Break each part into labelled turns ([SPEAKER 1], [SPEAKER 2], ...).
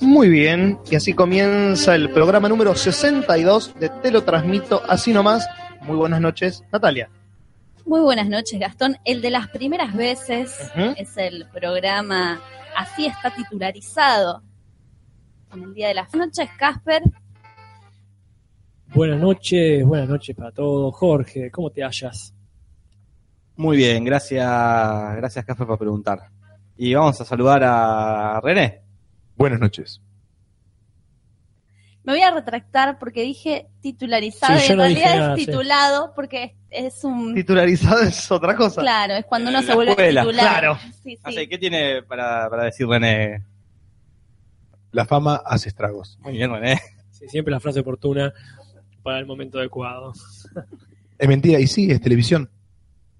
[SPEAKER 1] Muy bien, y así comienza el programa número 62 de Te lo transmito así nomás. Muy buenas noches, Natalia.
[SPEAKER 2] Muy buenas noches, Gastón. El de las primeras veces
[SPEAKER 1] Ujú.
[SPEAKER 2] es el programa, así está titularizado. En el día de las noches, Casper.
[SPEAKER 3] Buenas noches, buenas noches para todos. Jorge, ¿cómo te hallas?
[SPEAKER 4] Muy bien, gracias, gracias Café por preguntar. Y vamos a saludar a René.
[SPEAKER 5] Buenas noches.
[SPEAKER 2] Me voy a retractar porque dije titularizado
[SPEAKER 3] Sí,
[SPEAKER 2] y
[SPEAKER 3] yo
[SPEAKER 2] en
[SPEAKER 3] no dije
[SPEAKER 2] realidad
[SPEAKER 3] nada,
[SPEAKER 2] es
[SPEAKER 3] sí.
[SPEAKER 2] titulado porque es, es un...
[SPEAKER 1] Titularizado es otra cosa.
[SPEAKER 2] Claro, es cuando uno
[SPEAKER 4] En
[SPEAKER 2] se
[SPEAKER 4] la
[SPEAKER 2] vuelve
[SPEAKER 4] escuela,
[SPEAKER 2] titular.
[SPEAKER 1] claro.
[SPEAKER 2] Sí, sí.
[SPEAKER 4] No sé, ¿qué tiene para, para decir René?
[SPEAKER 5] La fama hace estragos.
[SPEAKER 4] Muy bien, René.
[SPEAKER 3] Sí, siempre la frase oportuna para el momento adecuado.
[SPEAKER 5] Es mentira, y sí, es televisión.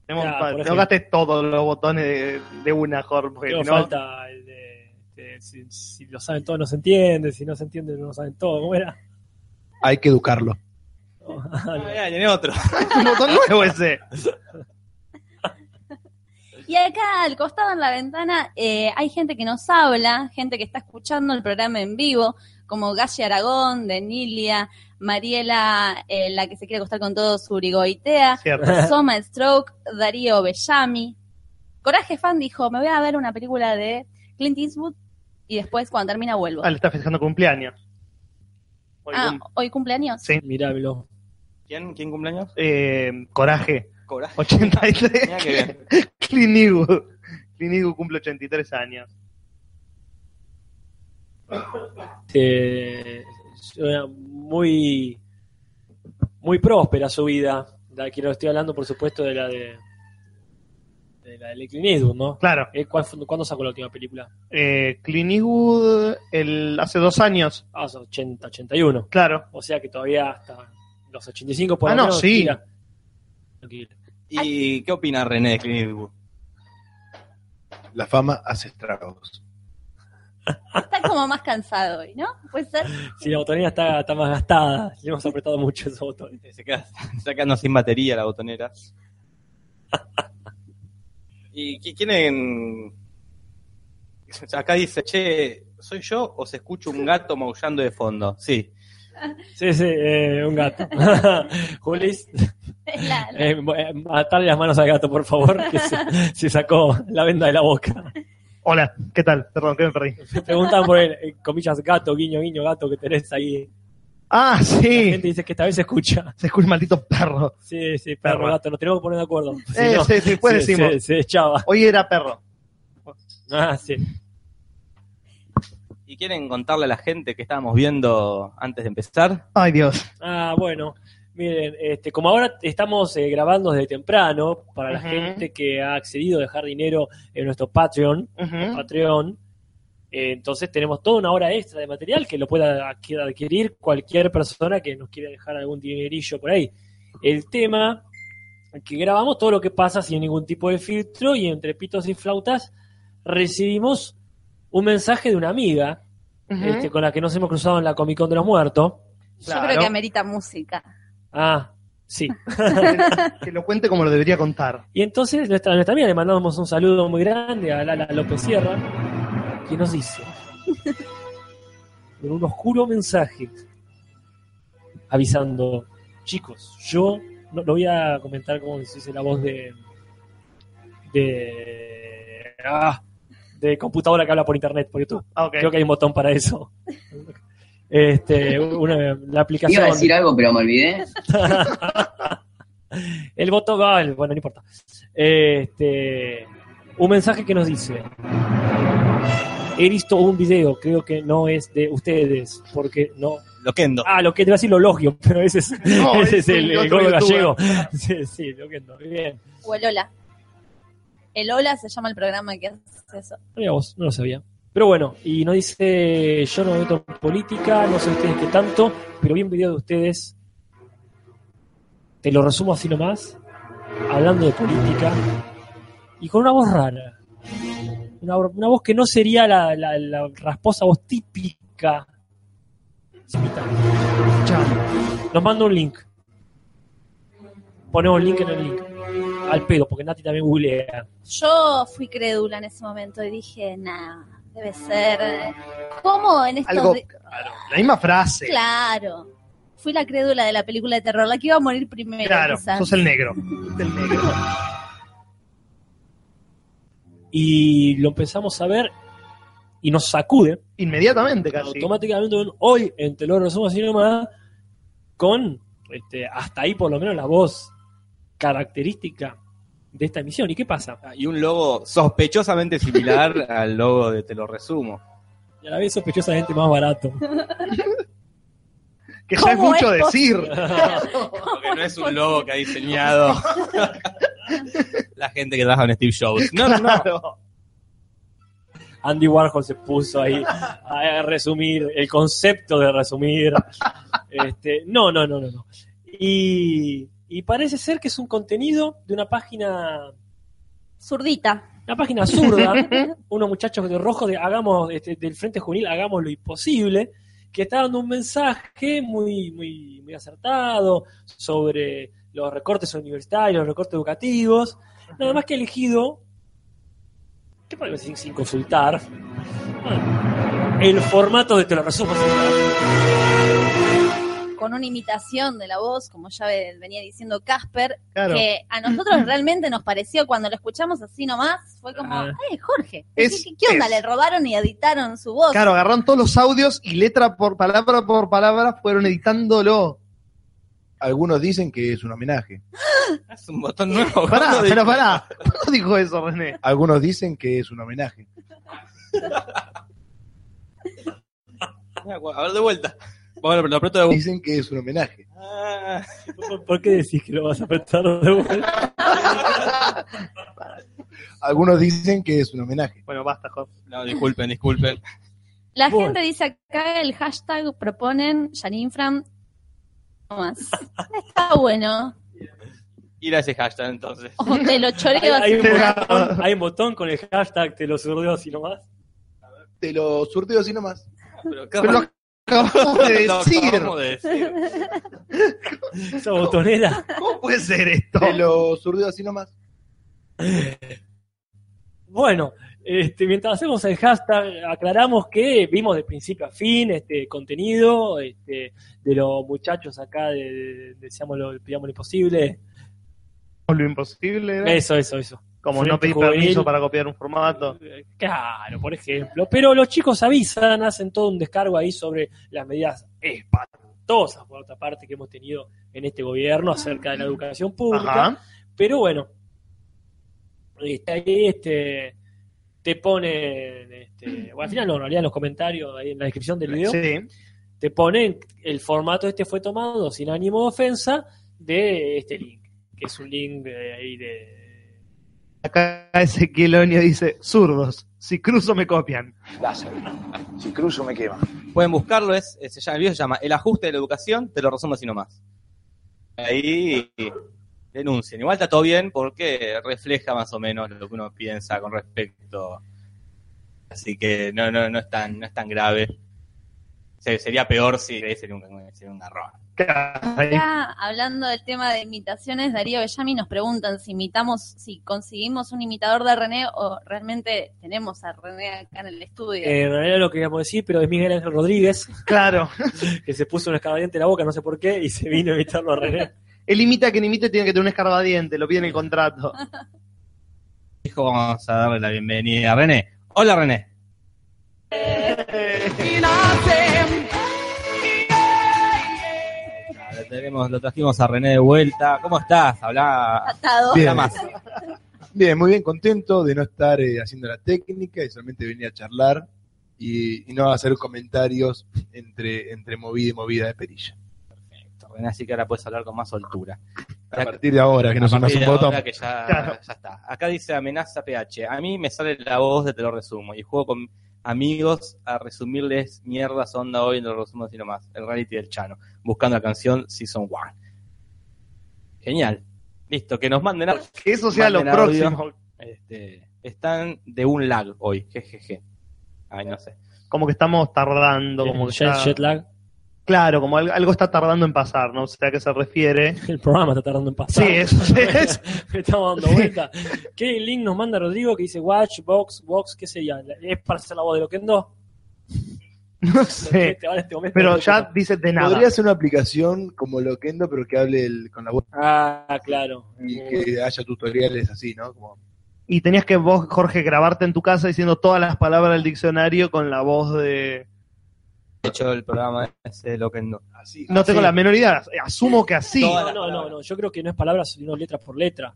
[SPEAKER 1] Tenemos
[SPEAKER 3] Ya,
[SPEAKER 1] pa-
[SPEAKER 3] por
[SPEAKER 1] no
[SPEAKER 3] ejemplo.
[SPEAKER 1] gastes todos los botones de, de una, Jorge.
[SPEAKER 3] Luego
[SPEAKER 1] ¿no?
[SPEAKER 3] falta el de, de- si, si lo saben todos no se entiende, si no se entiende no lo saben todo, ¿cómo era?
[SPEAKER 5] Hay que educarlo.
[SPEAKER 3] No,
[SPEAKER 4] Ah,
[SPEAKER 3] no.
[SPEAKER 4] mirá, tiene otro.
[SPEAKER 1] Es un botón nuevo ese.
[SPEAKER 2] Y acá al costado en la ventana eh, hay gente que nos habla, gente que está escuchando el programa en vivo, como Galle Aragón, Denilia, Mariela, eh, la que se quiere acostar con todo su brigoitea,
[SPEAKER 1] Cierto.
[SPEAKER 2] Soma Stroke, Darío Bellamy. Coraje Fan dijo, me voy a ver una película de Clint Eastwood y después cuando termina vuelvo.
[SPEAKER 1] Ah, le está festejando cumpleaños. Hoy
[SPEAKER 2] Ah,
[SPEAKER 1] cum-
[SPEAKER 2] ¿hoy cumpleaños?
[SPEAKER 1] Sí.
[SPEAKER 3] Mirámelo.
[SPEAKER 4] ¿Quién, ¿Quién cumpleaños?
[SPEAKER 1] eh, coraje,
[SPEAKER 4] Coraje.
[SPEAKER 1] 83.
[SPEAKER 4] Mirá qué bien.
[SPEAKER 1] Clint Eastwood. Clint Eastwood cumple 83 años.
[SPEAKER 3] Eh, era muy, muy próspera su vida. De aquí no estoy hablando, por supuesto, de la de, de la de Clint Eastwood, ¿no?
[SPEAKER 1] Claro,
[SPEAKER 3] Eh, ¿cuál fue- ¿Cuándo sacó la última película?
[SPEAKER 1] eh, Clint Eastwood el, hace dos años.
[SPEAKER 3] Ah, son 80, 81.
[SPEAKER 1] Claro,
[SPEAKER 3] O sea que todavía hasta los 85 por
[SPEAKER 1] Ah,
[SPEAKER 3] lo
[SPEAKER 1] no,
[SPEAKER 3] menos
[SPEAKER 1] sí.
[SPEAKER 3] tira. Tranquilo.
[SPEAKER 4] ¿Y qué opina René de Clint Eastwood?
[SPEAKER 5] La fama hace estragos.
[SPEAKER 2] Está como más cansado hoy, ¿no? Puede ser.
[SPEAKER 3] Si la botonera está, está más gastada, le hemos apretado mucho esos botones.
[SPEAKER 4] Se queda sacando sin batería la botonera. ¿Y qui- quién en- Acá dice, che, ¿soy yo o se escucha un gato maullando de fondo? Sí.
[SPEAKER 3] Sí, sí, eh, un gato. Julis,
[SPEAKER 2] La- la-
[SPEAKER 3] eh, eh, atarle las manos al gato, por favor, que se, se sacó la venda de la boca.
[SPEAKER 1] hola, ¿qué tal? Perdón, que me perdí.
[SPEAKER 3] Me preguntan por el, eh, comillas, gato, guiño, guiño, gato que tenés ahí.
[SPEAKER 1] Ah,
[SPEAKER 3] La
[SPEAKER 1] sí,
[SPEAKER 3] gente dice que esta vez se escucha.
[SPEAKER 1] se escucha el maldito perro.
[SPEAKER 3] Sí, sí, perro,
[SPEAKER 1] Perro.
[SPEAKER 3] gato, nos tenemos que poner de acuerdo. Si
[SPEAKER 1] Eh,
[SPEAKER 3] no,
[SPEAKER 1] sí, sí, después
[SPEAKER 3] se-
[SPEAKER 1] decimos.
[SPEAKER 3] Se, se echaba.
[SPEAKER 1] Hoy era perro.
[SPEAKER 3] Ah, sí.
[SPEAKER 4] ¿Y quieren contarle a la gente que estábamos viendo antes de empezar?
[SPEAKER 1] Ay, Dios.
[SPEAKER 3] Ah, bueno. Miren, este, como ahora estamos eh, grabando desde temprano, para la
[SPEAKER 1] Ujú.
[SPEAKER 3] gente que ha accedido a dejar dinero en nuestro Patreon,
[SPEAKER 1] Ujú.
[SPEAKER 3] Patreon, eh, entonces tenemos toda una hora extra de material que lo pueda adqu- adquirir cualquier persona que nos quiera dejar algún dinerillo por ahí. El tema que grabamos todo lo que pasa sin ningún tipo de filtro y entre pitos y flautas recibimos un mensaje de una amiga
[SPEAKER 1] Ujú.
[SPEAKER 3] este, con la que nos hemos cruzado en la Comic Con de los Muertos.
[SPEAKER 2] Yo
[SPEAKER 1] Claro.
[SPEAKER 2] creo que amerita música.
[SPEAKER 3] Ah, sí.
[SPEAKER 1] que lo cuente como lo debería contar.
[SPEAKER 3] Y entonces nuestra, nuestra amiga le mandamos un saludo muy grande a Lala López Sierra, que nos dice, con un oscuro mensaje, avisando, chicos, yo no, lo voy a comentar como se dice la voz de... de... ah, de computadora que habla por internet, por YouTube.
[SPEAKER 1] Ah, ok.
[SPEAKER 3] Creo que hay un botón para eso. Este, una, la aplicación...
[SPEAKER 6] Iba a decir algo, pero me olvidé.
[SPEAKER 3] El voto va, el- bueno, no importa. Este, un mensaje que nos dice: He visto un video, creo que no es de ustedes, porque no.
[SPEAKER 4] Loquendo.
[SPEAKER 3] Ah, lo que te iba a decir lo logio, pero ese es,
[SPEAKER 1] No,
[SPEAKER 3] ese
[SPEAKER 1] es
[SPEAKER 3] es el,
[SPEAKER 1] el
[SPEAKER 3] el
[SPEAKER 1] otro
[SPEAKER 3] gordo gallego.
[SPEAKER 1] youtuber.
[SPEAKER 3] Sí, sí, lo que no. Bien.
[SPEAKER 2] O el Hola. El Hola se llama el programa que hace eso.
[SPEAKER 3] Mira vos, no lo sabía. Pero bueno, y nos dice: Yo no me meto en política, no sé ustedes qué tanto, pero vi un video de ustedes. Te lo resumo así nomás, hablando de política y con una voz rara. Una, una voz que no sería la, la- la rasposa voz típica. Chao. Nos manda un link. Ponemos link en el link. Al pedo, porque Nati también googlea.
[SPEAKER 2] Yo fui crédula en ese momento y dije, nada, Debe ser. eh, ¿Cómo en estos
[SPEAKER 1] Algo.
[SPEAKER 2] di-
[SPEAKER 1] claro, la misma frase.
[SPEAKER 2] Claro. Fui la crédula de la película de terror, la que iba a morir primero.
[SPEAKER 1] Claro,
[SPEAKER 2] quizás.
[SPEAKER 1] sos el negro. Del negro.
[SPEAKER 3] Y lo empezamos a ver y nos sacude
[SPEAKER 1] Inmediatamente casi.
[SPEAKER 3] automáticamente un hoy en Te lo resumo así nomás con este, hasta ahí por lo menos la voz característica de esta emisión. ¿Y qué pasa?
[SPEAKER 4] Ah, Y un logo sospechosamente similar al logo de Te lo resumo.
[SPEAKER 3] Y a la vez sospechosamente más barato.
[SPEAKER 1] Que ya es
[SPEAKER 2] ¿Cómo
[SPEAKER 1] mucho
[SPEAKER 2] es
[SPEAKER 1] decir.
[SPEAKER 4] Porque no es un logo que ha diseñado la gente que trabaja en Steve Jobs. No, no, no.
[SPEAKER 1] Claro.
[SPEAKER 3] Andy Warhol se puso ahí a resumir el concepto de resumir. Este, no, no, no, no, no. Y, y parece ser que es un contenido de una página,
[SPEAKER 2] Zurdita.
[SPEAKER 3] una página zurda, unos muchachos de rojo de hagamos este, del Frente Juvenil hagamos lo imposible, que está dando un mensaje muy, muy, muy acertado sobre los recortes universitarios, los recortes educativos, nada más que elegido, que podemos decir sin consultar, bueno, el formato de te lo resumo.
[SPEAKER 2] Con una imitación de la voz, como ya ve- venía diciendo Casper,
[SPEAKER 1] Claro.
[SPEAKER 2] que a nosotros realmente nos pareció cuando lo escuchamos así nomás, fue como,
[SPEAKER 3] Ah.
[SPEAKER 2] ¡ay, Jorge! ¿Qué,
[SPEAKER 1] Es-
[SPEAKER 2] qué- qué onda?
[SPEAKER 1] es.
[SPEAKER 2] Le robaron y editaron su voz.
[SPEAKER 1] Claro, agarraron todos los audios y letra por palabra por palabra fueron editándolo.
[SPEAKER 5] Algunos dicen que es un homenaje.
[SPEAKER 4] Es un botón nuevo.
[SPEAKER 1] Pará,
[SPEAKER 4] ¿Cómo de-
[SPEAKER 1] pero pará. ¿Cómo dijo eso, René?
[SPEAKER 5] Algunos dicen que es un homenaje.
[SPEAKER 4] A ver, de vuelta. Bueno, pero lo aprieto de vuelta.
[SPEAKER 5] Dicen que es un homenaje.
[SPEAKER 4] Ah,
[SPEAKER 3] ¿Por qué decís que lo vas a apretar de vuelta?
[SPEAKER 5] Algunos dicen que es un homenaje.
[SPEAKER 1] Bueno, basta, Jorge.
[SPEAKER 4] No, disculpen, disculpen.
[SPEAKER 2] La
[SPEAKER 3] Bueno.
[SPEAKER 2] gente dice acá el hashtag proponen Janine Fran nomás. Está bueno.
[SPEAKER 4] Ir a ese hashtag entonces.
[SPEAKER 2] O te lo
[SPEAKER 3] Hay,
[SPEAKER 2] choreo
[SPEAKER 3] hay
[SPEAKER 2] así.
[SPEAKER 3] un botón, hay un botón con el hashtag te lo surdeo así nomás.
[SPEAKER 5] Te lo surteo así nomás.
[SPEAKER 4] Pero,
[SPEAKER 1] Pero lo acabamos de
[SPEAKER 4] lo
[SPEAKER 1] decir.
[SPEAKER 4] acabamos de decir.
[SPEAKER 3] Esa botonera.
[SPEAKER 1] ¿Cómo puede ser esto?
[SPEAKER 5] Te lo surteo así nomás.
[SPEAKER 3] Bueno, este, mientras hacemos el hashtag, aclaramos que vimos de principio a fin este contenido este, de los muchachos acá de, de- de Seamos lo- Pidamos lo Imposible.
[SPEAKER 1] Lo imposible era,
[SPEAKER 3] Eso, eso, eso.
[SPEAKER 1] como no pedí
[SPEAKER 3] Frente juvenil.
[SPEAKER 1] permiso para copiar un formato.
[SPEAKER 3] Eh, Claro, por ejemplo. Pero los chicos avisan, hacen todo un descargo ahí sobre las medidas espantosas, por otra parte, que hemos tenido en este gobierno acerca de la educación pública.
[SPEAKER 1] Ajá.
[SPEAKER 3] Pero bueno, este, ahí este, te ponen, este, bueno, al final no, en realidad en los comentarios, ahí en la descripción del video,
[SPEAKER 1] Sí.
[SPEAKER 3] te ponen el formato este fue tomado sin ánimo de ofensa de este link, que es un link de, ahí de...
[SPEAKER 1] Acá Ezequiel Oño dice, zurdos, si cruzo me copian.
[SPEAKER 6] láser. Si cruzo me quema.
[SPEAKER 4] Pueden buscarlo, es, es- se llama- el video se llama El ajuste de la educación, te lo resumo así nomás. Ahí denuncian. Igual está todo bien porque refleja más o menos lo que uno piensa con respecto. Así que no, no, no es tan, no es tan grave. Se- sería peor si sería un, sería un garrón.
[SPEAKER 1] Caray.
[SPEAKER 2] Acá, hablando del tema de imitaciones, Darío Bellami nos preguntan si imitamos, si conseguimos un imitador de René o realmente tenemos a René acá en el estudio.
[SPEAKER 3] eh, En realidad lo que queríamos decir, pero es Miguel Ángel Rodríguez,
[SPEAKER 1] Claro.
[SPEAKER 3] que se puso un escarbadiente en la boca, no sé por qué, y se vino a evitarlo a René.
[SPEAKER 1] El imita que imite tiene que tener un escarbadiente, lo pide en el contrato.
[SPEAKER 4] Dijo, vamos a darle la bienvenida a René. Hola René. Lo, tenemos- lo trajimos a René de vuelta. ¿Cómo estás? Habla,
[SPEAKER 2] Atado.
[SPEAKER 5] Bien.
[SPEAKER 4] habla más.
[SPEAKER 5] Bien, muy bien contento de no estar eh, haciendo la técnica y solamente venir a charlar y, y no hacer comentarios entre, entre movida y movida de perilla.
[SPEAKER 4] René, así que ahora puedes hablar con más soltura.
[SPEAKER 5] A partir de ahora, que no
[SPEAKER 4] A
[SPEAKER 5] son más
[SPEAKER 4] partir de
[SPEAKER 5] un botón.
[SPEAKER 4] ahora que ya,
[SPEAKER 1] Claro.
[SPEAKER 4] ya está. Acá dice amenaza PH. A mí me sale la voz de Te lo resumo y juego con amigos a resumirles mierdas onda hoy en Te lo resumo así nomás. El reality del Chano. Buscando la canción Season 1. Genial. Listo, que nos manden a...
[SPEAKER 1] Que eso sea lo
[SPEAKER 4] Manden audio.
[SPEAKER 1] próximo.
[SPEAKER 4] Este, están de un lag hoy. Jejeje. Ay, no sé.
[SPEAKER 1] Como que estamos tardando, como que
[SPEAKER 3] Eh, Ya
[SPEAKER 1] ya...
[SPEAKER 3] es jet lag.
[SPEAKER 1] Claro, como al- algo está tardando en pasar, ¿no? O sea, ¿a qué se refiere?
[SPEAKER 3] El programa está tardando en
[SPEAKER 1] Sí,
[SPEAKER 3] pasar.
[SPEAKER 1] eso es.
[SPEAKER 3] Le estamos dando vuelta. ¿Qué link nos manda Rodrigo que dice Watch, Box, Box, qué sería? ¿Es para hacer la voz de Loquendo?
[SPEAKER 1] No sé.
[SPEAKER 3] Ahora en este momento-
[SPEAKER 1] Pero ya dice de nada.
[SPEAKER 5] Podría ser una aplicación como Loquendo, pero que hable el- con la voz
[SPEAKER 3] Ah, claro.
[SPEAKER 5] y
[SPEAKER 1] Mm.
[SPEAKER 5] que haya tutoriales así, ¿no? Como,
[SPEAKER 1] Y tenías que vos, Jorge, grabarte en tu casa diciendo todas las palabras del diccionario con la voz de...
[SPEAKER 4] De hecho, el programa es eh, Loquendo.
[SPEAKER 5] así.
[SPEAKER 1] No tengo
[SPEAKER 5] así.
[SPEAKER 1] la menor idea, asumo que así.
[SPEAKER 4] Todas
[SPEAKER 3] No, no, no, no, yo creo que no es palabras, sino letras por letra.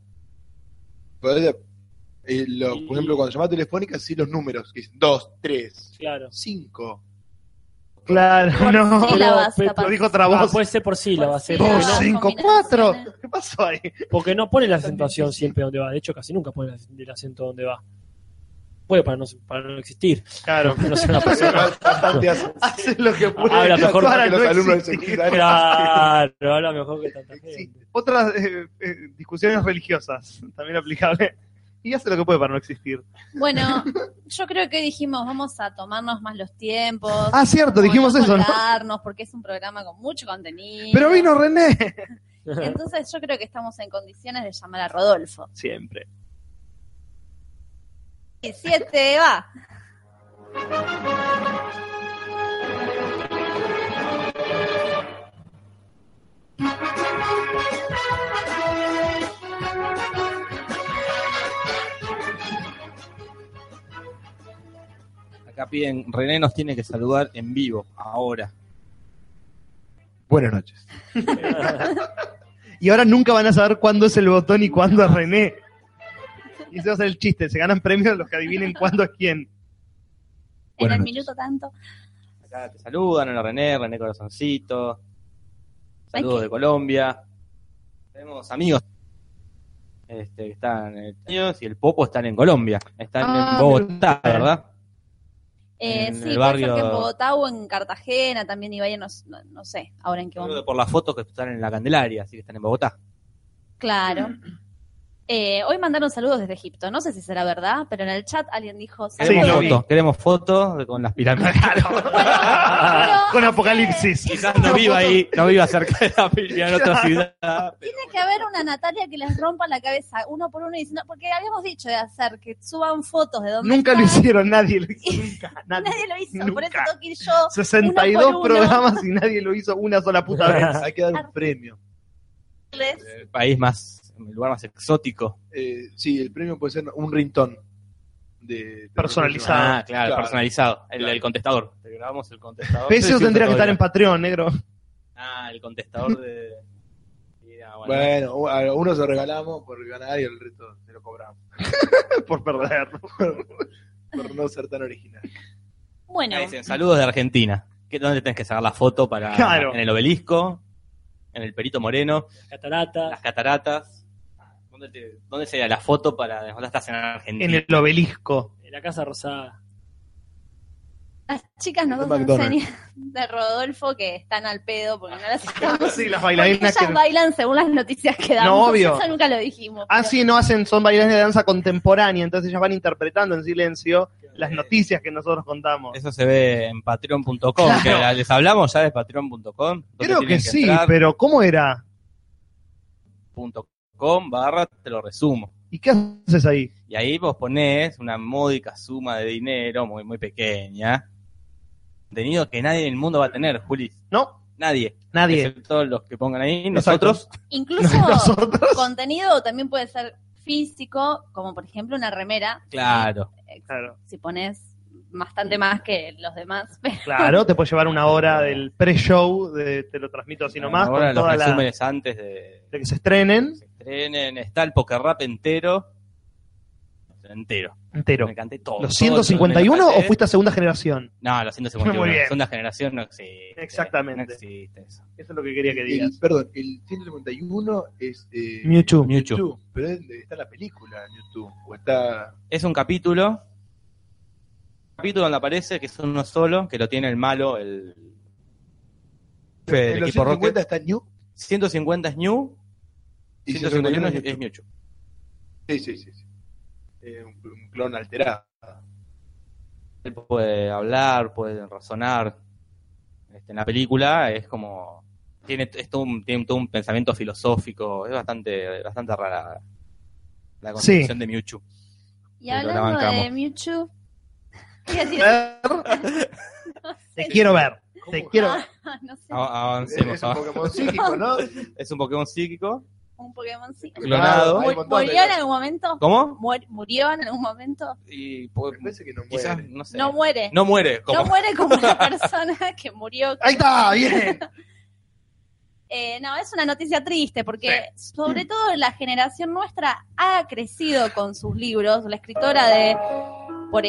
[SPEAKER 5] Podría- eh, lo- por ejemplo, cuando llamás telefónica, sí los números, que dicen 2, 3,
[SPEAKER 3] Claro.
[SPEAKER 5] 5.
[SPEAKER 1] Claro, no.
[SPEAKER 2] Sílabas,
[SPEAKER 3] pero-
[SPEAKER 2] capaz.
[SPEAKER 1] Lo dijo otra
[SPEAKER 3] Ah,
[SPEAKER 1] voz.
[SPEAKER 3] puede ser por sílabas, sí, porque,
[SPEAKER 1] Dos,
[SPEAKER 2] Sílabas,
[SPEAKER 3] no,
[SPEAKER 1] cinco, cuatro.
[SPEAKER 2] combinaciones.
[SPEAKER 1] ¿Qué pasó ahí?
[SPEAKER 3] porque no pone la acentuación siempre donde va. De hecho, casi nunca pone el acento donde va. Puede para no, para no existir.
[SPEAKER 1] Claro.
[SPEAKER 3] No ser una persona.
[SPEAKER 5] Bastante hace.
[SPEAKER 1] Hace lo que puede.
[SPEAKER 3] Habla mejor
[SPEAKER 1] para
[SPEAKER 5] que los
[SPEAKER 1] no
[SPEAKER 5] alumnos de
[SPEAKER 1] existir.
[SPEAKER 5] secundaria.
[SPEAKER 3] Claro, habla mejor que tanta
[SPEAKER 1] Sí.
[SPEAKER 3] gente.
[SPEAKER 1] Otras eh, eh, discusiones religiosas, también aplicable. Y hace lo que puede para no existir.
[SPEAKER 2] Bueno, yo creo que dijimos, vamos a tomarnos más los tiempos.
[SPEAKER 1] Ah, cierto, dijimos
[SPEAKER 2] vamos a
[SPEAKER 1] eso, ¿no?
[SPEAKER 2] colgarnos, Porque es un programa con mucho contenido.
[SPEAKER 1] Pero vino René.
[SPEAKER 2] Entonces yo creo que estamos en condiciones de llamar a Rodolfo.
[SPEAKER 1] Siempre.
[SPEAKER 2] Y siete, va.
[SPEAKER 4] Acá piden, René nos tiene que saludar en vivo, ahora.
[SPEAKER 5] Buenas noches.
[SPEAKER 1] Y ahora nunca van a saber cuándo es el botón y cuándo es René. Y ese va a ser el chiste. Se ganan premios los que adivinen cuándo es quién.
[SPEAKER 2] En
[SPEAKER 5] Buenas
[SPEAKER 2] el
[SPEAKER 5] noches.
[SPEAKER 2] minuto tanto.
[SPEAKER 4] Acá te saludan, hola René, René Corazoncito.
[SPEAKER 2] Ay,
[SPEAKER 4] Saludos de Colombia. Tenemos amigos este, que están en Estados Unidos y el Popo están en Colombia. Están
[SPEAKER 1] Ah,
[SPEAKER 4] en Bogotá,
[SPEAKER 1] mira.
[SPEAKER 4] ¿verdad?
[SPEAKER 2] Eh,
[SPEAKER 4] en
[SPEAKER 2] sí,
[SPEAKER 4] el
[SPEAKER 2] puede ser
[SPEAKER 4] barrio-
[SPEAKER 2] que en Bogotá o en Cartagena también Ibai, no, no, no sé, ahora en qué momento.
[SPEAKER 4] Por las fotos que están en la Candelaria, así que están en Bogotá.
[SPEAKER 2] Claro. Eh, hoy mandaron saludos desde Egipto, no sé si será verdad, pero en el chat alguien dijo
[SPEAKER 1] Sí,
[SPEAKER 4] Queremos
[SPEAKER 1] lo
[SPEAKER 2] saludos.
[SPEAKER 1] vi.
[SPEAKER 4] fotos, queremos fotos con las pirámides.
[SPEAKER 2] Pero
[SPEAKER 1] Con Apocalipsis.
[SPEAKER 4] Quizás no viva ahí, no viva cerca de la pirámide en otra ciudad.
[SPEAKER 2] tiene que haber una Natalia que les rompa la cabeza uno por uno y diciendo, porque habíamos dicho de hacer que suban fotos de donde
[SPEAKER 1] Nunca lo hicieron, nadie lo hizo. Nunca, nadie.
[SPEAKER 2] Nadie lo hizo, por eso
[SPEAKER 1] Nunca.
[SPEAKER 2] tengo que ir yo.
[SPEAKER 1] 62
[SPEAKER 2] Uno por uno.
[SPEAKER 1] programas y nadie lo hizo una sola puta vez.
[SPEAKER 5] Hay que dar un premio.
[SPEAKER 2] Les-
[SPEAKER 4] El país más, el lugar más exótico.
[SPEAKER 5] Eh, sí, el premio puede ser un rintón. De, de-
[SPEAKER 1] Personalizado.
[SPEAKER 4] Ah, claro,
[SPEAKER 5] Claro.
[SPEAKER 4] personalizado. El,
[SPEAKER 5] Claro.
[SPEAKER 4] el contestador. Te grabamos el contestador.
[SPEAKER 1] Pecio
[SPEAKER 4] Sí,
[SPEAKER 1] tendría que estar en
[SPEAKER 4] todavía.
[SPEAKER 1] Patreon, negro.
[SPEAKER 4] Ah, el contestador de. Sí, ah, bueno.
[SPEAKER 5] Bueno, u- a uno se regalamos por ganar y el resto se lo cobramos.
[SPEAKER 1] Por perderlo.
[SPEAKER 5] Por no ser tan original.
[SPEAKER 2] Bueno,
[SPEAKER 4] Acá dicen, saludos de Argentina. ¿Qué, ¿Dónde tenés que sacar la foto para.?
[SPEAKER 1] Claro.
[SPEAKER 4] En el obelisco, en el Perito Moreno,
[SPEAKER 3] Catarata.
[SPEAKER 4] las cataratas. ¿Dónde, te- dónde sería la foto para.? ¿Dónde estás en Argentina?
[SPEAKER 1] En el obelisco.
[SPEAKER 3] en La Casa Rosada.
[SPEAKER 2] las chicas nos
[SPEAKER 5] De
[SPEAKER 2] dan
[SPEAKER 5] McDonald's.
[SPEAKER 2] señas de Rodolfo que están al pedo porque no las estamos
[SPEAKER 1] Ah, Sí, las
[SPEAKER 2] Porque
[SPEAKER 1] bailarinas
[SPEAKER 2] ellas
[SPEAKER 1] que.
[SPEAKER 2] bailan según las noticias que damos.
[SPEAKER 1] No, obvio.
[SPEAKER 2] Eso nunca lo dijimos.
[SPEAKER 1] Ah,
[SPEAKER 2] pero-
[SPEAKER 1] sí, no hacen, son bailarinas de danza contemporánea, entonces ellas van interpretando en silencio las noticias que nosotros contamos.
[SPEAKER 4] Eso se ve en patreon.com.
[SPEAKER 1] Claro.
[SPEAKER 4] que la- Les hablamos ya de patreon.com.
[SPEAKER 1] Creo que sí, pero ¿cómo era?
[SPEAKER 4] .com barra te lo resumo.
[SPEAKER 1] ¿Y qué haces ahí?
[SPEAKER 4] Y ahí vos ponés una módica suma de dinero muy, muy pequeña. Contenido que nadie en el mundo va a tener, Juli.
[SPEAKER 1] No,
[SPEAKER 4] Nadie.
[SPEAKER 1] nadie.
[SPEAKER 4] Excepto los que pongan ahí.
[SPEAKER 1] Exacto.
[SPEAKER 4] Nosotros.
[SPEAKER 2] Incluso
[SPEAKER 1] Nosotros.
[SPEAKER 2] contenido también puede ser físico, como por ejemplo una remera.
[SPEAKER 4] Claro.
[SPEAKER 2] eh,
[SPEAKER 1] Claro,
[SPEAKER 2] Si pones bastante más que los demás.
[SPEAKER 1] claro, te puedes llevar una hora del pre-show, de, te lo transmito así nomás,
[SPEAKER 4] Ahora
[SPEAKER 1] con
[SPEAKER 4] los
[SPEAKER 1] toda la, de
[SPEAKER 4] resúmenes antes de
[SPEAKER 1] que se estrenen,
[SPEAKER 4] que se estrenen. Está el poker rap entero. Entero.
[SPEAKER 1] entero.
[SPEAKER 4] Me canté todo.
[SPEAKER 1] ¿Los
[SPEAKER 4] todo, todo,
[SPEAKER 1] 151
[SPEAKER 4] me lo
[SPEAKER 1] o
[SPEAKER 4] canté.
[SPEAKER 1] fuiste a segunda generación?
[SPEAKER 4] No, los 151.
[SPEAKER 1] Muy bien.
[SPEAKER 4] La segunda generación no existe.
[SPEAKER 1] Exactamente.
[SPEAKER 4] No existe eso.
[SPEAKER 1] Eso es lo que quería que
[SPEAKER 5] El-
[SPEAKER 1] digas.
[SPEAKER 5] perdón, el 151 es. Eh,
[SPEAKER 1] Mewtwo.
[SPEAKER 4] Mewtwo.
[SPEAKER 5] Mewtwo, Pero es- está la película en YouTube. O está.
[SPEAKER 4] Es un capítulo. un capítulo donde aparece que es uno solo, que lo tiene el malo, el.
[SPEAKER 5] en
[SPEAKER 4] El
[SPEAKER 5] los
[SPEAKER 4] equipo
[SPEAKER 5] 150
[SPEAKER 4] Rocket.
[SPEAKER 5] está New.
[SPEAKER 4] 150 es New y 151 es, es
[SPEAKER 5] Mewtwo.
[SPEAKER 4] Mewtwo.
[SPEAKER 5] Sí, sí, sí. sí. Eh, un, un clon alterado.
[SPEAKER 4] Él puede hablar, puede razonar. este, en la película es como. Tiene, es todo un, tiene todo un pensamiento filosófico, es bastante, bastante rara la concepción de Mewtwo.
[SPEAKER 2] Y
[SPEAKER 4] Pero la
[SPEAKER 2] hablando de
[SPEAKER 4] bancamos.
[SPEAKER 2] Mewtwo, ¿qué tiene?
[SPEAKER 1] Ver,
[SPEAKER 2] No sé.
[SPEAKER 1] te quiero ver. Te quiero
[SPEAKER 2] Ah,
[SPEAKER 1] ver.
[SPEAKER 2] No sé,
[SPEAKER 4] A- Avancemos.
[SPEAKER 5] Es un
[SPEAKER 4] ah.
[SPEAKER 5] Pokémon psíquico, ¿no?
[SPEAKER 4] Es un Pokémon psíquico.
[SPEAKER 2] un Pokémon sí.
[SPEAKER 4] Clonado.
[SPEAKER 5] Ah, hay un montón de
[SPEAKER 2] ¿Murió en algún momento?
[SPEAKER 4] ¿Cómo?
[SPEAKER 2] Muer- ¿Murió en algún momento?
[SPEAKER 4] Y po-
[SPEAKER 5] Me parece que no
[SPEAKER 4] quizás,
[SPEAKER 5] muere.
[SPEAKER 4] no sé.
[SPEAKER 2] No muere.
[SPEAKER 4] No muere. como-
[SPEAKER 2] No muere como una persona que murió.
[SPEAKER 1] Ahí está, bien.
[SPEAKER 2] Eh, no, es una noticia triste porque sobre todo la generación nuestra ha crecido con sus libros. La escritora de, por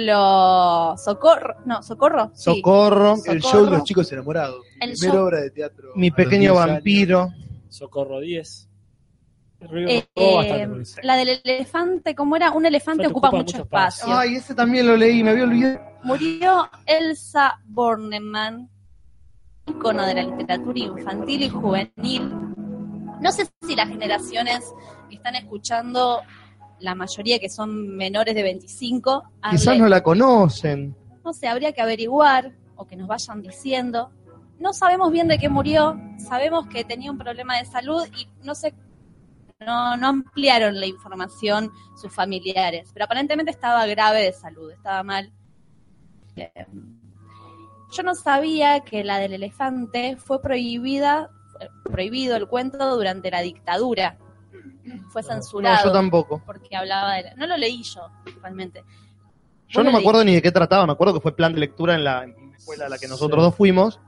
[SPEAKER 2] ejemplo, Socorro, no, Socorro, sí.
[SPEAKER 1] Socorro,
[SPEAKER 5] El
[SPEAKER 2] Socorro.
[SPEAKER 5] show de los chicos enamorados.
[SPEAKER 2] El
[SPEAKER 5] Mi primera
[SPEAKER 2] show.
[SPEAKER 5] obra de teatro.
[SPEAKER 1] mi
[SPEAKER 5] a los 10
[SPEAKER 1] pequeño
[SPEAKER 5] años.
[SPEAKER 1] vampiro.
[SPEAKER 3] Socorro 10. El ruido
[SPEAKER 2] Eh,
[SPEAKER 3] costó bastante,
[SPEAKER 2] eh,
[SPEAKER 3] porque sí.
[SPEAKER 2] la del elefante, ¿cómo era? Un elefante ocupa, mucho, espacio.
[SPEAKER 1] Ay, ese también lo leí, me había olvidado.
[SPEAKER 2] Murió Elsa Bornemann, ícono de la literatura infantil y juvenil. No sé si las generaciones que están escuchando, la mayoría que son menores de 25, han
[SPEAKER 1] Quizás
[SPEAKER 2] leído.
[SPEAKER 1] no la conocen.
[SPEAKER 2] no sé, habría que averiguar o que nos vayan diciendo. No sabemos bien de qué murió, sabemos que tenía un problema de salud y no sé, no, no ampliaron la información sus familiares, pero aparentemente estaba grave de salud, estaba mal. Eh, Yo no sabía que la del elefante fue prohibida, prohibido el cuento durante la dictadura. Fue
[SPEAKER 1] No, yo
[SPEAKER 2] censurado
[SPEAKER 1] tampoco.
[SPEAKER 2] porque hablaba de... la- No lo leí yo, realmente.
[SPEAKER 1] Yo no
[SPEAKER 2] Vos lo
[SPEAKER 1] me acuerdo ni de qué trataba, me acuerdo que fue plan de lectura en la en la escuela a la que nosotros
[SPEAKER 3] Sí.
[SPEAKER 1] dos fuimos.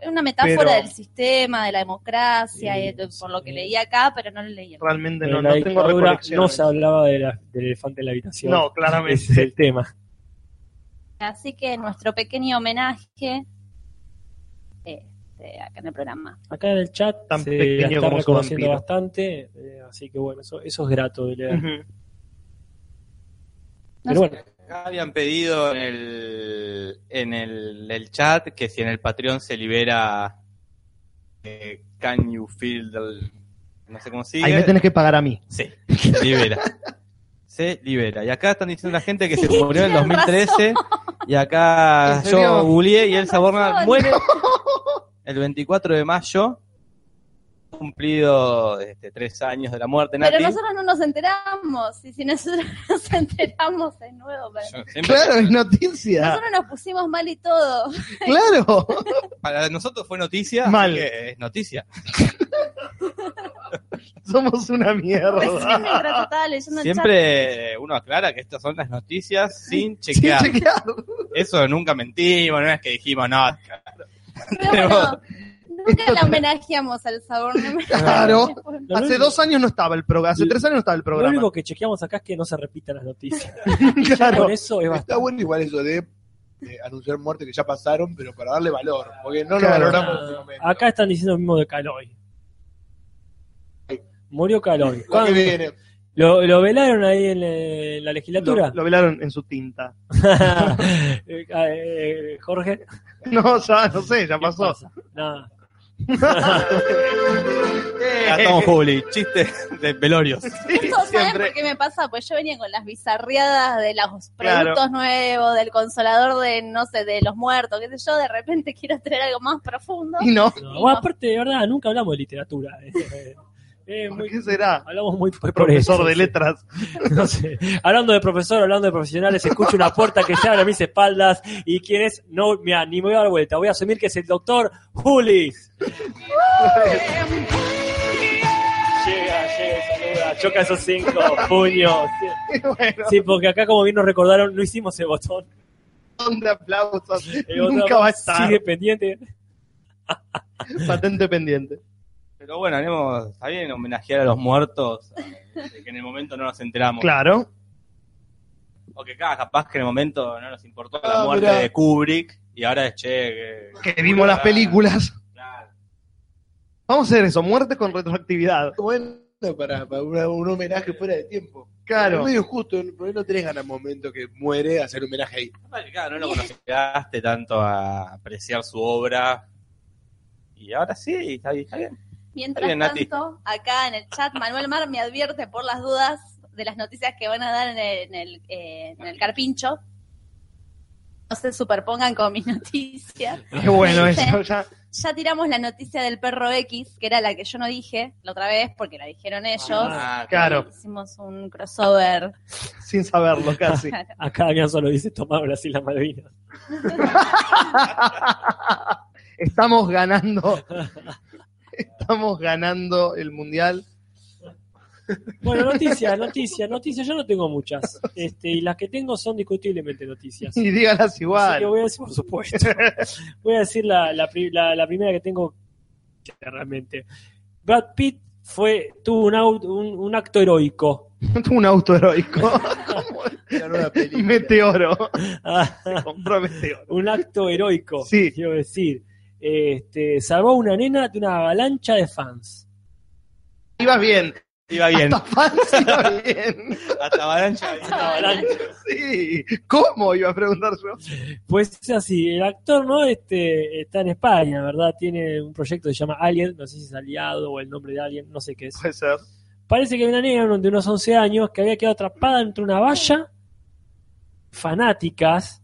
[SPEAKER 2] Es una metáfora
[SPEAKER 1] Pero-
[SPEAKER 2] del sistema, de la democracia,
[SPEAKER 3] Sí,
[SPEAKER 2] y de- por lo que
[SPEAKER 3] sí.
[SPEAKER 2] leí acá, pero no lo leí. acá.
[SPEAKER 1] Realmente
[SPEAKER 3] En
[SPEAKER 1] no,
[SPEAKER 3] Eh, la
[SPEAKER 1] no tengo
[SPEAKER 3] dictadura
[SPEAKER 1] recolección.
[SPEAKER 3] no se hablaba de la- del elefante en la habitación.
[SPEAKER 1] No,
[SPEAKER 3] Ese es
[SPEAKER 1] claramente.
[SPEAKER 3] el tema.
[SPEAKER 2] Así que nuestro pequeño homenaje este, acá en el programa.
[SPEAKER 3] Acá en el chat
[SPEAKER 1] Tan
[SPEAKER 3] se
[SPEAKER 1] pequeño
[SPEAKER 3] la están
[SPEAKER 1] como su
[SPEAKER 3] reconociendo
[SPEAKER 1] vampiro.
[SPEAKER 3] bastante, eh, así que bueno, eso, eso es grato de leer.
[SPEAKER 1] Ujú.
[SPEAKER 2] No
[SPEAKER 3] Pero
[SPEAKER 2] sé.
[SPEAKER 3] bueno,
[SPEAKER 4] Habían pedido en el, en el, el chat que si en el Patreon se libera eh, Can You Feel the- no sé cómo sigue.
[SPEAKER 1] Ahí me tenés que pagar a mí.
[SPEAKER 4] Sí, se libera. Se libera. Y acá están diciendo la gente que se
[SPEAKER 2] Sí,
[SPEAKER 4] murió en
[SPEAKER 2] tienen
[SPEAKER 4] 2013. Y acá
[SPEAKER 1] ¿En serio?
[SPEAKER 4] yo googleé y Elsa Borna
[SPEAKER 2] razón.
[SPEAKER 4] muere el 24 de mayo. Cumplido este, tres años de la muerte, Nati.
[SPEAKER 2] Pero nosotros no nos enteramos, y si nosotros nos enteramos es nuevo. para-
[SPEAKER 4] Yo siempre-
[SPEAKER 1] Claro, es noticia.
[SPEAKER 2] Nosotros nos pusimos mal y todo.
[SPEAKER 1] Claro.
[SPEAKER 4] Para nosotros fue noticia. así
[SPEAKER 1] Mal.
[SPEAKER 4] que es noticia.
[SPEAKER 1] Somos una
[SPEAKER 2] Recién
[SPEAKER 1] mierda.
[SPEAKER 2] mientras estaba leyendo el chat.
[SPEAKER 4] Siempre uno aclara que estas son las noticias sin
[SPEAKER 1] Sin
[SPEAKER 4] chequear.
[SPEAKER 1] chequear.
[SPEAKER 4] Eso nunca mentimos, no es que dijimos, no,
[SPEAKER 2] Pero bueno, nunca la homenajeamos al sabor. ¿no?
[SPEAKER 1] Claro.
[SPEAKER 3] lo
[SPEAKER 1] Hace
[SPEAKER 3] único-
[SPEAKER 1] dos años no estaba el programa, hace tres años no estaba el
[SPEAKER 3] Lo
[SPEAKER 1] programa.
[SPEAKER 3] único que chequeamos acá es que no se repitan las noticias.
[SPEAKER 1] Claro.
[SPEAKER 3] Con eso es
[SPEAKER 5] Está
[SPEAKER 3] bastante.
[SPEAKER 5] bueno igual eso de eh, anunciar muertes que ya pasaron, pero para darle valor. Porque no
[SPEAKER 1] Claro.
[SPEAKER 5] lo valoramos en este momento.
[SPEAKER 3] Acá están diciendo lo mismo de Caloy. Murió Caloy.
[SPEAKER 5] Lo que
[SPEAKER 3] ¿Cuándo?
[SPEAKER 5] viene.
[SPEAKER 3] ¿Lo, lo velaron ahí en, eh, la legislatura?
[SPEAKER 1] Lo, lo velaron en su tinta.
[SPEAKER 3] Eh, eh, Jorge, ¿qué
[SPEAKER 1] No, ya, no sé, ya pasó.
[SPEAKER 3] pasa? Nada.
[SPEAKER 4] Gastón Juli, chiste de velorios.
[SPEAKER 2] Esto, ¿saben por qué me pasa? Pues yo venía con las bizarriadas de los productos
[SPEAKER 1] Claro.
[SPEAKER 2] nuevos, del consolador de, no sé, de los muertos, qué sé yo, de repente quiero tener algo más profundo.
[SPEAKER 1] Y no,
[SPEAKER 3] No, bueno, aparte, de verdad, nunca hablamos de literatura. Eh, eh,
[SPEAKER 1] ¿por
[SPEAKER 3] muy-
[SPEAKER 1] qué será?
[SPEAKER 3] hablamos muy por
[SPEAKER 1] Profesor
[SPEAKER 3] eso,
[SPEAKER 1] de
[SPEAKER 3] sí.
[SPEAKER 1] letras.
[SPEAKER 3] No sé. Hablando de profesor, hablando de profesionales, escucho una puerta que se abre a mis espaldas y quién es, no, mira, ni me voy a dar vuelta, voy a asumir que es el doctor Julis. llega, llega, saluda, choca esos cinco puños.
[SPEAKER 1] Bueno,
[SPEAKER 3] Sí, porque acá como bien nos recordaron, no hicimos el botón.
[SPEAKER 1] son de aplausos.
[SPEAKER 3] El botón
[SPEAKER 1] Nunca va a estar.
[SPEAKER 3] Sigue pendiente.
[SPEAKER 1] Patente pendiente.
[SPEAKER 4] Pero bueno, haremos, está bien homenajear a los muertos, eh, que en el momento no nos enteramos.
[SPEAKER 1] Claro.
[SPEAKER 4] O que ca- capaz que en el momento no nos importó
[SPEAKER 5] Ah,
[SPEAKER 4] la muerte
[SPEAKER 5] mirá.
[SPEAKER 4] de Kubrick y ahora es che.
[SPEAKER 1] Que vimos las películas.
[SPEAKER 4] Claro.
[SPEAKER 1] Vamos a hacer eso, muerte con retroactividad.
[SPEAKER 5] Bueno, para, para una- un homenaje fuera de tiempo. Es
[SPEAKER 1] Claro.
[SPEAKER 5] medio justo, porque no tenés ganas momento que muere hacer homenaje ahí.
[SPEAKER 4] Capaz que, claro, no lo conociste tanto a apreciar su obra. Y ahora sí, está bien. Está bien.
[SPEAKER 2] Mientras
[SPEAKER 4] Bien, Nati.
[SPEAKER 2] tanto, acá en el chat, Manuel Mar me advierte por las dudas de las noticias que van a dar en el, en el, eh, en el carpincho. no se superpongan con mis noticias.
[SPEAKER 1] Qué bueno
[SPEAKER 2] Dice-
[SPEAKER 1] eso, ya.
[SPEAKER 2] Ya tiramos la noticia del perro X, que era la que yo no dije la otra vez porque la dijeron ellos.
[SPEAKER 4] Ah,
[SPEAKER 1] Claro,
[SPEAKER 2] Hicimos un crossover.
[SPEAKER 1] sin saberlo casi.
[SPEAKER 3] Acá Damián solo dice tomar Brasil las Malvinas.
[SPEAKER 1] Estamos ganando. Estamos ganando el mundial.
[SPEAKER 3] Bueno, noticias, noticias, noticias. Yo no tengo muchas. Este, y las que tengo son discutiblemente noticias.
[SPEAKER 1] Y dígalas
[SPEAKER 3] Así que
[SPEAKER 1] igual.
[SPEAKER 3] voy a decir, por supuesto. voy a decir la, la, pri- la- la primera que tengo que realmente. Brad Pitt fue, tuvo un, au- un, un acto heroico.
[SPEAKER 1] Un auto heroico. ¿Cómo?
[SPEAKER 5] La nueva película.
[SPEAKER 1] Meteoro. Compró meteoro.
[SPEAKER 3] un acto heroico,
[SPEAKER 1] Sí.
[SPEAKER 3] quiero decir. Este, salvó a una nena de una avalancha de fans.
[SPEAKER 1] Ibas bien.
[SPEAKER 4] Iba bien.
[SPEAKER 1] Hasta fans iba bien.
[SPEAKER 4] Hasta avalancha.
[SPEAKER 1] Sí. ¿Cómo? Iba a preguntar yo.
[SPEAKER 3] Pues es así, el actor no este está en España, ¿verdad? Tiene un proyecto que se llama Alien, no sé si es aliado o el nombre de Alien, no sé qué es.
[SPEAKER 1] Puede ser.
[SPEAKER 3] Parece que había una nena de unos 11 años que había quedado atrapada entre una valla, fanáticas,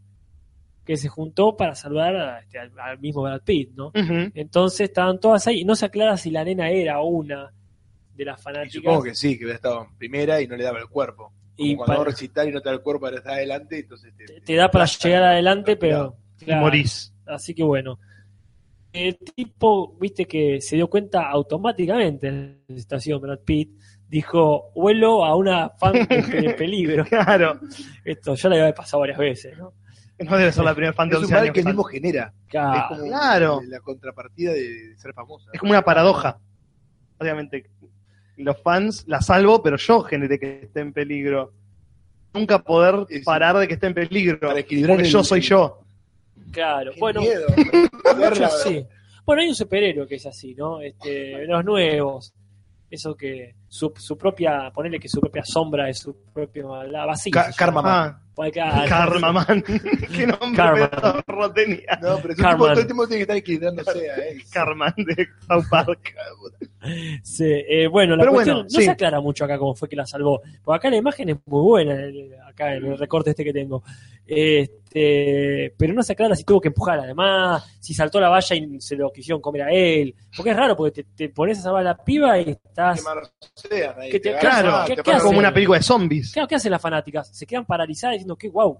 [SPEAKER 3] que se juntó para salvar a, este, al, al mismo Brad Pitt, ¿no?
[SPEAKER 1] Ujú.
[SPEAKER 3] Entonces estaban todas ahí, y no se aclara si la nena era una de las
[SPEAKER 5] Y supongo
[SPEAKER 3] fanáticas.
[SPEAKER 5] que sí, que hubiera estado en primera y no le daba el cuerpo. Como
[SPEAKER 3] Y
[SPEAKER 5] cuando
[SPEAKER 3] pa-
[SPEAKER 5] vas a recitar y no te da el cuerpo para estar adelante, entonces te,
[SPEAKER 3] te, te da para llegar adelante, pero...
[SPEAKER 1] Y
[SPEAKER 3] claro,
[SPEAKER 1] morís.
[SPEAKER 3] Así que bueno. El tipo, viste que se dio cuenta automáticamente en la estación, Brad Pitt, dijo, vuelo a una fan este, en peligro.
[SPEAKER 1] Claro.
[SPEAKER 3] Esto ya le había pasado varias veces, ¿no?
[SPEAKER 1] No debe ser la primera fan de
[SPEAKER 5] Es un
[SPEAKER 1] 11
[SPEAKER 5] mal
[SPEAKER 1] años.
[SPEAKER 5] que el
[SPEAKER 1] fan.
[SPEAKER 5] mismo genera.
[SPEAKER 3] Ah, Claro.
[SPEAKER 5] es como
[SPEAKER 1] claro.
[SPEAKER 5] la contrapartida de, de ser famosa.
[SPEAKER 1] Es como una paradoja. Obviamente, los fans la salvo, pero yo generé que esté en peligro. Nunca poder
[SPEAKER 5] Sí, sí.
[SPEAKER 1] parar de que esté en peligro.
[SPEAKER 5] Para
[SPEAKER 1] Porque
[SPEAKER 5] equilibrar el-
[SPEAKER 1] yo soy yo.
[SPEAKER 3] Claro,
[SPEAKER 5] Qué
[SPEAKER 3] bueno,
[SPEAKER 5] miedo.
[SPEAKER 3] muchos sí. Bueno, hay un superhéroe que es así, ¿no? Este, los nuevos. Eso que su, su propia, ponerle que su propia sombra es su propio la vacía.
[SPEAKER 5] Ca-
[SPEAKER 3] se
[SPEAKER 5] Karma
[SPEAKER 3] llama.
[SPEAKER 5] Man.
[SPEAKER 1] Ah,
[SPEAKER 3] Porque, claro,
[SPEAKER 1] Karma Man. Qué nombre
[SPEAKER 3] Karma.
[SPEAKER 1] pedorro tenía.
[SPEAKER 5] No, pero es un
[SPEAKER 3] Karma.
[SPEAKER 5] tipo, todo el tiempo tiene que estar equilibrándose a él.
[SPEAKER 1] Carman de South Park.
[SPEAKER 3] sí, eh, bueno, la
[SPEAKER 1] Pero
[SPEAKER 3] cuestión
[SPEAKER 1] bueno,
[SPEAKER 3] no
[SPEAKER 1] sí.
[SPEAKER 3] se aclara mucho acá cómo fue que la salvó. Porque acá la imagen es muy buena, el- acá en el recorte este que tengo. Este, pero no se aclara si tuvo que empujar además, si saltó la valla y se lo quisieron comer a él. Porque es raro, porque te, te pones a salvar a la piba y
[SPEAKER 5] Que
[SPEAKER 3] estás
[SPEAKER 5] marceas ahí,
[SPEAKER 3] Que te-
[SPEAKER 5] agarras,
[SPEAKER 1] claro,
[SPEAKER 5] te
[SPEAKER 3] ¿qué- qué
[SPEAKER 5] paras
[SPEAKER 3] hace?
[SPEAKER 1] Como una película de zombies.
[SPEAKER 3] Claro, ¿qué hacen las fanáticas? ¿Se quedan paralizadas diciendo que wow,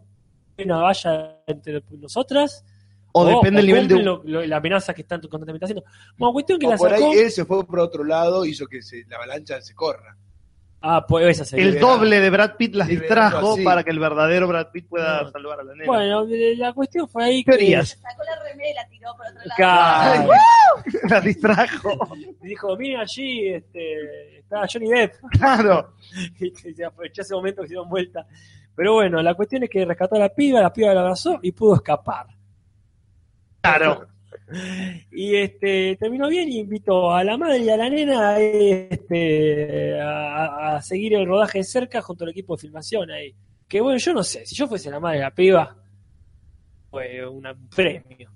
[SPEAKER 3] hay una valla entre nosotras? Oh,
[SPEAKER 1] O depende del nivel de.
[SPEAKER 3] cumplen lo- lo- la amenaza que están constantemente haciendo. Bueno, cuestión que
[SPEAKER 5] O
[SPEAKER 3] la
[SPEAKER 5] por
[SPEAKER 3] sacó.
[SPEAKER 5] ahí él se fue para otro lado, hizo que se- la avalancha se corra.
[SPEAKER 3] Ah, pues esa sería.
[SPEAKER 1] El doble de Brad Pitt las
[SPEAKER 5] Liberarlo
[SPEAKER 1] distrajo
[SPEAKER 5] así.
[SPEAKER 1] para que el verdadero Brad Pitt pueda
[SPEAKER 3] Ah.
[SPEAKER 1] salvar a la nena.
[SPEAKER 3] Bueno, eh, la cuestión fue ahí. que-
[SPEAKER 1] Teorías.
[SPEAKER 2] Sacó la remera y la tiró por otro lado.
[SPEAKER 3] Claro.
[SPEAKER 1] las distrajo.
[SPEAKER 3] Y Dijo, miren allí, este, está Johnny Depp.
[SPEAKER 1] Claro.
[SPEAKER 3] Y se aprovechó ese momento que se dieron vuelta. Pero bueno, la cuestión es que rescató a la piba, la piba la abrazó y pudo escapar.
[SPEAKER 1] Claro.
[SPEAKER 3] Y este terminó bien y invitó a la madre y a la nena este, a, a seguir el rodaje de cerca junto al equipo de filmación ahí. Que bueno, yo no sé, si yo fuese la madre de la piba, fue una- un premio.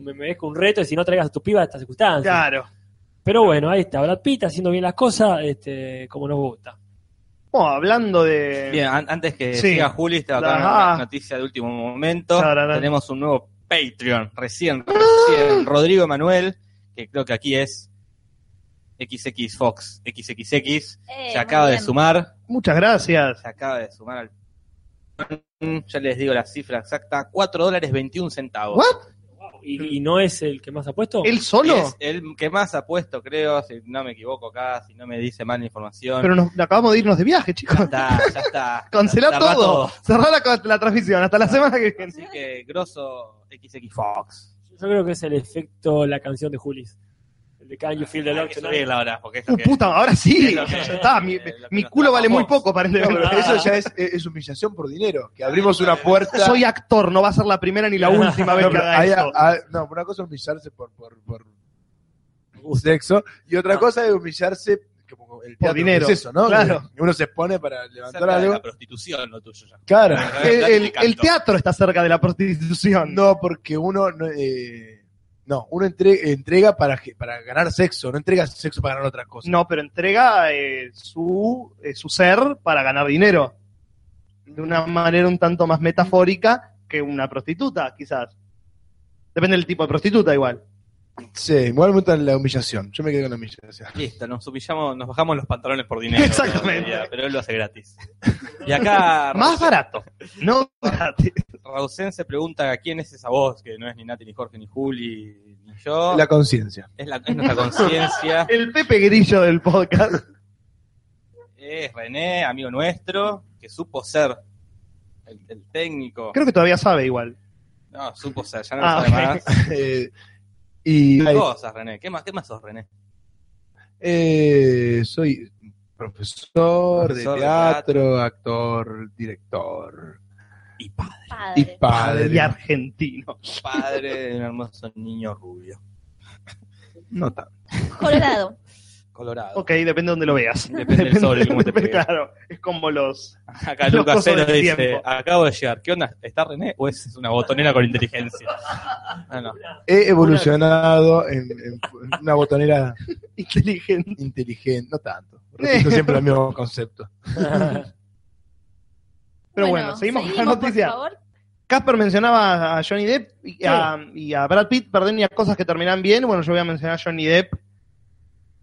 [SPEAKER 3] Me merezco un reto y si no traigas a tu piba a estas circunstancias.
[SPEAKER 1] Claro.
[SPEAKER 3] Pero bueno, ahí está, Brad Pitt haciendo bien las cosas este, como nos gusta.
[SPEAKER 1] Bueno, hablando de.
[SPEAKER 4] Bien, an- antes que
[SPEAKER 1] Sí.
[SPEAKER 4] siga Juli, estaba acá
[SPEAKER 1] Ajá.
[SPEAKER 4] una noticia de último momento.
[SPEAKER 1] Tararán. Ah.
[SPEAKER 4] Tenemos un nuevo Patreon, recién, recién. Rodrigo Manuel, que creo que aquí es XX Fox, XXX,
[SPEAKER 2] Eh,
[SPEAKER 4] se acaba
[SPEAKER 2] muy
[SPEAKER 4] de
[SPEAKER 2] bien.
[SPEAKER 4] sumar,
[SPEAKER 1] Muchas gracias.
[SPEAKER 4] se acaba de sumar al... Ya les digo la cifra exacta, 4 dólares 21 centavos.
[SPEAKER 1] ¿What?
[SPEAKER 3] ¿Y, y no es el que más ha puesto?
[SPEAKER 1] ¿Él solo?
[SPEAKER 4] Es el que más ha puesto, creo, si no me equivoco acá, si no me dice mal la información.
[SPEAKER 1] Pero nos acabamos de irnos de viaje,
[SPEAKER 4] Ya
[SPEAKER 1] chicos.
[SPEAKER 4] está, ya está.
[SPEAKER 1] Cancelá
[SPEAKER 4] Tardá
[SPEAKER 1] todo. Cerrá la, la transmisión. Hasta la semana que viene.
[SPEAKER 4] Así que, grosso XX Fox.
[SPEAKER 3] Yo creo que es el efecto, la canción de Julis. El de Can You Feel the
[SPEAKER 4] Hay
[SPEAKER 3] Love
[SPEAKER 4] Ah, que
[SPEAKER 3] Tonight.
[SPEAKER 4] subirla ahora, porque es lo
[SPEAKER 1] Uh,
[SPEAKER 4] que-
[SPEAKER 1] puta, ahora
[SPEAKER 4] Es
[SPEAKER 1] sí.
[SPEAKER 4] lo que-
[SPEAKER 1] Ya está, mi,
[SPEAKER 4] es lo que
[SPEAKER 1] mi
[SPEAKER 4] nos
[SPEAKER 1] culo
[SPEAKER 4] trajo
[SPEAKER 1] vale muy
[SPEAKER 4] vos.
[SPEAKER 1] poco, este aparentemente.
[SPEAKER 3] Ah.
[SPEAKER 5] Eso ya es, es humillación por dinero. Que abrimos una puerta.
[SPEAKER 1] Soy actor, no va a ser la primera ni la última vez
[SPEAKER 5] No,
[SPEAKER 1] que
[SPEAKER 5] pero
[SPEAKER 1] haga
[SPEAKER 5] hay-
[SPEAKER 1] esto.
[SPEAKER 5] hay- ah, no, una cosa es humillarse por, por, por sexo y otra cosa es humillarse como el teatro,
[SPEAKER 1] dinero.
[SPEAKER 5] que Es eso, ¿no?
[SPEAKER 1] Claro.
[SPEAKER 5] Que Uno se expone para levantar
[SPEAKER 4] Cerca de
[SPEAKER 5] algo.
[SPEAKER 4] la prostitución, lo tuyo ya.
[SPEAKER 5] Claro.
[SPEAKER 1] El, el-
[SPEAKER 4] Te canto.
[SPEAKER 1] el teatro está cerca de la prostitución.
[SPEAKER 5] No, porque uno no, eh, no uno entre- entrega para, ge- para ganar sexo, no entrega sexo para ganar otra cosa.
[SPEAKER 1] No, pero entrega eh, su, eh, su ser para ganar dinero. De una manera un tanto más metafórica, que una prostituta, quizás. Depende del tipo de prostituta igual.
[SPEAKER 5] Sí, igual me gusta la humillación. Yo me quedé con la humillación.
[SPEAKER 4] Listo, nos humillamos, nos bajamos los pantalones por dinero.
[SPEAKER 1] Exactamente.
[SPEAKER 4] pero él lo hace gratis. Y acá
[SPEAKER 1] Más barato, no gratis.
[SPEAKER 4] Rausen se pregunta quién es esa voz, que no es ni Nati, ni Jorge, ni Juli, ni yo.
[SPEAKER 5] La conciencia.
[SPEAKER 4] Es, la- es nuestra conciencia.
[SPEAKER 1] El Pepe Grillo del podcast.
[SPEAKER 4] Es René, amigo nuestro, que supo ser el, el técnico.
[SPEAKER 1] Creo que todavía sabe igual.
[SPEAKER 4] No, supo ser, ya no
[SPEAKER 1] Ah,
[SPEAKER 4] sabe
[SPEAKER 1] ok.
[SPEAKER 4] más.
[SPEAKER 5] Eh, y
[SPEAKER 4] ¿Qué cosas, René? ¿Qué más, ¿Qué más sos, René?
[SPEAKER 5] eh, soy profesor de
[SPEAKER 4] Profesor de
[SPEAKER 5] teatro, actor, director
[SPEAKER 4] Y padre.
[SPEAKER 2] Padre.
[SPEAKER 5] y
[SPEAKER 1] Y
[SPEAKER 5] padre.
[SPEAKER 1] argentino.
[SPEAKER 4] Padre de un hermoso niño rubio.
[SPEAKER 5] No tanto.
[SPEAKER 2] Colorado.
[SPEAKER 4] Colorado.
[SPEAKER 1] Ok, depende de donde lo veas.
[SPEAKER 4] Depende del sol, cómo te
[SPEAKER 1] depende-
[SPEAKER 4] pegue.
[SPEAKER 1] Claro, es como los...
[SPEAKER 4] Acá
[SPEAKER 1] Los
[SPEAKER 4] Lucas
[SPEAKER 1] cosos
[SPEAKER 4] Cero
[SPEAKER 1] del
[SPEAKER 4] dice,
[SPEAKER 1] tiempo.
[SPEAKER 4] acabo de llegar. ¿Qué onda? ¿Está René o es una botonera con inteligencia? No, no.
[SPEAKER 5] He evolucionado en, en una botonera
[SPEAKER 1] inteligentes.
[SPEAKER 5] inteligente, no tanto. Repito siempre el mismo concepto.
[SPEAKER 1] Pero bueno, seguimos con la
[SPEAKER 2] por
[SPEAKER 1] noticia.
[SPEAKER 2] favor.
[SPEAKER 1] Casper mencionaba a Johnny Depp y a, y a Brad Pitt, perdón, y a cosas que terminan bien. Bueno, yo voy a mencionar a Johnny Depp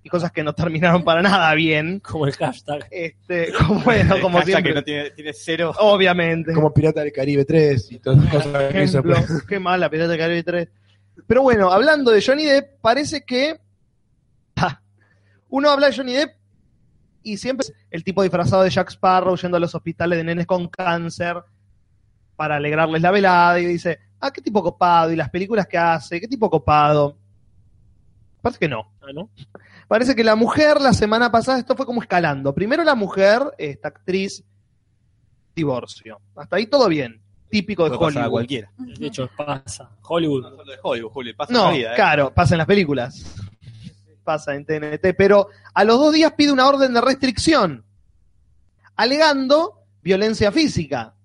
[SPEAKER 1] y cosas que no terminaron para nada bien.
[SPEAKER 3] Como el hashtag.
[SPEAKER 1] Este, como, bueno, como
[SPEAKER 4] Calla
[SPEAKER 1] siempre.
[SPEAKER 4] que no tiene, tiene cero.
[SPEAKER 1] Obviamente.
[SPEAKER 5] Como Pirata del Caribe 3 y todas las cosas que hizo.
[SPEAKER 1] ejemplo. Qué mala, Pirata del Caribe 3. Pero bueno, hablando de Johnny Depp, parece que Ah, uno habla de Johnny Depp y siempre es el tipo disfrazado de Jack Sparrow yendo a los hospitales de nenes con cáncer para alegrarles la velada y dice, ah, qué tipo copado y las películas que hace, qué tipo copado. Parece que no.
[SPEAKER 3] Ah, ¿no?
[SPEAKER 1] Parece que la mujer la semana pasada, esto fue como escalando. Primero la mujer, esta actriz, divorcio. Hasta ahí todo bien. Típico de
[SPEAKER 4] Puede pasar a
[SPEAKER 1] Hollywood.
[SPEAKER 4] cualquiera.
[SPEAKER 3] De hecho, pasa.
[SPEAKER 4] No
[SPEAKER 3] Hollywood.
[SPEAKER 4] solo de Hollywood, Juli, pasa en
[SPEAKER 1] No,
[SPEAKER 4] la vida. ¿eh?
[SPEAKER 1] claro, pasa en las películas. Pasa en TNT. Pero a los dos días pide una orden de restricción, alegando violencia física.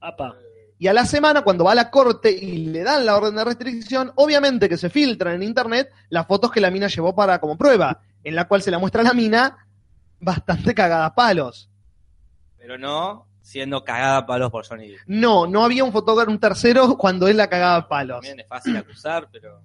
[SPEAKER 3] Apa.
[SPEAKER 1] Y a la semana, cuando va a la corte y le dan la orden de restricción, obviamente que se filtran en internet las fotos que la mina llevó para como prueba, en la cual se la muestra a la mina bastante cagada a palos.
[SPEAKER 4] Pero no siendo cagada a palos por Johnny Depp.
[SPEAKER 1] No, no había un fotógrafo, un tercero, cuando él la cagaba a palos.
[SPEAKER 4] También es fácil acusar, pero.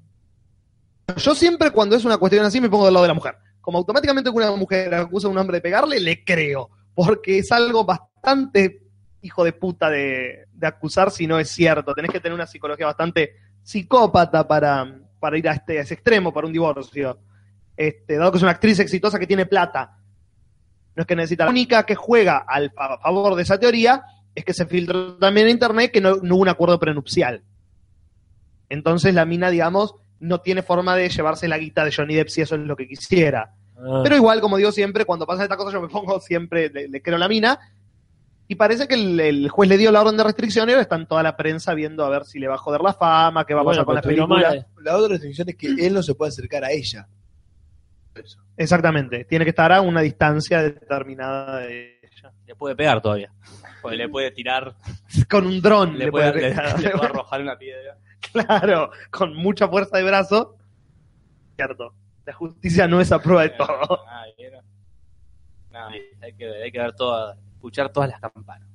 [SPEAKER 1] Yo siempre cuando es una cuestión así me pongo del lado de la mujer. Como automáticamente una mujer acusa a un hombre de pegarle, le creo. Porque es algo bastante hijo de puta de, de acusar si no es cierto. Tenés que tener una psicología bastante psicópata para, para ir a, este, a ese extremo, para un divorcio. Este, dado que es una actriz exitosa que tiene plata. No es que necesita. La única que juega al, a favor de esa teoría es que se filtró también en internet que no, no hubo un acuerdo prenupcial. Entonces la mina, digamos, no tiene forma de llevarse la guita de Johnny Depp si eso es lo que quisiera.
[SPEAKER 3] Ah,
[SPEAKER 1] Pero igual, como digo siempre, cuando pasa esta cosa yo me pongo siempre, le, le creo la mina. Y parece que el, el juez le dio la orden de restricción y ahora está en toda la prensa viendo a ver si le va a joder la fama, qué va a pasar
[SPEAKER 3] bueno,
[SPEAKER 1] con las
[SPEAKER 3] pero
[SPEAKER 1] películas.
[SPEAKER 3] mal, eh.
[SPEAKER 5] La otra restricción es que él no se puede acercar a ella.
[SPEAKER 1] Exactamente, tiene que estar a una distancia determinada de ella.
[SPEAKER 4] Le puede pegar todavía. Porque le puede tirar,
[SPEAKER 1] Con un dron
[SPEAKER 4] le, puede, le-
[SPEAKER 1] pegar.
[SPEAKER 4] le puede arrojar una piedra.
[SPEAKER 1] Claro, con mucha fuerza de brazo. Cierto, la justicia no es a prueba de todo.
[SPEAKER 4] Ah, ¿vieron? No, hay que ver, hay que ver toda, escuchar todas las campanas.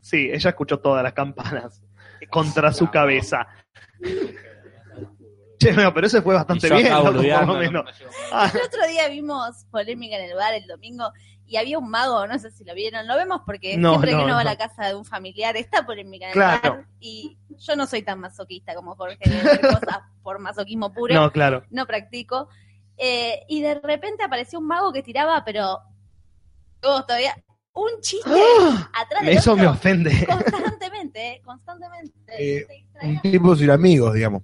[SPEAKER 1] Sí, ella escuchó todas las campanas contra su cabeza. Che, no, pero ese fue bastante
[SPEAKER 4] Y yo
[SPEAKER 1] bien,
[SPEAKER 4] acá
[SPEAKER 1] ¿no? por
[SPEAKER 4] boludeando,
[SPEAKER 1] lo menos.
[SPEAKER 4] no me llevo
[SPEAKER 1] Ah,
[SPEAKER 2] El otro día vimos polémica en el bar el domingo y había un mago, no sé si lo vieron, lo vemos porque
[SPEAKER 1] No,
[SPEAKER 2] siempre
[SPEAKER 1] no,
[SPEAKER 2] que uno va a
[SPEAKER 1] no.
[SPEAKER 2] la casa de un familiar está polémica en el
[SPEAKER 1] Claro.
[SPEAKER 2] bar y yo no soy tan masoquista como Jorge, de ver cosas por masoquismo puro, no,
[SPEAKER 1] no, claro.
[SPEAKER 2] practico. Eh, y de repente apareció un mago que tiraba, pero vos todavía, un chiste atrás de
[SPEAKER 1] Eso me ofende.
[SPEAKER 2] constantemente, eh, constantemente.
[SPEAKER 5] Eh,
[SPEAKER 2] Se distraía.
[SPEAKER 5] Un tipo sin amigos, digamos.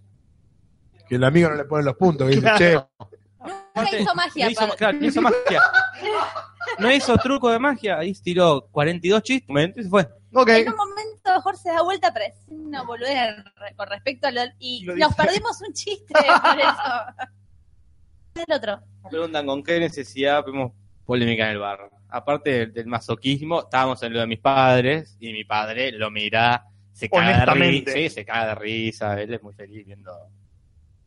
[SPEAKER 5] Que el amigo no le pone los puntos. Que dice, che,
[SPEAKER 1] Claro.
[SPEAKER 2] Nunca hizo magia.
[SPEAKER 4] No hizo,
[SPEAKER 2] aparte.
[SPEAKER 4] claro, no hizo magia. No hizo truco de magia. Ahí tiró 42 chistes. Y se fue.
[SPEAKER 1] Ok.
[SPEAKER 2] En un momento Jorge se da vuelta para decir una boludez re- con respecto a LOL y
[SPEAKER 1] Lo
[SPEAKER 2] nos
[SPEAKER 1] dice.
[SPEAKER 2] perdimos un chiste por eso. El otro.
[SPEAKER 4] Preguntan con qué necesidad vimos polémica en el bar. Aparte del, del masoquismo, estábamos en lo de mis padres y mi padre lo mira, se caga de
[SPEAKER 1] Honestamente.
[SPEAKER 4] risa. Sí, se caga de risa. Él es muy feliz viendo.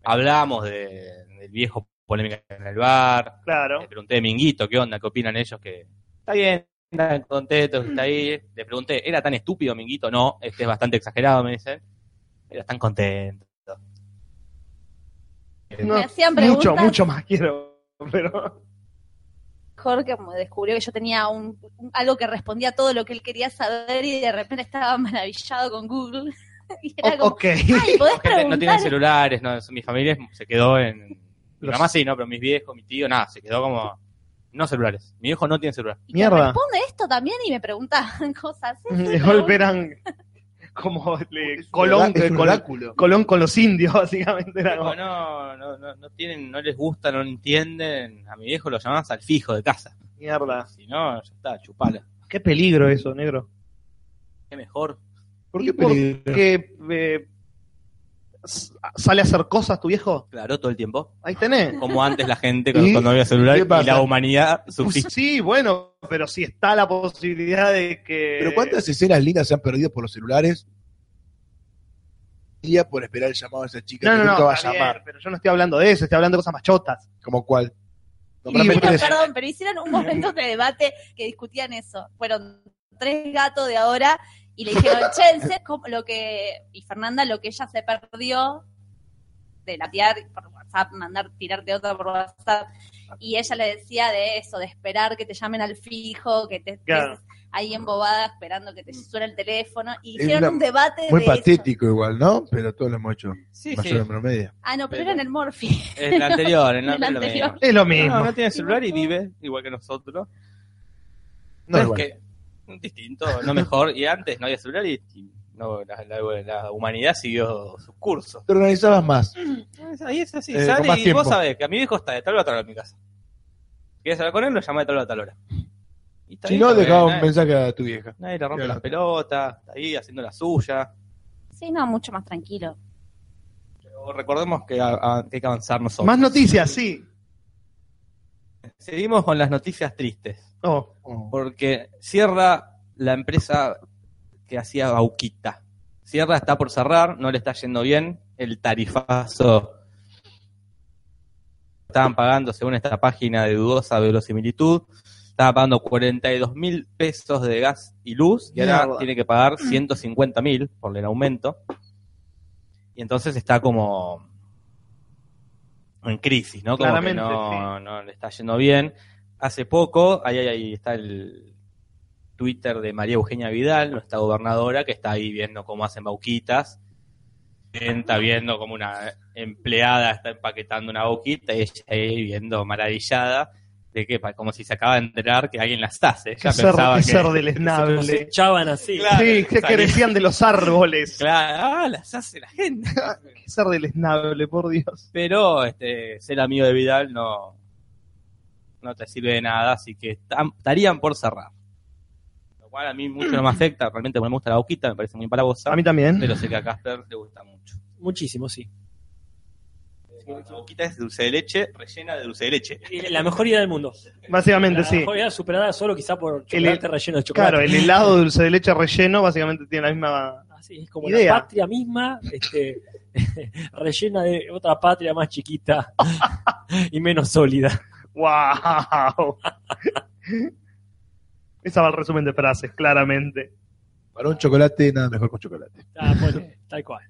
[SPEAKER 4] Hablamos de- del viejo polémica en el bar.
[SPEAKER 1] Claro.
[SPEAKER 4] Le pregunté a Minguito qué onda, qué opinan ellos que. Está bien, están contentos, que está ahí. Le pregunté, ¿era tan estúpido, Minguito? No, este es bastante exagerado, me dicen. Era tan contento.
[SPEAKER 1] No,
[SPEAKER 2] me hacían preguntas.
[SPEAKER 1] mucho, mucho más quiero. Pero
[SPEAKER 2] Jorge me descubrió que yo tenía un, un- algo que respondía a todo lo que él quería saber y de repente estaba maravillado con Google. Y era
[SPEAKER 1] O-
[SPEAKER 2] como,
[SPEAKER 1] ok.
[SPEAKER 2] ay, podés
[SPEAKER 4] Gente, no tienen
[SPEAKER 2] preguntar.
[SPEAKER 4] celulares, no, mi familia es- se quedó en. Mi mamá sí, no, pero mis viejos, mi tío, nada, se quedó como. No celulares. Mi hijo no tiene celular.
[SPEAKER 2] y te
[SPEAKER 1] Mierda.
[SPEAKER 2] Responde esto también y me preguntaban cosas. ¿eh?
[SPEAKER 1] De golpe eran como le-
[SPEAKER 5] Es un
[SPEAKER 1] Colón,
[SPEAKER 5] orá- es un
[SPEAKER 1] Colón-
[SPEAKER 5] oráculo.
[SPEAKER 1] Colón con los indios, básicamente. Era como-
[SPEAKER 4] No, no, no, no, no tienen, no les gusta, no lo entienden. A mi viejo lo llamás al fijo de casa.
[SPEAKER 1] Mierda.
[SPEAKER 4] Si no, ya está, chupala.
[SPEAKER 1] Qué peligro eso, negro.
[SPEAKER 4] Qué mejor.
[SPEAKER 5] ¿Por
[SPEAKER 1] ¿Y
[SPEAKER 5] qué
[SPEAKER 1] por
[SPEAKER 5] peligro?
[SPEAKER 1] Que eh, s- sale a hacer cosas tu viejo.
[SPEAKER 4] Claro, todo el tiempo.
[SPEAKER 1] Ahí tenés.
[SPEAKER 4] Como antes la gente cuando,
[SPEAKER 5] ¿Y?
[SPEAKER 4] cuando había celular
[SPEAKER 5] ¿Qué
[SPEAKER 4] y
[SPEAKER 5] pasa?
[SPEAKER 4] la humanidad
[SPEAKER 1] Pues
[SPEAKER 4] subsiste.
[SPEAKER 1] sí, bueno, pero si está la posibilidad de que.
[SPEAKER 5] Pero ¿cuántas escenas lindas se han perdido por los celulares? Día por esperar el llamado de esa chica
[SPEAKER 1] No,
[SPEAKER 5] que
[SPEAKER 1] no,
[SPEAKER 5] nunca
[SPEAKER 1] no.
[SPEAKER 5] va a
[SPEAKER 1] está bien,
[SPEAKER 5] llamar.
[SPEAKER 1] pero yo no estoy hablando de eso, estoy hablando de cosas machotas.
[SPEAKER 5] ¿Como cuál?
[SPEAKER 1] Y-
[SPEAKER 5] Nombrame
[SPEAKER 2] Hicieron,
[SPEAKER 5] tres.
[SPEAKER 2] perdón, pero hicieron un momento de debate que discutían eso. Fueron tres gatos de ahora y le dijeron, Chense, lo que, y Fernanda, lo que ella se perdió de la tirar por WhatsApp, mandar, tirarte otra por WhatsApp. Y ella le decía de eso, de esperar que te llamen al fijo, que te estés
[SPEAKER 1] Claro.
[SPEAKER 2] ahí embobada esperando que te suene el teléfono. Y
[SPEAKER 5] Es
[SPEAKER 2] hicieron
[SPEAKER 5] una-
[SPEAKER 2] un debate
[SPEAKER 5] Muy
[SPEAKER 2] de
[SPEAKER 5] patético igual, ¿no? Pero todos lo hemos hecho.
[SPEAKER 4] Sí,
[SPEAKER 5] mayor
[SPEAKER 4] sí.
[SPEAKER 5] o menor media.
[SPEAKER 2] eso. Ah, no, pero
[SPEAKER 4] Pero-
[SPEAKER 2] era en el Morphy.
[SPEAKER 4] Es la anterior, en la,
[SPEAKER 2] Es la
[SPEAKER 4] es lo
[SPEAKER 2] anterior.
[SPEAKER 4] mismo.
[SPEAKER 1] Es lo mismo.
[SPEAKER 4] No, no tiene celular y vive igual que nosotros.
[SPEAKER 5] No,
[SPEAKER 4] es
[SPEAKER 5] igual.
[SPEAKER 4] que mm, distinto, no mejor. Y antes no había celular y, y no, la, la- la humanidad siguió sus cursos.
[SPEAKER 5] Te organizabas más.
[SPEAKER 4] Ahí es así,
[SPEAKER 5] Eh, con
[SPEAKER 4] sale
[SPEAKER 5] más
[SPEAKER 4] y
[SPEAKER 5] tiempo.
[SPEAKER 4] vos sabés que a mi viejo está de tal hora a tal hora en mi casa. ¿Quieres hablar con él? Lo llamás de tal hora a tal hora. Y está
[SPEAKER 5] Si
[SPEAKER 4] ahí,
[SPEAKER 5] no,
[SPEAKER 4] está bien, eh.
[SPEAKER 5] dejaba un
[SPEAKER 4] nadie-
[SPEAKER 5] mensaje a tu vieja.
[SPEAKER 4] Nadie le rompe
[SPEAKER 5] Claro.
[SPEAKER 4] las pelotas, está ahí haciendo la suya.
[SPEAKER 2] Sí, no, mucho más tranquilo.
[SPEAKER 4] Pero recordemos que a- a- hay que avanzar nosotros.
[SPEAKER 1] Más noticias, sí.
[SPEAKER 4] Seguimos con las noticias tristes.
[SPEAKER 1] Oh,
[SPEAKER 4] porque cierra la empresa que hacía Bauquita. Sierra está por cerrar, no le está yendo bien. El tarifazo estaban pagando, según esta página de dudosa verosimilitud, estaba pagando 42 mil pesos de gas y luz y ahora
[SPEAKER 1] Mierda.
[SPEAKER 4] tiene que pagar 150 mil por el aumento. Y entonces está como en crisis, ¿no? Como
[SPEAKER 1] Claramente,
[SPEAKER 4] que no, no le está yendo bien. Hace poco, ahí, ahí, ahí está el Twitter de María Eugenia Vidal, nuestra gobernadora, que está ahí viendo cómo hacen bauquitas. Está viendo como una empleada está empaquetando una bauquita y ella ahí viendo maravillada de que pa- como si se acaba de enterar que alguien las hace.
[SPEAKER 1] qué
[SPEAKER 4] Ella
[SPEAKER 1] ser,
[SPEAKER 4] pensaba
[SPEAKER 1] qué
[SPEAKER 4] que,
[SPEAKER 1] ser deleznable.
[SPEAKER 3] Echaban así.
[SPEAKER 4] Claro.
[SPEAKER 1] sí, que
[SPEAKER 4] salí.
[SPEAKER 1] crecían de los árboles.
[SPEAKER 4] claro, ah, las hace la gente.
[SPEAKER 1] Qué ser deleznable, por Dios.
[SPEAKER 4] Pero este, ser amigo de Vidal no, no te sirve de nada, así que estam- estarían por cerrar. Lo cual a mí mucho no me afecta, realmente porque me gusta la boquita, me parece muy palabosa,
[SPEAKER 1] A mí también.
[SPEAKER 4] pero sé que a Casper le gusta mucho.
[SPEAKER 3] Muchísimo, sí.
[SPEAKER 4] La boquita es dulce de leche, rellena de dulce de leche.
[SPEAKER 3] Y La mejor idea del mundo.
[SPEAKER 1] Básicamente,
[SPEAKER 3] La
[SPEAKER 4] Ah,
[SPEAKER 1] sí.
[SPEAKER 3] mejor idea superada solo quizá por
[SPEAKER 1] El-
[SPEAKER 3] chocolate relleno de chocolate.
[SPEAKER 1] Claro, el helado dulce de leche relleno básicamente tiene la misma.
[SPEAKER 3] Así es como
[SPEAKER 1] Idea.
[SPEAKER 3] la patria misma, este, rellena de otra patria más chiquita y menos sólida.
[SPEAKER 1] ¡Wow! Esa va al resumen de frases, claramente.
[SPEAKER 5] Para
[SPEAKER 4] Ah.
[SPEAKER 5] un chocolate, nada mejor con chocolate.
[SPEAKER 3] Ah, bueno, tal cual.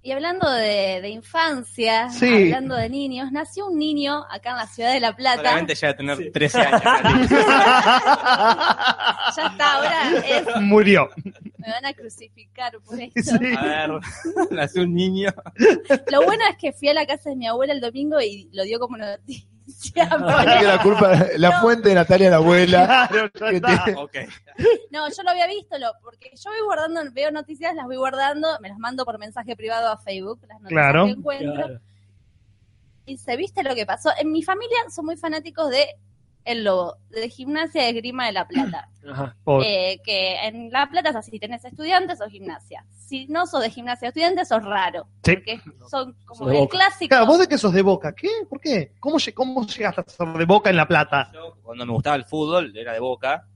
[SPEAKER 2] Y hablando de, de infancia,
[SPEAKER 1] Sí.
[SPEAKER 2] hablando de niños, nació un niño acá en la ciudad de La Plata.
[SPEAKER 4] Solamente ya de tener
[SPEAKER 3] Sí.
[SPEAKER 4] 13 años.
[SPEAKER 2] Ya está, ahora es-
[SPEAKER 1] Murió.
[SPEAKER 2] me van a crucificar por esto.
[SPEAKER 1] Sí.
[SPEAKER 4] A ver, nació un niño.
[SPEAKER 2] Lo bueno es que fui a la casa de mi abuela el domingo y lo dio como noticia.
[SPEAKER 5] Así que la culpa, la fuente de Natalia, la abuela.
[SPEAKER 1] Claro, ya
[SPEAKER 5] Que
[SPEAKER 1] está.
[SPEAKER 5] tiene-
[SPEAKER 4] Ok.
[SPEAKER 2] No, yo lo había visto, lo, porque yo voy guardando, veo noticias, las voy guardando, me las mando por mensaje privado a Facebook, las noticias
[SPEAKER 1] Claro.
[SPEAKER 2] que encuentro.
[SPEAKER 3] Claro.
[SPEAKER 2] Y se viste lo que pasó. En mi familia son muy fanáticos de El Lobo, de Gimnasia de Grima de La Plata.
[SPEAKER 3] Ajá.
[SPEAKER 1] Pobre.
[SPEAKER 2] eh, que en La Plata es así, tenés estudiantes o gimnasia. Si no sos de gimnasia de estudiantes, sos raro.
[SPEAKER 1] Sí.
[SPEAKER 2] Porque son como
[SPEAKER 3] Sos de
[SPEAKER 2] el
[SPEAKER 3] Boca.
[SPEAKER 2] clásico.
[SPEAKER 1] Claro, vos de que sos de boca. ¿Qué? ¿Por qué? ¿Cómo, lle- cómo llegaste a ser de boca en La Plata?
[SPEAKER 4] Yo, cuando me gustaba el fútbol, era de boca.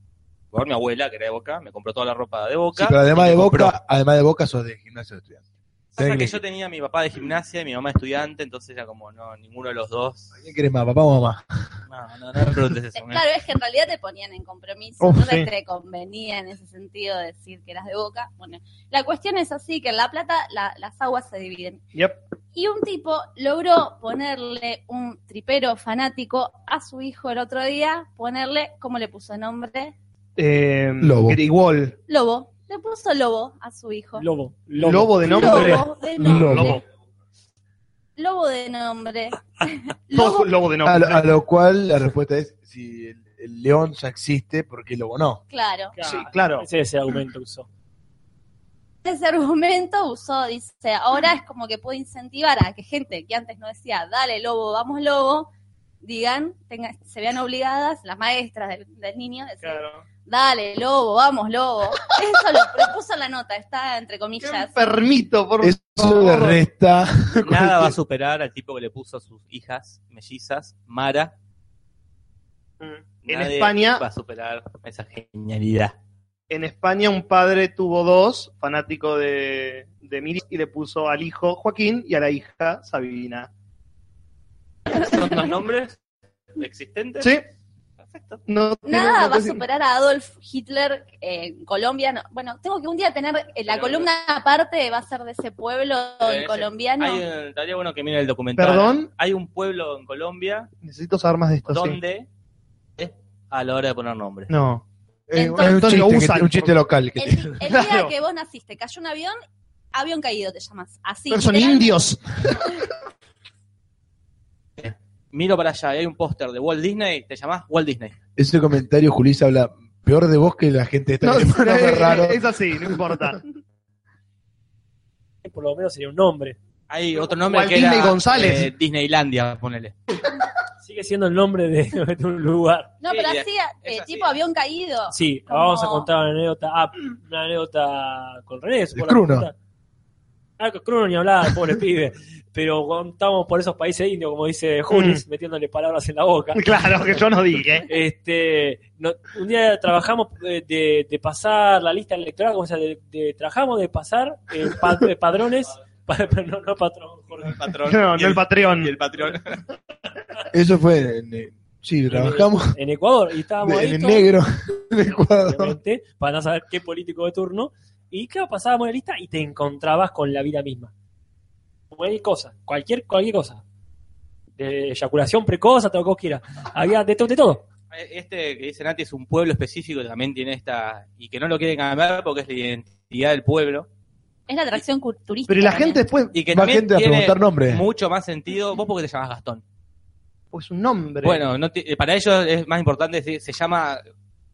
[SPEAKER 4] Por mi abuela, que era de boca, me compró toda la ropa de boca.
[SPEAKER 5] Sí, pero además
[SPEAKER 4] y me
[SPEAKER 5] de
[SPEAKER 4] compró-
[SPEAKER 5] Boca, además de Boca sos de gimnasio de estudiantes.
[SPEAKER 4] Pasa que
[SPEAKER 5] Técnico.
[SPEAKER 4] yo tenía a mi papá de gimnasia y mi mamá estudiante, entonces era como, no, ninguno de los dos.
[SPEAKER 5] ¿Quién querés más, papá o mamá?
[SPEAKER 4] No, no, no preguntes
[SPEAKER 1] Eh,
[SPEAKER 4] eso.
[SPEAKER 2] Eh, Claro, es que en realidad te ponían en compromiso,
[SPEAKER 1] Uf,
[SPEAKER 2] entonces
[SPEAKER 1] Oh, sí.
[SPEAKER 2] te convenía en ese sentido decir que eras de boca. Bueno, la cuestión es así, que en La Plata la- las aguas se dividen.
[SPEAKER 1] Yep.
[SPEAKER 2] Y un tipo logró ponerle un tripero fanático a su hijo el otro día, ponerle, ¿cómo le puso nombre?
[SPEAKER 1] Eh,
[SPEAKER 5] Lobo.
[SPEAKER 1] Grigol.
[SPEAKER 2] Lobo. Le puso Lobo a su hijo.
[SPEAKER 3] Lobo.
[SPEAKER 1] Lobo, de nombre.
[SPEAKER 2] Lobo de nombre.
[SPEAKER 1] Lobo.
[SPEAKER 2] Lobo, de nombre.
[SPEAKER 1] Todos
[SPEAKER 2] Lobo,
[SPEAKER 1] lobo de
[SPEAKER 5] A
[SPEAKER 1] nombre.
[SPEAKER 5] Ah, lo, a lo cual la respuesta es, si el, el león ya existe, ¿por qué el lobo no?
[SPEAKER 2] claro.
[SPEAKER 1] Sí, claro.
[SPEAKER 3] Ese es el argumento que usó.
[SPEAKER 2] Ese argumento usó, dice, ahora es como que puede incentivar a que gente que antes no decía, dale lobo, vamos lobo, digan, tengan, se vean obligadas las maestras del, del niño, a decir,
[SPEAKER 1] Claro.
[SPEAKER 2] dale lobo, vamos lobo. Eso lo, lo puso la nota, está entre
[SPEAKER 1] Qué
[SPEAKER 2] comillas.
[SPEAKER 1] enfermito, por
[SPEAKER 5] Eso le resta...
[SPEAKER 4] Nada va a superar al tipo que le puso a sus hijas mellizas, Mara.
[SPEAKER 1] En
[SPEAKER 4] Nadie
[SPEAKER 1] España-
[SPEAKER 4] Va a superar esa genialidad.
[SPEAKER 1] En España un padre tuvo dos, fanático de, de Miri, y le puso al hijo Joaquín y a la hija Sabina.
[SPEAKER 4] ¿Son dos nombres existentes?
[SPEAKER 1] ¿Sí?
[SPEAKER 4] Perfecto.
[SPEAKER 1] No tiene-
[SPEAKER 2] Nada
[SPEAKER 1] no
[SPEAKER 2] va a
[SPEAKER 1] sé si-
[SPEAKER 2] superar a Adolf Hitler eh, en colombiano. Bueno, tengo que un día tener eh, la
[SPEAKER 4] Claro.
[SPEAKER 2] columna aparte, va a ser de ese pueblo en
[SPEAKER 4] ese-
[SPEAKER 2] colombiano.
[SPEAKER 4] Hay, eh, estaría bueno que mire el documental.
[SPEAKER 1] ¿Perdón?
[SPEAKER 4] Hay un pueblo en Colombia
[SPEAKER 1] Necesito saber más de esto. sí.
[SPEAKER 4] donde es a la hora de poner nombres.
[SPEAKER 1] No.
[SPEAKER 5] Eh,
[SPEAKER 2] Entonces-
[SPEAKER 5] es un chiste,
[SPEAKER 1] lo
[SPEAKER 5] que-
[SPEAKER 1] usan.
[SPEAKER 5] un chiste local. Que
[SPEAKER 2] El, el día
[SPEAKER 1] Claro.
[SPEAKER 2] que vos naciste, cayó un avión, avión caído te llamas. Así.
[SPEAKER 1] Pero son
[SPEAKER 2] literal.
[SPEAKER 1] indios.
[SPEAKER 4] Miro para allá, y hay un póster de Walt Disney, te llamás Walt Disney.
[SPEAKER 5] Ese comentario, Julisa, habla peor de vos que la gente está
[SPEAKER 1] No,
[SPEAKER 5] que
[SPEAKER 1] no,
[SPEAKER 5] tiene un nombre
[SPEAKER 1] es,
[SPEAKER 5] raro.
[SPEAKER 1] es así, no importa.
[SPEAKER 3] Por lo menos sería un nombre.
[SPEAKER 4] Hay otro nombre
[SPEAKER 1] Walt
[SPEAKER 4] que
[SPEAKER 1] Disney
[SPEAKER 4] era,
[SPEAKER 1] González.
[SPEAKER 4] eh, Disneylandia, ponele.
[SPEAKER 3] Sigue siendo el nombre de, de un lugar.
[SPEAKER 2] No,
[SPEAKER 4] Sí,
[SPEAKER 2] pero
[SPEAKER 4] ya-
[SPEAKER 2] así, eh,
[SPEAKER 4] es así.
[SPEAKER 2] tipo avión caído.
[SPEAKER 3] Sí,
[SPEAKER 2] Como-
[SPEAKER 3] vamos a contar una anécdota. Ah, una anécdota con René. supongo
[SPEAKER 5] De
[SPEAKER 3] la
[SPEAKER 5] Cruno.
[SPEAKER 3] contar. Ah, con Cruno ni hablar, pobre pibe. Pero contamos por esos países indios, como dice Julis, metiéndole palabras en la boca.
[SPEAKER 1] Claro, que yo no ¿eh? dije.
[SPEAKER 3] Este, no- un día trabajamos eh, de, de pasar la lista electoral, o sea, de, de- trabajamos de pasar eh, pa- eh, padrones, pa- no, no patrón, Jorge.
[SPEAKER 4] patrón.
[SPEAKER 1] No, no el Patreon.
[SPEAKER 4] patrón.
[SPEAKER 5] Eso fue en... eh, sí, trabajamos
[SPEAKER 3] en Ecuador y estábamos
[SPEAKER 5] en
[SPEAKER 3] ahí
[SPEAKER 5] el
[SPEAKER 3] todos,
[SPEAKER 5] negro, en Ecuador.
[SPEAKER 3] obviamente, para no saber qué político de turno y claro, pasábamos la lista y te encontrabas con la vida misma. Cualquier cosa, cualquier cualquier cosa. De eyaculación precoz hasta lo que vos quieras. Había de, to- de todo.
[SPEAKER 4] Este que dice Nati es un pueblo específico que también tiene esta. y que no lo quieren cambiar porque es la identidad del pueblo.
[SPEAKER 2] Es la atracción cu- turística.
[SPEAKER 1] Pero y la
[SPEAKER 2] también.
[SPEAKER 1] gente después,
[SPEAKER 4] Y que
[SPEAKER 5] Va
[SPEAKER 4] también
[SPEAKER 5] gente a
[SPEAKER 4] tiene
[SPEAKER 5] preguntar nombres.
[SPEAKER 4] mucho más sentido. ¿Vos por qué te llamás Gastón?
[SPEAKER 1] pues un nombre.
[SPEAKER 4] Bueno, no ti- eh, para ellos es más importante decir, se llama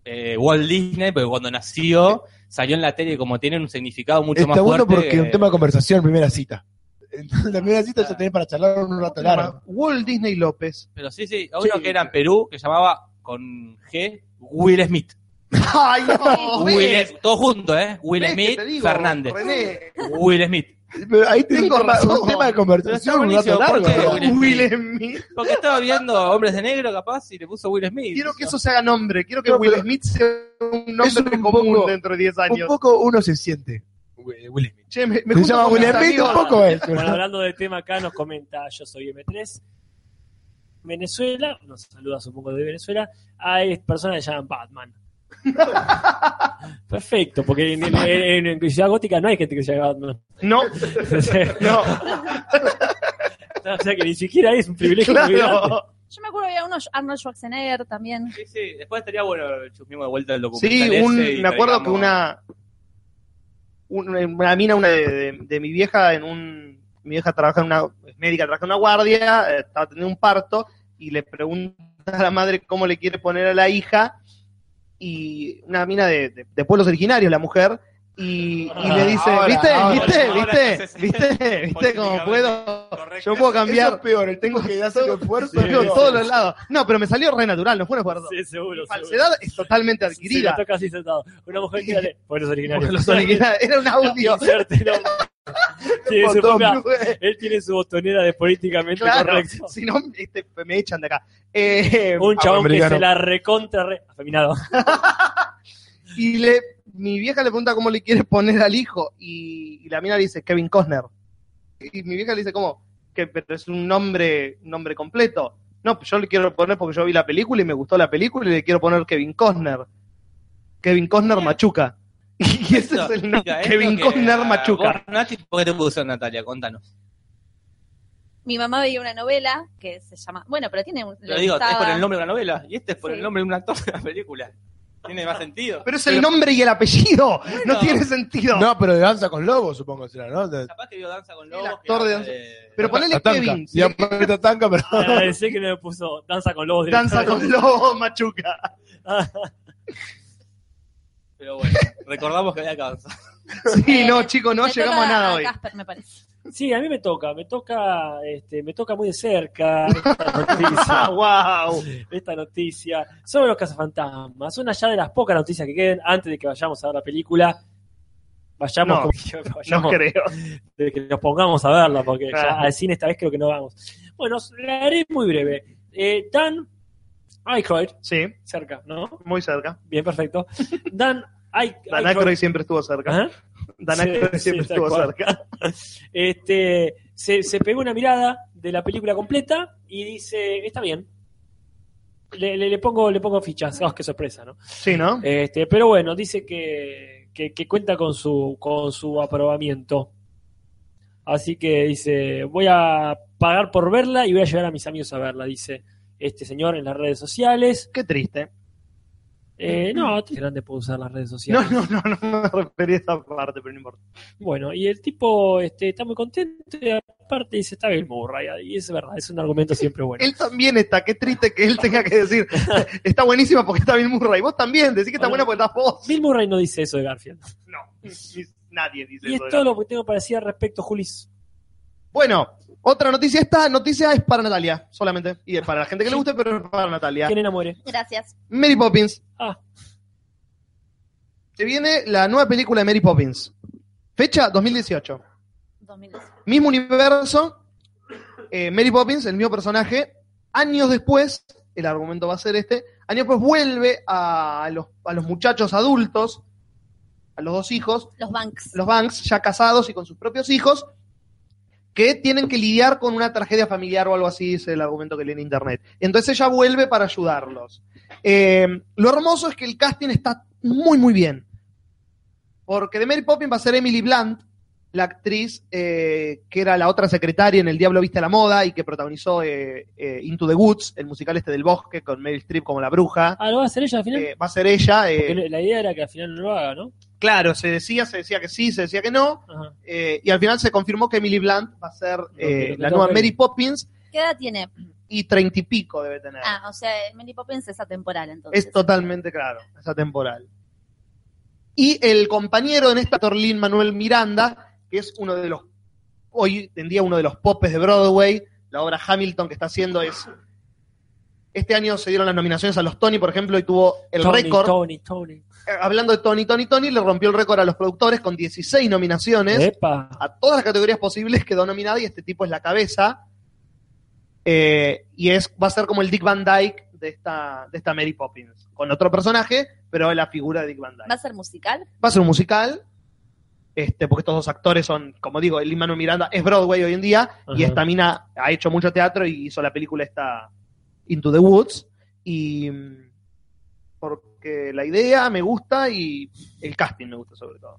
[SPEAKER 4] eh, Walt Disney, porque cuando nació salió en la tele como tiene un significado mucho más
[SPEAKER 5] Está bueno
[SPEAKER 4] fuerte.
[SPEAKER 5] porque es un
[SPEAKER 4] que- Ah.
[SPEAKER 5] tema de conversación, primera cita. En la primera cita ya tenés para charlar un rato largo.
[SPEAKER 1] Walt Disney López.
[SPEAKER 4] Pero sí, sí, a uno
[SPEAKER 5] Sí.
[SPEAKER 4] que era en Perú, que llamaba con G Will Smith.
[SPEAKER 1] Ay, no.
[SPEAKER 4] Will,
[SPEAKER 1] ¿ves?
[SPEAKER 4] todo junto, ¿eh? Will
[SPEAKER 1] ¿Ves que
[SPEAKER 4] Smith,
[SPEAKER 1] te digo,
[SPEAKER 4] Fernández.
[SPEAKER 1] René.
[SPEAKER 4] Will Smith.
[SPEAKER 5] Pero ahí tenés
[SPEAKER 1] Tengo
[SPEAKER 5] un tema-
[SPEAKER 1] razón.
[SPEAKER 5] un tema de
[SPEAKER 4] Está
[SPEAKER 5] conversación un
[SPEAKER 4] buenísimo,
[SPEAKER 5] rato largo.
[SPEAKER 4] porque-
[SPEAKER 5] ¿verdad?
[SPEAKER 1] Will Smith.
[SPEAKER 4] Porque estaba viendo Hombres de Negro, capaz, y le puso Will Smith.
[SPEAKER 1] Quiero que eso se haga nombre. Quiero que
[SPEAKER 5] No,
[SPEAKER 1] Will
[SPEAKER 5] pero-
[SPEAKER 1] Smith sea un
[SPEAKER 5] Es
[SPEAKER 1] nombre
[SPEAKER 5] un
[SPEAKER 1] común
[SPEAKER 5] poco-
[SPEAKER 1] dentro de 10
[SPEAKER 5] Un
[SPEAKER 1] años.
[SPEAKER 5] poco uno se siente. Will Will Smith.
[SPEAKER 1] Che, me, me
[SPEAKER 5] Se
[SPEAKER 1] junto
[SPEAKER 5] llama
[SPEAKER 1] con
[SPEAKER 5] Will
[SPEAKER 1] mis
[SPEAKER 5] Smith
[SPEAKER 1] amigos.
[SPEAKER 5] un poco eh. es. pero-
[SPEAKER 3] Bueno, hablando del tema acá, nos comenta Yo soy M3. Venezuela, nos saluda supongo de Venezuela, hay personas que se llaman Batman. Perfecto, porque en, en- en- en Ciudad Gótica no hay gente que se llama Batman.
[SPEAKER 1] No,
[SPEAKER 3] O sea,
[SPEAKER 1] no.
[SPEAKER 3] o sea que ni siquiera ahí es un privilegio. muy grande.
[SPEAKER 1] claro.
[SPEAKER 2] Yo me acuerdo que había uno, Arnold Schwarzenegger también.
[SPEAKER 4] Sí, sí, después estaría bueno el chusmismo de vuelta del documental.
[SPEAKER 1] Sí,
[SPEAKER 4] ese
[SPEAKER 1] un,
[SPEAKER 4] y
[SPEAKER 1] me acuerdo que
[SPEAKER 4] traigamos-
[SPEAKER 1] una, una una mina, una de, de- de mi vieja, en un mi vieja trabaja en una es médica, trabaja en una guardia, eh, estaba teniendo un parto y le pregunta a la madre cómo le quiere poner a la hija y una mina de, de- de pueblos originarios, la mujer. Y, y le dice,
[SPEAKER 5] Ahora,
[SPEAKER 1] ¿viste?
[SPEAKER 5] ahora,
[SPEAKER 1] ¿Viste?
[SPEAKER 4] ahora
[SPEAKER 1] ¿Viste?
[SPEAKER 4] estás-
[SPEAKER 1] ¿Viste? ¿Viste cómo puedo? Yo puedo
[SPEAKER 5] Eso
[SPEAKER 1] cambiar
[SPEAKER 5] es peor, el tengo que hacer esfuerzo.
[SPEAKER 1] por
[SPEAKER 5] no.
[SPEAKER 1] todos los lados. No, pero me salió re natural, no fue un esfuerzo.
[SPEAKER 3] Sí, seguro.
[SPEAKER 1] La falsedad es totalmente
[SPEAKER 3] seguro. Sí, la
[SPEAKER 1] adquirida.
[SPEAKER 3] toca así sentado. Una mujer que dale. Por los originarios.
[SPEAKER 1] Porque los originales- Era un audio.
[SPEAKER 3] Inserte nombre. Tiene su
[SPEAKER 1] Botón
[SPEAKER 3] propia-
[SPEAKER 1] blue.
[SPEAKER 3] él tiene su botonera de políticamente
[SPEAKER 1] Claro,
[SPEAKER 3] correcto.
[SPEAKER 1] si no, este, me echan de acá. Eh,
[SPEAKER 3] Un chabón que
[SPEAKER 5] Afroamericano.
[SPEAKER 3] se la recontra re... afeminado.
[SPEAKER 1] y le, mi vieja le pregunta cómo le quiere poner al hijo. Y, y la mina le dice Kevin Costner. y mi vieja le dice, ¿cómo? Que pero es un nombre, un nombre completo. No, yo le quiero poner porque yo vi la película y me gustó la película y le quiero poner Kevin Costner. Kevin Costner Machuca. Y ese
[SPEAKER 4] Esto,
[SPEAKER 1] es el nombre,
[SPEAKER 4] chica, esto
[SPEAKER 1] Kevin
[SPEAKER 4] que-
[SPEAKER 1] Costner Machuca.
[SPEAKER 4] Vos, Nati, ¿por qué te puso Natalia? Contanos.
[SPEAKER 2] Mi mamá veía una novela que se llama. Bueno, pero tiene un.
[SPEAKER 4] Lo
[SPEAKER 2] le
[SPEAKER 4] digo, es
[SPEAKER 2] gustaba-
[SPEAKER 4] por el nombre de una novela y este es por
[SPEAKER 2] Sí.
[SPEAKER 4] el nombre de un actor de la película. Tiene más sentido.
[SPEAKER 1] Pero es el nombre y el apellido. No tiene sentido.
[SPEAKER 5] No, pero de danza con lobos, supongo que será, ¿no? De-
[SPEAKER 4] Capaz que vio Danza con Lobos.
[SPEAKER 1] El actor
[SPEAKER 4] que
[SPEAKER 1] de
[SPEAKER 4] habla
[SPEAKER 1] Danza- Pero ponele
[SPEAKER 5] Tatanka.
[SPEAKER 1] Kevin.
[SPEAKER 5] Y aparte Tatanka, pero.
[SPEAKER 3] Agradecí que no me puso danza con lobos.
[SPEAKER 1] Ah.
[SPEAKER 3] Ah.
[SPEAKER 1] Danza con lobos, Machuca.
[SPEAKER 4] Pero bueno, recordamos que había causa.
[SPEAKER 1] Sí,
[SPEAKER 2] Eh,
[SPEAKER 1] no, chicos, no
[SPEAKER 2] le toca
[SPEAKER 1] llegamos a nada hoy.
[SPEAKER 2] Casper, me parece.
[SPEAKER 3] Sí, a mí me toca, me toca, este, me toca muy de cerca esta noticia,
[SPEAKER 1] Ah, wow.
[SPEAKER 3] esta noticia sobre los cazafantasmas. Una ya de las pocas noticias que queden antes de que vayamos a ver la película. Vayamos,
[SPEAKER 1] No,
[SPEAKER 3] como-
[SPEAKER 1] No
[SPEAKER 3] vayamos
[SPEAKER 1] creo.
[SPEAKER 3] de que nos pongamos a verla, porque ya
[SPEAKER 1] Claro.
[SPEAKER 3] al cine esta vez creo que no vamos. Bueno, la haré muy breve. Eh, Dan Aykroyd,
[SPEAKER 1] Sí,
[SPEAKER 3] cerca, ¿no?
[SPEAKER 1] muy cerca.
[SPEAKER 3] Bien, perfecto. Dan Ay-
[SPEAKER 1] Dan
[SPEAKER 3] Aykroyd.
[SPEAKER 1] Aykroyd siempre estuvo cerca.
[SPEAKER 3] Ajá.
[SPEAKER 1] Dan
[SPEAKER 3] Sí,
[SPEAKER 1] Aykroyd
[SPEAKER 3] sí,
[SPEAKER 1] siempre
[SPEAKER 3] tal
[SPEAKER 1] estuvo
[SPEAKER 3] cual.
[SPEAKER 1] cerca.
[SPEAKER 3] Este, se, se pegó una mirada de la película completa y dice, está bien. Le, le- le pongo, le pongo fichas. Oh, qué sorpresa, ¿no?
[SPEAKER 1] Sí, ¿no?
[SPEAKER 3] Este, pero bueno, dice que, que- que cuenta con su, con su aprobamiento. Así que dice, voy a pagar por verla y voy a llevar a mis amigos a verla, dice este señor en las redes sociales.
[SPEAKER 1] Qué triste.
[SPEAKER 3] Eh, no, qué grande puedo usar las redes
[SPEAKER 1] Mm. No,
[SPEAKER 3] sociales.
[SPEAKER 1] no, no, no me refería a esa parte, pero no importa.
[SPEAKER 3] Bueno, y el tipo este, está muy contento y aparte dice, está Bill Murray. Y es verdad, es un argumento siempre bueno.
[SPEAKER 1] Él también está, qué triste que él tenga que decir, está buenísima porque está Bill Murray. Vos también, decís que está
[SPEAKER 3] Bueno.
[SPEAKER 1] buena porque estás vos.
[SPEAKER 3] Bill Murray no dice eso de Garfield.
[SPEAKER 1] No, ni- nadie dice
[SPEAKER 3] Y es
[SPEAKER 1] eso. de
[SPEAKER 3] todo
[SPEAKER 1] Garfield.
[SPEAKER 3] lo que tengo para decir al respecto, Julis.
[SPEAKER 1] Bueno, otra noticia, esta noticia es para Natalia solamente, y es para la gente que le guste, pero es para Natalia.
[SPEAKER 3] ¿Quién enamore?
[SPEAKER 2] Gracias.
[SPEAKER 1] Mary Poppins.
[SPEAKER 3] Ah,
[SPEAKER 1] Se viene la nueva película de Mary Poppins. Fecha 2018.
[SPEAKER 2] 2012.
[SPEAKER 1] Mismo universo, eh, Mary Poppins, el mismo personaje. Años después, el argumento va a ser este, años después vuelve a los, a los muchachos adultos, a los dos hijos,
[SPEAKER 2] Los Banks.
[SPEAKER 1] los Banks, ya casados y con sus propios hijos, que tienen que lidiar con una tragedia familiar o algo así, es el argumento que lee en internet. Entonces ella vuelve para ayudarlos. Eh, lo hermoso es que el casting está muy, muy bien. Porque de Mary Poppins va a ser Emily Blunt, la actriz eh, que era la otra secretaria en El Diablo Viste a la Moda y que protagonizó eh, eh, Into the Woods, el musical este del bosque, con Meryl Streep como la bruja.
[SPEAKER 3] ah, ¿lo va a hacer ella al final?
[SPEAKER 1] Eh, va a ser ella. eh,
[SPEAKER 3] Porque la idea era que al final no lo haga, ¿no?
[SPEAKER 1] claro, se decía, se decía que sí, se decía que no.
[SPEAKER 3] Ajá.
[SPEAKER 1] Eh, y al final se confirmó que Emily Blunt va a ser eh,
[SPEAKER 3] que
[SPEAKER 1] la
[SPEAKER 3] toca
[SPEAKER 1] nueva
[SPEAKER 3] ahí.
[SPEAKER 1] Mary Poppins
[SPEAKER 2] ¿Qué edad tiene?
[SPEAKER 1] y treinta y pico debe tener.
[SPEAKER 2] Ah, o sea, Mary Poppins es atemporal entonces.
[SPEAKER 1] es totalmente claro, es atemporal. Y el compañero en esta, actor Lin Manuel Miranda, que es uno de los, hoy en día uno de los popes de Broadway, la obra Hamilton que está haciendo es... Este año se dieron las nominaciones a los Tony, por ejemplo, y tuvo el
[SPEAKER 3] Tony,
[SPEAKER 1] récord.
[SPEAKER 3] Tony, Tony.
[SPEAKER 1] Eh, Hablando de Tony, Tony, Tony, le rompió el récord a los productores con 16 nominaciones.
[SPEAKER 3] Epa.
[SPEAKER 1] a todas las categorías posibles quedó nominada y este tipo es la cabeza. Eh, y es, va a ser como el Dick Van Dyke de esta, de esta Mary Poppins, con otro personaje, pero la figura de Dick Van Dyke.
[SPEAKER 2] ¿Va a ser musical?
[SPEAKER 1] Va a ser un musical, este, porque estos dos actores son, como digo, el Manuel Miranda es Broadway hoy en día, y
[SPEAKER 3] Ajá.
[SPEAKER 1] esta mina ha hecho mucho teatro y hizo la película esta Into the Woods. Y mm, porque la idea me gusta y el casting me gusta sobre todo.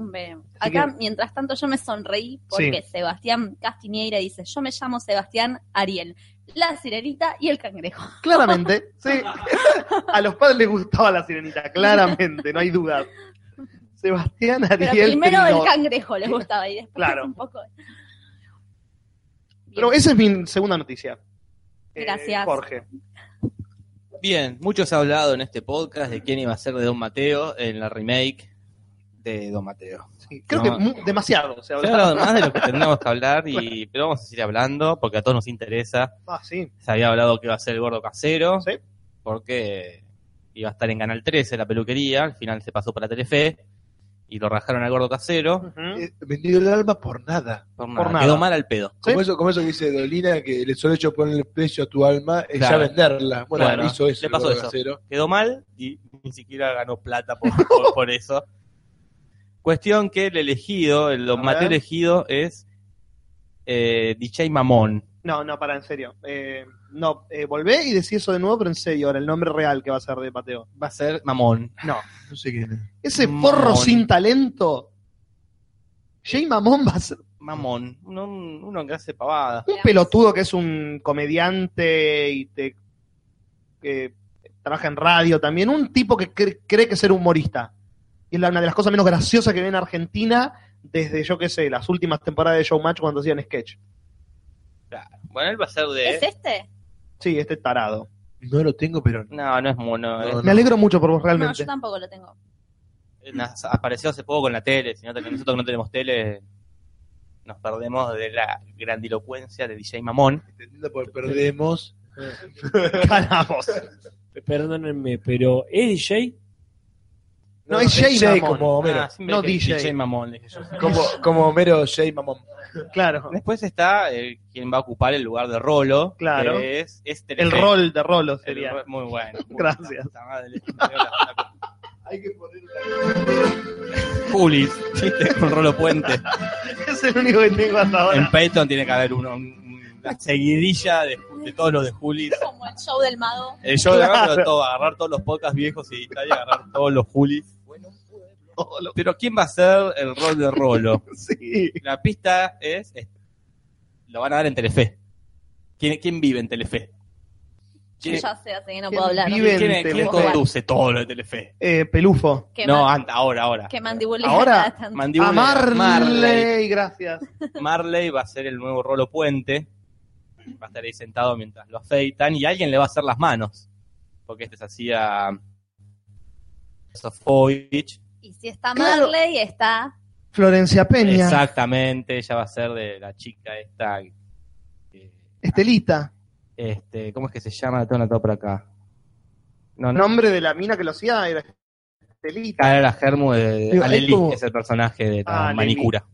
[SPEAKER 2] Ve, Acá,
[SPEAKER 1] que-
[SPEAKER 2] mientras tanto, yo me sonreí porque Sebastián Castiñeira dice: Yo me llamo Sebastián Ariel, la sirenita y el cangrejo.
[SPEAKER 1] Claramente, sí. A los padres les gustaba la sirenita, claramente, no hay duda. Sebastián
[SPEAKER 2] Pero
[SPEAKER 1] Ariel.
[SPEAKER 2] primero el
[SPEAKER 1] Pino.
[SPEAKER 2] cangrejo les gustaba y después
[SPEAKER 1] Claro.
[SPEAKER 2] un poco. Bien.
[SPEAKER 1] Pero esa es mi segunda noticia. Eh,
[SPEAKER 2] Gracias.
[SPEAKER 1] Jorge.
[SPEAKER 4] Bien, mucho se ha hablado en este podcast de quién iba a ser de Don Mateo en la remake de Don Mateo.
[SPEAKER 1] Sí, Creo
[SPEAKER 4] No.
[SPEAKER 1] que mu- demasiado se
[SPEAKER 4] Se ha
[SPEAKER 1] habla.
[SPEAKER 4] hablado más de lo que tendríamos que hablar, y, pero vamos a seguir hablando porque a todos nos interesa.
[SPEAKER 1] Ah, sí.
[SPEAKER 4] Se había hablado que iba a ser el gordo casero,
[SPEAKER 1] Sí.
[SPEAKER 4] porque iba a estar en Canal 13 la peluquería, al final se pasó para Telefe y lo rajaron al gordo casero.
[SPEAKER 1] Ujú.
[SPEAKER 5] Eh, Vendido el alma por nada.
[SPEAKER 4] Por nada,
[SPEAKER 1] Por nada.
[SPEAKER 4] Quedó mal al pedo.
[SPEAKER 1] ¿Sí?
[SPEAKER 5] Como, eso, como eso que dice Dolina, que el solo hecho de ponerle precio a tu alma es
[SPEAKER 4] Claro.
[SPEAKER 5] ya venderla. Bueno,
[SPEAKER 4] Claro.
[SPEAKER 5] hizo eso.
[SPEAKER 4] Le
[SPEAKER 5] el
[SPEAKER 4] pasó
[SPEAKER 5] gordo
[SPEAKER 4] eso.
[SPEAKER 5] Gasero.
[SPEAKER 4] quedó mal y ni siquiera ganó plata por, por- por eso. Cuestión que el elegido, el Don
[SPEAKER 1] A
[SPEAKER 4] Mateo
[SPEAKER 1] ver.
[SPEAKER 4] elegido es eh, DJ Mamón.
[SPEAKER 1] No, no, para, en serio. Eh, no, eh, volvé y decí eso de nuevo, pero en serio, ahora el nombre real que va a ser de Pateo.
[SPEAKER 4] Va a ser Mamón.
[SPEAKER 1] No.
[SPEAKER 5] No sé quién es.
[SPEAKER 1] Ese porro
[SPEAKER 4] Mamón.
[SPEAKER 1] sin talento. Jay Mamón va a ser
[SPEAKER 4] Mamón. Uno, uno que hace pavada.
[SPEAKER 1] un pelotudo que es un comediante y te, que trabaja en radio también. Un tipo que cre- cree que ser humorista. Y es la- una de las cosas menos graciosas que ve en Argentina desde, yo qué sé, las últimas temporadas de Showmatch cuando hacían sketch.
[SPEAKER 4] Bueno, él va a ser de.
[SPEAKER 2] ¿Es este?
[SPEAKER 1] Sí, este tarado.
[SPEAKER 5] No lo tengo, pero
[SPEAKER 4] No, no es mono.
[SPEAKER 5] No,
[SPEAKER 4] es-
[SPEAKER 1] Me alegro mucho por vos,
[SPEAKER 2] No,
[SPEAKER 1] realmente.
[SPEAKER 2] yo tampoco lo tengo.
[SPEAKER 4] nas- apareció hace poco con la tele. Si nota que nosotros que no tenemos tele, nos perdemos de la grandilocuencia de DJ Mamón.
[SPEAKER 5] entendiendo por perdemos.
[SPEAKER 1] Ganamos.
[SPEAKER 3] Perdónenme, pero ¿es DJ?
[SPEAKER 1] No, es Jay
[SPEAKER 5] Jay
[SPEAKER 1] Mamón.
[SPEAKER 5] como Homero.
[SPEAKER 4] Ah, siempre
[SPEAKER 1] no
[SPEAKER 4] dije
[SPEAKER 1] DJ.
[SPEAKER 4] Mamón, dije yo.
[SPEAKER 5] Como, como Homero Jay Mamón.
[SPEAKER 1] Claro.
[SPEAKER 4] Después está eh, quien va a ocupar el lugar de Rolo.
[SPEAKER 1] Claro.
[SPEAKER 4] Que es, es Telefe.
[SPEAKER 1] El rol de Rolo
[SPEAKER 4] El
[SPEAKER 1] sería.
[SPEAKER 4] ro- Muy bueno.
[SPEAKER 1] Gracias.
[SPEAKER 4] Puta madre, me dio la- la-
[SPEAKER 5] Hay que ponerlo.
[SPEAKER 4] Pulis, chiste con Rolo Puente.
[SPEAKER 1] Es el único que tengo hasta
[SPEAKER 4] En
[SPEAKER 1] ahora.
[SPEAKER 4] Patreon tiene que haber uno, un- una seguidilla de, de todos los de Julis.
[SPEAKER 2] Como el show del mago.
[SPEAKER 4] El show de
[SPEAKER 1] Claro.
[SPEAKER 4] pero Eh, todo, agarrar todos los podcasts viejos y Italia, agarrar todos los Julis. Pero ¿quién va a ser el rol de Rolo?
[SPEAKER 1] Sí.
[SPEAKER 4] La pista es, es- lo van a dar en Telefe. ¿Quién, quién vive en Telefe?
[SPEAKER 2] Yo
[SPEAKER 4] ¿Quién,
[SPEAKER 2] ya sé, así que no
[SPEAKER 1] ¿Quién
[SPEAKER 2] puedo hablar.
[SPEAKER 1] vive?
[SPEAKER 4] quién-
[SPEAKER 1] en
[SPEAKER 4] quién
[SPEAKER 1] Telefe?
[SPEAKER 4] conduce todo lo de Telefe?
[SPEAKER 1] Eh, Pelufo.
[SPEAKER 2] Que,
[SPEAKER 4] no,
[SPEAKER 2] ma-
[SPEAKER 4] anta- ahora, ahora.
[SPEAKER 2] que mandibulea
[SPEAKER 1] ah, Ahora,
[SPEAKER 2] cada tanto.
[SPEAKER 4] Mandíbula-
[SPEAKER 1] A Marley,
[SPEAKER 4] Marley.
[SPEAKER 1] gracias.
[SPEAKER 4] Marley va a ser el nuevo Rolo Puente. Va a estar ahí sentado mientras lo afeitan y alguien le va a hacer las manos. Porque este se hacía Sofovich.
[SPEAKER 2] Y si está
[SPEAKER 1] Claro.
[SPEAKER 2] Marley, está.
[SPEAKER 1] Florencia Peña,
[SPEAKER 4] Exactamente, ella va a ser de la chica esta. que-
[SPEAKER 1] Estelita.
[SPEAKER 4] Este, ¿Cómo es que se llama? Tengo anotado por acá. No,
[SPEAKER 1] El
[SPEAKER 4] no.
[SPEAKER 1] nombre de la mina que lo hacía era Estelita.
[SPEAKER 4] Cara la Germu de
[SPEAKER 5] Digo,
[SPEAKER 4] Aleli,
[SPEAKER 5] hay como-
[SPEAKER 4] es el personaje de la
[SPEAKER 1] Ah, Aleli.
[SPEAKER 4] manicura.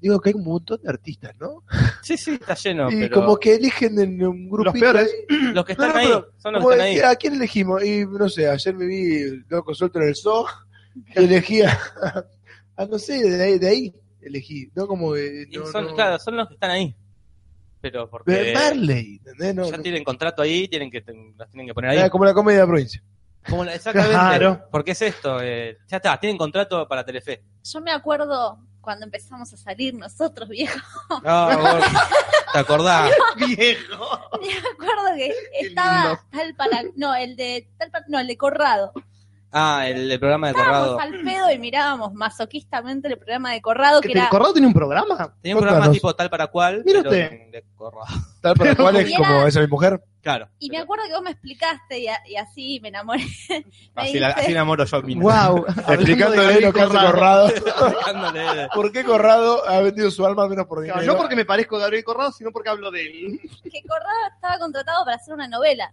[SPEAKER 5] Digo que hay un montón de artistas, ¿no?
[SPEAKER 4] Sí, sí, está lleno.
[SPEAKER 5] y
[SPEAKER 4] pero
[SPEAKER 5] como que eligen en un grupo.
[SPEAKER 1] Los peores.
[SPEAKER 4] los que están
[SPEAKER 5] Claro,
[SPEAKER 4] ahí
[SPEAKER 5] pero
[SPEAKER 4] son los
[SPEAKER 5] Como
[SPEAKER 4] que están ahí.
[SPEAKER 5] decía, ¿A quién elegimos? Y no sé, ayer me vi el loco suelto en el zoo y elegí a, a no sé, de ahí, de ahí elegí. No como que.
[SPEAKER 4] Y
[SPEAKER 5] no,
[SPEAKER 4] son,
[SPEAKER 5] no-
[SPEAKER 4] claro, son los que están ahí. Pero porque
[SPEAKER 5] De Marley, ¿entendés? No,
[SPEAKER 4] ya
[SPEAKER 5] no.
[SPEAKER 4] tienen contrato ahí, tienen que ten- las tienen que poner
[SPEAKER 5] Era
[SPEAKER 4] ahí.
[SPEAKER 5] como la comedia de la provincia.
[SPEAKER 4] Como la- exactamente.
[SPEAKER 1] Claro.
[SPEAKER 4] Porque es esto, eh, ya está, tienen contrato para Telefe.
[SPEAKER 2] Yo me acuerdo cuando empezamos a salir nosotros, viejo.
[SPEAKER 4] No, vos, ¿te acordás?
[SPEAKER 1] Viejo.
[SPEAKER 2] Me acuerdo que estaba tal para. No, el de. Tal para, no, el de Corrado.
[SPEAKER 4] Ah, el, el programa de Corrado.
[SPEAKER 2] Estábamos al pedo y mirábamos masoquistamente el programa de Corrado, que
[SPEAKER 1] ¿Que te-
[SPEAKER 2] era.
[SPEAKER 1] ¿Corrado tiene un programa?
[SPEAKER 4] Tenía un programa
[SPEAKER 5] Contanos.
[SPEAKER 4] tipo tal para cual.
[SPEAKER 1] Mira
[SPEAKER 4] pero
[SPEAKER 1] usted.
[SPEAKER 4] de Corrado.
[SPEAKER 5] Tal para
[SPEAKER 1] Pero
[SPEAKER 5] cual
[SPEAKER 2] como
[SPEAKER 5] es
[SPEAKER 2] era-
[SPEAKER 5] como esa mi mujer.
[SPEAKER 4] Claro.
[SPEAKER 2] Y me acuerdo que vos me explicaste y, a- y así me enamoré.
[SPEAKER 4] Así, la- así me enamoro yo a mí.
[SPEAKER 1] Wow.
[SPEAKER 5] Explicándole lo que hace Corrado.
[SPEAKER 4] Explicándole.
[SPEAKER 5] ¿Por qué Corrado ha vendido su alma menos por dinero?
[SPEAKER 1] No porque me parezco a Gabriel Corrado, sino porque hablo de él.
[SPEAKER 2] Que Corrado estaba contratado para hacer una novela.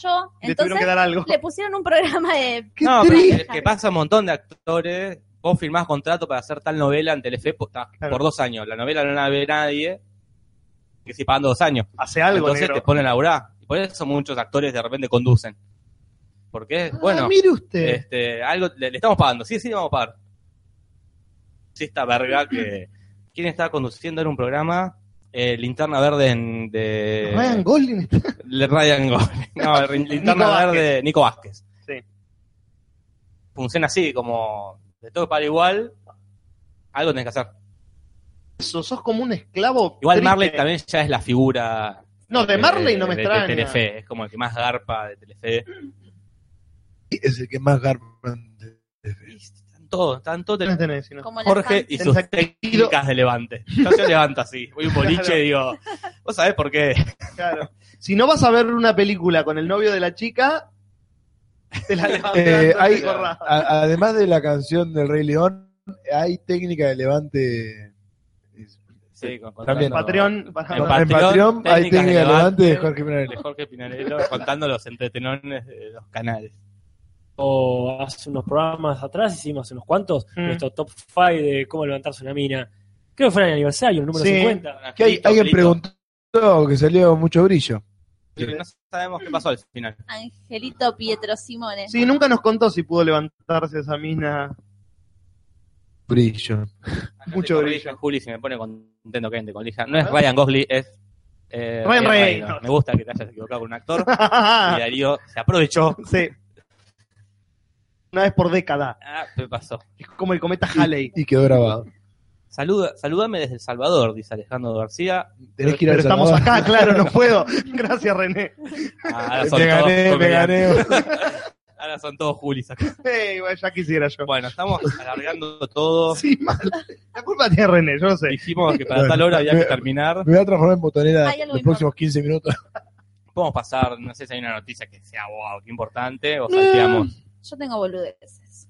[SPEAKER 2] Yo,
[SPEAKER 1] Le tuvieron que
[SPEAKER 2] entonces,
[SPEAKER 1] dar algo.
[SPEAKER 2] le pusieron un programa de.
[SPEAKER 1] Qué
[SPEAKER 4] no, pero
[SPEAKER 1] triste.
[SPEAKER 4] es que pasa un montón de actores. Vos firmás contrato para hacer tal novela en Telefe po- ta,
[SPEAKER 1] Claro.
[SPEAKER 4] por dos años. La novela no la ve nadie. Que si pagando dos años.
[SPEAKER 1] Hace algo,
[SPEAKER 4] Entonces te
[SPEAKER 1] negro.
[SPEAKER 4] ponen a laburar. Y por eso muchos actores de repente conducen. Porque, bueno,
[SPEAKER 1] Ah, mire usted.
[SPEAKER 4] este, algo le, le estamos pagando. Sí, sí, le vamos a pagar. Sí, esta verga que. ¿Quién estaba conduciendo? Era un programa. eh, Linterna Verde en, de.
[SPEAKER 1] Ryan Golding está-
[SPEAKER 4] Le- Ryan Gosling. No, el rin- Linterna
[SPEAKER 1] Nico Vázquez.
[SPEAKER 4] Verde, Nico Vázquez.
[SPEAKER 1] Sí.
[SPEAKER 4] Funciona así, como de todo para igual, algo tenés que hacer.
[SPEAKER 1] Eso, sos como un esclavo.
[SPEAKER 4] Igual
[SPEAKER 1] triste.
[SPEAKER 4] Marley también ya es la figura.
[SPEAKER 1] No, de Marley no me
[SPEAKER 4] de-
[SPEAKER 1] extraña.
[SPEAKER 4] De Telefe, es como el que más garpa de Telefe.
[SPEAKER 5] Es el que más garban.
[SPEAKER 4] Y están todos, están todos.
[SPEAKER 1] No
[SPEAKER 4] Telefe.
[SPEAKER 1] tenés, sino-
[SPEAKER 2] Como la
[SPEAKER 4] Jorge y sus
[SPEAKER 1] Exacto.
[SPEAKER 4] técnicas de levante. Yo se levanto así, voy a un boliche y digo, vos sabés por qué.
[SPEAKER 1] Claro. Si no vas a ver una película con el novio de la chica, te la levanté
[SPEAKER 5] Eh,
[SPEAKER 1] antes
[SPEAKER 5] hay,
[SPEAKER 1] de correr.
[SPEAKER 5] a- además de la canción del Rey León, hay técnica de levante.
[SPEAKER 4] Sí, con,
[SPEAKER 5] También.
[SPEAKER 4] contando-
[SPEAKER 1] Patreon, para-
[SPEAKER 4] En
[SPEAKER 5] En
[SPEAKER 4] Patreon,
[SPEAKER 5] Patreon, hay
[SPEAKER 4] técnica de
[SPEAKER 5] técnica de levante de
[SPEAKER 4] levante.
[SPEAKER 5] Jorge Pinarelli.
[SPEAKER 4] de Jorge Pinarello contando los entretenones de los canales.
[SPEAKER 3] O hace unos programas atrás hicimos unos cuantos,
[SPEAKER 1] Mm.
[SPEAKER 3] nuestro top 5 de cómo levantarse una mina. Creo que fue en el aniversario, el número
[SPEAKER 1] Sí.
[SPEAKER 3] 50.
[SPEAKER 5] Que hay,
[SPEAKER 4] Angelito,
[SPEAKER 5] alguien
[SPEAKER 4] Angelito.
[SPEAKER 5] preguntó que salió mucho brillo.
[SPEAKER 4] Pero No sabemos qué pasó al final.
[SPEAKER 2] Angelito Pietro Simone.
[SPEAKER 1] Sí, nunca nos contó si pudo levantarse esa mina.
[SPEAKER 5] Brillo.
[SPEAKER 4] Acá
[SPEAKER 1] Mucho brillo.
[SPEAKER 4] te corrigen, Juli, si me pone contento que te colija. No es Ryan Gosling, es. eh,
[SPEAKER 1] Ryan Reynolds.
[SPEAKER 4] Reynolds. Me gusta que te hayas equivocado con un actor. Y Darío se aprovechó.
[SPEAKER 1] sí. Una vez por década.
[SPEAKER 4] Ah, me pasó.
[SPEAKER 1] Es como el cometa Halley.
[SPEAKER 5] Y quedó grabado.
[SPEAKER 4] Saluda, saludame desde El Salvador, dice Alejandro García.
[SPEAKER 5] Tenés que ir
[SPEAKER 1] Pero
[SPEAKER 5] al
[SPEAKER 1] estamos
[SPEAKER 5] Salvador.
[SPEAKER 1] acá, claro, no puedo. Gracias, René.
[SPEAKER 4] Ah, Ahora
[SPEAKER 5] Me
[SPEAKER 4] todos
[SPEAKER 5] gané, me
[SPEAKER 4] comediantes.
[SPEAKER 5] gané.
[SPEAKER 4] Ahora son todos Julis acá.
[SPEAKER 1] Ey, bueno, ya quisiera yo.
[SPEAKER 4] Bueno, estamos alargando todo.
[SPEAKER 1] Sí, mal. La culpa tiene René, yo lo sé.
[SPEAKER 4] Dijimos que para
[SPEAKER 5] Bueno,
[SPEAKER 4] tal hora había que
[SPEAKER 5] me-
[SPEAKER 4] terminar.
[SPEAKER 5] Me voy a transformar en botonera
[SPEAKER 2] Hay algo
[SPEAKER 5] los próximos 15 minutos.
[SPEAKER 4] Podemos pasar, no sé si hay una noticia que sea wow, qué importante, o salteamos.
[SPEAKER 2] Yo tengo boludeces.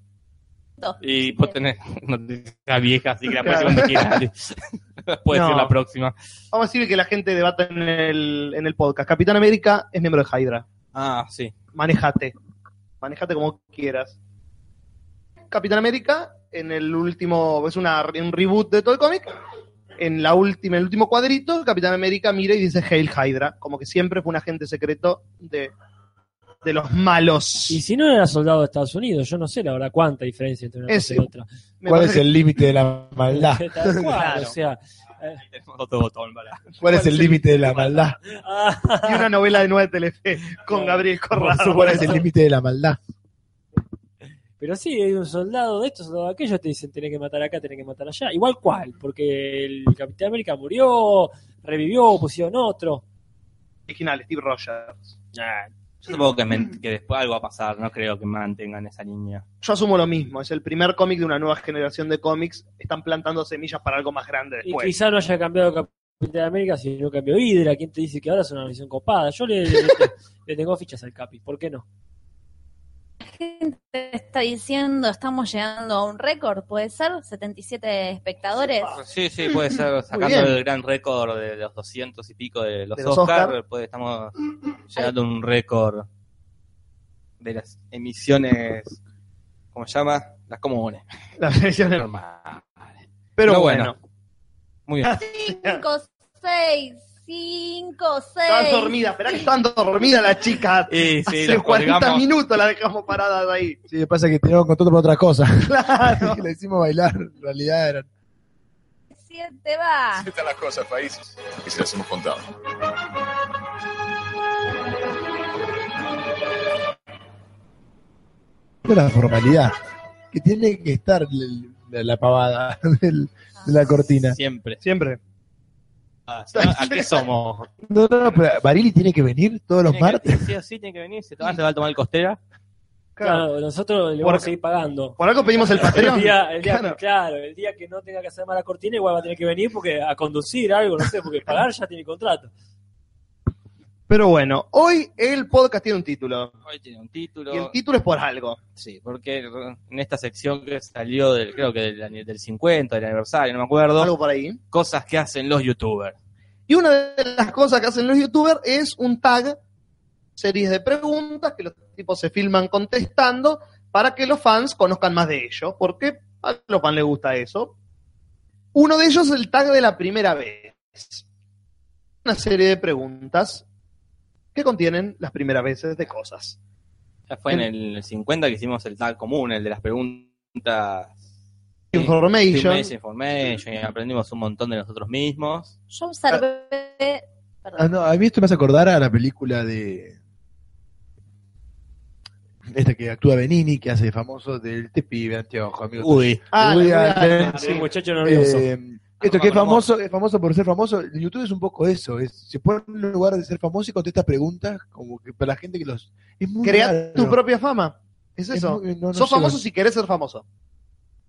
[SPEAKER 2] Dos.
[SPEAKER 4] Y vos tenés noticia vieja, así que la puedes
[SPEAKER 1] Claro.
[SPEAKER 4] decir cuando quieras. Puede ser
[SPEAKER 1] No.
[SPEAKER 4] la próxima.
[SPEAKER 1] Vamos a decir que la gente debata en el, en el podcast. Capitán América es miembro de Hydra.
[SPEAKER 4] Ah, sí.
[SPEAKER 1] Manejate. Manejate como quieras. Capitán América, en el último. Es una, un reboot de todo el cómic. En la última, en el último cuadrito, Capitán América mira y dice Hail Hydra. Como que siempre fue un agente secreto de, de los malos.
[SPEAKER 3] Y si no era soldado de Estados Unidos, yo no sé la verdad cuánta diferencia entre una
[SPEAKER 1] Ese.
[SPEAKER 3] cosa y otra.
[SPEAKER 1] Me
[SPEAKER 5] ¿Cuál es
[SPEAKER 1] parece
[SPEAKER 5] el límite de la maldad?
[SPEAKER 3] Tal cual,
[SPEAKER 1] Claro.
[SPEAKER 3] O sea,
[SPEAKER 4] Ahí Tenemos otro botón para.
[SPEAKER 5] ¿Cuál es el límite de la maldad?
[SPEAKER 3] ah,
[SPEAKER 1] que- y una novela de nueva Telefe con Gabriel Corrado.
[SPEAKER 5] ¿Cuál es el límite de la maldad?
[SPEAKER 3] pero sí, hay un soldado de estos, soldado de aquellos, te dicen tenés que matar acá, tenés que matar allá. Igual cuál, porque el Capitán América murió, revivió, pusieron otro.
[SPEAKER 1] original, Steve Rogers.
[SPEAKER 3] Ah,
[SPEAKER 4] Yo supongo que, men- que después algo va a pasar, no creo que mantengan esa línea.
[SPEAKER 1] Yo asumo lo mismo, es el primer cómic de una nueva generación de cómics. Están plantando semillas para algo más grande
[SPEAKER 3] y
[SPEAKER 1] después.
[SPEAKER 3] quizá no haya cambiado Capitán América, sino cambió Hydra. ¿Quién te dice que ahora es una misión copada? Yo le, le- le tengo fichas al Capi, ¿por qué no?
[SPEAKER 2] gente está diciendo, estamos llegando a un récord, puede ser, 77 espectadores.
[SPEAKER 4] Sí, sí, puede ser
[SPEAKER 1] Muy
[SPEAKER 4] sacando
[SPEAKER 1] bien.
[SPEAKER 4] el gran récord de los 200 y pico de los,
[SPEAKER 1] De los
[SPEAKER 4] Oscar,
[SPEAKER 1] Oscar.
[SPEAKER 4] puede- estamos llegando a un récord de las emisiones, ¿cómo se llama? Las comunes.
[SPEAKER 1] La versión del-
[SPEAKER 4] Normal.
[SPEAKER 1] Pero
[SPEAKER 4] Pero bueno.
[SPEAKER 1] bueno,
[SPEAKER 4] Muy bien.
[SPEAKER 2] 5, 6, 5, 6.
[SPEAKER 1] estaban dormidas, esperá que estaban dormidas las chicas.
[SPEAKER 4] Y sí,
[SPEAKER 1] Hace
[SPEAKER 4] las
[SPEAKER 1] 40
[SPEAKER 4] colgamos.
[SPEAKER 1] minutos las dejamos paradas ahí.
[SPEAKER 5] Sí, lo que pasa es que teníamos contrato para otra cosa.
[SPEAKER 1] Claro.
[SPEAKER 5] que le hicimos bailar. En realidad eran.
[SPEAKER 2] 7 va.
[SPEAKER 7] Así están las cosas, países. Y se las hemos contado.
[SPEAKER 5] Esta es la formalidad. Que tiene que estar el- la, la pavada del- de la cortina.
[SPEAKER 4] Siempre.
[SPEAKER 1] Siempre.
[SPEAKER 4] Ah, ¿A qué somos?
[SPEAKER 5] No, no, no, pero Barili tiene que venir todos los
[SPEAKER 4] Tiene que-
[SPEAKER 5] martes.
[SPEAKER 4] Sí o sí, tiene que venir. Se toma- se va a tomar el costera.
[SPEAKER 1] Claro.
[SPEAKER 3] Claro, nosotros le
[SPEAKER 1] Por-
[SPEAKER 3] vamos a seguir pagando.
[SPEAKER 1] Por algo pedimos el
[SPEAKER 3] El
[SPEAKER 1] Patreon.
[SPEAKER 3] día, el día que-
[SPEAKER 1] Claro.
[SPEAKER 3] claro. el día que no tenga que hacer mala cortina, igual va a tener que venir porque a conducir algo, no sé, porque pagar ya tiene contrato.
[SPEAKER 1] Pero bueno, hoy el podcast tiene un título.
[SPEAKER 4] Hoy tiene un título.
[SPEAKER 1] Y el título es por algo.
[SPEAKER 4] Sí, porque en esta sección que salió del, creo que del, del 50, del aniversario, no me acuerdo,
[SPEAKER 1] Algo por ahí.
[SPEAKER 4] cosas que hacen los youtubers.
[SPEAKER 1] Y una de las cosas que hacen los youtubers es un tag, series de preguntas que los tipos se filman contestando para que los fans conozcan más de ellos, porque a los fans les gusta eso. Uno de ellos es el tag de la primera vez. Una serie de preguntas que contienen las primeras veces de cosas.
[SPEAKER 4] Ya fue en el 50 que hicimos el tag común, el de las preguntas.
[SPEAKER 1] Information.
[SPEAKER 4] Information, information, y aprendimos un montón de nosotros mismos.
[SPEAKER 2] Yo observé.
[SPEAKER 5] Ah,
[SPEAKER 2] Perdón.
[SPEAKER 5] no, a mí esto me hace acordar a la película de. Esta que actúa Benini, que hace famoso del este pibe anteojo, amigo.
[SPEAKER 4] Uy,
[SPEAKER 1] Ah,
[SPEAKER 5] Woody
[SPEAKER 1] la-
[SPEAKER 5] Allen,
[SPEAKER 1] sí.
[SPEAKER 3] Sí, muchacho nervioso.
[SPEAKER 5] Eh, esto que es famoso, es famoso por ser famoso, en YouTube es un poco eso, es, se pone en un lugar de ser famoso y contesta preguntas como que para la gente que los... Es muy
[SPEAKER 1] Crea
[SPEAKER 5] raro.
[SPEAKER 1] tu propia fama. Es
[SPEAKER 5] Es
[SPEAKER 1] eso.
[SPEAKER 5] muy- no, no
[SPEAKER 1] Sos
[SPEAKER 5] llego.
[SPEAKER 1] famoso si querés ser famoso.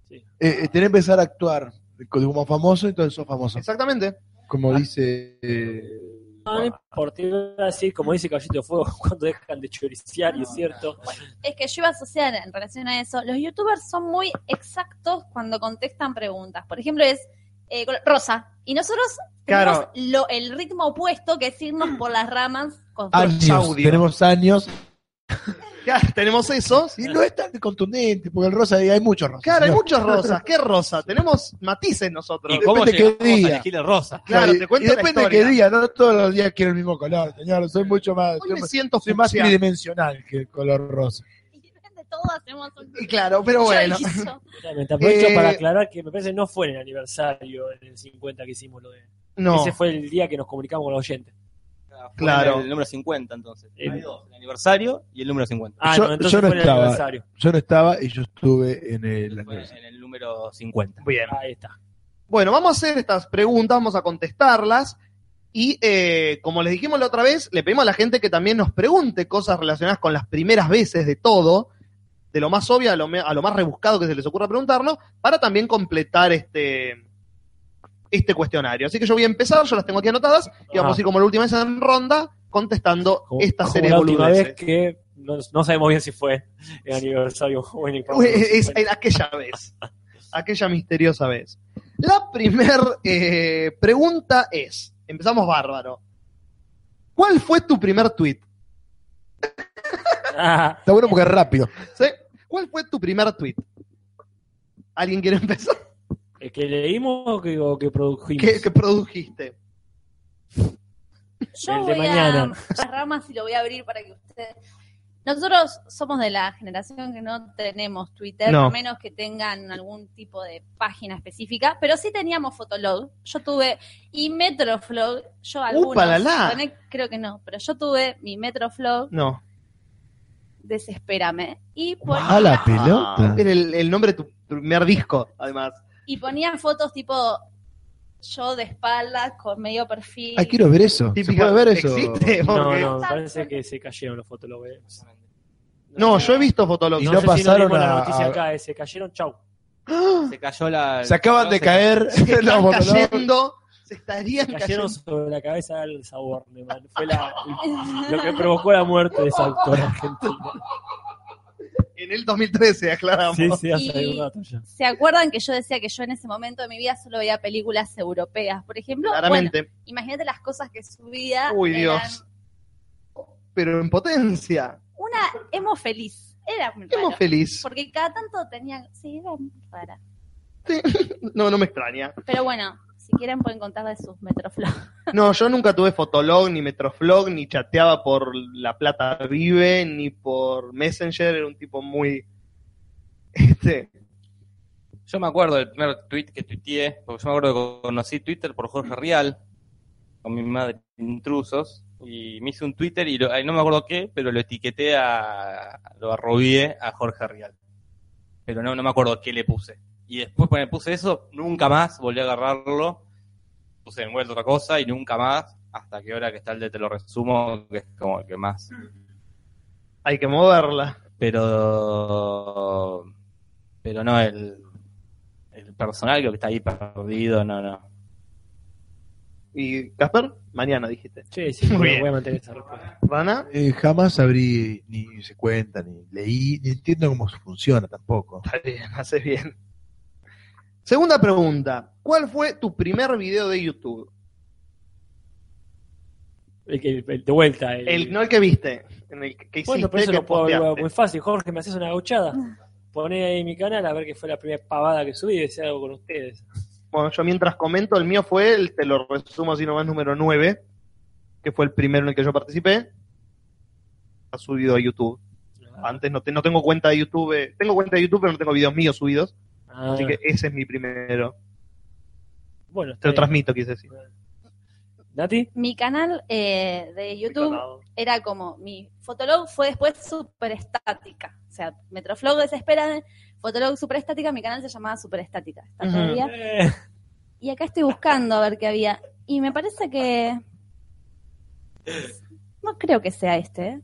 [SPEAKER 5] Eh, eh, tenés que empezar a actuar como famoso, entonces sos famoso.
[SPEAKER 1] Exactamente. Ah.
[SPEAKER 5] Como dice... eh,
[SPEAKER 3] No, no importa, iba a decir, como dice Caballito de Fuego, cuando dejan de choriciar, y es cierto.
[SPEAKER 1] Ah.
[SPEAKER 2] Es que yo iba a asociar en relación a eso. Los youtubers son muy exactos cuando contestan preguntas. Por ejemplo, es eh, col- Rosa. Y nosotros tenemos
[SPEAKER 1] Claro.
[SPEAKER 2] lo- el ritmo opuesto que es irnos por las ramas con
[SPEAKER 1] Ah.
[SPEAKER 5] años,
[SPEAKER 1] audio.
[SPEAKER 5] tenemos años.
[SPEAKER 1] Ya, tenemos eso.
[SPEAKER 5] Y no es tan contundente, porque el rosa hay muchos rosas.
[SPEAKER 1] Claro, hay
[SPEAKER 5] ¿no?
[SPEAKER 1] muchas rosas. ¿Qué rosa? Tenemos matices nosotros.
[SPEAKER 4] ¿y cómo
[SPEAKER 5] depende qué
[SPEAKER 4] llegamos
[SPEAKER 5] día.
[SPEAKER 4] a elegir el rosa?
[SPEAKER 1] Claro,
[SPEAKER 5] Y-
[SPEAKER 1] te cuento
[SPEAKER 5] Y
[SPEAKER 1] la
[SPEAKER 5] depende de qué
[SPEAKER 1] historia.
[SPEAKER 5] día, no todos los días quiero el mismo color, señor, soy mucho más...
[SPEAKER 1] Hoy
[SPEAKER 5] soy
[SPEAKER 1] me
[SPEAKER 5] más-
[SPEAKER 1] siento
[SPEAKER 5] soy más
[SPEAKER 1] fucsia.
[SPEAKER 5] tridimensional que el color rosa.
[SPEAKER 2] Y depende todos hacemos un
[SPEAKER 1] Y claro, pero bueno.
[SPEAKER 2] chorizo.
[SPEAKER 3] Exactamente. Aprovecho
[SPEAKER 1] Eh,
[SPEAKER 3] para aclarar que me parece que no fue en el aniversario en el 50 que hicimos lo de.
[SPEAKER 1] No,
[SPEAKER 3] Ese fue el día que nos comunicamos con los oyentes.
[SPEAKER 4] Fue
[SPEAKER 1] Claro.
[SPEAKER 4] El, el número 50, entonces.
[SPEAKER 3] Eh,
[SPEAKER 4] Hay dos, el aniversario y el número 50.
[SPEAKER 3] Ah,
[SPEAKER 5] Yo-
[SPEAKER 3] no, entonces
[SPEAKER 5] yo no
[SPEAKER 3] fue en el
[SPEAKER 5] estaba.
[SPEAKER 3] aniversario.
[SPEAKER 5] Yo no estaba y yo estuve en el.
[SPEAKER 4] Fue en el número 50.
[SPEAKER 1] bien.
[SPEAKER 3] Ahí está.
[SPEAKER 1] Bueno, vamos a hacer estas preguntas, vamos a contestarlas. Y eh, como les dijimos la otra vez, le pedimos a la gente que también nos pregunte cosas relacionadas con las primeras veces de todo, de lo más obvio a lo, me- a lo más rebuscado que se les ocurra preguntarnos, para también completar este, este cuestionario. Así que yo voy a empezar, yo las tengo aquí anotadas, y vamos a ir como la última vez en ronda contestando
[SPEAKER 3] Ah. Como-
[SPEAKER 1] esta
[SPEAKER 3] como
[SPEAKER 1] serie de
[SPEAKER 3] la última
[SPEAKER 1] boludeces.
[SPEAKER 3] vez que no, no sabemos bien si fue el aniversario o en el
[SPEAKER 1] Uy, es, en aquella vez. Aquella misteriosa vez. La primer eh, pregunta es: empezamos bárbaro. ¿Cuál fue tu primer tweet?
[SPEAKER 3] Ah,
[SPEAKER 5] Está bueno porque es rápido.
[SPEAKER 1] ¿Sí? ¿Cuál fue tu primer tweet? ¿Alguien quiere empezar?
[SPEAKER 3] ¿el que leímos o que, o que produjimos?
[SPEAKER 1] ¿Qué, qué produjiste?
[SPEAKER 2] Yo
[SPEAKER 3] El de
[SPEAKER 2] voy a
[SPEAKER 3] mañana.
[SPEAKER 2] las ramas y lo voy a abrir para que ustedes. Nosotros somos de la generación que no tenemos Twitter,
[SPEAKER 1] No.
[SPEAKER 2] a menos que tengan algún tipo de página específica, pero sí teníamos Fotolog. Yo tuve y Metroflog, yo algunos.
[SPEAKER 1] ¡Upalala!
[SPEAKER 2] Conec- creo que no, pero yo tuve mi Metroflog,
[SPEAKER 1] No.
[SPEAKER 2] Desespérame, y
[SPEAKER 5] A
[SPEAKER 2] ponía,
[SPEAKER 5] la pelota.
[SPEAKER 1] Era Ah, el, el nombre de tu primer disco, además.
[SPEAKER 2] y ponía fotos tipo yo de espalda con medio perfil.
[SPEAKER 5] Ah, quiero ver eso. ¿Se
[SPEAKER 1] Típica-
[SPEAKER 5] puede ver eso?
[SPEAKER 1] ¿Existe?
[SPEAKER 3] No,
[SPEAKER 1] Porque-
[SPEAKER 3] no, me parece que se cayeron los fotólogos.
[SPEAKER 1] No, yo he visto Fotolog.
[SPEAKER 5] Y
[SPEAKER 3] no
[SPEAKER 5] no
[SPEAKER 3] sé
[SPEAKER 5] pasaron
[SPEAKER 3] si no dimos
[SPEAKER 5] a-
[SPEAKER 3] la noticia
[SPEAKER 5] a-
[SPEAKER 3] acá, eh, se cayeron, chau.
[SPEAKER 4] Se cayó la.
[SPEAKER 5] Se acaban
[SPEAKER 4] no,
[SPEAKER 5] de
[SPEAKER 4] se-
[SPEAKER 5] caer
[SPEAKER 1] Se
[SPEAKER 5] los
[SPEAKER 1] están
[SPEAKER 5] botones.
[SPEAKER 1] cayendo. Se estarían
[SPEAKER 3] Se
[SPEAKER 1] cayendo.
[SPEAKER 3] cayeron sobre la cabeza del sabor, mi hermano. Fue la- lo que provocó la muerte de esa autora argentina.
[SPEAKER 1] En el 2013, aclaramos.
[SPEAKER 3] Sí, sí, hace
[SPEAKER 2] Y-
[SPEAKER 3] algún rato ya.
[SPEAKER 2] ¿Se acuerdan que yo decía que yo en ese momento de mi vida solo veía películas europeas? Por ejemplo, bueno,
[SPEAKER 1] Claramente.
[SPEAKER 2] imagínate las cosas que subía.
[SPEAKER 1] Uy,
[SPEAKER 2] eran
[SPEAKER 1] Dios. Pero en potencia.
[SPEAKER 2] Una emo feliz. Era muy
[SPEAKER 1] Emo
[SPEAKER 2] raro,
[SPEAKER 1] feliz.
[SPEAKER 2] Porque cada tanto tenía. Sí, era muy rara.
[SPEAKER 1] No, no me extraña.
[SPEAKER 2] Pero bueno, si quieren pueden contar de sus metroflogs.
[SPEAKER 1] No, yo nunca tuve Fotolog, ni Metroflog, ni chateaba por La Plata Vive, ni por Messenger. Era un tipo muy. Este.
[SPEAKER 4] Yo me acuerdo del primer tweet que tuiteé, porque yo me acuerdo que conocí Twitter por Jorge Real, con mi madre intrusos, y me hice un Twitter y lo- ay, no me acuerdo qué, pero lo etiqueté a. lo arrobié a Jorge Real. Pero no, no me acuerdo qué le puse. Y después cuando le puse eso, nunca más volví a agarrarlo, puse en vuelta otra cosa y nunca más, hasta que ahora que está el de te lo resumo, que es como el que más.
[SPEAKER 1] Hay que moverla.
[SPEAKER 4] Pero. Pero no, el, el personal creo que está ahí perdido, no, no.
[SPEAKER 1] ¿Y Casper? Mañana dijiste.
[SPEAKER 3] Che, sí,
[SPEAKER 1] Muy
[SPEAKER 3] voy a-
[SPEAKER 1] bien.
[SPEAKER 3] voy a mantener esa respuesta.
[SPEAKER 1] ¿Rana?
[SPEAKER 5] Eh, jamás abrí ni se cuenta, ni leí, ni entiendo cómo funciona tampoco.
[SPEAKER 1] Está bien, haces bien. Segunda pregunta. ¿Cuál fue tu primer video de YouTube?
[SPEAKER 3] El, que- el de vuelta. El,
[SPEAKER 1] El, no el que viste. En el que hiciste,
[SPEAKER 3] bueno, pero eso
[SPEAKER 1] que
[SPEAKER 3] lo puedo averiguar
[SPEAKER 1] posteaste.
[SPEAKER 3] muy fácil. Jorge, me haces una gauchada. Poné ahí mi canal a ver qué fue la primera pavada que subí y decía algo con ustedes.
[SPEAKER 1] Bueno, yo mientras comento, el mío fue, el, te lo resumo así nomás, número 9, que fue el primero en el que yo participé. Ha subido a YouTube.
[SPEAKER 4] Ah.
[SPEAKER 1] Antes no, te- no tengo cuenta de YouTube. eh, tengo cuenta de YouTube, pero no tengo videos míos subidos.
[SPEAKER 3] Ah,
[SPEAKER 1] Así que ese es mi primero.
[SPEAKER 3] bueno,
[SPEAKER 1] Te
[SPEAKER 3] está
[SPEAKER 1] lo
[SPEAKER 3] bien.
[SPEAKER 1] transmito, quise decir.
[SPEAKER 3] ¿Nati?
[SPEAKER 2] Mi canal eh, de YouTube era como mi Fotolog fue después super estática. O sea, Metroflog desespera, Fotolog super estática, mi canal se llamaba super estática. Está
[SPEAKER 1] Ujú.
[SPEAKER 2] todavía.
[SPEAKER 3] Eh,
[SPEAKER 2] Y acá estoy buscando a ver qué había. Y me parece que. No creo que sea este, ¿eh?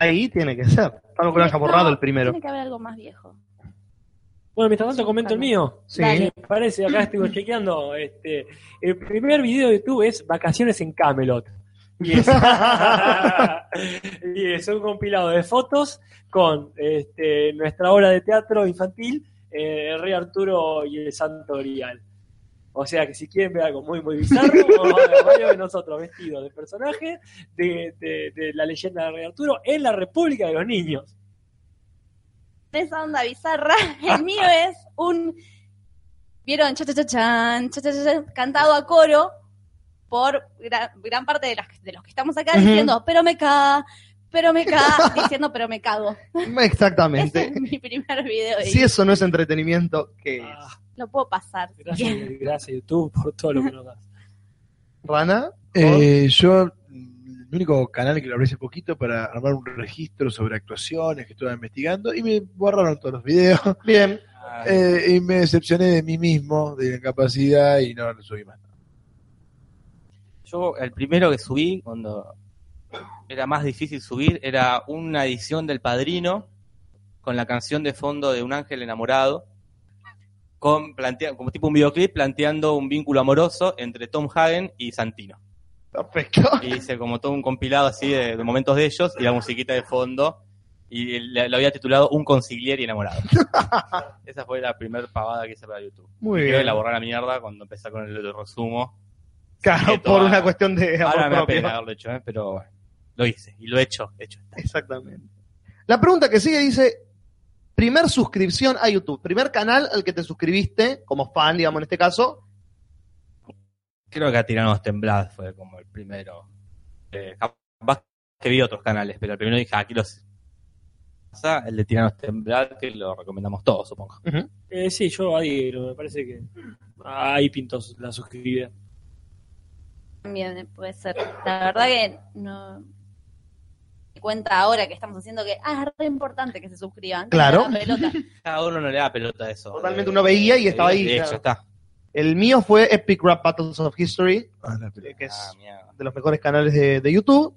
[SPEAKER 1] Ahí tiene que ser. Salvo que lo haya
[SPEAKER 2] No,
[SPEAKER 1] borrado el primero.
[SPEAKER 2] Tiene que haber algo más viejo.
[SPEAKER 3] Bueno, mientras tanto comento el mío.
[SPEAKER 1] Sí.
[SPEAKER 3] Dale. Me parece, acá estoy chequeando. Este, el primer video de YouTube es Vacaciones en Camelot. Y es, y es un compilado de fotos con este, nuestra obra de teatro infantil, eh, el Rey Arturo y el Santo Grial. O sea que si quieren ver algo muy, muy bizarro, vamos a ver varios de nosotros vestidos de personaje de, de- de la leyenda del Rey Arturo en la República de los Niños.
[SPEAKER 2] De esa onda bizarra, el mío es un. ¿Vieron? Cha, cha, cha, chan, cha, cha, cha, chan, cantado a coro por gran, gran parte de, las, de los que estamos acá
[SPEAKER 1] Ujú.
[SPEAKER 2] diciendo, pero me ca, pero me cago, diciendo, pero me cago. Ese
[SPEAKER 1] Exactamente.
[SPEAKER 2] es mi primer video y
[SPEAKER 1] Si eso no es entretenimiento, ¿qué es?
[SPEAKER 3] Ah,
[SPEAKER 2] lo puedo pasar.
[SPEAKER 3] gracias, gracias YouTube por todo lo que nos das.
[SPEAKER 1] ¿Rana?
[SPEAKER 5] Eh, yo, mm, el único canal que lo abrí hace poquito para armar un registro sobre actuaciones que estuve investigando y me borraron todos los videos
[SPEAKER 1] Bien.
[SPEAKER 5] Eh, y me decepcioné de mí mismo, de la incapacidad y no lo subí más.
[SPEAKER 4] Yo, el primero que subí, cuando era más difícil subir, era una edición del Padrino con la canción de fondo de un ángel enamorado, con plantea, como tipo un videoclip planteando un vínculo amoroso entre Tom Hagen y Santino.
[SPEAKER 1] Perfecto.
[SPEAKER 4] Y hice como todo un compilado así de, de momentos de ellos y la musiquita de fondo. Y le- lo había titulado Un consigliere enamorado. Esa fue la primera pavada que hice para YouTube.
[SPEAKER 1] Muy
[SPEAKER 4] Quiero
[SPEAKER 1] bien.
[SPEAKER 4] elaborar la mierda cuando empecé con el resumo.
[SPEAKER 1] Claro,
[SPEAKER 4] Esto,
[SPEAKER 1] por
[SPEAKER 4] ah,
[SPEAKER 1] una cuestión de
[SPEAKER 4] Ahora
[SPEAKER 1] amor
[SPEAKER 4] me da
[SPEAKER 1] propio.
[SPEAKER 4] pena haberlo hecho, ¿eh? pero bueno, lo hice y lo he hecho, hecho. está.
[SPEAKER 1] Exactamente. La pregunta que sigue dice: primer suscripción a YouTube, primer canal al que te suscribiste, como fan, digamos en este caso.
[SPEAKER 4] Creo que a Tiranos Temblad fue como el primero. Eh, capaz que vi otros canales, pero el primero dije, ah, aquí los... pasa El de Tiranos Temblad, que lo recomendamos todos, supongo.
[SPEAKER 3] Eh, sí, yo ahí me parece que ahí pinto la suscribida.
[SPEAKER 2] También eh, puede ser. La verdad que no me cuenta ahora que estamos haciendo que ah, es re importante que se suscriban.
[SPEAKER 1] Claro.
[SPEAKER 2] La pelota.
[SPEAKER 4] Cada uno no le da pelota a eso.
[SPEAKER 1] Totalmente
[SPEAKER 4] Eh,
[SPEAKER 1] uno veía y estaba ahí,
[SPEAKER 4] eh,
[SPEAKER 1] claro.
[SPEAKER 4] ya está.
[SPEAKER 1] El mío fue Epic Rap Battles of History,
[SPEAKER 5] Ah, la pelota.
[SPEAKER 1] eh, que es
[SPEAKER 4] Ah, mierda.
[SPEAKER 1] de los mejores canales de, de YouTube.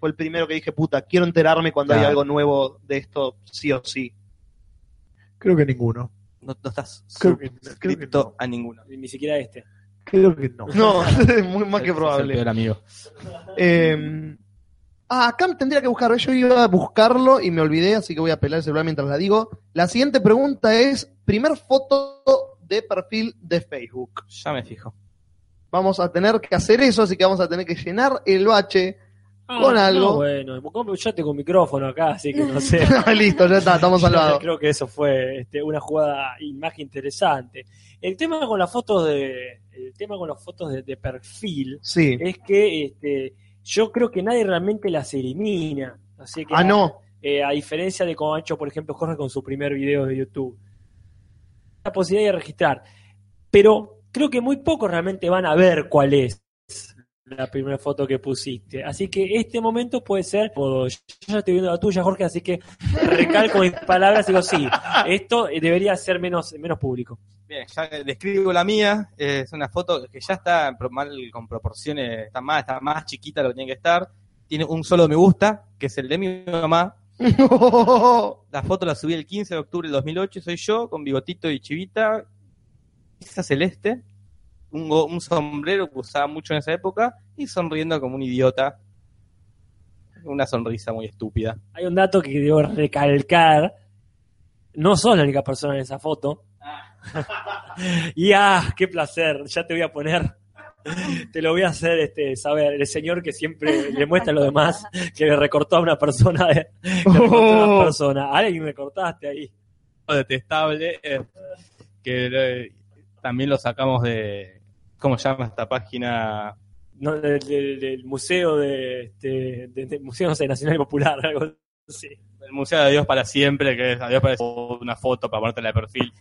[SPEAKER 1] Fue el primero que dije, puta, quiero enterarme cuando hay
[SPEAKER 4] Claro.
[SPEAKER 1] algo nuevo de esto, sí o sí.
[SPEAKER 5] Creo que ninguno.
[SPEAKER 4] No, no estás
[SPEAKER 5] Creo que- creo que
[SPEAKER 4] suscripto
[SPEAKER 5] no.
[SPEAKER 4] a ninguno.
[SPEAKER 3] Ni siquiera este.
[SPEAKER 5] Creo que no.
[SPEAKER 1] No, es muy más que
[SPEAKER 4] Ese es el
[SPEAKER 1] probable.
[SPEAKER 4] peor amigo.
[SPEAKER 1] Eh, ah, acá tendría que buscarlo. Yo iba a buscarlo y me olvidé, así que voy a pelar el celular mientras la digo. La siguiente pregunta es: primer foto de perfil de Facebook.
[SPEAKER 4] Ya me fijo.
[SPEAKER 1] Vamos a tener que hacer eso, así que vamos a tener que llenar el bache. Ah, Con
[SPEAKER 3] no,
[SPEAKER 1] algo.
[SPEAKER 3] Ah, bueno, como yo tengo micrófono acá, así que no sé.
[SPEAKER 1] Listo, ya está, estamos salvados.
[SPEAKER 3] Creo que eso fue este, una jugada y más que interesante. El tema con las fotos de, el tema con las fotos de, de perfil
[SPEAKER 1] Sí.
[SPEAKER 3] es que este, yo creo que nadie realmente las elimina. Así que
[SPEAKER 1] Ah, no.
[SPEAKER 3] eh, a diferencia de como ha hecho, por ejemplo, Jorge con su primer video de YouTube. La posibilidad de registrar. Pero creo que muy pocos realmente van a ver cuál es la primera foto que pusiste. Así que este momento puede ser, como yo ya estoy viendo la tuya, Jorge, así que recalco mis palabras y digo, sí, esto eh, debería ser menos, menos público.
[SPEAKER 4] Bien, ya describo la mía. eh, Es una foto que ya está en pro- mal con proporciones, está más, está más chiquita de lo que tiene que estar. Tiene un solo me gusta, que es el de mi mamá. La foto la subí el 15 de octubre del 2008. Soy yo con bigotito y chivita, camisa celeste, un, go- un sombrero que usaba mucho en esa época y sonriendo como un idiota. Una sonrisa muy estúpida.
[SPEAKER 3] Hay un dato que debo recalcar. No sos la única persona en esa foto. y ah, qué placer. Ya te voy a poner. Te lo voy a hacer este, saber. El señor que siempre le muestra a los demás que le recortó a una persona. De, que recortó a
[SPEAKER 1] Oh.
[SPEAKER 3] una persona. A alguien recortaste ahí.
[SPEAKER 4] detestable eh, que eh, también lo sacamos de cómo se llama esta página
[SPEAKER 3] No, del, del- del museo de, este, de- del Museo no sé, Nacional y Popular. Algo así.
[SPEAKER 4] el museo de adiós para siempre que es adiós para siempre, una foto para ponerte de perfil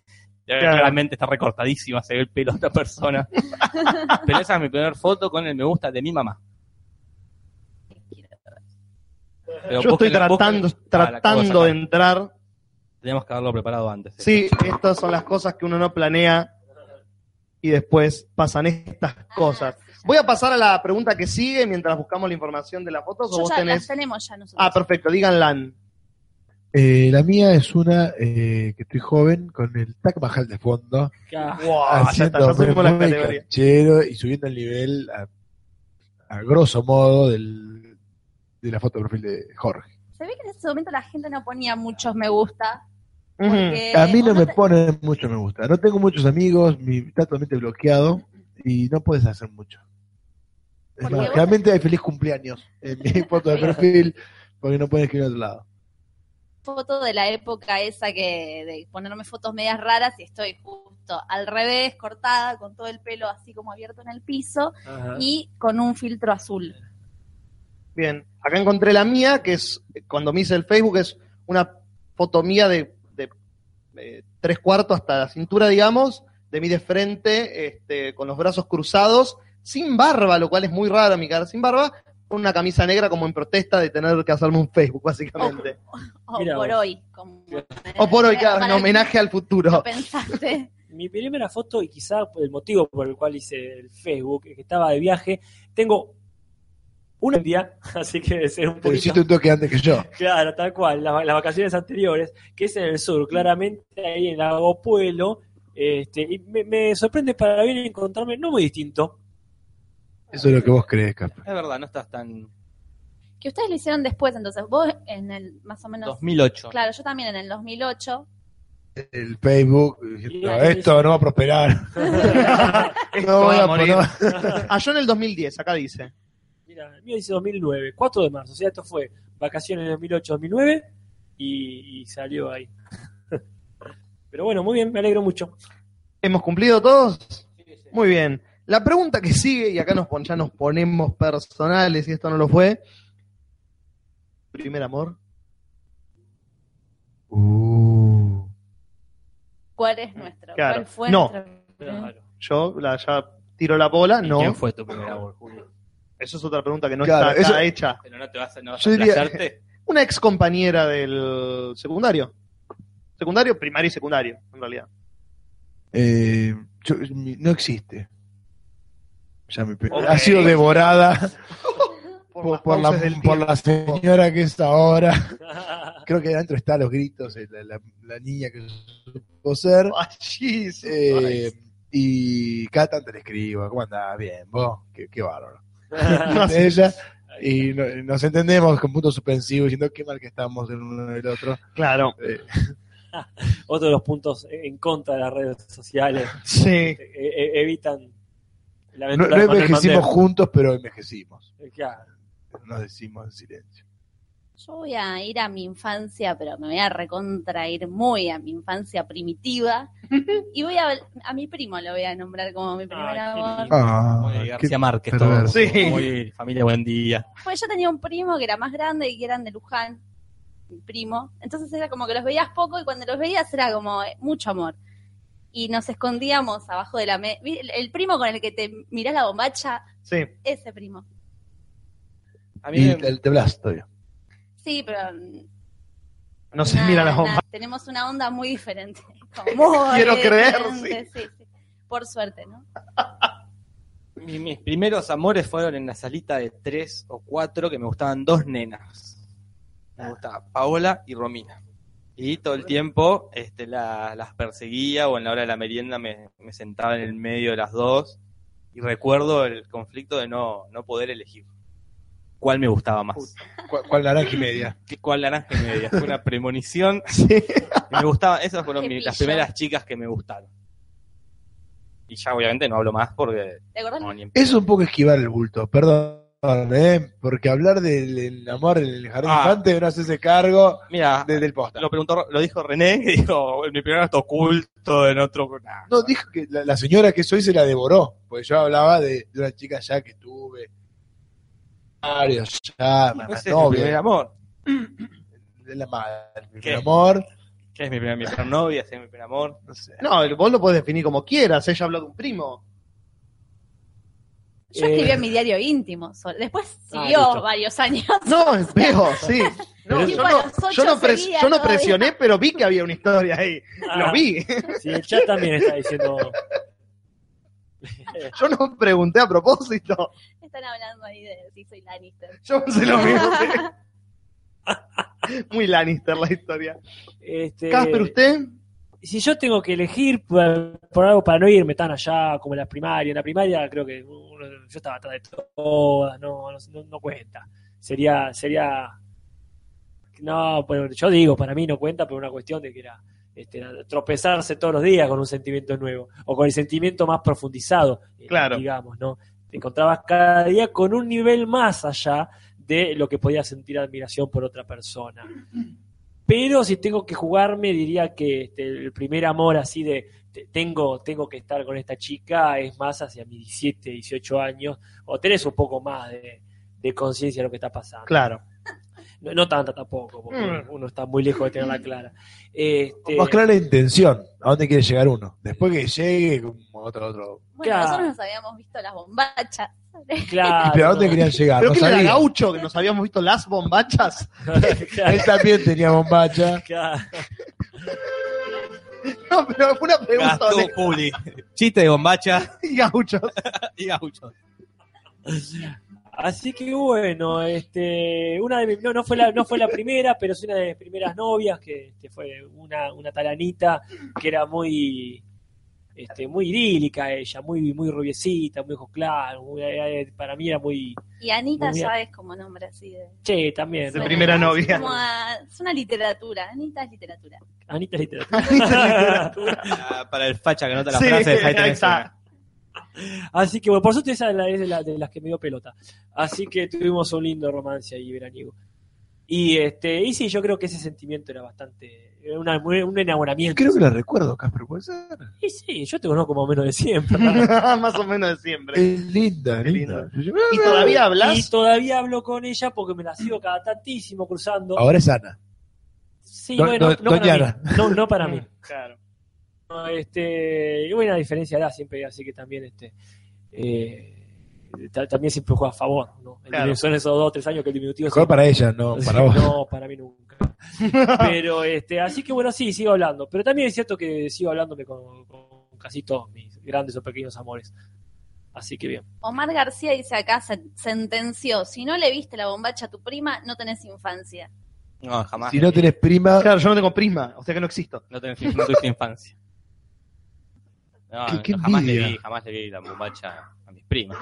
[SPEAKER 4] Y ahora
[SPEAKER 1] Claro.
[SPEAKER 4] claramente está recortadísima se ve el pelo de otra persona pero esa es mi primera foto con el me gusta de mi mamá Pero
[SPEAKER 1] Yo estoy
[SPEAKER 4] búsquenla-
[SPEAKER 1] tratando,
[SPEAKER 4] búsquenla. Ah, la acabo
[SPEAKER 1] tratando de
[SPEAKER 4] sacar.
[SPEAKER 1] entrar.
[SPEAKER 4] Teníamos que haberlo preparado antes. eh.
[SPEAKER 1] Sí, estas son las cosas que uno no planea y después pasan estas
[SPEAKER 2] Ah,
[SPEAKER 1] cosas. Voy a pasar a la pregunta que sigue mientras buscamos la información de las fotos o
[SPEAKER 2] Yo
[SPEAKER 1] vos
[SPEAKER 2] ya las
[SPEAKER 1] tenés.
[SPEAKER 2] tenemos ya nosotros.
[SPEAKER 1] Ah, perfecto, díganla.
[SPEAKER 5] Eh, la mía es una eh, que estoy joven con el Tac Mahal de fondo.
[SPEAKER 2] Ah,
[SPEAKER 3] Acá.
[SPEAKER 1] Wow, Ah, ya está, ya
[SPEAKER 5] haciéndome
[SPEAKER 1] subimos la
[SPEAKER 5] muy
[SPEAKER 1] categoría.
[SPEAKER 5] canchero y subiendo el nivel a, a grosso modo del, de la foto de perfil de Jorge.
[SPEAKER 2] Se ve que en ese momento la gente no ponía muchos me gusta.
[SPEAKER 1] Ujú.
[SPEAKER 2] Porque
[SPEAKER 5] a mí no
[SPEAKER 2] o
[SPEAKER 5] me
[SPEAKER 2] Eh, te-
[SPEAKER 5] ponen mucho me gusta. No tengo muchos amigos, mi, está totalmente bloqueado y no puedes hacer mucho. Es
[SPEAKER 2] Porque
[SPEAKER 5] más,
[SPEAKER 2] vos-
[SPEAKER 5] realmente hay feliz cumpleaños en mi foto de perfil porque no pueden escribir en otro lado.
[SPEAKER 2] foto de la época esa que de ponerme fotos medias raras y estoy justo al revés, cortada, con
[SPEAKER 3] Ah.
[SPEAKER 2] todo el pelo así como abierto en el piso
[SPEAKER 3] Ajá.
[SPEAKER 2] y con un filtro azul.
[SPEAKER 1] Bien, acá encontré la mía, que es, cuando me hice el Facebook, es una foto mía de, de, eh, tres cuartos hasta la cintura, digamos, de mí de frente, este, con los brazos cruzados, sin barba, lo cual es muy raro mi cara sin barba, con una camisa negra como en protesta de tener que hacerme un Facebook, básicamente.
[SPEAKER 2] O
[SPEAKER 3] Mira
[SPEAKER 2] por
[SPEAKER 3] vos.
[SPEAKER 2] hoy. como-
[SPEAKER 1] o por hoy,
[SPEAKER 2] Oh, Para-
[SPEAKER 1] claro, en
[SPEAKER 2] para-
[SPEAKER 1] homenaje al futuro.
[SPEAKER 2] Pensaste.
[SPEAKER 3] Mi primera foto, y quizá por el motivo por el cual hice el Facebook, es que estaba de viaje, tengo un día, así que es un
[SPEAKER 5] Te
[SPEAKER 3] poquito...
[SPEAKER 5] hiciste un toque antes que yo.
[SPEAKER 3] Claro, tal cual, las, las vacaciones anteriores, que es en el sur, claramente ahí en Lago Pueblo, este, y me, me sorprende para bien encontrarme, no muy distinto,
[SPEAKER 5] Eso es lo que vos crees, Cap.
[SPEAKER 4] Es verdad, no estás tan.
[SPEAKER 2] Que ustedes lo hicieron después, entonces vos en el más o menos.
[SPEAKER 4] 2008.
[SPEAKER 2] Claro, yo también en el 2008.
[SPEAKER 5] El Facebook, no, esto no va a prosperar.
[SPEAKER 1] Esto
[SPEAKER 5] No voy
[SPEAKER 1] va
[SPEAKER 5] a
[SPEAKER 1] a morir.
[SPEAKER 5] poner-
[SPEAKER 1] Ah, yo en el 2010, acá dice.
[SPEAKER 3] Mira, el mío dice 2009, 4 de marzo, o sea, esto fue vacaciones 2008-2009 y, y salió ahí. Pero bueno, muy bien, me alegro mucho.
[SPEAKER 1] ¿Hemos cumplido todos? Muy bien. La pregunta que sigue, y acá nos pon- ya nos ponemos personales, y esto no lo fue. Primer amor.
[SPEAKER 5] Uh,
[SPEAKER 2] ¿Cuál es nuestro?
[SPEAKER 1] Claro.
[SPEAKER 2] ¿Cuál fue
[SPEAKER 1] No.
[SPEAKER 2] nuestro?
[SPEAKER 1] Yo la, ya tiro la bola, no.
[SPEAKER 4] ¿Quién fue tu primer amor, Julio?
[SPEAKER 1] Eso es otra pregunta que no
[SPEAKER 5] Claro,
[SPEAKER 1] está acá
[SPEAKER 5] eso-
[SPEAKER 1] hecha.
[SPEAKER 4] Pero no te vas, a- no vas
[SPEAKER 5] Yo
[SPEAKER 4] a
[SPEAKER 5] diría-
[SPEAKER 4] aplazarte.
[SPEAKER 1] Una ex compañera del secundario. Secundario, primario y secundario, en realidad.
[SPEAKER 5] eh, yo- mi- no existe. Ya me pe-
[SPEAKER 1] Ok.
[SPEAKER 5] Ha sido devorada por, por la,
[SPEAKER 1] causas del
[SPEAKER 5] por la
[SPEAKER 1] tiempo.
[SPEAKER 5] señora que es ahora. Creo que adentro están los gritos, eh, la, la- la niña que supo ser.
[SPEAKER 1] Allí, sí.
[SPEAKER 5] Eh, y cada tanto le escribo, ¿cómo andás? Bien, vos, qué, qué bárbaro. De ella, y no- nos entendemos con puntos suspensivos, diciendo qué mal que estamos el uno del otro.
[SPEAKER 1] Claro.
[SPEAKER 5] Eh,
[SPEAKER 3] Otro de los puntos en contra de las redes sociales,
[SPEAKER 1] Sí.
[SPEAKER 3] eh, eh, evitan la
[SPEAKER 5] no,
[SPEAKER 3] aventura
[SPEAKER 5] no
[SPEAKER 3] de Manuel
[SPEAKER 5] envejecimos
[SPEAKER 3] Mandel.
[SPEAKER 5] juntos, pero envejecimos.
[SPEAKER 3] Claro.
[SPEAKER 5] Nos decimos en silencio.
[SPEAKER 2] Yo voy a ir a mi infancia, pero me voy a recontraer muy a mi infancia primitiva. y voy a a mi primo lo voy a nombrar como mi primer
[SPEAKER 3] qué
[SPEAKER 2] amor.
[SPEAKER 3] lindo.
[SPEAKER 5] Ah,
[SPEAKER 4] Muy
[SPEAKER 5] qué-
[SPEAKER 4] García Márquez, todo.
[SPEAKER 5] perverso.
[SPEAKER 1] Sí.
[SPEAKER 4] Muy familia, buen día.
[SPEAKER 2] Pues yo tenía un primo que era más grande y que eran de Luján, mi primo. Entonces era como que los veías poco y cuando los veías era como eh, mucho amor. Y nos escondíamos abajo de la mesa. El primo con el que te mirás la bombacha,
[SPEAKER 1] Sí.
[SPEAKER 2] ese primo.
[SPEAKER 4] A mí
[SPEAKER 5] y
[SPEAKER 4] me-
[SPEAKER 5] el Teblas todavía.
[SPEAKER 2] Sí, pero. mm,
[SPEAKER 1] No se
[SPEAKER 2] nada,
[SPEAKER 1] mira la
[SPEAKER 2] nada,
[SPEAKER 1] bomba.
[SPEAKER 2] Tenemos una onda muy diferente. Como muy
[SPEAKER 1] Quiero creer,
[SPEAKER 2] diferente, sí, sí. Por suerte, ¿no?
[SPEAKER 4] mi- mis primeros amores fueron en la salita de tres o cuatro que me gustaban dos nenas. Me gustaba Paola y Romina. Y todo el tiempo este, la- las perseguía o en la hora de la merienda me, me sentaba en el medio de las dos. Y recuerdo el conflicto de no, no poder elegir cuál me gustaba más.
[SPEAKER 5] ¿Cuál, cuál naranja y media?
[SPEAKER 4] ¿Qué- ¿Cuál naranja y media? Fue una premonición. Y me gustaban, esas fueron
[SPEAKER 2] Qué
[SPEAKER 4] mi- las
[SPEAKER 2] pillo.
[SPEAKER 4] primeras chicas que me gustaron. Y ya obviamente no hablo más porque...
[SPEAKER 2] ¿Te acordás?
[SPEAKER 4] no, ni en-
[SPEAKER 5] Es un poco esquivar el bulto, perdón. ¿eh? Porque hablar del el amor en el jardín
[SPEAKER 4] Ah.
[SPEAKER 5] infante no hacerse cargo
[SPEAKER 4] Mira,
[SPEAKER 5] desde el posta.
[SPEAKER 4] lo preguntó, lo dijo René, que dijo, mi primer acto oculto en otro. nah.
[SPEAKER 5] No, dijo que la, la señora que soy se la devoró. Porque yo hablaba de, de una chica ya que tuve. Varios ya,
[SPEAKER 4] No
[SPEAKER 5] mamá
[SPEAKER 4] sé, mi primer
[SPEAKER 5] novia.
[SPEAKER 4] amor.
[SPEAKER 5] De la madre, mi
[SPEAKER 4] ¿Qué?
[SPEAKER 5] amor.
[SPEAKER 4] ¿Qué es mi primer, mi primer novia? ¿Sí, mi primer amor?
[SPEAKER 5] No sé.
[SPEAKER 1] No, el- vos lo podés definir como quieras. Ella habló de un primo.
[SPEAKER 2] Yo escribí
[SPEAKER 3] Eh.
[SPEAKER 2] en mi diario íntimo. so- Después
[SPEAKER 3] Ah,
[SPEAKER 2] siguió
[SPEAKER 3] listo.
[SPEAKER 2] varios años.
[SPEAKER 1] No, es peor, sí. No,
[SPEAKER 3] Pero
[SPEAKER 1] yo,
[SPEAKER 2] tipo a
[SPEAKER 1] no,
[SPEAKER 2] los ocho
[SPEAKER 1] yo no pres-
[SPEAKER 2] seguía
[SPEAKER 1] yo no
[SPEAKER 2] todavía.
[SPEAKER 1] presioné, pero vi que había una historia ahí. Lo
[SPEAKER 3] Ah.
[SPEAKER 1] vi.
[SPEAKER 3] Sí, el chat también está diciendo.
[SPEAKER 1] Yo no pregunté a propósito.
[SPEAKER 2] Están hablando ahí de si soy Lannister.
[SPEAKER 1] Yo pensé lo mismo. sí. Muy Lannister la historia.
[SPEAKER 3] Este,
[SPEAKER 1] Casper, ¿usted?
[SPEAKER 3] Si yo tengo que elegir por, por algo para no irme tan allá como en la primaria, en la primaria creo que uno- yo estaba atrás de todas, no, no, no- no cuenta. Sería, sería. No, bueno, yo digo, para mí no cuenta por una cuestión de que era este, era tropezarse todos los días con un sentimiento nuevo o con el sentimiento más profundizado, eh,
[SPEAKER 1] Claro.
[SPEAKER 3] digamos, ¿no? Te encontrabas cada día con un nivel más allá de lo que podías sentir admiración por otra persona. Pero si tengo que jugarme, diría que este, el primer amor así de te- tengo, tengo que estar con esta chica es más hacia mis 17, 18 años, o tenés un poco más de, de de conciencia de lo que está pasando.
[SPEAKER 1] Claro.
[SPEAKER 3] No, no tanta tampoco, porque
[SPEAKER 1] Mm.
[SPEAKER 3] uno está muy lejos de tenerla clara. Este,
[SPEAKER 5] Más clara la intención, a dónde quiere llegar uno. Después que llegue, como otro, otro.
[SPEAKER 2] Bueno,
[SPEAKER 3] Claro.
[SPEAKER 2] nosotros nos habíamos visto las bombachas.
[SPEAKER 3] claro.
[SPEAKER 5] Pero a dónde querían llegar,
[SPEAKER 1] ¿Pero
[SPEAKER 5] no
[SPEAKER 1] que era
[SPEAKER 5] sabía.
[SPEAKER 1] gaucho que nos habíamos visto las bombachas?
[SPEAKER 3] Claro,
[SPEAKER 5] Él también tenía bombacha.
[SPEAKER 3] claro.
[SPEAKER 1] No, pero fue una pregunta
[SPEAKER 4] Gastón
[SPEAKER 1] honesta.
[SPEAKER 4] Puli. Chiste de bombacha
[SPEAKER 1] Y gauchos.
[SPEAKER 4] y gaucho.
[SPEAKER 3] Así que bueno, este, una de mis- no, no fue la, no fue la primera, pero es una de mis primeras novias, que este, fue una, una talanita que era muy, este, muy idílica ella, muy, muy rubiecita, muy ojos claros, muy- era- para mí era muy,
[SPEAKER 2] Y Anita
[SPEAKER 3] Muy bien.
[SPEAKER 2] ya es como nombre así de.
[SPEAKER 3] che, también.
[SPEAKER 1] De
[SPEAKER 3] ¿no?
[SPEAKER 1] primera
[SPEAKER 2] Es
[SPEAKER 1] novia.
[SPEAKER 2] como a- es una literatura. Anita es literatura.
[SPEAKER 3] Anita Literatura.
[SPEAKER 4] Ah, Para el facha que nota las
[SPEAKER 1] Sí,
[SPEAKER 4] frases, ahí tenés
[SPEAKER 1] está.
[SPEAKER 3] Así que, bueno, por suerte esa es, la- es de, la- de las que me dio pelota. Así que tuvimos un lindo romance ahí veraniego. Y este, y sí, yo creo que ese sentimiento era bastante, era una- un enamoramiento.
[SPEAKER 5] Creo que la recuerdo, Casper, ¿puede ser?
[SPEAKER 3] Y sí, yo te conozco más o menos de siempre.
[SPEAKER 1] Más o menos de siempre.
[SPEAKER 5] Es linda, es linda.
[SPEAKER 1] ¿Y todavía
[SPEAKER 3] Y
[SPEAKER 1] hablas?
[SPEAKER 3] todavía hablo con ella porque me la sigo cada tantísimo cruzando.
[SPEAKER 5] Ahora es Ana.
[SPEAKER 3] Sí,
[SPEAKER 5] Do-
[SPEAKER 3] bueno,
[SPEAKER 5] do-
[SPEAKER 3] no, para
[SPEAKER 5] doñana.
[SPEAKER 3] mí. No, no para mí.
[SPEAKER 1] Claro.
[SPEAKER 3] No, Este, y buena diferencia da siempre, así que también este eh, ta- también siempre juega a favor, ¿no? El
[SPEAKER 1] Claro.
[SPEAKER 3] Son esos dos o tres años que el diminutivo
[SPEAKER 5] Mejor
[SPEAKER 3] se-
[SPEAKER 5] para ella, no para vos.
[SPEAKER 3] No, para mí nunca. Pero este, así que bueno, sí, sigo hablando. Pero también es cierto que sigo hablándome con, con casi todos mis grandes o pequeños amores. Así que bien.
[SPEAKER 2] Omar García dice acá, sen- sentenció: si no le viste la bombacha a tu prima, no tenés infancia.
[SPEAKER 4] No, jamás.
[SPEAKER 5] Si no tenés prima,
[SPEAKER 1] Claro, yo no tengo prisma, o sea que no existo.
[SPEAKER 4] No tenés no tuviste infancia. No,
[SPEAKER 5] Qué- qué
[SPEAKER 4] no, jamás le
[SPEAKER 5] envidia.
[SPEAKER 4] vi, jamás le vi la bombacha a mis primas.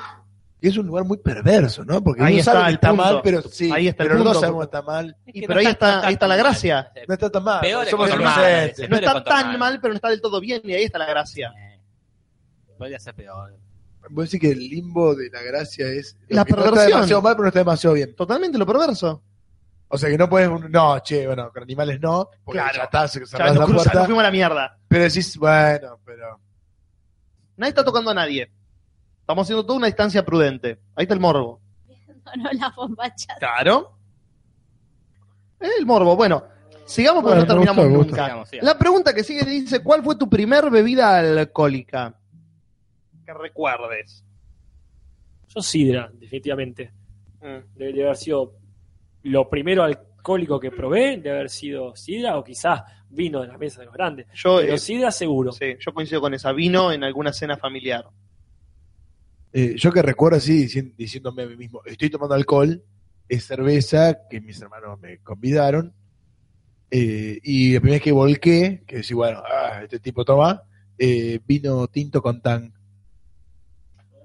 [SPEAKER 5] es un lugar muy perverso, ¿no? Porque
[SPEAKER 1] Ahí
[SPEAKER 5] uno sabe
[SPEAKER 1] está
[SPEAKER 5] que
[SPEAKER 1] el
[SPEAKER 5] está
[SPEAKER 1] punto.
[SPEAKER 5] mal, pero sí.
[SPEAKER 1] Ahí está el
[SPEAKER 5] pero los
[SPEAKER 1] punto,
[SPEAKER 5] dos sabemos que
[SPEAKER 1] porque-
[SPEAKER 5] está mal.
[SPEAKER 1] Y pero ahí está- ahí está la gracia.
[SPEAKER 5] No está tan mal.
[SPEAKER 4] Peor es
[SPEAKER 5] Somos
[SPEAKER 4] cuando mal,
[SPEAKER 5] inocentes.
[SPEAKER 1] No
[SPEAKER 4] Pero
[SPEAKER 1] está
[SPEAKER 4] cuanto
[SPEAKER 1] tan
[SPEAKER 4] mal.
[SPEAKER 1] mal, pero no está del todo bien, y ahí está la gracia.
[SPEAKER 4] Eh, Podría ser peor.
[SPEAKER 5] Vos decís que el limbo de la gracia es. lo
[SPEAKER 1] La
[SPEAKER 5] que no está
[SPEAKER 1] perversión.
[SPEAKER 5] demasiado mal, pero no está demasiado bien.
[SPEAKER 1] Totalmente lo perverso.
[SPEAKER 5] O sea que no podés. un- No, che, bueno, con animales no. Porque
[SPEAKER 1] Claro.
[SPEAKER 5] ya está, se
[SPEAKER 1] Ya
[SPEAKER 5] cerrás
[SPEAKER 1] nos
[SPEAKER 5] la
[SPEAKER 1] cruza- nos
[SPEAKER 5] puerta.
[SPEAKER 1] fuimos a la mierda.
[SPEAKER 5] Pero decís, bueno, pero.
[SPEAKER 1] Nadie está tocando a nadie. Estamos haciendo toda una distancia prudente. Ahí está el morbo.
[SPEAKER 2] No, no las bombachas.
[SPEAKER 1] Claro. Eh, El morbo. Bueno, sigamos porque
[SPEAKER 5] Bueno,
[SPEAKER 1] no
[SPEAKER 5] me gustó,
[SPEAKER 1] terminamos
[SPEAKER 5] me gustó.
[SPEAKER 1] nunca.
[SPEAKER 4] Sigamos, sigamos.
[SPEAKER 1] La pregunta que sigue dice, ¿cuál fue tu primer bebida alcohólica? Que recuerdes.
[SPEAKER 3] Yo sidra, definitivamente.
[SPEAKER 1] Mm.
[SPEAKER 3] Debe de haber sido lo primero alcohólico que probé, de haber sido sidra o quizás vino de las mesas de los grandes.
[SPEAKER 1] Yo,
[SPEAKER 3] Pero
[SPEAKER 1] eh,
[SPEAKER 3] sidra seguro.
[SPEAKER 1] sí, yo coincido con esa. Vino en alguna cena familiar.
[SPEAKER 5] Eh, yo que recuerdo así dici- diciéndome a mí mismo, estoy tomando alcohol, es cerveza que mis hermanos me convidaron. eh, y la primera vez que volqué, que decía, bueno, ah, este tipo toma, eh, vino tinto con tan,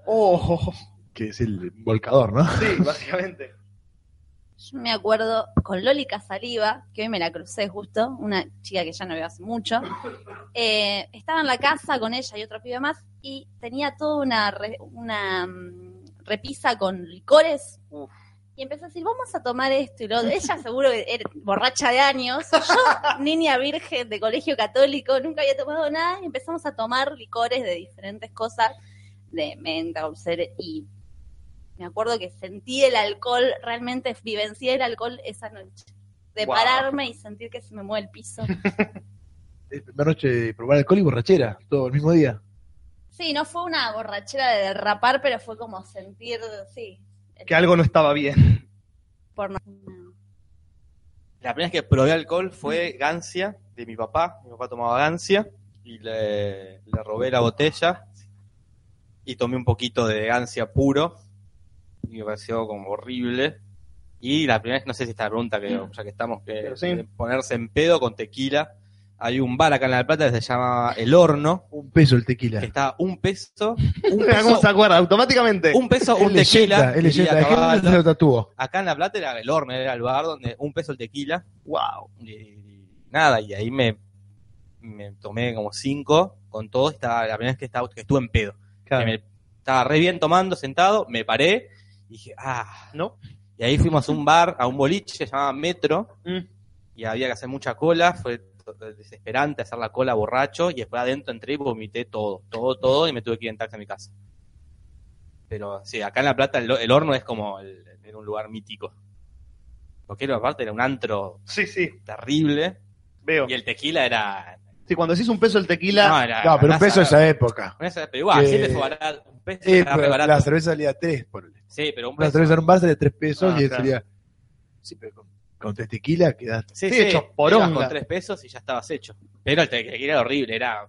[SPEAKER 1] Oh,
[SPEAKER 5] que es el volcador, ¿no?
[SPEAKER 1] sí, básicamente.
[SPEAKER 2] Yo me acuerdo con Loli Casaliva, que hoy me la crucé justo, una chica que ya no veo hace mucho. Eh, estaba en la casa con ella y otra pibe más y tenía toda una, re- una mm, repisa con licores.
[SPEAKER 1] Uf.
[SPEAKER 2] Y empezó a decir, vamos a tomar esto y lo otro. Ella seguro que era borracha de años. Yo, niña virgen de colegio católico, nunca había tomado nada. Y empezamos a tomar licores de diferentes cosas, de menta, dulce, y me acuerdo que sentí el alcohol, realmente vivencié el alcohol esa noche. De
[SPEAKER 1] Wow.
[SPEAKER 2] pararme y sentir que se me mueve el piso.
[SPEAKER 5] Es la primera noche de probar alcohol y borrachera, todo el mismo día.
[SPEAKER 2] Sí, no fue una borrachera de derrapar, pero fue como sentir, sí. el-
[SPEAKER 1] Que algo no estaba bien.
[SPEAKER 2] por no-
[SPEAKER 4] La primera vez que probé alcohol fue
[SPEAKER 1] Mm.
[SPEAKER 4] gancia de mi papá. Mi papá tomaba gancia y le, le robé la botella y tomé un poquito de gancia puro y me pareció como horrible. Y la primera vez, no sé si esta pregunta, que ya que estamos, que
[SPEAKER 1] Mm. Pero sí.
[SPEAKER 4] de ponerse en pedo con tequila. Hay un bar acá en La Plata que se llama El Horno,
[SPEAKER 5] Un peso el
[SPEAKER 4] que
[SPEAKER 5] tequila.
[SPEAKER 4] está un peso, un
[SPEAKER 1] ¿Cómo se
[SPEAKER 4] peso,
[SPEAKER 1] acuerda? Automáticamente.
[SPEAKER 4] un, peso, un
[SPEAKER 5] Es leyenda,
[SPEAKER 4] tequila.
[SPEAKER 5] es
[SPEAKER 4] diría
[SPEAKER 5] leyenda. La gente
[SPEAKER 4] Caballo.
[SPEAKER 5] se lo tatuó.
[SPEAKER 4] Acá en La Plata era El Horno, era el bar donde un peso el tequila
[SPEAKER 1] Wow.
[SPEAKER 4] y- y nada, y ahí me, me tomé como cinco con todo, estaba, la primera vez que, estaba, que estuve en pedo.
[SPEAKER 1] Claro.
[SPEAKER 4] Que me- estaba re bien tomando, sentado, me paré, y dije, ah,
[SPEAKER 1] ¿No?
[SPEAKER 4] y ahí fuimos a un bar, a un boliche, se llamaba Metro,
[SPEAKER 1] Mm.
[SPEAKER 4] y había que hacer mucha cola, fue to- desesperante hacer la cola borracho, y después adentro entré y vomité todo, todo, todo, y me tuve que ir en taxi a mi casa. Pero sí, acá en La Plata el, el horno es como el- era un lugar mítico. Porque era, aparte era un antro
[SPEAKER 1] Sí, sí,
[SPEAKER 4] terrible
[SPEAKER 1] veo.
[SPEAKER 4] y el tequila era...
[SPEAKER 1] Sí, cuando decís un peso el tequila,
[SPEAKER 4] no, era-
[SPEAKER 5] No, pero un
[SPEAKER 4] era
[SPEAKER 5] peso de
[SPEAKER 4] salado.
[SPEAKER 5] esa época.
[SPEAKER 4] Una salada, Pero igual,
[SPEAKER 5] Que-
[SPEAKER 4] siempre fue barato. Un peso
[SPEAKER 5] Eh,
[SPEAKER 4] era re
[SPEAKER 5] pero
[SPEAKER 4] barato.
[SPEAKER 5] la cerveza salía a tres, ponele.
[SPEAKER 4] Sí, pero un
[SPEAKER 5] Una
[SPEAKER 4] peso...
[SPEAKER 5] cerveza en un bar salía a tres pesos
[SPEAKER 1] Ah,
[SPEAKER 5] y
[SPEAKER 1] claro.
[SPEAKER 5] sería. Sí, pero con, con tres tequila quedás.
[SPEAKER 4] Sí,
[SPEAKER 1] Sí,
[SPEAKER 4] sí,
[SPEAKER 1] hecho
[SPEAKER 4] ibas
[SPEAKER 1] poronga.
[SPEAKER 4] con tres pesos y ya estabas hecho. Pero el tequila era horrible, era...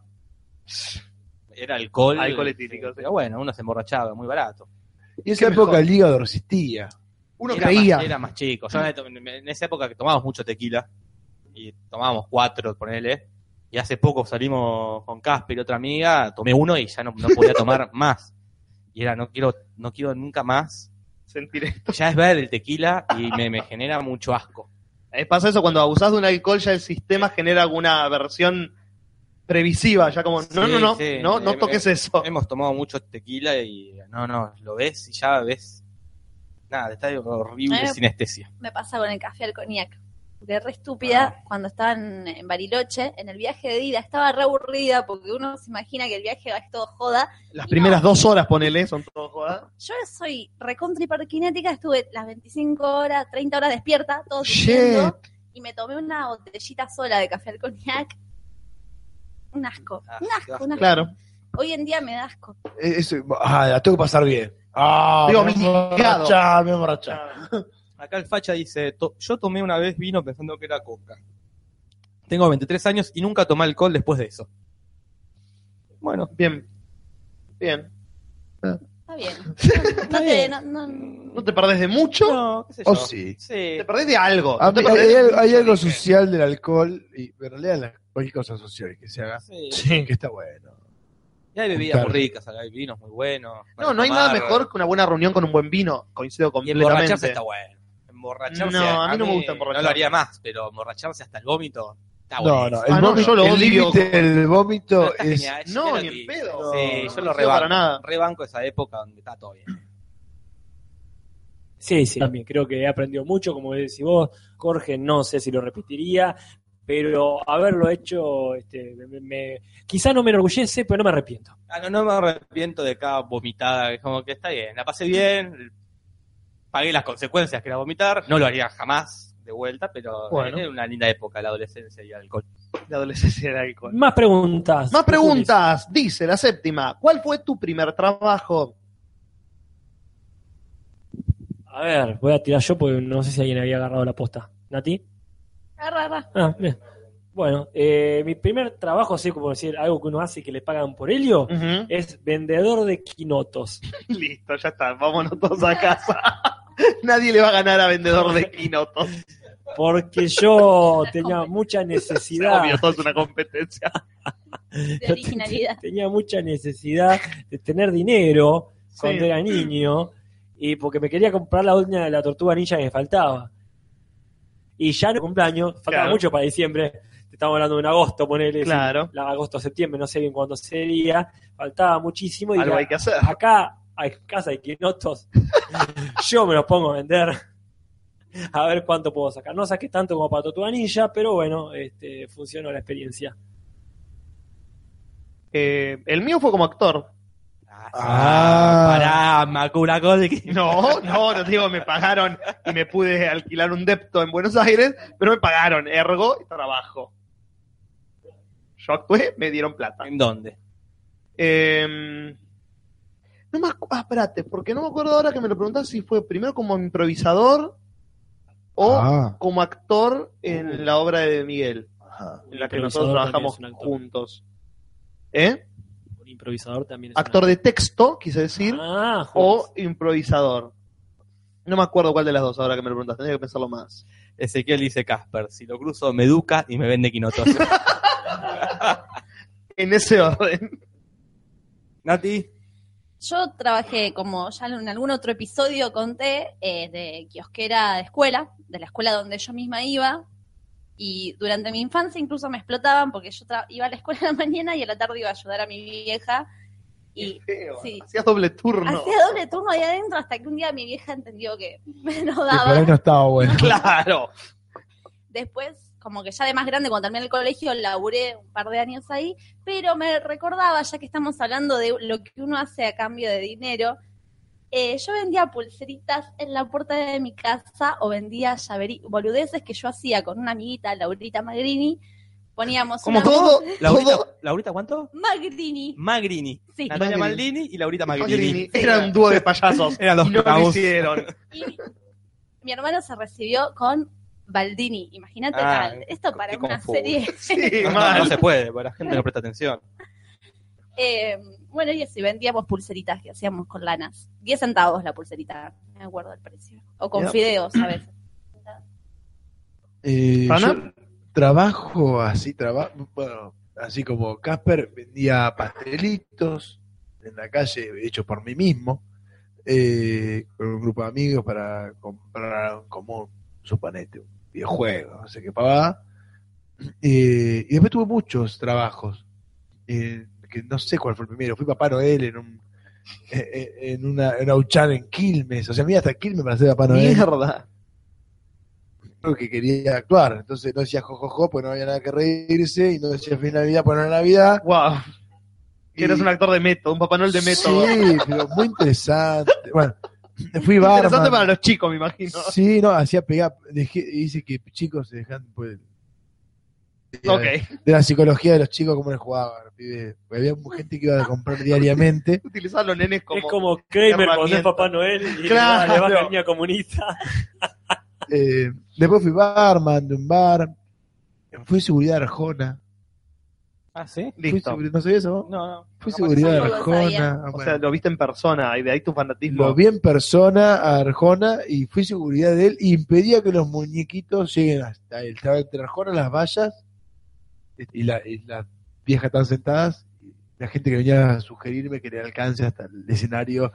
[SPEAKER 4] Era alcohol.
[SPEAKER 1] Alcohol etílico, sí.
[SPEAKER 4] Pero bueno, uno se emborrachaba, muy barato.
[SPEAKER 5] Y en esa
[SPEAKER 1] Qué
[SPEAKER 5] época
[SPEAKER 1] mejor.
[SPEAKER 5] el hígado resistía.
[SPEAKER 1] uno
[SPEAKER 4] era
[SPEAKER 1] creía.
[SPEAKER 4] Más, era más chico. Yo en- este- en esa época que tomábamos mucho tequila y tomábamos cuatro, ponele. Y hace poco salimos con Casper y otra amiga, tomé uno y ya no, no podía tomar más. Y era, no quiero, no quiero nunca más.
[SPEAKER 1] sentir esto.
[SPEAKER 4] Ya es ver el tequila y me, me genera mucho asco.
[SPEAKER 1] Eh, pasa eso, cuando abusás de un alcohol ya el sistema genera alguna versión previsiva, ya como, no,
[SPEAKER 4] Sí,
[SPEAKER 1] no, no,
[SPEAKER 4] sí.
[SPEAKER 1] no, no
[SPEAKER 4] Eh,
[SPEAKER 1] toques eso.
[SPEAKER 4] Hemos tomado mucho tequila y no, no, lo ves y ya ves. Nada, está horrible
[SPEAKER 2] Eh.
[SPEAKER 4] sin anestesia.
[SPEAKER 2] me pasa con el café al cognac. De re estúpida,
[SPEAKER 1] Ah.
[SPEAKER 2] cuando estaba en, en Bariloche, en el viaje de ida, estaba re aburrida porque uno se imagina que el viaje es todo joda.
[SPEAKER 1] Las primeras dos horas, ponele, son todo
[SPEAKER 4] ¿eh?
[SPEAKER 1] joda.
[SPEAKER 2] Yo soy recontra hiperkinética, estuve las 25 horas, 30 horas despierta, todo
[SPEAKER 5] Shit.
[SPEAKER 2] durmiendo, y me tomé una botellita sola de café al cognac. Un asco,
[SPEAKER 4] Ah,
[SPEAKER 2] un asco, un asco.
[SPEAKER 1] Claro.
[SPEAKER 2] Hoy en día me da asco.
[SPEAKER 5] Eh, Eso, ah, la tengo que pasar bien. Ah,
[SPEAKER 1] Digo,
[SPEAKER 5] me
[SPEAKER 1] mi
[SPEAKER 5] voy a
[SPEAKER 1] hígado.
[SPEAKER 5] emborrachar, me voy a emborrachar.
[SPEAKER 4] Acá el facha dice, "To- yo tomé una vez vino pensando que era coca. Tengo 23 años y nunca tomé alcohol después de eso. Bueno,
[SPEAKER 1] Bien. Bien.
[SPEAKER 2] Está bien. No, no te- no- no-
[SPEAKER 1] No te perdés de mucho,
[SPEAKER 4] no, qué sé yo.
[SPEAKER 5] Oh, sí.
[SPEAKER 4] Sí.
[SPEAKER 1] te perdés de algo.
[SPEAKER 4] Ah,
[SPEAKER 5] A
[SPEAKER 1] No te
[SPEAKER 5] mí-
[SPEAKER 1] perdés
[SPEAKER 5] hay,
[SPEAKER 1] de
[SPEAKER 5] hay-
[SPEAKER 1] mucho,
[SPEAKER 5] hay algo
[SPEAKER 1] dije.
[SPEAKER 5] social del alcohol, y en realidad las, cualquier cosa social que se haga,
[SPEAKER 4] Sí.
[SPEAKER 5] que está bueno.
[SPEAKER 4] Y hay bebidas
[SPEAKER 5] Claro.
[SPEAKER 4] muy ricas, acá hay vinos muy buenos.
[SPEAKER 1] No, no hay nada mejor que una buena reunión con un buen vino, coincido
[SPEAKER 4] Y emborracharse
[SPEAKER 1] completamente.
[SPEAKER 4] está bueno. Emborracharse.
[SPEAKER 1] No, a mí no me gusta
[SPEAKER 4] No lo
[SPEAKER 1] emborracharme.
[SPEAKER 4] haría más, pero emborracharse hasta el vómito está bueno.
[SPEAKER 5] No, no, el
[SPEAKER 1] Ah, no,
[SPEAKER 5] vómito-
[SPEAKER 1] yo lo
[SPEAKER 5] el
[SPEAKER 1] odio
[SPEAKER 5] límite del vómito
[SPEAKER 4] está
[SPEAKER 5] es.
[SPEAKER 4] genial,
[SPEAKER 1] No,
[SPEAKER 4] yo
[SPEAKER 1] ni en
[SPEAKER 4] digo.
[SPEAKER 1] pedo.
[SPEAKER 4] Sí,
[SPEAKER 1] No,
[SPEAKER 4] yo
[SPEAKER 1] no
[SPEAKER 4] lo
[SPEAKER 1] sirve para
[SPEAKER 4] rebanco.
[SPEAKER 1] nada.
[SPEAKER 4] Rebanco esa época donde está todo bien.
[SPEAKER 3] Sí, sí, también creo que he aprendido mucho, como decís vos, Jorge, no sé si lo repetiría, pero haberlo hecho, este, me, me- quizá no me enorgullece, pero no me arrepiento.
[SPEAKER 4] Ah, no, no me arrepiento de cada vomitada. es Como que está bien, la pasé bien, pagué las consecuencias que era vomitar. No lo haría jamás de vuelta, pero
[SPEAKER 1] Bueno.
[SPEAKER 4] era una linda época la adolescencia y el alcohol.
[SPEAKER 1] La adolescencia era alcohol.
[SPEAKER 3] Más preguntas.
[SPEAKER 1] Más preguntas, dice la séptima. ¿Cuál fue tu primer trabajo?
[SPEAKER 3] A ver, voy a tirar yo porque no sé si alguien había agarrado la posta. ¿Nati?
[SPEAKER 2] Arra, arra.
[SPEAKER 3] Ah, bien. Bueno, eh, mi primer trabajo, así como decir, algo que uno hace y que le pagan por ello,
[SPEAKER 1] Ujú.
[SPEAKER 3] es vendedor de quinotos.
[SPEAKER 1] Listo, ya está, vámonos todos a casa. Nadie le va a ganar a vendedor de quinotos.
[SPEAKER 3] Porque yo tenía mucha necesidad.
[SPEAKER 1] Obvio, todo es una competencia.
[SPEAKER 2] de originalidad.
[SPEAKER 3] tenía mucha necesidad de tener dinero cuando
[SPEAKER 1] Sí.
[SPEAKER 3] era niño y porque me quería comprar la uña de la tortuga ninja que me faltaba. Y ya no cumpleaños, faltaba
[SPEAKER 1] Claro.
[SPEAKER 3] mucho para diciembre, te estamos hablando de un agosto, ponele,
[SPEAKER 1] Claro,
[SPEAKER 3] sí, la- agosto, septiembre, no sé bien cuándo sería, faltaba muchísimo y
[SPEAKER 1] algo hay
[SPEAKER 3] dije,
[SPEAKER 1] que hacer.
[SPEAKER 3] acá hay casa de quinotos, yo me los pongo a vender. A ver cuánto puedo sacar. No saqué tanto como para Tortuga Ninja, pero bueno, este, funcionó la experiencia.
[SPEAKER 1] Eh, el mío fue como actor.
[SPEAKER 5] Ah.
[SPEAKER 4] pará, Macura Golgi.
[SPEAKER 1] No, no, no te digo, me pagaron y me pude alquilar un depto en Buenos Aires, pero me pagaron, ergo, trabajo. Yo actué, me dieron plata.
[SPEAKER 4] ¿En dónde?
[SPEAKER 1] Eh, no me acu- ah, espérate, porque no me acuerdo ahora que me lo preguntás si fue primero como improvisador o
[SPEAKER 5] Ah,
[SPEAKER 1] como actor en la obra de Miguel,
[SPEAKER 5] ajá.
[SPEAKER 1] en la que
[SPEAKER 3] Improvisador
[SPEAKER 1] nosotros
[SPEAKER 3] también
[SPEAKER 1] trabajamos
[SPEAKER 3] es un actor.
[SPEAKER 1] juntos. ¿Eh?
[SPEAKER 3] Un improvisador también. es un
[SPEAKER 1] Actor de texto, quise decir,
[SPEAKER 3] Ah,
[SPEAKER 1] o improvisador. No me acuerdo cuál de las dos ahora que me lo preguntás, tendría que pensarlo más.
[SPEAKER 4] Ezequiel dice Casper, si lo cruzo me educa y me vende quinotos.
[SPEAKER 1] En ese orden.
[SPEAKER 4] Nati,
[SPEAKER 2] Yo trabajé, como ya en algún otro episodio conté, eh, de kiosquera de escuela, de la escuela donde yo misma iba. Y durante mi infancia incluso me explotaban porque yo tra- iba a la escuela a la mañana y a la tarde iba a ayudar a mi vieja. Y Sí.
[SPEAKER 1] Hacías doble turno.
[SPEAKER 2] hacía doble turno ahí adentro hasta que un día mi vieja entendió que no
[SPEAKER 5] Que por ahí
[SPEAKER 2] daba.
[SPEAKER 5] no estaba bueno.
[SPEAKER 1] Claro.
[SPEAKER 2] Después, como que ya de más grande, cuando terminé el colegio, laburé un par de años ahí, pero me recordaba, ya que estamos hablando de lo que uno hace a cambio de dinero, eh, yo vendía pulseritas en la puerta de mi casa o vendía llaveri boludeces que yo hacía con una amiguita, Laurita Magrini. Poníamos
[SPEAKER 1] Como
[SPEAKER 2] una-
[SPEAKER 1] todo, todo
[SPEAKER 4] ¿Laurita, ¿Laurita cuánto?
[SPEAKER 2] Magrini,
[SPEAKER 4] Magrini.
[SPEAKER 2] sí.
[SPEAKER 4] Natalia
[SPEAKER 1] Magrini.
[SPEAKER 4] Maldini y Laurita Magrini.
[SPEAKER 1] Magrini era un dúo de payasos.
[SPEAKER 4] Eran los
[SPEAKER 1] y no lo
[SPEAKER 4] cagos.
[SPEAKER 1] hicieron.
[SPEAKER 2] Y mi- mi hermano se recibió con Baldini. Imagínate,
[SPEAKER 4] Ah,
[SPEAKER 2] Gal, esto para
[SPEAKER 4] qué
[SPEAKER 2] una
[SPEAKER 4] confuso.
[SPEAKER 2] serie.
[SPEAKER 1] Sí,
[SPEAKER 4] No, no
[SPEAKER 1] mal.
[SPEAKER 4] se puede, porque la gente no presta atención.
[SPEAKER 2] Eh, bueno, y así vendíamos pulseritas que hacíamos con lanas. 10 centavos la pulserita, me acuerdo el precio. O con
[SPEAKER 1] Ya.
[SPEAKER 2] fideos a veces.
[SPEAKER 5] Eh,
[SPEAKER 1] ¿Pana?
[SPEAKER 5] yo trabajo así, traba- bueno, así como Casper vendía pastelitos en la calle, hechos por mí mismo, eh, con un grupo de amigos para comprar como suponete, un videojuego, no sé qué pavada. Eh, y después tuve muchos trabajos, eh, que no sé cuál fue el primero, fui Papá Noel en un eh, eh, en una, en una huchada en Quilmes, o sea, mira hasta Quilmes para ser Papá Noel
[SPEAKER 1] Mierda.
[SPEAKER 5] creo que quería actuar. Entonces no decía jojojo, pues no había nada que reírse, y no decía feliz Navidad, pues no era Navidad.
[SPEAKER 1] Wow. Que eras
[SPEAKER 5] Y-
[SPEAKER 1] un actor de método, un Papá Noel de método.
[SPEAKER 5] Sí, pero muy interesante. Bueno, fui
[SPEAKER 1] Interesante para
[SPEAKER 5] barman.
[SPEAKER 1] los chicos, me imagino.
[SPEAKER 5] Sí, no, hacía pegar, dejé, hice que chicos se dejan pues, de,
[SPEAKER 1] Ok.
[SPEAKER 5] de la psicología de los chicos cómo les jugaban, los pibes. Porque había gente que iba a comprar diariamente.
[SPEAKER 1] Utilizar los nenes como.
[SPEAKER 3] es como Kramer cuando es
[SPEAKER 1] herramienta.
[SPEAKER 3] Papá Noel y
[SPEAKER 1] Claro.
[SPEAKER 3] le va la línea comunista.
[SPEAKER 5] Eh, después fui barman de un bar. Fui seguridad de Arjona.
[SPEAKER 4] Ah, ¿sí?
[SPEAKER 5] Fui
[SPEAKER 1] Listo.
[SPEAKER 5] seguri- ¿No sabía eso? vos?
[SPEAKER 4] No, no.
[SPEAKER 5] Fui
[SPEAKER 4] No,
[SPEAKER 5] seguridad de
[SPEAKER 2] no lo sabía.
[SPEAKER 5] Arjona. Ah,
[SPEAKER 1] O
[SPEAKER 5] bueno.
[SPEAKER 1] sea, lo viste en persona y de ahí tu fanatismo.
[SPEAKER 5] Lo vi en persona a Arjona y fui seguridad de él y impedía que los muñequitos lleguen hasta él. Estaba entre Arjona, las vallas este, y la- y las viejas están sentadas. y La gente que venía a sugerirme que le alcance hasta el escenario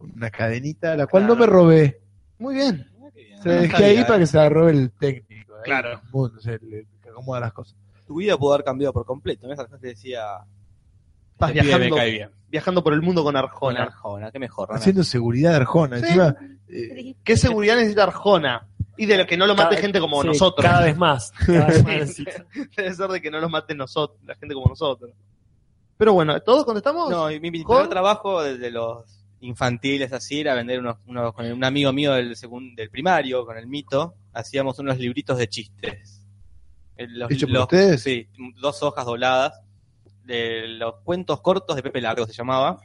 [SPEAKER 5] una cadenita, la cual
[SPEAKER 1] Claro.
[SPEAKER 5] no me robé.
[SPEAKER 1] Muy bien.
[SPEAKER 4] Ah, qué bien.
[SPEAKER 5] Se
[SPEAKER 4] No
[SPEAKER 5] la dejé
[SPEAKER 4] sabía,
[SPEAKER 5] ahí
[SPEAKER 4] eh.
[SPEAKER 5] para que se la robe el técnico. ahí,
[SPEAKER 1] Claro.
[SPEAKER 5] el mundo, o sea, el- el que acomoda las cosas.
[SPEAKER 4] Tu vida pudo haber cambiado por completo. En esa frase decía.
[SPEAKER 1] Estás
[SPEAKER 4] "Este pibe
[SPEAKER 1] viajando,
[SPEAKER 4] Me cae bien.
[SPEAKER 1] viajando por el mundo con
[SPEAKER 4] Con
[SPEAKER 1] Arjona.
[SPEAKER 4] Arjona, qué mejor. Ronald.
[SPEAKER 5] Haciendo seguridad de Arjona.
[SPEAKER 1] Sí.
[SPEAKER 5] Encima, eh,
[SPEAKER 2] Sí.
[SPEAKER 1] ¿Qué seguridad necesita Arjona? Y de lo que no lo mate
[SPEAKER 3] Cada-
[SPEAKER 1] gente como
[SPEAKER 3] sí,
[SPEAKER 1] nosotros.
[SPEAKER 3] Cada vez más. Cada vez más
[SPEAKER 1] Sí.
[SPEAKER 3] necesita.
[SPEAKER 1] Debe ser de que no los mate nosotros, la gente como nosotros. Pero bueno, ¿todos contestamos?
[SPEAKER 4] No, y mi, mi
[SPEAKER 1] ¿Con?
[SPEAKER 4] primer trabajo desde los infantiles así era vender unos, unos- con un amigo mío del segun- del primario, con el mito, hacíamos unos libritos de chistes. Eh, Los,
[SPEAKER 5] ¿Hecho por
[SPEAKER 4] los-
[SPEAKER 5] ustedes?
[SPEAKER 4] Sí, dos hojas dobladas. De los cuentos cortos de Pepe Largo se llamaba.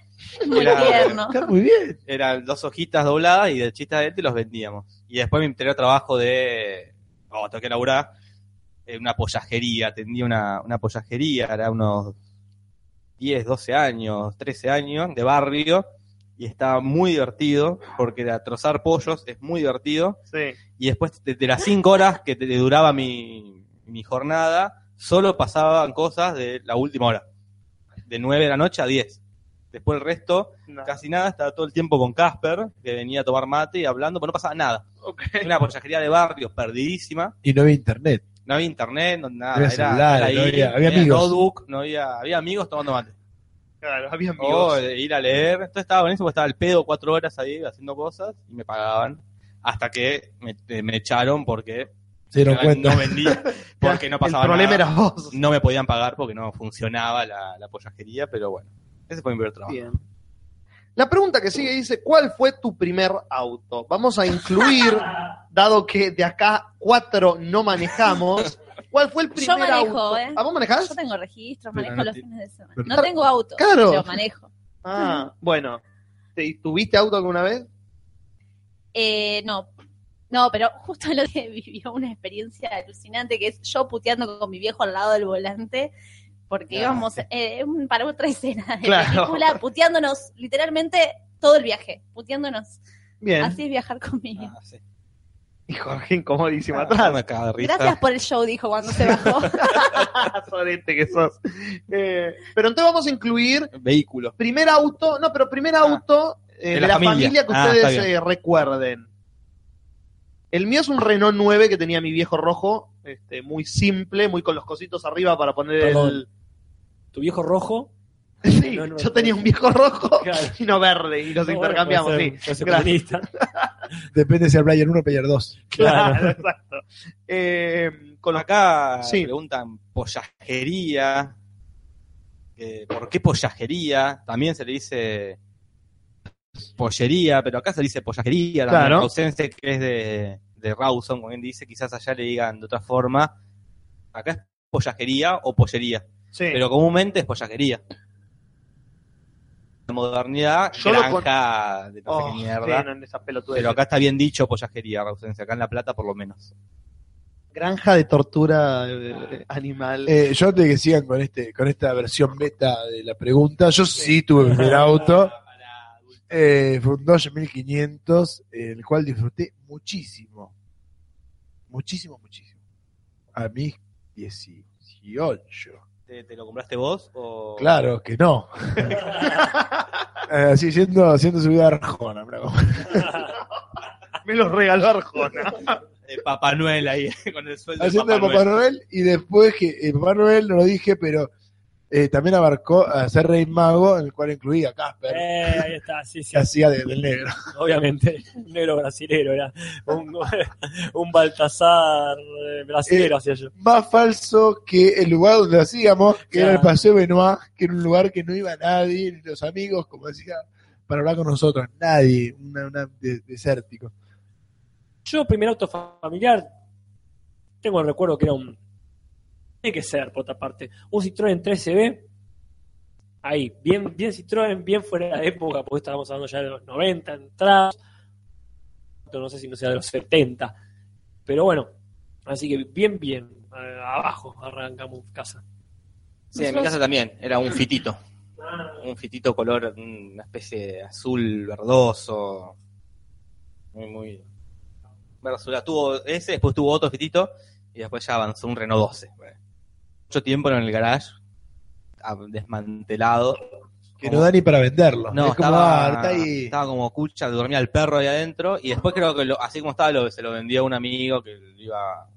[SPEAKER 2] Muy
[SPEAKER 4] Era-
[SPEAKER 2] tierno.
[SPEAKER 5] está muy bien.
[SPEAKER 4] Eran dos hojitas dobladas y del chiste de él te los vendíamos. Y después mi primer trabajo de. Oh, tengo que laburar. En una pollajería, atendía una, una pollajería, era unos 10, 12 años, 13 años, de barrio. Y estaba muy divertido, porque era trozar pollos es muy divertido.
[SPEAKER 1] Sí.
[SPEAKER 4] Y después de, de las 5 horas que te- te duraba mi, mi jornada, solo pasaban cosas de la última hora. De 9 de la noche a 10. Después el resto
[SPEAKER 1] No.
[SPEAKER 4] casi nada, estaba todo el tiempo con Casper, que venía a tomar mate y hablando, pero no pasaba nada.
[SPEAKER 1] Ok.
[SPEAKER 4] Una pollajería de barrios perdidísima,
[SPEAKER 5] Y no había internet.
[SPEAKER 4] no había internet, no nada,
[SPEAKER 5] No había
[SPEAKER 4] era,
[SPEAKER 5] celulares,
[SPEAKER 4] era
[SPEAKER 5] no
[SPEAKER 4] ir,
[SPEAKER 5] había- había
[SPEAKER 4] no
[SPEAKER 5] amigos.
[SPEAKER 4] notebook, no había, había amigos tomando mate.
[SPEAKER 1] Claro, había amigos.
[SPEAKER 4] O de ir a leer, entonces estaba buenísimo, porque estaba el pedo cuatro horas ahí haciendo cosas y me pagaban. Hasta que me, eh, me echaron porque
[SPEAKER 5] Se dieron cuenta.
[SPEAKER 4] no vendía, porque no pasaba
[SPEAKER 1] El problema
[SPEAKER 4] nada.
[SPEAKER 1] era vos.
[SPEAKER 4] No me podían pagar porque no funcionaba la, la pollajería, pero bueno, ese fue mi primer trabajo.
[SPEAKER 1] Bien. La pregunta que sigue dice, ¿cuál fue tu primer auto? Vamos a incluir, dado que de acá cuatro no manejamos, ¿cuál fue el primer
[SPEAKER 2] manejo,
[SPEAKER 1] auto?
[SPEAKER 2] ¿eh?
[SPEAKER 1] ¿Ah, vos
[SPEAKER 2] Yo
[SPEAKER 1] manejás?
[SPEAKER 2] tengo registros,
[SPEAKER 5] Pero
[SPEAKER 2] manejo
[SPEAKER 5] no
[SPEAKER 2] los
[SPEAKER 5] te-
[SPEAKER 2] fines de semana.
[SPEAKER 5] pero-
[SPEAKER 2] no tengo auto,
[SPEAKER 1] Claro.
[SPEAKER 2] pero manejo.
[SPEAKER 1] Ah, bueno. ¿Te- ¿Tuviste auto alguna vez?
[SPEAKER 2] Eh, no, no, pero justo lo que vivió una experiencia alucinante que es yo puteando con mi viejo al lado del volante. Porque
[SPEAKER 4] Ah,
[SPEAKER 2] íbamos
[SPEAKER 4] sí.
[SPEAKER 2] eh, un- para otra escena de
[SPEAKER 1] Claro.
[SPEAKER 2] película, puteándonos literalmente todo el viaje, puteándonos.
[SPEAKER 1] Bien.
[SPEAKER 2] Así es viajar conmigo.
[SPEAKER 4] Ah, sí.
[SPEAKER 1] Y Jorge incomodísimo
[SPEAKER 4] Ah,
[SPEAKER 1] atrás.
[SPEAKER 4] me cago de risa.
[SPEAKER 2] Gracias por el show, dijo cuando se bajó.
[SPEAKER 1] Sorete que sos. Eh, pero entonces vamos a incluir
[SPEAKER 4] Vehículo.
[SPEAKER 1] primer auto, no, pero
[SPEAKER 3] Ah.
[SPEAKER 1] primer auto eh,
[SPEAKER 4] de
[SPEAKER 1] de la,
[SPEAKER 4] la
[SPEAKER 1] familia.
[SPEAKER 4] familia.
[SPEAKER 1] que
[SPEAKER 4] Ah, está
[SPEAKER 1] ustedes
[SPEAKER 4] bien.
[SPEAKER 1] eh, recuerden. El mío es un Renault 9 que tenía mi viejo rojo, este, muy simple, muy con los cositos arriba para poner
[SPEAKER 3] Perdón. Tu viejo rojo.
[SPEAKER 1] el... Sí,
[SPEAKER 3] No, no,
[SPEAKER 1] yo
[SPEAKER 3] no.
[SPEAKER 1] tenía un viejo rojo
[SPEAKER 3] Claro.
[SPEAKER 1] y no verde, y los
[SPEAKER 3] No, bueno,
[SPEAKER 1] intercambiamos,
[SPEAKER 3] puede
[SPEAKER 1] sí.
[SPEAKER 3] ser- puede ser
[SPEAKER 1] Gracias.
[SPEAKER 3] comunista.
[SPEAKER 5] Depende si el player 1 o player 2.
[SPEAKER 1] Claro,
[SPEAKER 3] Claro.
[SPEAKER 1] exacto. Eh, con los
[SPEAKER 4] Acá
[SPEAKER 1] Sí.
[SPEAKER 4] preguntan pollajería. eh, ¿Por qué pollajería? También se le dice pollería, pero acá se dice pollajería, también
[SPEAKER 1] Claro.
[SPEAKER 4] causense, que es de, de Rawson, como bien dice, quizás allá le digan de otra forma. Acá es pollajería o pollería,
[SPEAKER 1] Sí.
[SPEAKER 4] pero comúnmente es pollajería. La modernidad,
[SPEAKER 1] Yo lo con-
[SPEAKER 4] granja de no sé
[SPEAKER 1] Oh,
[SPEAKER 4] qué
[SPEAKER 1] sí,
[SPEAKER 4] mierda.
[SPEAKER 1] no, en esas pelotudeces.
[SPEAKER 4] pero acá está bien dicho pollajería, Rausense, acá en La Plata por lo menos.
[SPEAKER 1] Granja de tortura eh, animal.
[SPEAKER 5] Eh, yo antes de que sigan con este, con esta versión beta de la pregunta, yo sí tuve mi primer auto. Eh, fue un Dodge 1500, eh, el cual disfruté muchísimo. Muchísimo, muchísimo. A mis 18.
[SPEAKER 4] ¿Te, te lo compraste vos? O...
[SPEAKER 5] Claro que no. Eh, Así siendo, haciendo su vida arjona, bravo.
[SPEAKER 1] Me los regaló Arjona.
[SPEAKER 4] Eh, Papá Noel ahí, con el sueldo de
[SPEAKER 5] haciendo
[SPEAKER 4] Papá,
[SPEAKER 5] de Papá
[SPEAKER 4] Noel.
[SPEAKER 5] Noel y después que eh, Papá Noel no lo dije, pero eh, también abarcó a ser rey mago, en el cual incluía a Casper,
[SPEAKER 3] Eh, ahí está, sí, sí,
[SPEAKER 5] que hacía de- del negro.
[SPEAKER 3] obviamente. Un negro brasilero era. Un, un Baltasar eh, brasilero hacía yo.
[SPEAKER 5] Más falso que el lugar donde lo hacíamos, que era el
[SPEAKER 3] Claro.
[SPEAKER 5] Paseo Benoit, que era un lugar que no iba nadie, ni los amigos, como decía, para hablar con nosotros, nadie, una, una- de- desértico.
[SPEAKER 3] Yo, primer auto fa- familiar, tengo el recuerdo que era un. Tiene que ser, por otra parte. Un Citroën 3CB. Ahí, bien, bien Citroën, bien fuera de época, porque estábamos hablando ya de los 90, entrados. No sé si no sea de los 70. Pero bueno, así que bien, bien. eh, abajo arrancamos casa.
[SPEAKER 4] Sí, en mi casa también, era un fitito. Un fitito color, una especie de azul verdoso. Muy, muy. Verdosura. Tuvo ese, después tuvo otro fitito y después ya avanzó un Renault 12. Bueno, Mucho tiempo en el garage, ah, desmantelado.
[SPEAKER 5] Que no da ni para venderlo.
[SPEAKER 4] Oh. No,
[SPEAKER 5] es como,
[SPEAKER 4] estaba,
[SPEAKER 5] ah, está ahí.
[SPEAKER 4] estaba como cucha, dormía el perro ahí adentro. Y después creo que lo- así como estaba, lo, se lo vendió a un amigo que lo iba.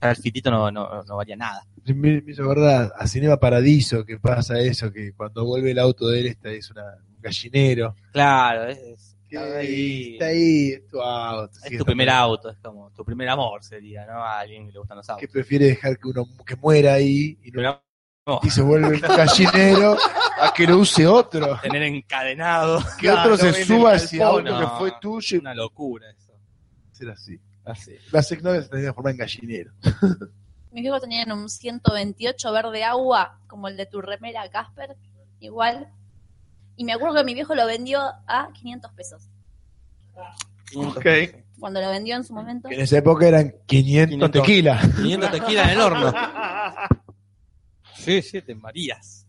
[SPEAKER 4] El fitito no, no, no valía nada.
[SPEAKER 5] Me, me hizo acordar a Cinema Paradiso que pasa eso, que cuando vuelve el auto de él está, es una, un gallinero.
[SPEAKER 4] Claro, es. es-
[SPEAKER 5] Que
[SPEAKER 4] ahí-
[SPEAKER 5] Está ahí, es tu auto.
[SPEAKER 4] Es
[SPEAKER 5] sí,
[SPEAKER 4] tu
[SPEAKER 5] está
[SPEAKER 4] primer
[SPEAKER 5] bien.
[SPEAKER 4] auto, es como tu primer amor, sería, ¿no? A alguien que le gustan los
[SPEAKER 5] Que
[SPEAKER 4] autos.
[SPEAKER 5] prefiere dejar que uno que muera ahí y, no-
[SPEAKER 4] Pero no,
[SPEAKER 5] y se vuelve un gallinero a que lo use otro.
[SPEAKER 4] tener encadenado.
[SPEAKER 5] Que
[SPEAKER 1] Claro,
[SPEAKER 5] otro se
[SPEAKER 1] en el
[SPEAKER 5] suba hacia
[SPEAKER 1] galpón,
[SPEAKER 4] no.
[SPEAKER 5] auto que fue tuyo y
[SPEAKER 4] Una locura eso.
[SPEAKER 5] ser así.
[SPEAKER 4] Así.
[SPEAKER 5] Las exnovias se transforman en gallinero.
[SPEAKER 2] Mis viejos tenían un 128 verde agua, como el de tu remera, Casper, igual. Y me acuerdo que mi viejo lo vendió a 500 pesos.
[SPEAKER 1] Ok.
[SPEAKER 2] Cuando lo vendió en su momento.
[SPEAKER 5] Que en esa época eran 500,
[SPEAKER 4] 500.
[SPEAKER 5] tequila.
[SPEAKER 4] Teniendo tequila en el horno. Sí, sí, te marías.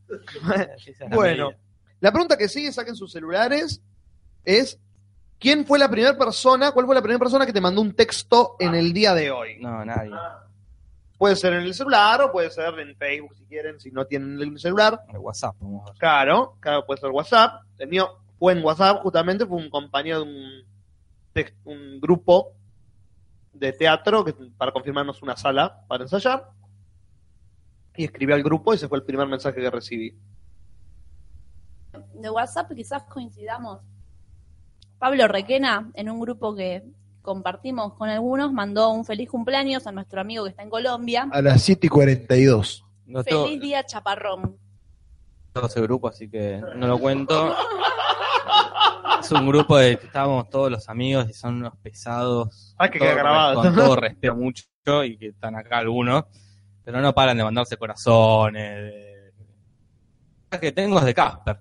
[SPEAKER 1] Bueno. La pregunta que sigue, saquen sus celulares, es ¿quién fue la primera persona, cuál fue la primera persona que te mandó un texto en el día de hoy?
[SPEAKER 4] No, nadie.
[SPEAKER 1] Puede ser en el celular o puede ser en Facebook si quieren, si no tienen el celular.
[SPEAKER 4] El WhatsApp, vamos a ver.
[SPEAKER 1] Claro, claro, puede ser WhatsApp. El mío fue en WhatsApp, justamente, fue un compañero de un, tex- un grupo de teatro que, para confirmarnos una sala para ensayar. Y escribí al grupo y ese fue el primer mensaje que recibí.
[SPEAKER 2] de WhatsApp quizás coincidamos. Pablo Requena, en un grupo que compartimos con algunos, mandó un feliz cumpleaños a nuestro amigo que está en Colombia.
[SPEAKER 5] A las 7 y 42.
[SPEAKER 4] No tengo
[SPEAKER 2] Feliz día, chaparrón.
[SPEAKER 4] todo ese grupo, así que no lo cuento. Es un grupo de que estábamos todos los amigos y son unos pesados.
[SPEAKER 1] Ah, que
[SPEAKER 4] Con
[SPEAKER 1] queda
[SPEAKER 4] todo-
[SPEAKER 1] grabado.
[SPEAKER 4] Con todo respeto mucho y que están acá algunos, pero no paran de mandarse corazones. de- La que tengo es de Casper.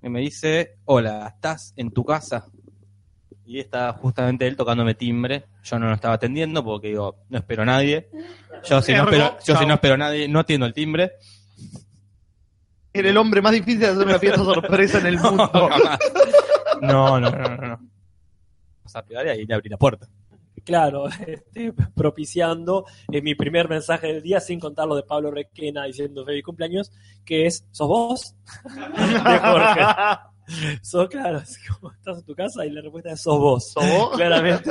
[SPEAKER 4] Y me dice, hola, ¿estás en tu casa? Y está justamente él tocándome timbre. Yo no lo estaba atendiendo porque digo, no espero a nadie. Yo si no
[SPEAKER 1] Ergo,
[SPEAKER 4] espero, yo si
[SPEAKER 1] chao.
[SPEAKER 4] no espero a nadie, no atiendo el timbre.
[SPEAKER 1] Era el hombre más difícil de hacer una fiesta sorpresa en el mundo.
[SPEAKER 4] No, jamás. no, no, no, no, no. Vamos a pegar y ahí le abrí la puerta.
[SPEAKER 3] Claro, este, propiciando eh, mi primer mensaje del día, sin contar lo de Pablo Requena diciendo feliz cumpleaños, que es, ¿sos vos? de Jorge. Sos, claro, así como estás en tu casa y la respuesta es sos vos.
[SPEAKER 1] ¿Sos vos?
[SPEAKER 3] Claramente.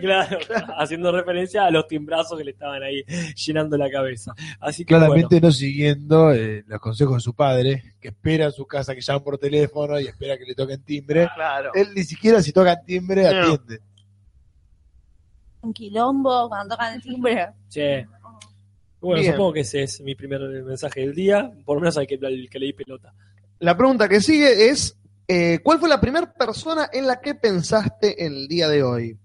[SPEAKER 3] claro, haciendo referencia a los timbrazos que le estaban ahí llenando la cabeza. Así que
[SPEAKER 5] Claramente no siguiendo eh, los consejos de su padre, que espera a su casa que llaman por teléfono y espera que le toquen timbre.
[SPEAKER 1] Claro.
[SPEAKER 5] Él ni siquiera si tocan timbre
[SPEAKER 1] No.
[SPEAKER 5] atiende.
[SPEAKER 2] Un quilombo cuando tocan el timbre.
[SPEAKER 3] bueno, che. Bueno,
[SPEAKER 1] Bien.
[SPEAKER 3] supongo que ese es mi primer mensaje del día, por lo menos al que, al que leí pelota.
[SPEAKER 1] La pregunta que sigue es Eh, ¿Cuál fue la primera persona en la que pensaste el día de hoy?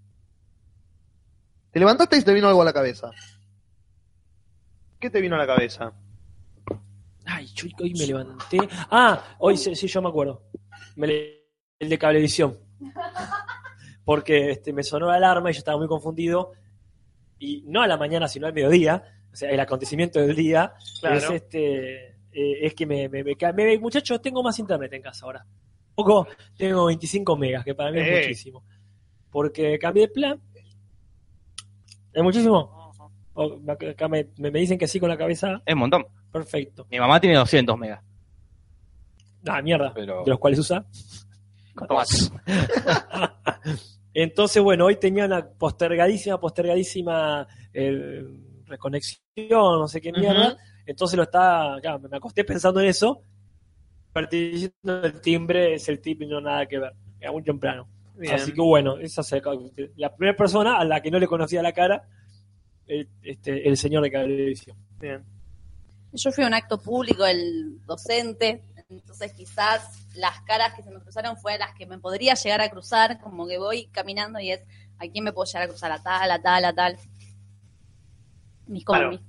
[SPEAKER 1] Te levantaste y te vino algo a la cabeza. ¿Qué te vino a la cabeza?
[SPEAKER 3] Ay, yo hoy me levanté. Ah, hoy sí, sí, yo me acuerdo. Me le- el de cablevisión. Porque este, me sonó la alarma y yo estaba muy confundido. Y no a la mañana, sino al mediodía. O sea, el acontecimiento del día
[SPEAKER 1] Claro.
[SPEAKER 3] es este. eh, es que me, me, me ca- me- Muchachos, tengo más internet en casa ahora. Poco, tengo 25 megas, que para mí
[SPEAKER 1] Eh.
[SPEAKER 3] es muchísimo. Porque cambié de plan. ¿Es muchísimo? O- acá me, me dicen que sí con la cabeza.
[SPEAKER 4] Es un montón.
[SPEAKER 3] Perfecto.
[SPEAKER 4] Mi mamá tiene 200 megas.
[SPEAKER 3] Ah, mierda.
[SPEAKER 4] Pero.
[SPEAKER 3] de los cuales usa.
[SPEAKER 4] Tomás.
[SPEAKER 3] Entonces, bueno, hoy tenía una postergadísima, postergadísima eh, reconexión, no sé qué mierda. Entonces lo estaba, claro, me acosté pensando en eso. Partiendo el timbre es el timbre, no nada que ver. Era muy temprano. Así que bueno, esa se- la primera persona a la que no le conocía la cara, el, este, el señor de Cablevisión.
[SPEAKER 2] Yo fui a un acto público del docente, entonces quizás las caras que se me cruzaron fue las que me podría llegar a cruzar, como que voy caminando y es a quién me puedo llegar a cruzar, a tal, a tal, a tal. Mis
[SPEAKER 1] Claro.
[SPEAKER 2] comis.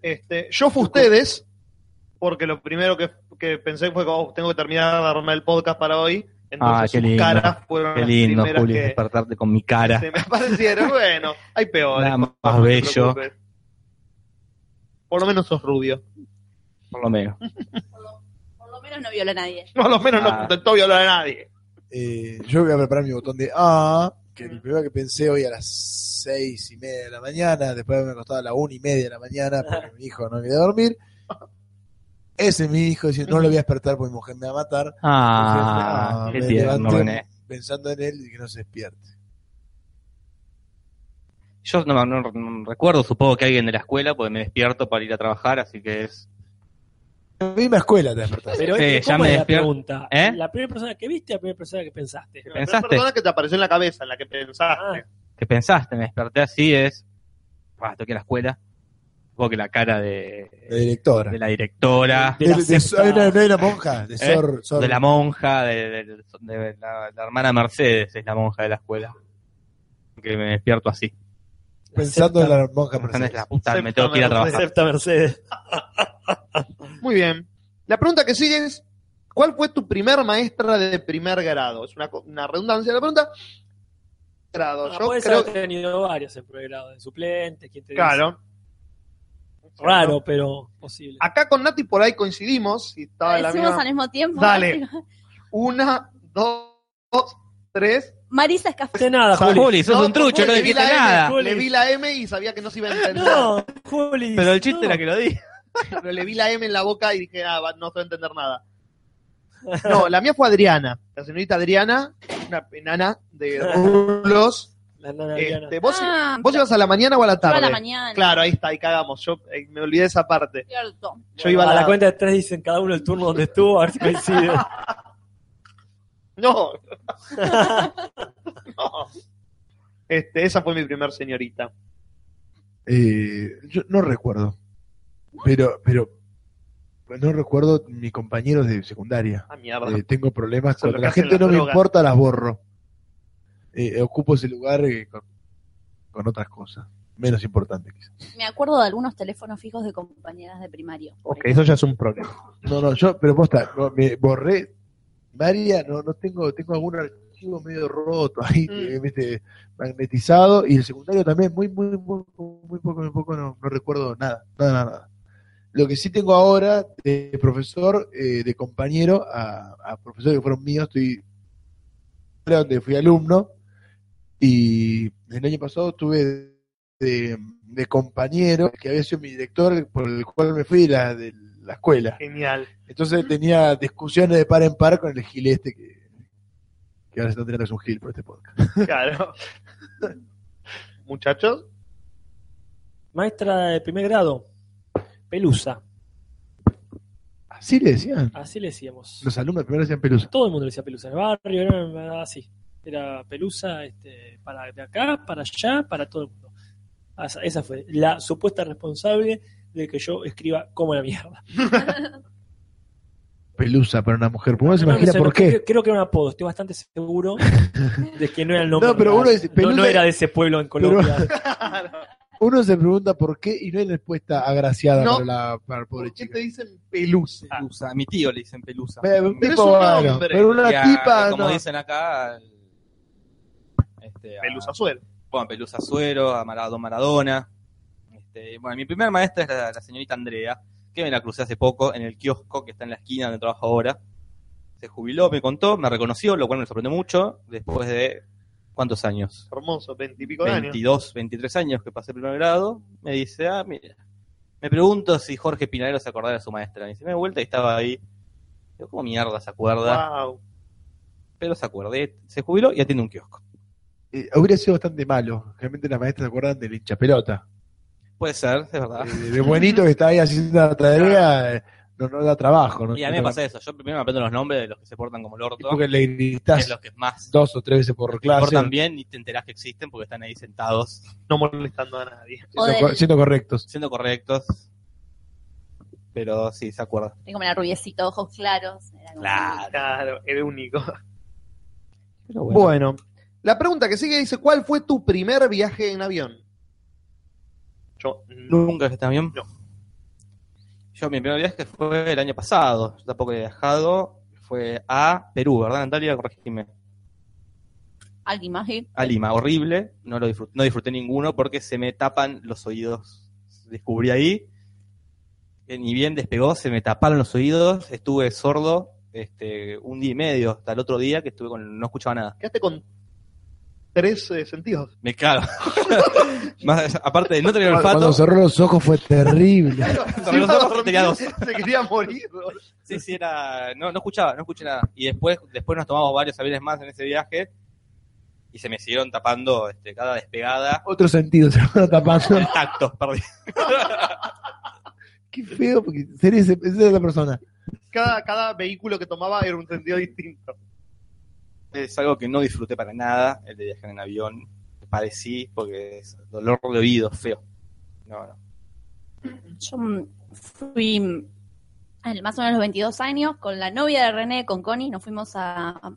[SPEAKER 1] Este, yo fui ustedes, porque lo primero que, que pensé fue oh, tengo que terminar de armar el podcast para hoy. Entonces
[SPEAKER 4] Ah, qué
[SPEAKER 1] sus
[SPEAKER 4] lindo.
[SPEAKER 1] caras fueron
[SPEAKER 4] Qué
[SPEAKER 1] las
[SPEAKER 4] lindo,
[SPEAKER 1] primeras
[SPEAKER 4] Julio,
[SPEAKER 1] que
[SPEAKER 4] despertarte con mi cara.
[SPEAKER 1] se me aparecieron. bueno, hay peores.
[SPEAKER 4] Nada más
[SPEAKER 1] eh, no te
[SPEAKER 4] bello.
[SPEAKER 1] preocupes. Por lo menos sos rubio.
[SPEAKER 4] Por lo menos.
[SPEAKER 2] Por lo menos no viola a nadie.
[SPEAKER 1] Por lo menos
[SPEAKER 4] Ah.
[SPEAKER 1] no intentó violar a nadie.
[SPEAKER 5] Eh, yo voy a preparar mi botón de A, que el primero que pensé hoy a las seis y media de la mañana, después me haberme acostado a las una y media de la mañana porque mi hijo no me quería dormir. Ese es mi hijo, diciendo, no lo voy a despertar porque mi mujer me va a matar.
[SPEAKER 4] Ah,
[SPEAKER 5] Entonces,
[SPEAKER 4] qué
[SPEAKER 5] me
[SPEAKER 4] tierno,
[SPEAKER 5] levanté
[SPEAKER 4] René.
[SPEAKER 5] pensando en él y que no se despierte.
[SPEAKER 4] Yo no, no- no recuerdo, supongo que alguien de la escuela, porque me despierto para ir a trabajar, así que es.
[SPEAKER 5] En la misma escuela te despertaste.
[SPEAKER 3] Pero
[SPEAKER 4] Sí,
[SPEAKER 3] este,
[SPEAKER 4] ya
[SPEAKER 3] ¿cómo
[SPEAKER 4] me
[SPEAKER 3] es la
[SPEAKER 4] despierto.
[SPEAKER 3] pregunta?
[SPEAKER 4] ¿Eh?
[SPEAKER 3] ¿La primera persona que viste, la primera persona que pensaste?
[SPEAKER 1] La
[SPEAKER 4] pensaste?
[SPEAKER 1] persona que te apareció en la cabeza, en la que pensaste.
[SPEAKER 4] ¿Qué pensaste? Me desperté así, es. Ah, toqué la escuela. Supongo que la cara
[SPEAKER 5] La
[SPEAKER 4] de,
[SPEAKER 5] directora.
[SPEAKER 4] de la directora,
[SPEAKER 3] De la
[SPEAKER 5] De- de-
[SPEAKER 3] secta.
[SPEAKER 5] hay una- no hay una monja, de
[SPEAKER 4] ¿Eh?
[SPEAKER 5] Sor. Sor-
[SPEAKER 4] de la monja, de, de- de la, la hermana Mercedes, es la monja de la escuela. Que me despierto así.
[SPEAKER 5] pensando en la monja
[SPEAKER 4] Pensando, "Es
[SPEAKER 5] presente.
[SPEAKER 4] la puta, me tengo que ir a trabajar.
[SPEAKER 3] Excepto Mercedes. Ah.
[SPEAKER 1] Muy bien. La pregunta que sigue es: ¿Cuál fue tu primer maestra de primer grado? Es una, co- una redundancia la pregunta. Grado.
[SPEAKER 3] Ah,
[SPEAKER 1] Yo
[SPEAKER 3] puedes
[SPEAKER 1] creo
[SPEAKER 3] haber tenido varios en primer grado, de suplente, quien te dice.
[SPEAKER 1] Claro.
[SPEAKER 3] Raro, pero posible.
[SPEAKER 4] Ah,
[SPEAKER 1] Acá con Nati por ahí coincidimos. Si estaba en la
[SPEAKER 2] Decimos
[SPEAKER 1] misma.
[SPEAKER 2] al mismo tiempo.
[SPEAKER 1] Dale. Una, dos, dos, tres.
[SPEAKER 2] Marisa
[SPEAKER 3] No
[SPEAKER 2] Escafé.
[SPEAKER 3] dijiste nada,
[SPEAKER 1] Sa-
[SPEAKER 3] Juli.
[SPEAKER 4] Juli, sos
[SPEAKER 1] No,
[SPEAKER 4] un trucho, no
[SPEAKER 1] le vi
[SPEAKER 4] dijiste
[SPEAKER 1] la M,
[SPEAKER 4] nada.
[SPEAKER 3] Juli.
[SPEAKER 1] Le vi la M y sabía que no se iba a entender.
[SPEAKER 3] No, Juli.
[SPEAKER 4] Pero el chiste
[SPEAKER 3] no.
[SPEAKER 4] era que lo dije.
[SPEAKER 1] Pero le vi la M en la boca y dije, ah, va- no se va a entender nada. No, la mía fue Adriana. La señorita Adriana, una enana de
[SPEAKER 3] Ah,
[SPEAKER 1] rulos.
[SPEAKER 3] La nana Adriana.
[SPEAKER 1] Este, ¿Vos,
[SPEAKER 2] Ah,
[SPEAKER 1] vos ibas a la mañana o a la
[SPEAKER 2] yo
[SPEAKER 1] tarde?
[SPEAKER 2] a la mañana.
[SPEAKER 1] Claro, ahí está, ahí cagamos. Yo eh, me olvidé esa parte.
[SPEAKER 2] Cierto.
[SPEAKER 1] Yo iba a la,
[SPEAKER 3] cuenta de tres dicen cada uno el turno donde estuvo, a ver si coincide.
[SPEAKER 1] No. No. Este, esa fue mi primer señorita.
[SPEAKER 5] Eh, yo no recuerdo. Pero, pero no recuerdo mis compañeros de secundaria.
[SPEAKER 1] Ah, mierda.
[SPEAKER 5] Eh, tengo problemas
[SPEAKER 1] Eso es
[SPEAKER 5] cuando
[SPEAKER 1] lo que
[SPEAKER 5] la
[SPEAKER 1] hacen
[SPEAKER 5] gente
[SPEAKER 1] las
[SPEAKER 5] no me
[SPEAKER 1] drogas.
[SPEAKER 5] importa, las borro. Eh, ocupo ese lugar eh, con, con otras cosas. Menos importantes, quizás.
[SPEAKER 2] Me acuerdo de algunos teléfonos fijos de compañeras de primario.
[SPEAKER 1] Ok, eso ya es un problema.
[SPEAKER 5] No, no, yo, pero posta, no, me borré. María, no, no tengo, tengo algún archivo medio roto ahí,
[SPEAKER 1] Mm.
[SPEAKER 5] eh, viste, magnetizado. Y el secundario también, muy, muy, muy, muy poco, muy poco, no, no recuerdo nada, nada, nada, nada. Lo que sí tengo ahora de profesor, eh, de compañero, a, a profesores que fueron míos, estoy donde fui alumno. Y el año pasado estuve de, de compañero, que había sido mi director, por el cual me fui de la, de la escuela.
[SPEAKER 1] Genial.
[SPEAKER 5] Entonces tenía discusiones de par en par con el gil este que, que ahora se está teniendo que es un gil por este podcast.
[SPEAKER 1] Claro. Muchachos,
[SPEAKER 3] Maestra de primer grado, Pelusa,
[SPEAKER 5] Así le decían.
[SPEAKER 3] así le decíamos.
[SPEAKER 5] Los alumnos primero decían pelusa.
[SPEAKER 3] Todo el mundo le decía Pelusa en el barrio, era así. Era Pelusa este, para de acá, para allá, para todo el mundo. Esa, esa fue la supuesta responsable de que yo escriba como la mierda.
[SPEAKER 5] pelusa para una mujer. Pero uno se
[SPEAKER 3] No,
[SPEAKER 5] imagina
[SPEAKER 3] no sé,
[SPEAKER 5] por
[SPEAKER 3] no,
[SPEAKER 5] qué.
[SPEAKER 3] Creo, creo que era un apodo, estoy bastante seguro de que no era el nombre.
[SPEAKER 5] No, pero uno dice,
[SPEAKER 3] no, no
[SPEAKER 5] pelusa-
[SPEAKER 3] era de ese pueblo en
[SPEAKER 5] Pero-
[SPEAKER 3] Colombia.
[SPEAKER 5] Uno se pregunta por qué y no hay respuesta agraciada
[SPEAKER 1] No.
[SPEAKER 5] para, la, para el pobre
[SPEAKER 1] ¿Por qué
[SPEAKER 5] chico.
[SPEAKER 1] te dicen pelusa?
[SPEAKER 4] Pelusa. A mi tío le dicen pelusa.
[SPEAKER 5] Pero, un
[SPEAKER 1] Pero
[SPEAKER 5] tipo
[SPEAKER 1] es un
[SPEAKER 5] bueno,
[SPEAKER 1] hombre.
[SPEAKER 5] pero una
[SPEAKER 4] Y a-
[SPEAKER 5] tipa.
[SPEAKER 4] Como
[SPEAKER 5] no.
[SPEAKER 4] dicen acá. al- Este, a-
[SPEAKER 1] Pelusa suelo.
[SPEAKER 4] bueno, a Pelusa Suero, a Maradona Maradona. Este, bueno, mi primer maestra es la, la señorita Andrea, que me la crucé hace poco en el kiosco que está en la esquina donde trabajo ahora. Se jubiló, me contó, me reconoció, lo cual me sorprendió mucho, después de cuántos años.
[SPEAKER 1] Hermoso, veintipico de años.
[SPEAKER 4] 22, 23 años que pasé primer grado, me dice, ah, mira, me pregunto si Jorge Pinarello se acordaba de su maestra. Me dice, me di vuelta y estaba ahí. Digo, ¿cómo mierda se acuerda?
[SPEAKER 1] Wow.
[SPEAKER 4] Pero se acordé, se jubiló y atiende un kiosco.
[SPEAKER 5] Eh, hubiera sido bastante malo. Realmente las maestras se acuerdan del hincha pelota.
[SPEAKER 4] Puede ser, es verdad.
[SPEAKER 5] Eh, de buenito que está ahí haciendo la tarea, eh, no, no da trabajo. ¿no?
[SPEAKER 4] Y a mí me pasa eso. Yo primero me aprendo los nombres de los que se portan como el
[SPEAKER 5] Y
[SPEAKER 4] orto.
[SPEAKER 5] Porque le
[SPEAKER 4] que es
[SPEAKER 5] gritás
[SPEAKER 4] los que más se
[SPEAKER 5] dos o tres veces por clase.
[SPEAKER 4] portan bien y te enterás que existen porque están ahí sentados,
[SPEAKER 1] No molestando a nadie.
[SPEAKER 2] O
[SPEAKER 5] siendo,
[SPEAKER 2] del-
[SPEAKER 5] siendo correctos.
[SPEAKER 4] siendo correctos. Pero sí, se acuerda.
[SPEAKER 2] Y como era rubiecito, ojos claros. era como-
[SPEAKER 1] Claro, el único.
[SPEAKER 4] Pero
[SPEAKER 1] Bueno. la pregunta que sigue dice: ¿Cuál fue tu primer viaje en avión? Yo
[SPEAKER 4] Nunca está bien.
[SPEAKER 1] No.
[SPEAKER 4] Yo, mi primer viaje fue el año pasado. Yo tampoco he viajado. Fue a Perú, ¿verdad, Natalia? Corregime.
[SPEAKER 2] Alguien más. ¿eh?
[SPEAKER 4] A Lima, horrible. No lo disfruté, no disfruté ninguno porque se me tapan los oídos. Descubrí ahí que ni bien despegó, se me taparon los oídos. Estuve sordo este, un día y medio hasta el otro día que estuve con, no escuchaba nada.
[SPEAKER 1] quedaste con tres eh, sentidos.
[SPEAKER 4] Me cago. Más- aparte de no tener
[SPEAKER 5] Cuando,
[SPEAKER 4] olfato,
[SPEAKER 5] cuando cerró los ojos fue terrible.
[SPEAKER 4] Sobre los ojos
[SPEAKER 1] Dormí,
[SPEAKER 4] tenía dos.
[SPEAKER 1] Se quería morir.
[SPEAKER 4] sí, sí, era, no, no escuchaba, no escuché nada. Y después, después nos tomamos varios aviones más en ese viaje y se me siguieron tapando este, cada despegada.
[SPEAKER 5] Otro sentido se lo tapando.
[SPEAKER 4] El tacto, perdí.
[SPEAKER 5] Qué feo, porque ser ese, esa es la persona.
[SPEAKER 1] Cada, cada vehículo que tomaba era un sentido distinto.
[SPEAKER 4] es algo que no disfruté para nada, el de viajar en avión. Padecí porque es dolor de oído, feo. No, no.
[SPEAKER 2] Yo mm, fui mm, al- más o menos a los 22 años con la novia de René, con Connie, nos fuimos a, a-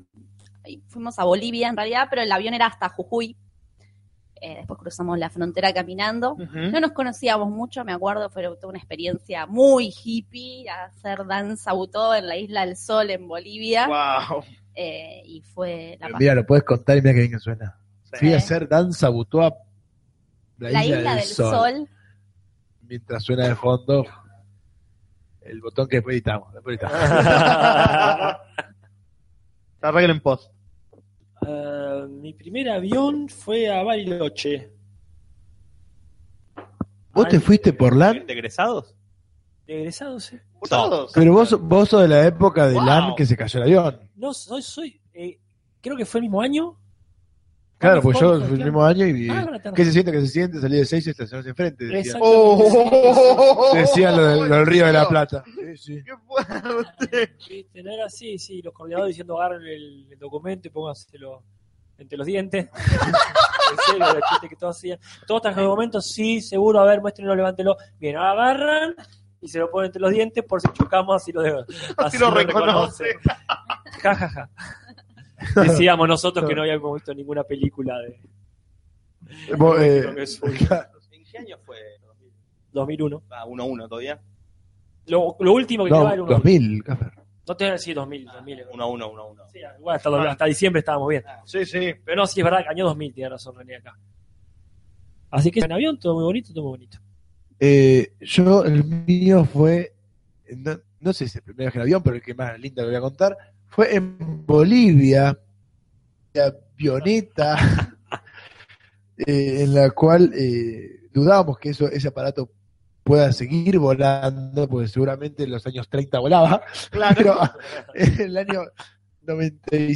[SPEAKER 2] y fuimos a Bolivia en realidad, pero el avión era hasta Jujuy. Eh, después cruzamos la frontera caminando. No nos conocíamos mucho, me acuerdo, fue toda una experiencia muy hippie, hacer danza butó en la Isla del Sol en Bolivia.
[SPEAKER 1] Wow.
[SPEAKER 2] eh, y fue la,
[SPEAKER 5] Mira, lo puedes contar y mira que bien que suena. Fui a hacer danza butoa
[SPEAKER 2] la Isla, del, Sol.
[SPEAKER 5] Mientras suena de fondo el botón que después editamos. Después editamos.
[SPEAKER 1] Se arreglen post.
[SPEAKER 3] Ah, mi primer avión fue a Bariloche.
[SPEAKER 5] ¿Vos te fuiste por LAN?
[SPEAKER 4] ¿De egresados?
[SPEAKER 3] De egresado, sí.
[SPEAKER 1] Por todos.
[SPEAKER 5] Pero vos, vos sos de la época de
[SPEAKER 1] Wow.
[SPEAKER 5] LAN que se cayó el avión.
[SPEAKER 3] No, soy, soy, eh, creo que fue el mismo año.
[SPEAKER 5] Claro,
[SPEAKER 3] ¿Cuándo
[SPEAKER 5] pues
[SPEAKER 3] fue?
[SPEAKER 5] yo
[SPEAKER 3] ¿Fue
[SPEAKER 5] fui el
[SPEAKER 3] qué
[SPEAKER 5] mismo año y vi.
[SPEAKER 3] Ah, ahora tenés
[SPEAKER 5] ¿Qué se siente? ¿Qué se siente? Salí de seis y estacionarse enfrente. Decía,
[SPEAKER 3] Exacto.
[SPEAKER 1] Oh.
[SPEAKER 5] decía lo del, lo del Río de la Plata. Sí, sí.
[SPEAKER 1] Qué fuerte.
[SPEAKER 3] Viste, no era así, sí, los coordinadores diciendo agarren el, el documento y pónganselo entre los dientes. en serio, el chiste que todos hacían. Todos trajeron documentos, sí, seguro, a ver, muéstrenlo, levántelo. Bien, agarran y se lo ponen entre los dientes por si chocamos, así lo, de- así
[SPEAKER 1] lo reconoce.
[SPEAKER 3] reconoce. Ja, ja, ja. Decíamos nosotros que no habíamos visto ninguna película de
[SPEAKER 5] Vos, eh,
[SPEAKER 3] Creo que es un
[SPEAKER 4] ¿En qué año fue?
[SPEAKER 3] 2001.
[SPEAKER 4] Ah, 1-1 todavía.
[SPEAKER 3] Lo, lo último que te va
[SPEAKER 5] no,
[SPEAKER 3] era un
[SPEAKER 5] 2000, Café.
[SPEAKER 3] No te voy a decir 2000, 2000.
[SPEAKER 4] 1-1, 1-1.
[SPEAKER 3] Sí, igual hasta, hasta diciembre estábamos bien.
[SPEAKER 1] Sí, sí.
[SPEAKER 3] Pero no, sí, es verdad, año 2000 tiene razón René acá. Así que en avión todo muy bonito, todo muy bonito.
[SPEAKER 5] Eh, yo, el mío fue, no, no sé si el primer viaje en avión, pero el que más lindo que voy a contar, fue en Bolivia, la avioneta, eh, en la cual eh, dudábamos que eso, ese aparato pueda seguir volando, porque seguramente en los años 30 volaba, pero en el año 90 y,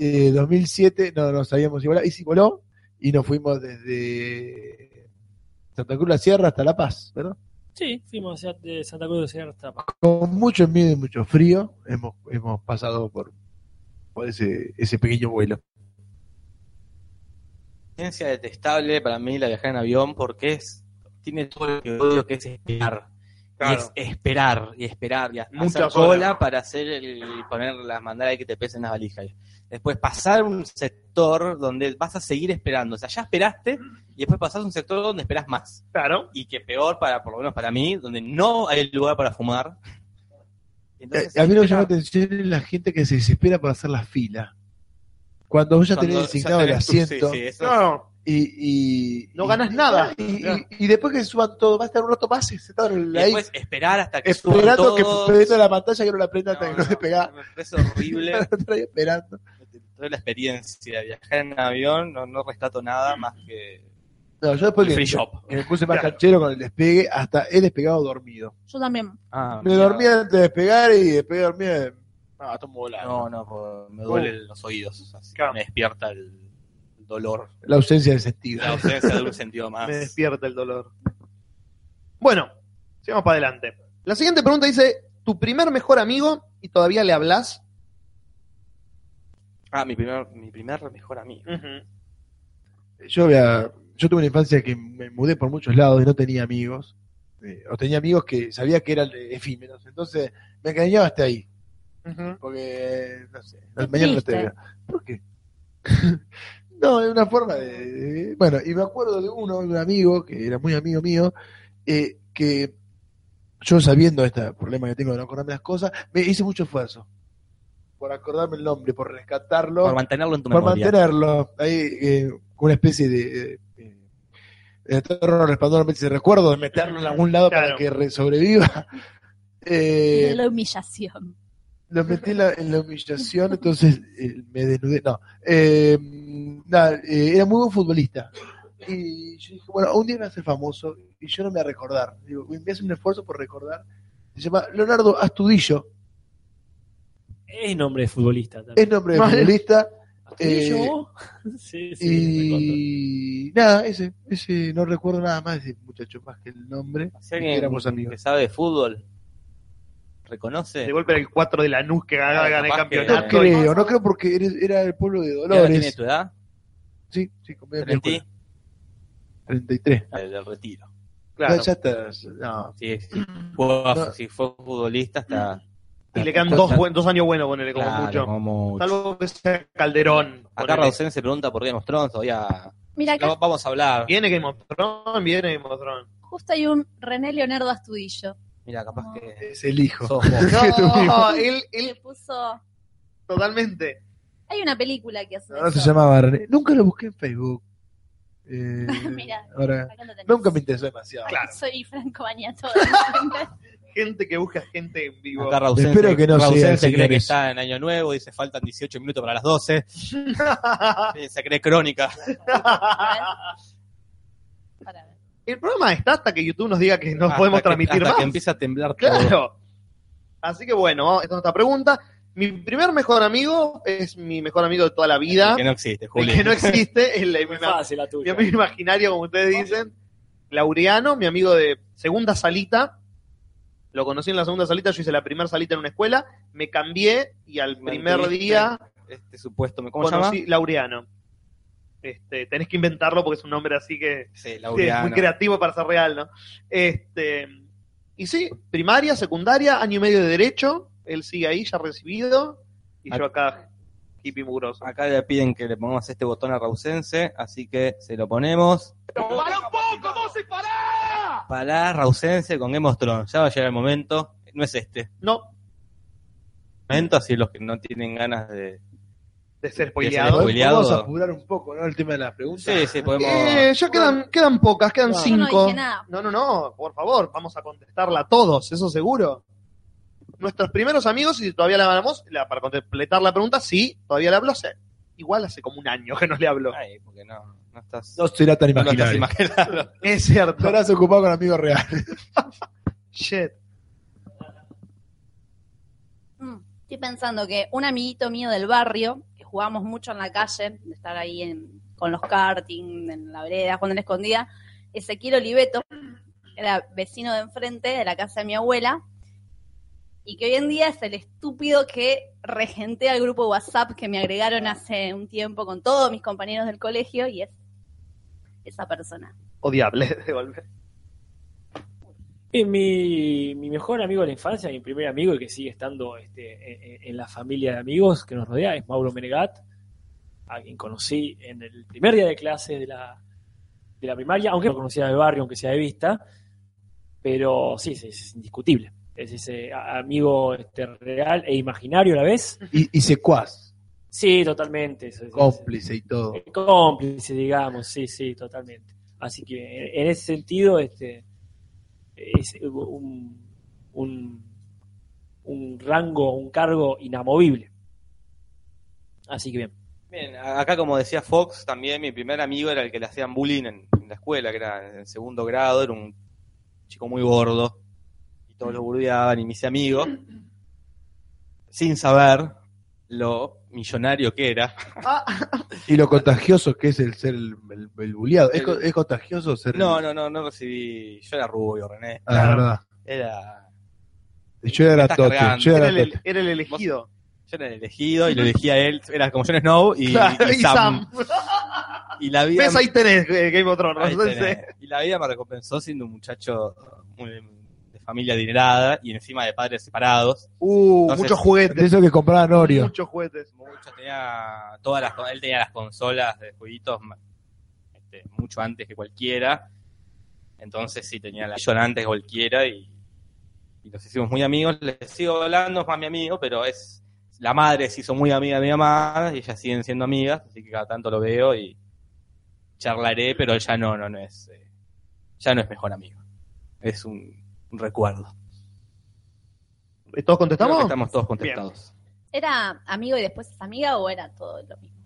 [SPEAKER 5] eh, 2007 no, no sabíamos si volaba, y si voló, y nos fuimos desde Santa Cruz la Sierra hasta La Paz, ¿verdad?
[SPEAKER 3] Sí, fuimos hacia de Santa Cruz de Sierra hasta
[SPEAKER 5] con mucho miedo y mucho frío hemos, hemos pasado por, por ese, ese pequeño vuelo.
[SPEAKER 4] experiencia detestable para mí la viajar en avión porque es tiene todo lo que odio que es esperar.
[SPEAKER 8] Claro.
[SPEAKER 4] Y es esperar, y esperar, y hacer
[SPEAKER 8] Mucha
[SPEAKER 4] cola,
[SPEAKER 8] cola.
[SPEAKER 4] para hacer el, poner las mandalas que te pesen las valijas. Después pasar un sector donde vas a seguir esperando. O sea, ya esperaste y después pasás a un sector donde esperás más.
[SPEAKER 8] Claro.
[SPEAKER 4] Y que peor para, por lo menos para mí, donde no hay lugar para fumar. Entonces,
[SPEAKER 5] a mí lo que llama la
[SPEAKER 4] espera.
[SPEAKER 5] atención es la gente que se desespera para hacer la fila. Cuando vos ya
[SPEAKER 4] Cuando
[SPEAKER 5] tenés
[SPEAKER 4] ya
[SPEAKER 5] designado el
[SPEAKER 4] tenés tu-
[SPEAKER 5] asiento
[SPEAKER 4] sí, sí, eso es-
[SPEAKER 8] No,
[SPEAKER 5] Y, y-
[SPEAKER 1] No
[SPEAKER 5] y-
[SPEAKER 1] ganas nada.
[SPEAKER 5] Y, y- y después que suban todo, va a estar un rato más sentado en
[SPEAKER 4] y
[SPEAKER 5] el ahí,
[SPEAKER 4] después esperar hasta que suban
[SPEAKER 5] esperando que
[SPEAKER 4] todos.
[SPEAKER 5] prenda la pantalla que no la prenda
[SPEAKER 4] No,
[SPEAKER 5] hasta que
[SPEAKER 4] no,
[SPEAKER 5] no se pega.
[SPEAKER 4] Es horrible.
[SPEAKER 5] esperando.
[SPEAKER 4] toda la experiencia de viajar en avión, no, no rescato nada más que
[SPEAKER 5] No, yo después
[SPEAKER 4] el
[SPEAKER 5] que,
[SPEAKER 4] free shop.
[SPEAKER 5] que me puse más
[SPEAKER 8] Claro.
[SPEAKER 5] canchero con el despegue, hasta he despegado dormido.
[SPEAKER 2] Yo también.
[SPEAKER 4] Ah,
[SPEAKER 5] Me dormía antes de despegar y después dormía. Ah, tomo volado.
[SPEAKER 4] No, no, por- me duelen los oídos. Así que
[SPEAKER 8] Claro.
[SPEAKER 4] Me despierta el dolor,
[SPEAKER 5] La ausencia de sentido.
[SPEAKER 4] la ausencia de un sentido más.
[SPEAKER 1] Me despierta el dolor. Bueno, sigamos para adelante. La siguiente pregunta dice: ¿Tu primer mejor amigo y todavía le hablas?
[SPEAKER 4] Ah, mi primer, mi primer mejor amigo.
[SPEAKER 5] Yo, había- yo tuve una infancia que me mudé por muchos lados y no tenía amigos. Eh, o tenía amigos que sabía que eran eh, efímeros. Entonces me engañaba hasta ahí. Porque, no sé,
[SPEAKER 2] Qué
[SPEAKER 5] mañana no
[SPEAKER 2] triste.
[SPEAKER 5] te veo. ¿Por qué? no, es una forma de, de- Bueno, y me acuerdo de uno, de un amigo, que era muy amigo mío, eh, que yo sabiendo este problema que tengo de no acordarme las cosas, me hice mucho esfuerzo por acordarme el nombre, por rescatarlo,
[SPEAKER 4] Por
[SPEAKER 5] por,
[SPEAKER 4] mantenerlo en tu memoria.
[SPEAKER 5] mantenerlo. Ahí, eh, una especie de... eh, eh, de terror resplandor, de recuerdo, de meterlo en algún lado para
[SPEAKER 8] Claro.
[SPEAKER 5] que re- sobreviva. Eh,
[SPEAKER 2] De la humillación.
[SPEAKER 5] lo metí en la, en la humillación, entonces eh, me desnudé. No, Eh, nada, eh, era muy buen futbolista. Y yo dije, bueno, un día me va a ser famoso y yo no me voy a recordar. Digo, uy, me hace un esfuerzo por recordar. Se llama Leonardo Astudillo,
[SPEAKER 3] Es nombre de futbolista también.
[SPEAKER 5] es nombre de
[SPEAKER 1] Vale.
[SPEAKER 5] futbolista. eh,
[SPEAKER 3] ¿Astudillo? sí, sí.
[SPEAKER 5] y nada, ese, ese, no recuerdo nada más de ese muchacho, más que el nombre.
[SPEAKER 4] Si
[SPEAKER 5] Y que
[SPEAKER 4] alguien
[SPEAKER 5] éramos
[SPEAKER 4] que
[SPEAKER 5] amigos.
[SPEAKER 4] sabe de fútbol, reconoce.
[SPEAKER 1] De golpe era el 4 de la Lanús que gana,
[SPEAKER 4] Ah,
[SPEAKER 1] gana el
[SPEAKER 4] capaz que-
[SPEAKER 5] No
[SPEAKER 1] campeonato.
[SPEAKER 5] creo, no creo porque era- era el pueblo de
[SPEAKER 4] ¿Y ahora tiene
[SPEAKER 5] Dolores.
[SPEAKER 4] tu edad?
[SPEAKER 5] Sí, sí, con medio
[SPEAKER 4] ¿Trentí?
[SPEAKER 5] escuela. 33.
[SPEAKER 4] El Eh, del retiro.
[SPEAKER 1] Claro.
[SPEAKER 5] No, ya está, no,
[SPEAKER 4] Sí, sí. Fue-
[SPEAKER 5] No.
[SPEAKER 4] Si fue futbolista, está.
[SPEAKER 1] Y le quedan dos, buen- dos años buenos, ponele, como
[SPEAKER 4] Claro,
[SPEAKER 1] mucho.
[SPEAKER 4] como mucho.
[SPEAKER 1] Salvo que sea Calderón.
[SPEAKER 4] Acá
[SPEAKER 1] ponele.
[SPEAKER 4] Rausen se pregunta por Game of Thrones, todavía
[SPEAKER 2] Mira, acá
[SPEAKER 4] no, vamos a hablar.
[SPEAKER 1] Viene Game of Thrones, viene Game of Thrones.
[SPEAKER 2] justo hay un René Leonardo Astudillo.
[SPEAKER 4] Mira, capaz que
[SPEAKER 5] es el hijo.
[SPEAKER 4] sos vos.
[SPEAKER 1] No, él,
[SPEAKER 2] Le
[SPEAKER 1] él
[SPEAKER 2] puso.
[SPEAKER 1] totalmente.
[SPEAKER 2] Hay una película que hace.
[SPEAKER 5] No, no se
[SPEAKER 2] eso.
[SPEAKER 5] llamaba René. Nunca lo busqué en Facebook. Eh,
[SPEAKER 2] Mirá.
[SPEAKER 5] ahora,
[SPEAKER 2] Acá lo tenés.
[SPEAKER 5] nunca me interesó demasiado.
[SPEAKER 2] Soy Franco Bañato.
[SPEAKER 1] Gente que busca gente en vivo.
[SPEAKER 4] Acá Rausen
[SPEAKER 5] Espero
[SPEAKER 4] se-
[SPEAKER 5] que no
[SPEAKER 4] Rausen
[SPEAKER 5] sea,
[SPEAKER 4] se cree que
[SPEAKER 5] señores.
[SPEAKER 4] está en Año Nuevo, dice faltan 18 minutos para las 12. Eh, se cree crónica.
[SPEAKER 2] Para ver.
[SPEAKER 1] El programa está hasta que YouTube nos diga que no
[SPEAKER 4] Hasta
[SPEAKER 1] podemos
[SPEAKER 4] que-
[SPEAKER 1] transmitir
[SPEAKER 4] hasta
[SPEAKER 1] más.
[SPEAKER 4] que empieza a temblar todo.
[SPEAKER 1] Claro. Así que bueno, vamos- esta es otra pregunta. Mi primer mejor amigo es mi mejor amigo de toda la vida,
[SPEAKER 4] El Que no existe,
[SPEAKER 1] el
[SPEAKER 4] Juli.
[SPEAKER 1] que no existe, el, el-
[SPEAKER 3] Muy
[SPEAKER 1] mi,
[SPEAKER 3] fácil la tuya.
[SPEAKER 1] amigo imaginario, como ustedes dicen. Laureano, mi amigo de segunda salita. Lo conocí en la segunda salita, yo hice la primera salita en una escuela, me cambié y al primer
[SPEAKER 4] Mantuviste
[SPEAKER 1] día
[SPEAKER 4] Este supuesto, ¿cómo se
[SPEAKER 1] conocí
[SPEAKER 4] llama?
[SPEAKER 1] Laureano. Este, tenés que inventarlo porque es un nombre así que
[SPEAKER 4] Sí,
[SPEAKER 1] Sí, es muy creativo para ser real, ¿no? Este, y sí, primaria, secundaria, año y medio de derecho, él sigue ahí, ya recibido, y yo acá, hippie mugroso.
[SPEAKER 4] Acá le piden que le pongamos este botón a Rausense, así que se lo ponemos. ¡Para un poco, pará! Pará, Rausense con Game of Thrones. Ya va a llegar el momento. No es este.
[SPEAKER 1] No,
[SPEAKER 4] Momento, así los que no tienen ganas de.
[SPEAKER 1] de ser
[SPEAKER 4] De
[SPEAKER 1] spoileado.
[SPEAKER 4] ser spoileado.
[SPEAKER 5] Vamos a apurar un poco, ¿no? El tema de las preguntas.
[SPEAKER 4] Sí, sí, podemos.
[SPEAKER 1] Eh, ya quedan, quedan pocas, quedan
[SPEAKER 5] Yo no
[SPEAKER 1] cinco.
[SPEAKER 2] dije nada.
[SPEAKER 1] no, no, no, por favor, vamos a contestarla todos, eso seguro. Nuestros primeros amigos, si todavía la hablamos, la- para completar la pregunta, sí, todavía la hablo, hace- igual hace como un año que no le hablo.
[SPEAKER 4] Ay, porque no, no estás.
[SPEAKER 5] No será tan
[SPEAKER 4] no lo estás
[SPEAKER 5] imaginario.
[SPEAKER 4] imaginando.
[SPEAKER 1] Es cierto.
[SPEAKER 5] Estarás ocupado con amigos reales.
[SPEAKER 1] Shit.
[SPEAKER 2] Mm, Estoy pensando que un amiguito mío del barrio, que jugábamos mucho en la calle, de estar ahí en- con los karting, en la vereda, cuando en la escondida, Ezequiel Oliveto, que era vecino de enfrente de la casa de mi abuela, y que hoy en día es el estúpido que regentea el grupo WhatsApp que me agregaron hace un tiempo con todos mis compañeros del colegio, y es esa persona.
[SPEAKER 1] Odiable, de golpe.
[SPEAKER 3] Y mi, mi mejor amigo de la infancia, mi primer amigo y que sigue estando este, en- en, en la familia de amigos que nos rodea, es Mauro Menegat, a quien conocí en el primer día de clase de la, de la primaria, aunque lo conocía de barrio, aunque sea de vista, pero sí, es, es indiscutible. Es ese a- amigo este, real e imaginario a la vez.
[SPEAKER 5] Y, y secuaz,
[SPEAKER 3] Sí, totalmente. es- es-
[SPEAKER 5] cómplice y todo.
[SPEAKER 3] eh, cómplice, digamos, sí, sí, totalmente. Así que en, en ese sentido, este es un, un, un rango, un cargo inamovible. Así que bien.
[SPEAKER 4] Bien, a- acá como decía Fox, también mi primer amigo era el que le hacían bullying en, en la escuela, que era en segundo grado, era un chico muy gordo, y todos lo burdeaban, y mis amigos, sin saber lo millonario que era,
[SPEAKER 5] Y lo contagioso que es el ser el, el, el buleado. ¿Es, co- es contagioso ser.?
[SPEAKER 4] no, no, no, no recibí, yo era rubio, René,
[SPEAKER 5] Ah, la verdad.
[SPEAKER 4] era,
[SPEAKER 5] Yo
[SPEAKER 4] Me
[SPEAKER 5] era
[SPEAKER 4] estás
[SPEAKER 5] tote.
[SPEAKER 4] cargando.
[SPEAKER 5] Yo
[SPEAKER 1] Era
[SPEAKER 5] era
[SPEAKER 1] el,
[SPEAKER 5] tote.
[SPEAKER 1] era el elegido.
[SPEAKER 4] yo era el elegido, y lo elegía a él, era como Jon Snow y,
[SPEAKER 1] Claro,
[SPEAKER 4] y Sam, y la vida...
[SPEAKER 1] Ves, ahí tenés eh, Game of Thrones. eh,
[SPEAKER 4] Ahí
[SPEAKER 1] entonces,
[SPEAKER 4] tenés. Y la vida me recompensó siendo un muchacho muy de familia adinerada y encima de padres separados.
[SPEAKER 1] Uh,
[SPEAKER 4] Entonces,
[SPEAKER 1] muchos
[SPEAKER 5] De
[SPEAKER 1] juguetes.
[SPEAKER 5] eso que compraban Oreo.
[SPEAKER 1] Muchos juguetes.
[SPEAKER 4] Mucho tenía todas las, él tenía las consolas de jueguitos ma- este, mucho antes que cualquiera. Entonces sí tenía la millón antes que cualquiera y, y nos hicimos muy amigos. Les sigo hablando, es más mi amigo, pero es la madre se hizo muy amiga de mi mamá y ellas siguen siendo amigas, así que cada tanto lo veo y charlaré, pero ya no, no, no es, eh, ya no es mejor amigo. Es un, un recuerdo.
[SPEAKER 1] ¿Eh, ¿Todos
[SPEAKER 4] Creo que
[SPEAKER 1] contestamos?
[SPEAKER 4] Estamos todos contestados.
[SPEAKER 2] ¿Era amigo y después es amiga o era todo lo mismo?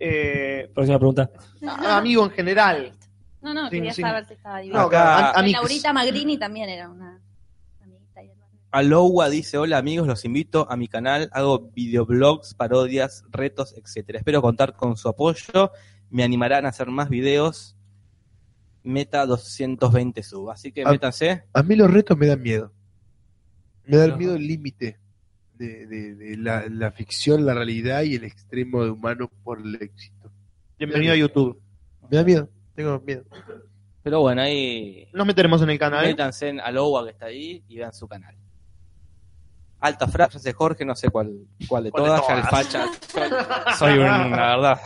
[SPEAKER 1] Eh,
[SPEAKER 3] Próxima pregunta.
[SPEAKER 1] a- Ah, amigo en general.
[SPEAKER 2] No, no,
[SPEAKER 1] Sí,
[SPEAKER 2] quería
[SPEAKER 1] sí.
[SPEAKER 2] saber si estaba dividido.
[SPEAKER 1] No,
[SPEAKER 4] Acá-
[SPEAKER 1] a, a mí-
[SPEAKER 2] Laurita Magrini también era una amiguita y hermana.
[SPEAKER 4] Alowa dice, hola amigos, los invito a mi canal, hago videoblogs, parodias, retos, etcétera. Espero contar con su apoyo, me animarán a hacer más videos. Meta 220 sub, así que
[SPEAKER 5] Ah.
[SPEAKER 4] métanse.
[SPEAKER 5] A mí los retos me dan miedo. Me da el
[SPEAKER 3] Ajá.
[SPEAKER 5] miedo el límite de, de- de la, la ficción, la realidad y el extremo de humano por el éxito.
[SPEAKER 1] Bienvenido a YouTube.
[SPEAKER 5] Me da miedo, tengo miedo.
[SPEAKER 4] Pero bueno, ahí
[SPEAKER 1] Nos meteremos en el canal. ¿eh?
[SPEAKER 4] métanse en Alowa que está ahí y vean su canal. Alta frase de Jorge, no sé cuál, cuál de
[SPEAKER 1] ¿Cuál de
[SPEAKER 4] todas, ya el
[SPEAKER 1] todas?
[SPEAKER 4] facha. Soy un- la verdad,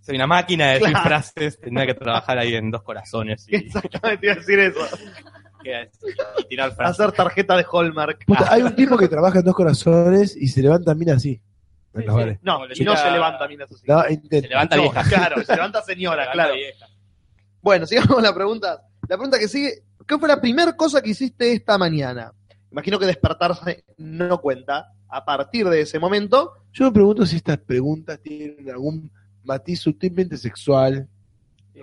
[SPEAKER 4] soy una máquina de decir frases, tendría que trabajar ahí en dos corazones y,
[SPEAKER 1] Exactamente, te iba a decir eso.
[SPEAKER 4] y tirar frases.
[SPEAKER 1] Hacer tarjeta de Hallmark. Ah.
[SPEAKER 5] Puta, hay un tipo que trabaja en dos corazones y se levanta mina así. En los bares.
[SPEAKER 1] No,
[SPEAKER 4] Como le
[SPEAKER 1] y no
[SPEAKER 4] tira-
[SPEAKER 1] se levanta mina así.
[SPEAKER 5] No, eh, intenta.
[SPEAKER 4] Se levanta
[SPEAKER 1] No,
[SPEAKER 4] vieja.
[SPEAKER 1] claro, se levanta señora, claro. Bueno, sigamos con la pregunta. La pregunta que sigue, ¿qué fue la primera cosa que hiciste esta mañana? Imagino que despertarse no cuenta. A partir de ese momento,
[SPEAKER 5] Yo me pregunto si estas preguntas tienen algún matiz sutilmente sexual,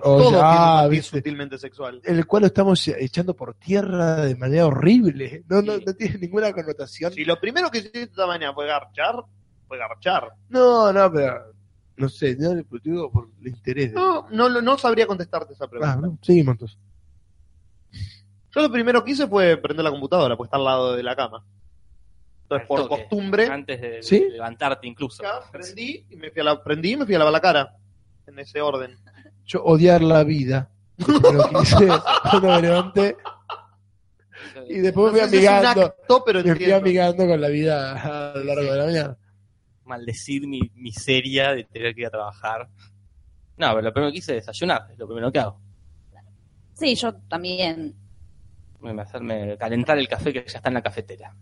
[SPEAKER 5] O
[SPEAKER 1] todo
[SPEAKER 5] sea,
[SPEAKER 1] tiene un
[SPEAKER 5] ah,
[SPEAKER 1] matiz
[SPEAKER 5] viste.
[SPEAKER 1] sutilmente sexual.
[SPEAKER 5] en el cual lo estamos echando por tierra de manera horrible. No, no,
[SPEAKER 4] Sí.
[SPEAKER 5] no tiene ninguna connotación.
[SPEAKER 1] Si lo primero que hiciste esta mañana fue garchar, fue garchar.
[SPEAKER 5] No, no, pero no sé, no le digo por el interés. de-
[SPEAKER 1] No, no, lo- no sabría contestarte esa
[SPEAKER 5] Ah,
[SPEAKER 1] pregunta.
[SPEAKER 5] no, seguimos entonces.
[SPEAKER 1] Yo lo primero que hice fue prender la computadora, pues está al lado de la cama. Entonces,
[SPEAKER 4] Al
[SPEAKER 1] por
[SPEAKER 4] toque.
[SPEAKER 1] costumbre,
[SPEAKER 4] Antes de
[SPEAKER 5] ¿Sí?
[SPEAKER 4] levantarte incluso.
[SPEAKER 1] ¿eh? ya, prendí y me fui a la, prendí y me fui a lavar la cara. En ese orden.
[SPEAKER 5] Yo odiar la vida. porque lo quise cuando me levanté y después me
[SPEAKER 1] No
[SPEAKER 5] fui
[SPEAKER 1] sé si es un
[SPEAKER 5] amigando.
[SPEAKER 1] acto, pero
[SPEAKER 5] Me fui
[SPEAKER 1] entiendo.
[SPEAKER 5] amigando con la vida a lo largo de la mañana.
[SPEAKER 4] Maldecir mi miseria de tener que ir a trabajar. No, pero lo primero que hice es desayunar, es lo primero que hago.
[SPEAKER 2] Sí, yo también.
[SPEAKER 4] Me- Hacerme calentar el café que ya está en la cafetera.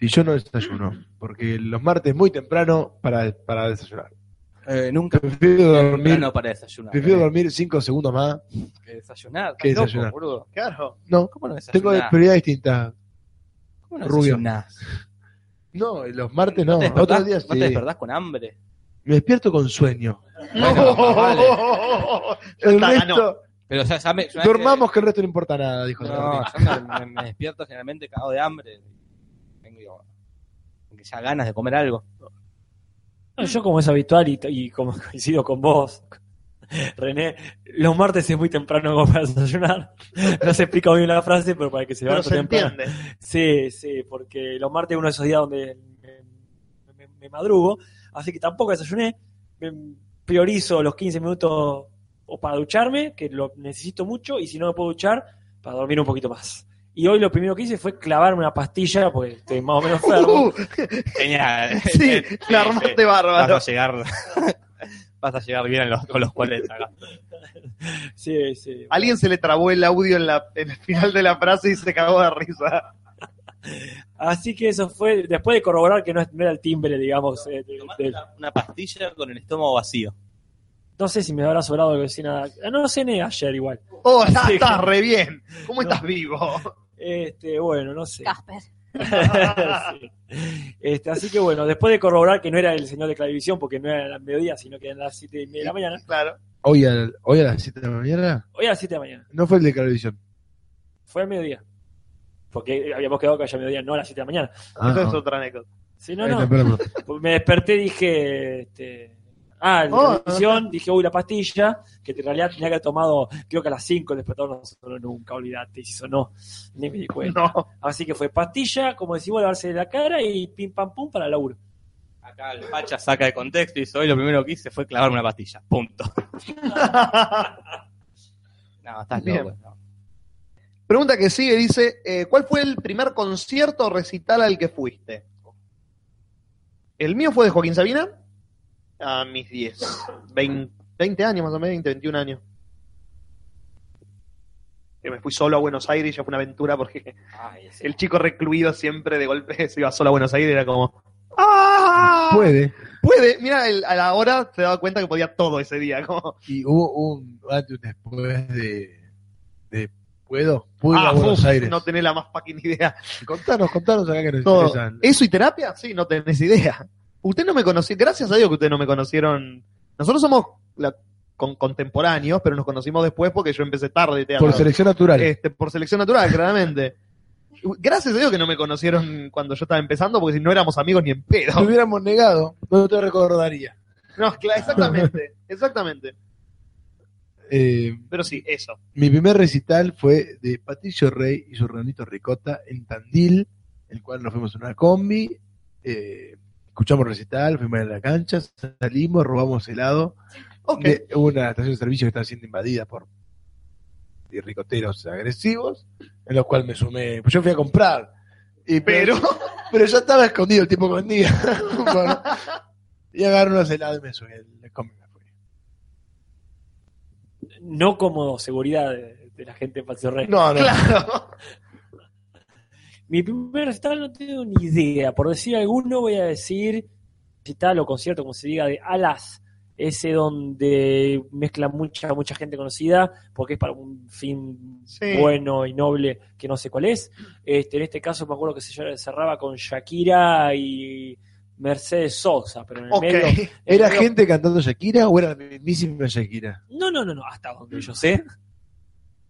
[SPEAKER 5] Y yo no desayuno, porque los martes muy temprano para, para desayunar.
[SPEAKER 4] nunca
[SPEAKER 5] Prefiero dormir,
[SPEAKER 4] no para desayunar. ¿eh?
[SPEAKER 5] prefiero dormir cinco segundos más.
[SPEAKER 4] Que desayunar.
[SPEAKER 5] que
[SPEAKER 4] estás loco,
[SPEAKER 5] desayunar.
[SPEAKER 4] boludo.
[SPEAKER 1] Claro.
[SPEAKER 5] No,
[SPEAKER 4] ¿Cómo no
[SPEAKER 5] tengo
[SPEAKER 4] desayunás?
[SPEAKER 5] prioridades distintas.
[SPEAKER 4] ¿Cómo no
[SPEAKER 5] rubio.
[SPEAKER 4] desayunás?
[SPEAKER 5] No, los martes no,
[SPEAKER 4] ¿No te
[SPEAKER 5] otros
[SPEAKER 4] despertás,
[SPEAKER 5] días
[SPEAKER 4] ¿No
[SPEAKER 5] sí.
[SPEAKER 4] te despertás con hambre?
[SPEAKER 5] Me despierto con sueño.
[SPEAKER 4] Bueno,
[SPEAKER 1] No.
[SPEAKER 4] Ah, vale.
[SPEAKER 1] Ya
[SPEAKER 5] El
[SPEAKER 1] está, ganó.
[SPEAKER 5] resto,
[SPEAKER 4] Pero ya, ya me- ya me-
[SPEAKER 5] dormamos que el resto no importa nada, dijo el
[SPEAKER 4] No,
[SPEAKER 5] Martín.
[SPEAKER 4] yo me, me- me despierto generalmente cagado de hambre. Tengo digo, que ya ganas de comer algo.
[SPEAKER 3] No, yo como es habitual y, y como coincido con vos, René, los martes es muy temprano como para desayunar. No se explica muy bien la frase, pero para que se
[SPEAKER 1] Pero
[SPEAKER 3] levante
[SPEAKER 1] se
[SPEAKER 3] temprano.
[SPEAKER 1] entiende.
[SPEAKER 3] Sí, sí, porque los martes es uno de esos días donde me, me- me madrugo, así que tampoco desayuné. Me- priorizo los 15 minutos o para ducharme, que lo necesito mucho, y si no me puedo duchar, para dormir un poquito más. Y hoy lo primero que hice fue clavarme una pastilla porque estoy más o menos enfermo.
[SPEAKER 1] Uh,
[SPEAKER 4] Genial.
[SPEAKER 1] sí, la armaste
[SPEAKER 4] Vas
[SPEAKER 1] bárbaro.
[SPEAKER 4] a llegar. Vas a llegar bien en los- con los 40. acá.
[SPEAKER 3] Sí, sí.
[SPEAKER 1] Alguien se le trabó el audio en, la, en el final de la frase y se cagó de risa.
[SPEAKER 3] Así que eso fue, después de corroborar que no, es- no era el timbre, digamos. eh, de-
[SPEAKER 4] Tomate
[SPEAKER 3] de-
[SPEAKER 4] una, una pastilla con el estómago vacío.
[SPEAKER 3] no sé si me habrá sobrado algo de nada. Ah, No lo cené ayer igual.
[SPEAKER 1] Oh, estás,
[SPEAKER 3] Sí.
[SPEAKER 1] estás re bien. ¿Cómo
[SPEAKER 3] No.
[SPEAKER 1] estás vivo?
[SPEAKER 3] Este, bueno, no sé.
[SPEAKER 2] Casper.
[SPEAKER 3] Sí. Este, así que bueno, después de corroborar que no era el señor de Clavivisión, porque no era a mediodía, sino que eran las 7 y media de la mañana.
[SPEAKER 1] Claro.
[SPEAKER 5] Hoy, al- hoy a las 7 de la mañana.
[SPEAKER 3] Hoy a las 7 de la mañana.
[SPEAKER 5] No fue el de Caravisión.
[SPEAKER 3] Fue al mediodía. Porque habíamos quedado que haya mediodía, no a las 7 de la mañana.
[SPEAKER 5] Ah,
[SPEAKER 1] Esa
[SPEAKER 5] no.
[SPEAKER 1] es otra anécdota.
[SPEAKER 3] Si no,
[SPEAKER 5] Eh,
[SPEAKER 1] Este,
[SPEAKER 3] no. pues
[SPEAKER 5] espera, espera.
[SPEAKER 3] Me desperté y dije. Este, ah, el de
[SPEAKER 1] Oh,
[SPEAKER 3] Clavivisión, dije, uy, la pastilla, que en realidad tenía que haber tomado, creo que a las 5 el despertador no sonó nunca, olvidate, si sonó, ni me di cuenta.
[SPEAKER 1] No.
[SPEAKER 3] Así que fue pastilla, como decimos, lavarse la cara y pim pam pum para el laburo.
[SPEAKER 4] Acá el Pacha saca de contexto y dice, hoy lo primero que hice fue clavarme una pastilla. Punto. No, estás
[SPEAKER 1] Bien.
[SPEAKER 4] loco. no.
[SPEAKER 1] Pregunta que sigue dice, eh, ¿cuál fue el primer concierto o recital al que fuiste? El mío fue de Joaquín Sabina a mis 10, 20, 20 años más o menos, 20, 21 años. Que me fui solo a Buenos Aires y ya fue una aventura porque el chico recluido siempre de golpe se iba solo a Buenos Aires y era como... ¡Ah!
[SPEAKER 5] Puede.
[SPEAKER 1] Puede, mira, el- a la hora se daba cuenta que podía todo ese día. Como,
[SPEAKER 5] Y hubo un antes y un después de. de ¿Puedo? Puedo ir
[SPEAKER 1] ah,
[SPEAKER 5] a Buenos
[SPEAKER 1] uf,
[SPEAKER 5] Aires.
[SPEAKER 1] No tenés la más fucking idea.
[SPEAKER 5] Contanos, contanos acá que nos
[SPEAKER 1] Todo.
[SPEAKER 5] interesa.
[SPEAKER 1] ¿Eso y terapia? Sí, no tenés idea. Usted no me conoció, gracias a Dios que ustedes no me conocieron. Nosotros somos la- con, contemporáneos, pero nos conocimos después porque yo empecé tarde teatro.
[SPEAKER 5] Por selección natural.
[SPEAKER 1] Este, por selección natural, claramente. Gracias a Dios que no me conocieron cuando yo estaba empezando, porque si no éramos amigos ni en
[SPEAKER 5] Si
[SPEAKER 1] pedo.
[SPEAKER 5] hubiéramos negado, no te recordaría.
[SPEAKER 1] No, cla- exactamente, exactamente.
[SPEAKER 5] Eh,
[SPEAKER 1] Pero sí, eso.
[SPEAKER 5] mi primer recital fue de Patricio Rey y su Renito Ricota en Tandil, el cual nos fuimos en una combi, eh, escuchamos recital, fuimos a la cancha, salimos, robamos helado
[SPEAKER 1] Ok.
[SPEAKER 5] de una estación de servicio que estaba siendo invadida por y ricoteros agresivos, en los cual me sumé, pues yo fui a comprar. Y,
[SPEAKER 1] Pero-
[SPEAKER 5] pero ya estaba escondido el tipo escondía. Bueno, y agarré unos helados y me subí al combi. me fui.
[SPEAKER 3] No como seguridad de, de la gente en Patio Rey.
[SPEAKER 5] No, no.
[SPEAKER 1] Claro.
[SPEAKER 3] Mi primer recital no tengo ni idea. Por decir alguno, voy a decir recital o concierto, como se diga, de Alas. Ese donde mezcla mucha, mucha gente conocida, porque es para un fin
[SPEAKER 1] Sí.
[SPEAKER 3] bueno y noble que no sé cuál es. Este, en este caso me acuerdo que se cerraba con Shakira y Mercedes Sosa, pero en el
[SPEAKER 1] Ok.
[SPEAKER 3] medio. en el
[SPEAKER 5] ¿Era
[SPEAKER 3] medio-
[SPEAKER 5] gente cantando Shakira o era la mismísima Shakira?
[SPEAKER 3] No, no, no, no, hasta donde yo sé.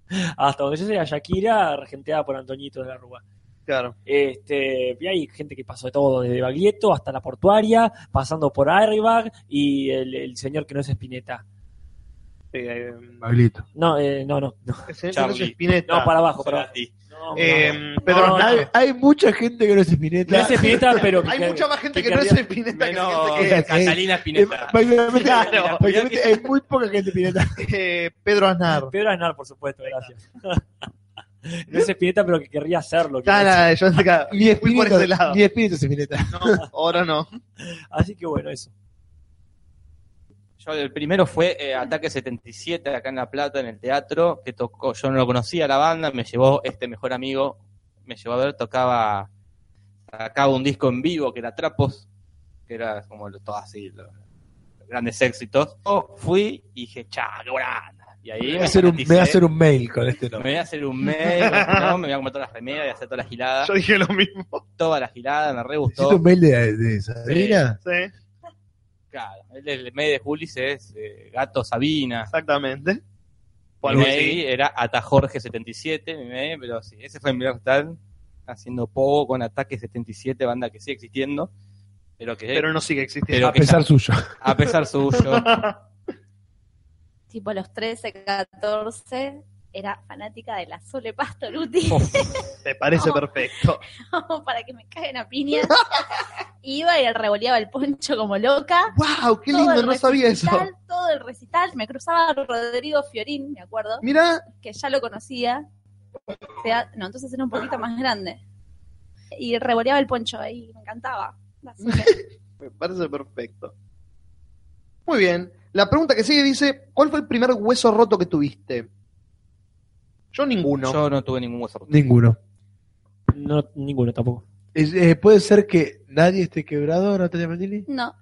[SPEAKER 3] Hasta donde yo sé, la Shakira, regenteada por Antoñito de la Rúa.
[SPEAKER 1] Claro.
[SPEAKER 3] Este, y hay gente que pasó de todo, desde Baglietto hasta la portuaria, pasando por Airbag y el, el señor que no es Espineta.
[SPEAKER 1] Sí, eh,
[SPEAKER 5] Pablito.
[SPEAKER 3] No, eh, no, no, no,
[SPEAKER 1] el señor
[SPEAKER 4] Charlie.
[SPEAKER 1] Ignacio Spinetta.
[SPEAKER 3] no, para abajo, para abajo.
[SPEAKER 4] Cerati.
[SPEAKER 3] No, no,
[SPEAKER 1] Eh,
[SPEAKER 3] no.
[SPEAKER 1] Pedro
[SPEAKER 3] No, no.
[SPEAKER 1] Aznar.
[SPEAKER 5] Hay, hay mucha gente que no es
[SPEAKER 3] No
[SPEAKER 5] Spinetta.
[SPEAKER 3] es Spinetta, pero que-
[SPEAKER 1] Hay mucha más gente que, no es
[SPEAKER 3] querría-
[SPEAKER 1] Spinetta que la
[SPEAKER 4] Menos
[SPEAKER 1] gente que-
[SPEAKER 5] Esa-
[SPEAKER 4] Catalina
[SPEAKER 5] Eh,
[SPEAKER 4] Spinetta.
[SPEAKER 5] prácticamente-
[SPEAKER 1] Claro.
[SPEAKER 5] prácticamente hay muy poca gente Spinetta.
[SPEAKER 1] Eh, Pedro Aznar.
[SPEAKER 3] Pedro Aznar, por supuesto, gracias. no es Espineta, pero que querría hacerlo.
[SPEAKER 1] Está
[SPEAKER 3] quiero decir.
[SPEAKER 1] nada, yo sé que-
[SPEAKER 5] Ni
[SPEAKER 1] fui por ese lado.
[SPEAKER 5] Spinetta, ni Spinetta es Spinetta.
[SPEAKER 1] No, ahora no.
[SPEAKER 3] Así que bueno, eso.
[SPEAKER 4] Yo, el primero fue eh, Ataque 77 acá en La Plata, en el teatro, que tocó, yo no lo conocía la banda, me llevó este mejor amigo, me llevó a ver, tocaba, sacaba un disco en vivo que era Trapos, que era como lo- todo así, los grandes éxitos. Yo fui y dije, cha, qué buena banda. Y ahí
[SPEAKER 5] Me
[SPEAKER 4] me,
[SPEAKER 5] voy a hacer un, me voy a
[SPEAKER 4] fanaticé,
[SPEAKER 5] hacer un mail con este
[SPEAKER 4] me
[SPEAKER 5] nombre.
[SPEAKER 4] voy a hacer un mail, no, me voy a comer todas las remeras y hacer todas las giladas,
[SPEAKER 1] Yo dije lo mismo.
[SPEAKER 4] todas las giladas, me re
[SPEAKER 5] ¿Hiciste
[SPEAKER 4] gustó.
[SPEAKER 5] un mail de, de Sabrina?
[SPEAKER 1] Sí,
[SPEAKER 4] Claro, el, el mail de Julis es eh, Gato Sabina.
[SPEAKER 1] exactamente. O
[SPEAKER 4] Mi
[SPEAKER 1] algo
[SPEAKER 4] mail
[SPEAKER 1] así.
[SPEAKER 4] era atajorge77, mi mail, pero sí, ese fue mi primer tal, haciendo pogo con Ataque 77, banda que sigue existiendo, pero que
[SPEAKER 1] Pero no sigue existiendo.
[SPEAKER 4] Pero
[SPEAKER 5] A pesar suyo.
[SPEAKER 4] a pesar suyo,
[SPEAKER 2] Tipo a los 13, 14, era fanática de la Sole Pastoruti.
[SPEAKER 1] Te parece
[SPEAKER 2] No.
[SPEAKER 1] perfecto.
[SPEAKER 2] para que me caguen a piñas. Iba y revoleaba el poncho como loca.
[SPEAKER 1] ¡Wow! ¡Qué
[SPEAKER 2] Todo
[SPEAKER 1] lindo!
[SPEAKER 2] el
[SPEAKER 1] No sabía eso.
[SPEAKER 2] recital, Todo el recital. Me cruzaba Rodrigo Fiorín, me acuerdo,
[SPEAKER 1] Mira,
[SPEAKER 2] que ya lo conocía. se ha- no, entonces era un poquito más grande. Y revoleaba el poncho ahí, me encantaba. Así que,
[SPEAKER 1] Me parece perfecto. Muy bien. La pregunta que sigue dice: ¿Cuál fue el primer hueso roto que tuviste? Yo ninguno.
[SPEAKER 4] Yo no tuve ningún hueso roto.
[SPEAKER 5] Ninguno.
[SPEAKER 3] No, ninguno tampoco.
[SPEAKER 5] Es- eh, ¿Puede ser que nadie esté quebrado, Natalia Mandini?
[SPEAKER 2] no,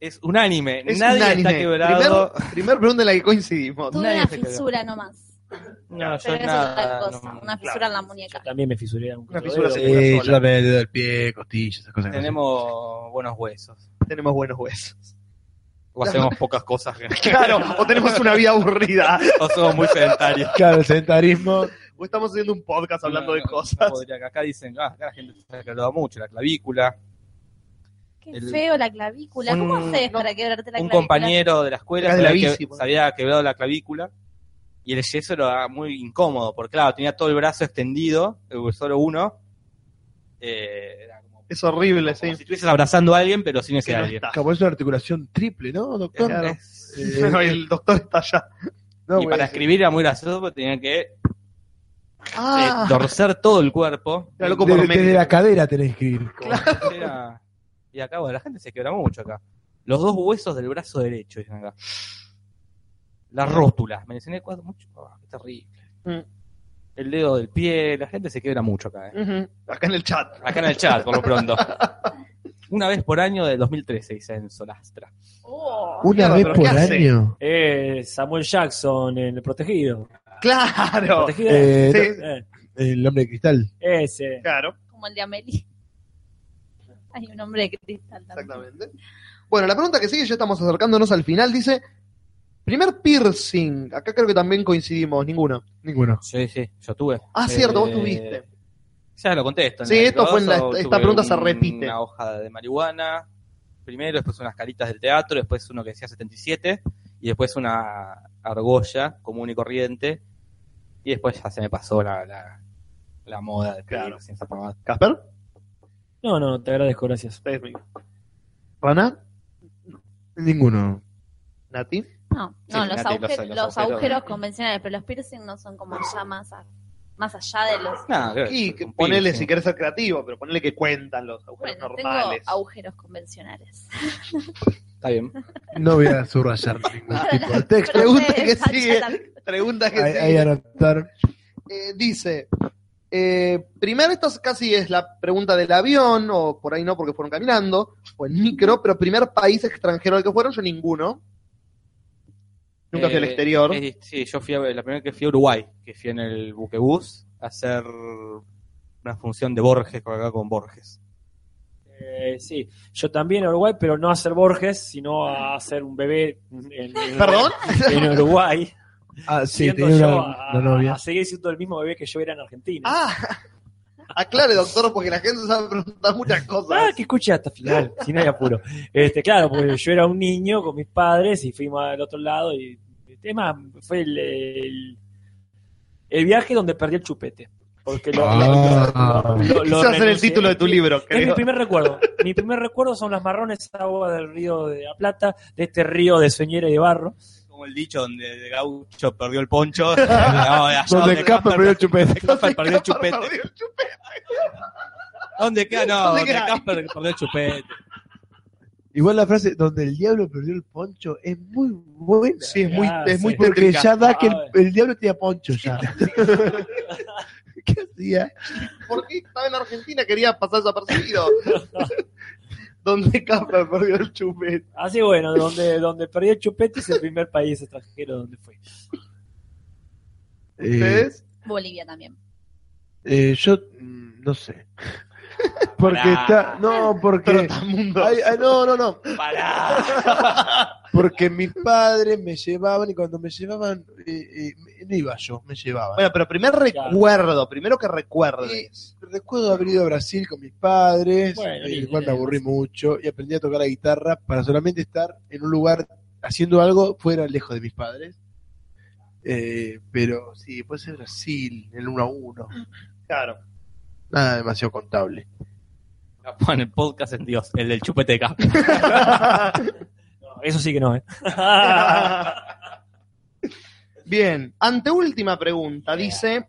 [SPEAKER 4] Es unánime.
[SPEAKER 1] Es
[SPEAKER 4] Nadie
[SPEAKER 1] unánime.
[SPEAKER 4] está quebrado.
[SPEAKER 1] Primer, primer pregunta en la que coincidimos.
[SPEAKER 2] tuve
[SPEAKER 4] Nadie
[SPEAKER 2] una
[SPEAKER 4] se quedó.
[SPEAKER 2] fisura nomás.
[SPEAKER 4] No, yo
[SPEAKER 2] Pero eso es otra
[SPEAKER 4] nada.
[SPEAKER 2] cosa,
[SPEAKER 4] no.
[SPEAKER 2] una fisura en la muñeca.
[SPEAKER 3] Yo también me fisuré. un
[SPEAKER 1] Una
[SPEAKER 3] dedo,
[SPEAKER 1] fisura
[SPEAKER 3] pero-
[SPEAKER 1] se- Sí, yo
[SPEAKER 5] también del pie, costillas, esas cosas.
[SPEAKER 4] Tenemos buenos huesos.
[SPEAKER 1] Tenemos buenos huesos.
[SPEAKER 4] O hacemos pocas cosas. que-
[SPEAKER 1] Claro, o tenemos una vida aburrida.
[SPEAKER 4] O somos muy sedentarios.
[SPEAKER 5] Claro, el sedentarismo.
[SPEAKER 1] O estamos haciendo un podcast hablando
[SPEAKER 4] No,
[SPEAKER 1] de
[SPEAKER 4] no, no
[SPEAKER 1] cosas.
[SPEAKER 4] podría, que acá dicen, ah, acá la gente se ha quebrado mucho, la clavícula.
[SPEAKER 2] Qué
[SPEAKER 4] El-
[SPEAKER 2] feo la clavícula. ¿Cómo
[SPEAKER 4] un-
[SPEAKER 2] haces
[SPEAKER 1] no,
[SPEAKER 2] para quebrarte la
[SPEAKER 4] un
[SPEAKER 2] clavícula?
[SPEAKER 4] compañero de la escuela
[SPEAKER 1] Acá
[SPEAKER 4] se
[SPEAKER 1] de la
[SPEAKER 4] había,
[SPEAKER 1] bici,
[SPEAKER 4] que-
[SPEAKER 1] por
[SPEAKER 4] se había quebrado la clavícula y el yeso era muy incómodo, porque claro, tenía todo el brazo extendido, el- solo uno. Eh, era como,
[SPEAKER 1] Es horrible,
[SPEAKER 4] como
[SPEAKER 1] sí.
[SPEAKER 4] si estuvieses abrazando a alguien, pero sin ese
[SPEAKER 1] Que no
[SPEAKER 4] alguien.
[SPEAKER 1] está.
[SPEAKER 5] Como es una articulación triple, ¿no, doctor? Eh,
[SPEAKER 1] Claro.
[SPEAKER 4] Es-
[SPEAKER 1] Pero el doctor está allá.
[SPEAKER 5] No, pues,
[SPEAKER 4] y
[SPEAKER 5] güey,
[SPEAKER 4] para
[SPEAKER 5] es-
[SPEAKER 4] escribir era muy gracioso porque tenía que eh,
[SPEAKER 1] Ah,
[SPEAKER 4] torcer todo el cuerpo.
[SPEAKER 1] era loco
[SPEAKER 5] desde,
[SPEAKER 1] por
[SPEAKER 5] desde
[SPEAKER 1] México.
[SPEAKER 5] la cadera tenés que escribir.
[SPEAKER 4] Era- Y acá, bueno, la gente se quebra mucho acá. Los dos huesos del brazo derecho, dicen acá. La rótula. Mencioné cuatro mucho. ah, qué terrible.
[SPEAKER 1] Mm.
[SPEAKER 4] El dedo del pie. La gente se quebra mucho acá. eh.
[SPEAKER 1] Ujú. Acá en el chat.
[SPEAKER 4] Acá en el chat, por lo pronto. Una vez por año del 2013, dice en Solastra.
[SPEAKER 2] Oh,
[SPEAKER 5] Una
[SPEAKER 1] Mierda,
[SPEAKER 5] vez
[SPEAKER 1] pero
[SPEAKER 5] por
[SPEAKER 1] ¿qué hace?
[SPEAKER 5] año.
[SPEAKER 3] Eh, Samuel Jackson, el protegido.
[SPEAKER 1] Claro.
[SPEAKER 3] ¿Protegido?
[SPEAKER 5] Eh,
[SPEAKER 1] Sí,
[SPEAKER 3] Eh,
[SPEAKER 5] El hombre de cristal.
[SPEAKER 3] ese.
[SPEAKER 1] claro,
[SPEAKER 2] como el de Amelie. Hay un hombre de cristal también.
[SPEAKER 1] exactamente. Bueno, la pregunta que sigue, ya estamos acercándonos al final, dice, primer piercing, acá creo que también coincidimos, ninguno.
[SPEAKER 5] Ninguno.
[SPEAKER 4] Sí, sí, yo tuve. Eh,
[SPEAKER 1] Ah, cierto, vos tuviste.
[SPEAKER 4] Ya lo contesto. en
[SPEAKER 1] Sí,
[SPEAKER 4] el
[SPEAKER 1] esto fue en la-
[SPEAKER 4] coso,
[SPEAKER 1] esta
[SPEAKER 4] tuve
[SPEAKER 1] pregunta se
[SPEAKER 4] un-
[SPEAKER 1] repite.
[SPEAKER 4] Una hoja de marihuana, primero, después unas caritas del teatro, después uno que decía 77, y después una argolla común y corriente, y después ya se me pasó la, la, la moda de
[SPEAKER 1] Claro.
[SPEAKER 4] claro. sin esa pomada.
[SPEAKER 1] ¿Casper?
[SPEAKER 3] No, no, te agradezco, gracias.
[SPEAKER 1] Ustedes mismos. ¿Rana?
[SPEAKER 5] Ninguno.
[SPEAKER 1] ¿Nati?
[SPEAKER 2] No, no,
[SPEAKER 4] Sí,
[SPEAKER 2] los,
[SPEAKER 4] Nati, los-
[SPEAKER 2] agujeros,
[SPEAKER 4] los
[SPEAKER 2] los,
[SPEAKER 4] agujeros.
[SPEAKER 2] agujeros, convencionales, pero los piercing no son como ya más, a- más allá de los...
[SPEAKER 4] Nada, creo que
[SPEAKER 1] Y
[SPEAKER 4] es
[SPEAKER 1] que
[SPEAKER 4] un
[SPEAKER 1] ponele,
[SPEAKER 4] piercing.
[SPEAKER 1] si querés ser creativo, pero ponele que cuentan los agujeros
[SPEAKER 2] Bueno, tengo
[SPEAKER 1] normales.
[SPEAKER 2] agujeros convencionales.
[SPEAKER 4] Está bien.
[SPEAKER 5] No voy a subrayar ningún tipo de texto.
[SPEAKER 1] Pero- Pregunta
[SPEAKER 2] Pero
[SPEAKER 1] que
[SPEAKER 2] está-
[SPEAKER 1] sigue.
[SPEAKER 2] ya está-
[SPEAKER 1] Pregunta que
[SPEAKER 5] Ahí,
[SPEAKER 1] sigue.
[SPEAKER 5] ahí anotar.
[SPEAKER 1] Eh, dice, eh, primero esto es casi es la pregunta del avión, o por ahí no, porque fueron caminando, o en micro, pero primer país extranjero al que fueron, yo ninguno. Nunca fui al
[SPEAKER 4] Eh,
[SPEAKER 1] exterior.
[SPEAKER 4] es- sí, yo fui a, la primera que fui a Uruguay, que fui en el buquebús a hacer una función de Borges con- acá con Borges.
[SPEAKER 3] Eh, sí, yo también a Uruguay, pero no a ser Borges, sino a ser un bebé en, en-
[SPEAKER 1] ¿Perdón?
[SPEAKER 3] en Uruguay.
[SPEAKER 5] Ah, sí,
[SPEAKER 3] Siendo
[SPEAKER 5] tenía
[SPEAKER 3] yo
[SPEAKER 5] una,
[SPEAKER 3] a,
[SPEAKER 5] una novia.
[SPEAKER 3] a seguir siendo el mismo bebé que yo era en Argentina.
[SPEAKER 1] ah, aclare, doctor, porque la gente sabe preguntar muchas
[SPEAKER 3] Ah,
[SPEAKER 1] cosas.
[SPEAKER 3] que escuché hasta final, si no hay apuro. Este, claro, porque yo era un niño con mis padres y fuimos al otro lado y el tema fue el, el, el viaje donde perdí el chupete. Porque lo,
[SPEAKER 5] Ah.
[SPEAKER 3] lo- lo- lo
[SPEAKER 1] Ese va a ser el
[SPEAKER 3] renuncié.
[SPEAKER 1] título de tu libro,
[SPEAKER 3] Es mi
[SPEAKER 1] creo.
[SPEAKER 3] primer recuerdo. Mi primer recuerdo son las marrones aguas del río de la Plata, de este río de soñera y de barro.
[SPEAKER 4] como el dicho donde de Gaucho perdió el poncho. no, de allá donde
[SPEAKER 5] Capa
[SPEAKER 4] Casper
[SPEAKER 5] perdió el chupete.
[SPEAKER 4] perdió- Casper perdió el chupete.
[SPEAKER 1] Perdió el chupete.
[SPEAKER 4] ¿Dónde queda? No,
[SPEAKER 1] ¿Dónde
[SPEAKER 4] donde
[SPEAKER 1] queda?
[SPEAKER 4] Casper perdió el chupete.
[SPEAKER 5] Igual la frase donde el diablo perdió el poncho es muy buena.
[SPEAKER 1] Sí, es muy,
[SPEAKER 3] Ah,
[SPEAKER 1] es muy
[SPEAKER 3] sí.
[SPEAKER 5] Porque
[SPEAKER 1] tétrica.
[SPEAKER 5] ya da que el,
[SPEAKER 3] Ah,
[SPEAKER 5] el diablo tenía poncho ya. ¿Qué hacía?
[SPEAKER 1] ¿Por qué estaba en Argentina? Quería pasar desapercibido. Donde Capa perdió el chupete.
[SPEAKER 3] Así bueno, donde, donde perdí el chupete es el primer país extranjero donde fui.
[SPEAKER 5] Eh,
[SPEAKER 1] ¿Ustedes?
[SPEAKER 2] Bolivia también.
[SPEAKER 5] eh, yo mm, no sé. Porque está. No, porque.
[SPEAKER 1] Trotamundos.
[SPEAKER 5] Ay, ay, no, no, no.
[SPEAKER 4] Pará.
[SPEAKER 5] Porque mis padres me llevaban y cuando me llevaban, eh, eh, no iba yo, me llevaban.
[SPEAKER 1] Bueno, pero primer recuerdo, primero que recuerdes.
[SPEAKER 5] Recuerdo haber ido a Brasil con mis padres,
[SPEAKER 3] Bueno,
[SPEAKER 5] eh,
[SPEAKER 3] lindo,
[SPEAKER 5] el cual me
[SPEAKER 3] digamos.
[SPEAKER 5] aburrí mucho y aprendí a tocar la guitarra para solamente estar en un lugar haciendo algo fuera lejos de mis padres. Eh, pero sí, puede ser Brasil, el 1 a 1,
[SPEAKER 1] Claro.
[SPEAKER 5] nada demasiado contable.
[SPEAKER 4] Pon el podcast en Dios, el del chupete de Casper.
[SPEAKER 3] No, eso sí que no, ¿eh?
[SPEAKER 1] Bien, anteúltima pregunta, dice,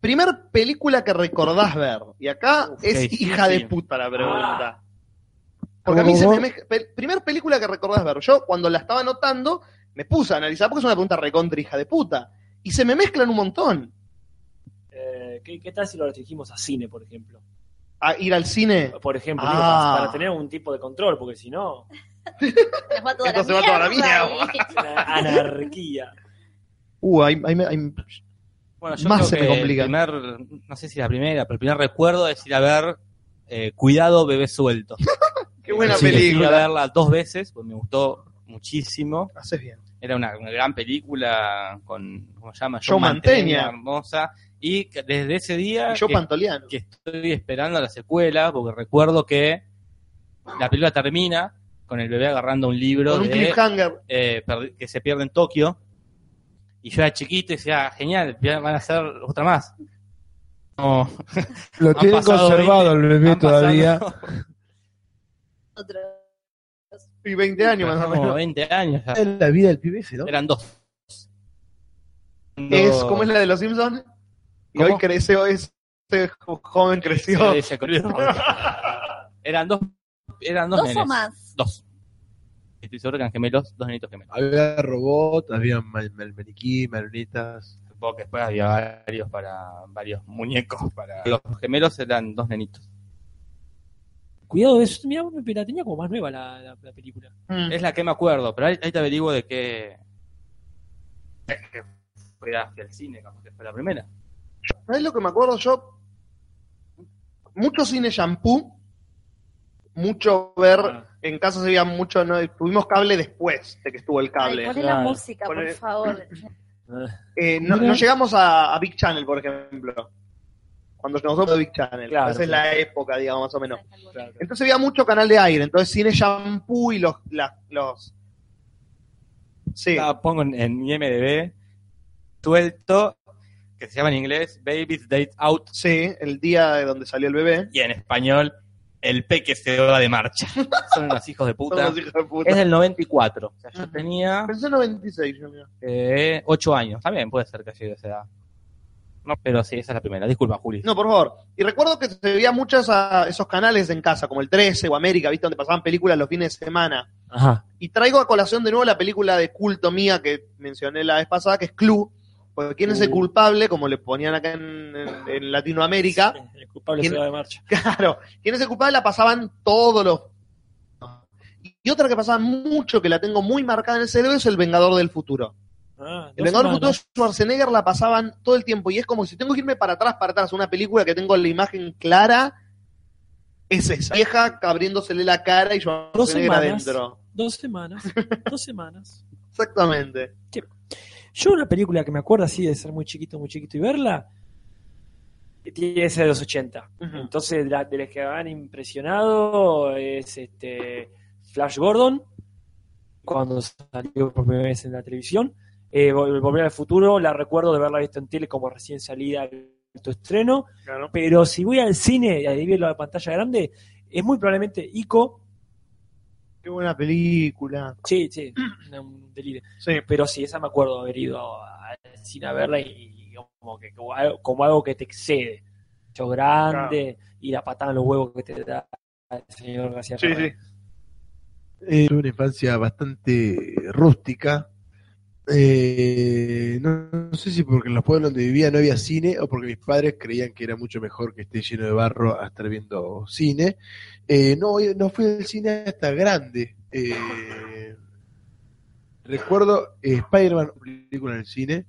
[SPEAKER 1] Primer película que recordás ver. Y acá
[SPEAKER 4] Uf, qué
[SPEAKER 1] es
[SPEAKER 4] difícil. Ah.
[SPEAKER 1] hija de puta la pregunta. Porque a mí
[SPEAKER 5] ¿Cómo,
[SPEAKER 1] se me
[SPEAKER 5] cómo?
[SPEAKER 1] mezcla- pe- Primer película que recordás ver. Yo cuando la estaba anotando me puse a analizar porque es una pregunta recontra hija de puta. Y se me mezclan un montón.
[SPEAKER 3] Eh, ¿qué, qué tal si lo restringimos a cine, por ejemplo?
[SPEAKER 1] A ir al cine.
[SPEAKER 3] Por ejemplo,
[SPEAKER 1] Ah.
[SPEAKER 3] digo, para, para tener un tipo de control, porque si no,
[SPEAKER 2] Se va toda
[SPEAKER 1] Entonces va toda la
[SPEAKER 2] mierda.
[SPEAKER 3] es una anarquía.
[SPEAKER 1] Uh, ahí, ahí me- ahí me-
[SPEAKER 4] Bueno, yo
[SPEAKER 1] Más
[SPEAKER 4] creo
[SPEAKER 1] se me
[SPEAKER 4] que el
[SPEAKER 1] complica.
[SPEAKER 4] primer, no sé si la primera, pero el primer recuerdo es ir a ver eh, Cuidado, bebé suelto.
[SPEAKER 1] Qué buena
[SPEAKER 4] Sí, Fui a
[SPEAKER 1] película.
[SPEAKER 4] verla dos veces, pues me gustó muchísimo.
[SPEAKER 1] Haces bien.
[SPEAKER 4] Era una, una gran película con, ¿cómo se llama?
[SPEAKER 1] Joe Mantegna.
[SPEAKER 4] Hermosa. Y que desde ese día
[SPEAKER 1] Y Yo
[SPEAKER 4] que-
[SPEAKER 1] pantoliano.
[SPEAKER 4] que estoy esperando la secuela, porque recuerdo que la película termina con el bebé agarrando un libro
[SPEAKER 1] Con un
[SPEAKER 4] de-
[SPEAKER 1] cliffhanger.
[SPEAKER 4] eh, perdi- que se pierde en Tokio. Y yo era chiquito y decía, "Ah, genial, ya van a hacer otra más. No,
[SPEAKER 5] Lo
[SPEAKER 4] han
[SPEAKER 5] tienen
[SPEAKER 4] pasado
[SPEAKER 5] conservado el bebé
[SPEAKER 4] han pasado
[SPEAKER 5] todavía.
[SPEAKER 2] Otro.
[SPEAKER 1] Y 20 años más o
[SPEAKER 4] como
[SPEAKER 1] menos.
[SPEAKER 4] 20 años. ya.
[SPEAKER 5] En la vida del pibe ese, ¿no?
[SPEAKER 4] Eran dos.
[SPEAKER 1] Es, ¿Cómo es la de los Simpsons? Y
[SPEAKER 4] ¿Cómo?
[SPEAKER 1] hoy creció ese jo- joven creció.
[SPEAKER 4] Sí, se corrió. eran dos. Eran dos,
[SPEAKER 2] Dos o
[SPEAKER 4] nenes.
[SPEAKER 2] más.
[SPEAKER 4] Dos. Estoy seguro que eran gemelos, dos nenitos gemelos.
[SPEAKER 5] Había robot, había mal- mal- maniquí, marionetas.
[SPEAKER 4] Supongo que después había varios para varios muñecos. Para... Los gemelos eran dos nenitos.
[SPEAKER 3] Cuidado, es, mirá, la tenía como más nueva la, la- la película.
[SPEAKER 1] Mm.
[SPEAKER 4] Es la que me acuerdo, pero ahí, ahí te averiguo de qué. de qué Fue hacia el cine, capaz que fue la primera.
[SPEAKER 1] ¿Sabes lo que me acuerdo yo? Mucho cine shampoo, mucho ver,
[SPEAKER 4] Ah.
[SPEAKER 1] en casa se veía mucho, no, tuvimos cable después de que estuvo el
[SPEAKER 2] Ay,
[SPEAKER 1] cable.
[SPEAKER 2] poné la
[SPEAKER 3] claro.
[SPEAKER 2] música, por
[SPEAKER 1] Poné-
[SPEAKER 2] favor.
[SPEAKER 1] Eh, no,
[SPEAKER 3] Mira.
[SPEAKER 1] no llegamos a, a Big Channel, por ejemplo, cuando nos vamos a Big Channel,
[SPEAKER 3] Claro,
[SPEAKER 1] esa es
[SPEAKER 3] claro.
[SPEAKER 1] la época, digamos, más o menos.
[SPEAKER 3] Ah,
[SPEAKER 1] Entonces había mucho canal de aire, entonces cine shampoo y los... las- los... Sí,
[SPEAKER 4] La pongo en, en IMDb, suelto, que se llama en inglés Baby's Date Out,
[SPEAKER 1] sí, el día de donde salió el bebé.
[SPEAKER 4] y en español, El Peque se va de marcha. Son unos hijos de
[SPEAKER 1] Son
[SPEAKER 4] puta.
[SPEAKER 1] unos hijos de puta.
[SPEAKER 4] Es del 94. O sea, yo
[SPEAKER 1] Ujú.
[SPEAKER 4] tenía
[SPEAKER 1] Pensé en 96, yo mira.
[SPEAKER 4] eh, 8 años. También puede ser que llegue a esa edad. No, pero sí, esa es la primera. Disculpa, Juli.
[SPEAKER 1] No, por favor. Y recuerdo que se veía muchos esos canales en casa, como el 13 o América, ¿viste? Donde pasaban películas los fines de semana.
[SPEAKER 3] Ajá.
[SPEAKER 1] Y traigo a colación de nuevo la película de culto mía que mencioné la vez pasada, que es Clue. Porque quién es el
[SPEAKER 3] Uh.
[SPEAKER 1] culpable, como le ponían acá en, en- en Latinoamérica.
[SPEAKER 3] El culpable
[SPEAKER 1] ¿Quién-
[SPEAKER 3] se va de marcha.
[SPEAKER 1] Claro, quién es el culpable la pasaban todos los... Y otra que pasaba mucho, que la tengo muy marcada en el cerebro, es El Vengador del Futuro.
[SPEAKER 3] Ah,
[SPEAKER 1] El
[SPEAKER 3] dos
[SPEAKER 1] Vengador del Futuro
[SPEAKER 3] hermanos.
[SPEAKER 1] de Schwarzenegger la pasaban todo el tiempo y es como si tengo que irme para atrás, para atrás, una película que tengo la imagen clara, es esa. Vieja abriéndosele la cara y Schwarzenegger
[SPEAKER 3] semanas.
[SPEAKER 1] adentro.
[SPEAKER 3] Dos semanas. Dos semanas.
[SPEAKER 1] Exactamente.
[SPEAKER 3] Yo una película que me acuerdo así de ser muy chiquito, muy chiquito y verla, que tiene esa de los 80.
[SPEAKER 1] Ujú.
[SPEAKER 3] Entonces, de, la- de las que me han impresionado es este Flash Gordon, cuando salió por primera vez en la televisión. Eh, Vol- Volver al futuro, la recuerdo de verla visto en tele como recién salida en tu estreno. Pero si voy al cine y ahí veo la pantalla grande, es muy probablemente Ico.
[SPEAKER 1] Qué buena película.
[SPEAKER 3] Sí, sí, una- un delirio.
[SPEAKER 1] Sí.
[SPEAKER 3] Pero sí, esa me acuerdo haber ido al cine a verla y, y como, que, como, algo, como algo que te excede. Yo grande y la patada en los huevos que te da el señor García Ferrer.
[SPEAKER 5] Eh, tuve una infancia bastante rústica. Eh, no, no sé si porque en los pueblos donde vivía no había cine o porque mis padres creían que era mucho mejor que esté lleno de barro a estar viendo cine. Eh, no, no fui al cine hasta grande. Eh, recuerdo eh, Spider-Man, película en el cine.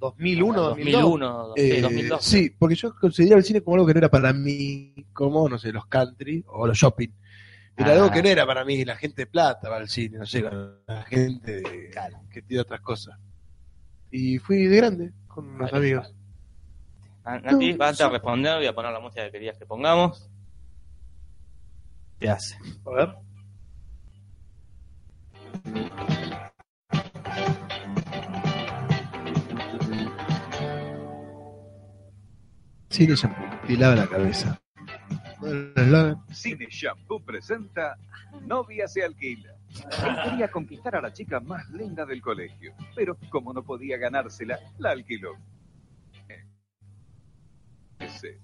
[SPEAKER 1] 2001, 2002.
[SPEAKER 4] 2001,
[SPEAKER 5] Eh,
[SPEAKER 4] sí, 2002.
[SPEAKER 5] Sí, porque yo consideraba el cine como algo que no era para mí, como, no sé, los country o los shopping. Era
[SPEAKER 4] Ah.
[SPEAKER 5] algo que no era para mí, la gente de plata va al cine, no sé, la gente de- que tiene otras cosas. Y fui de grande con unos
[SPEAKER 4] Vale.
[SPEAKER 5] amigos.
[SPEAKER 4] Ah, Nati, vas a responder, voy a poner la música que querías que pongamos. ¿Qué hace?
[SPEAKER 1] A ver.
[SPEAKER 5] Cine shampoo, y lava la cabeza. Bueno, el eslogan,
[SPEAKER 7] Cine Shampoo presenta Novia se alquila. Él quería conquistar a la chica más linda del colegio, pero como no podía ganársela, la alquiló. dulce.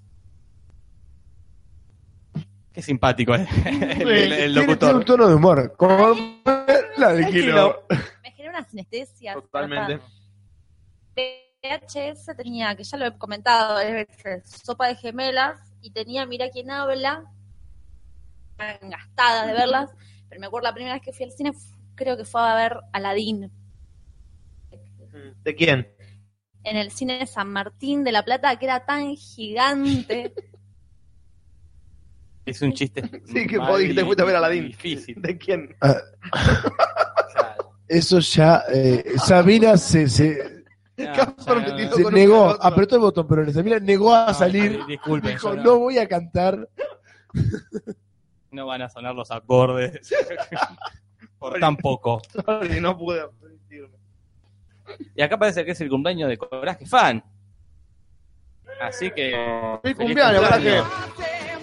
[SPEAKER 4] Qué simpático eh. el, el- el- el
[SPEAKER 5] Tiene, tiene un
[SPEAKER 4] locutor.
[SPEAKER 5] tono de humor. Comer la del kilo.
[SPEAKER 2] Me generó una sinestesia.
[SPEAKER 4] Totalmente.
[SPEAKER 8] VHS tenía, que ya lo he comentado varias
[SPEAKER 2] este,
[SPEAKER 8] veces, sopa de gemelas y tenía Mira quién habla,
[SPEAKER 2] Engastada de verlas. Pero me acuerdo la primera vez que fui al cine, f- creo que fue a ver Aladdin.
[SPEAKER 1] ¿De quién?
[SPEAKER 2] En el cine de San Martín de la Plata, que era tan gigante.
[SPEAKER 4] Es un chiste.
[SPEAKER 1] Sí, que
[SPEAKER 4] mal
[SPEAKER 1] vos dijiste,
[SPEAKER 4] y-
[SPEAKER 1] fuiste a ver a Aladdin.
[SPEAKER 4] Difícil.
[SPEAKER 1] ¿De quién?
[SPEAKER 4] O sea,
[SPEAKER 5] Eso ya. eh, Sabina se, se,
[SPEAKER 4] no,
[SPEAKER 1] ¿Qué has
[SPEAKER 4] o sea,
[SPEAKER 1] prometido
[SPEAKER 5] se
[SPEAKER 1] con un
[SPEAKER 5] negó,
[SPEAKER 1] garoto?
[SPEAKER 5] apretó el botón, pero Sabina negó a
[SPEAKER 4] no,
[SPEAKER 5] salir.
[SPEAKER 4] Disculpen,
[SPEAKER 5] Dijo,
[SPEAKER 4] yo no-
[SPEAKER 5] no voy a cantar.
[SPEAKER 4] no van a sonar los acordes. Por tan poco.
[SPEAKER 1] Sorry, no pude resistirme.
[SPEAKER 4] Y acá parece que es el cumpleaños de Coraje Fan. Así que. ¡Feliz
[SPEAKER 1] cumpleaños,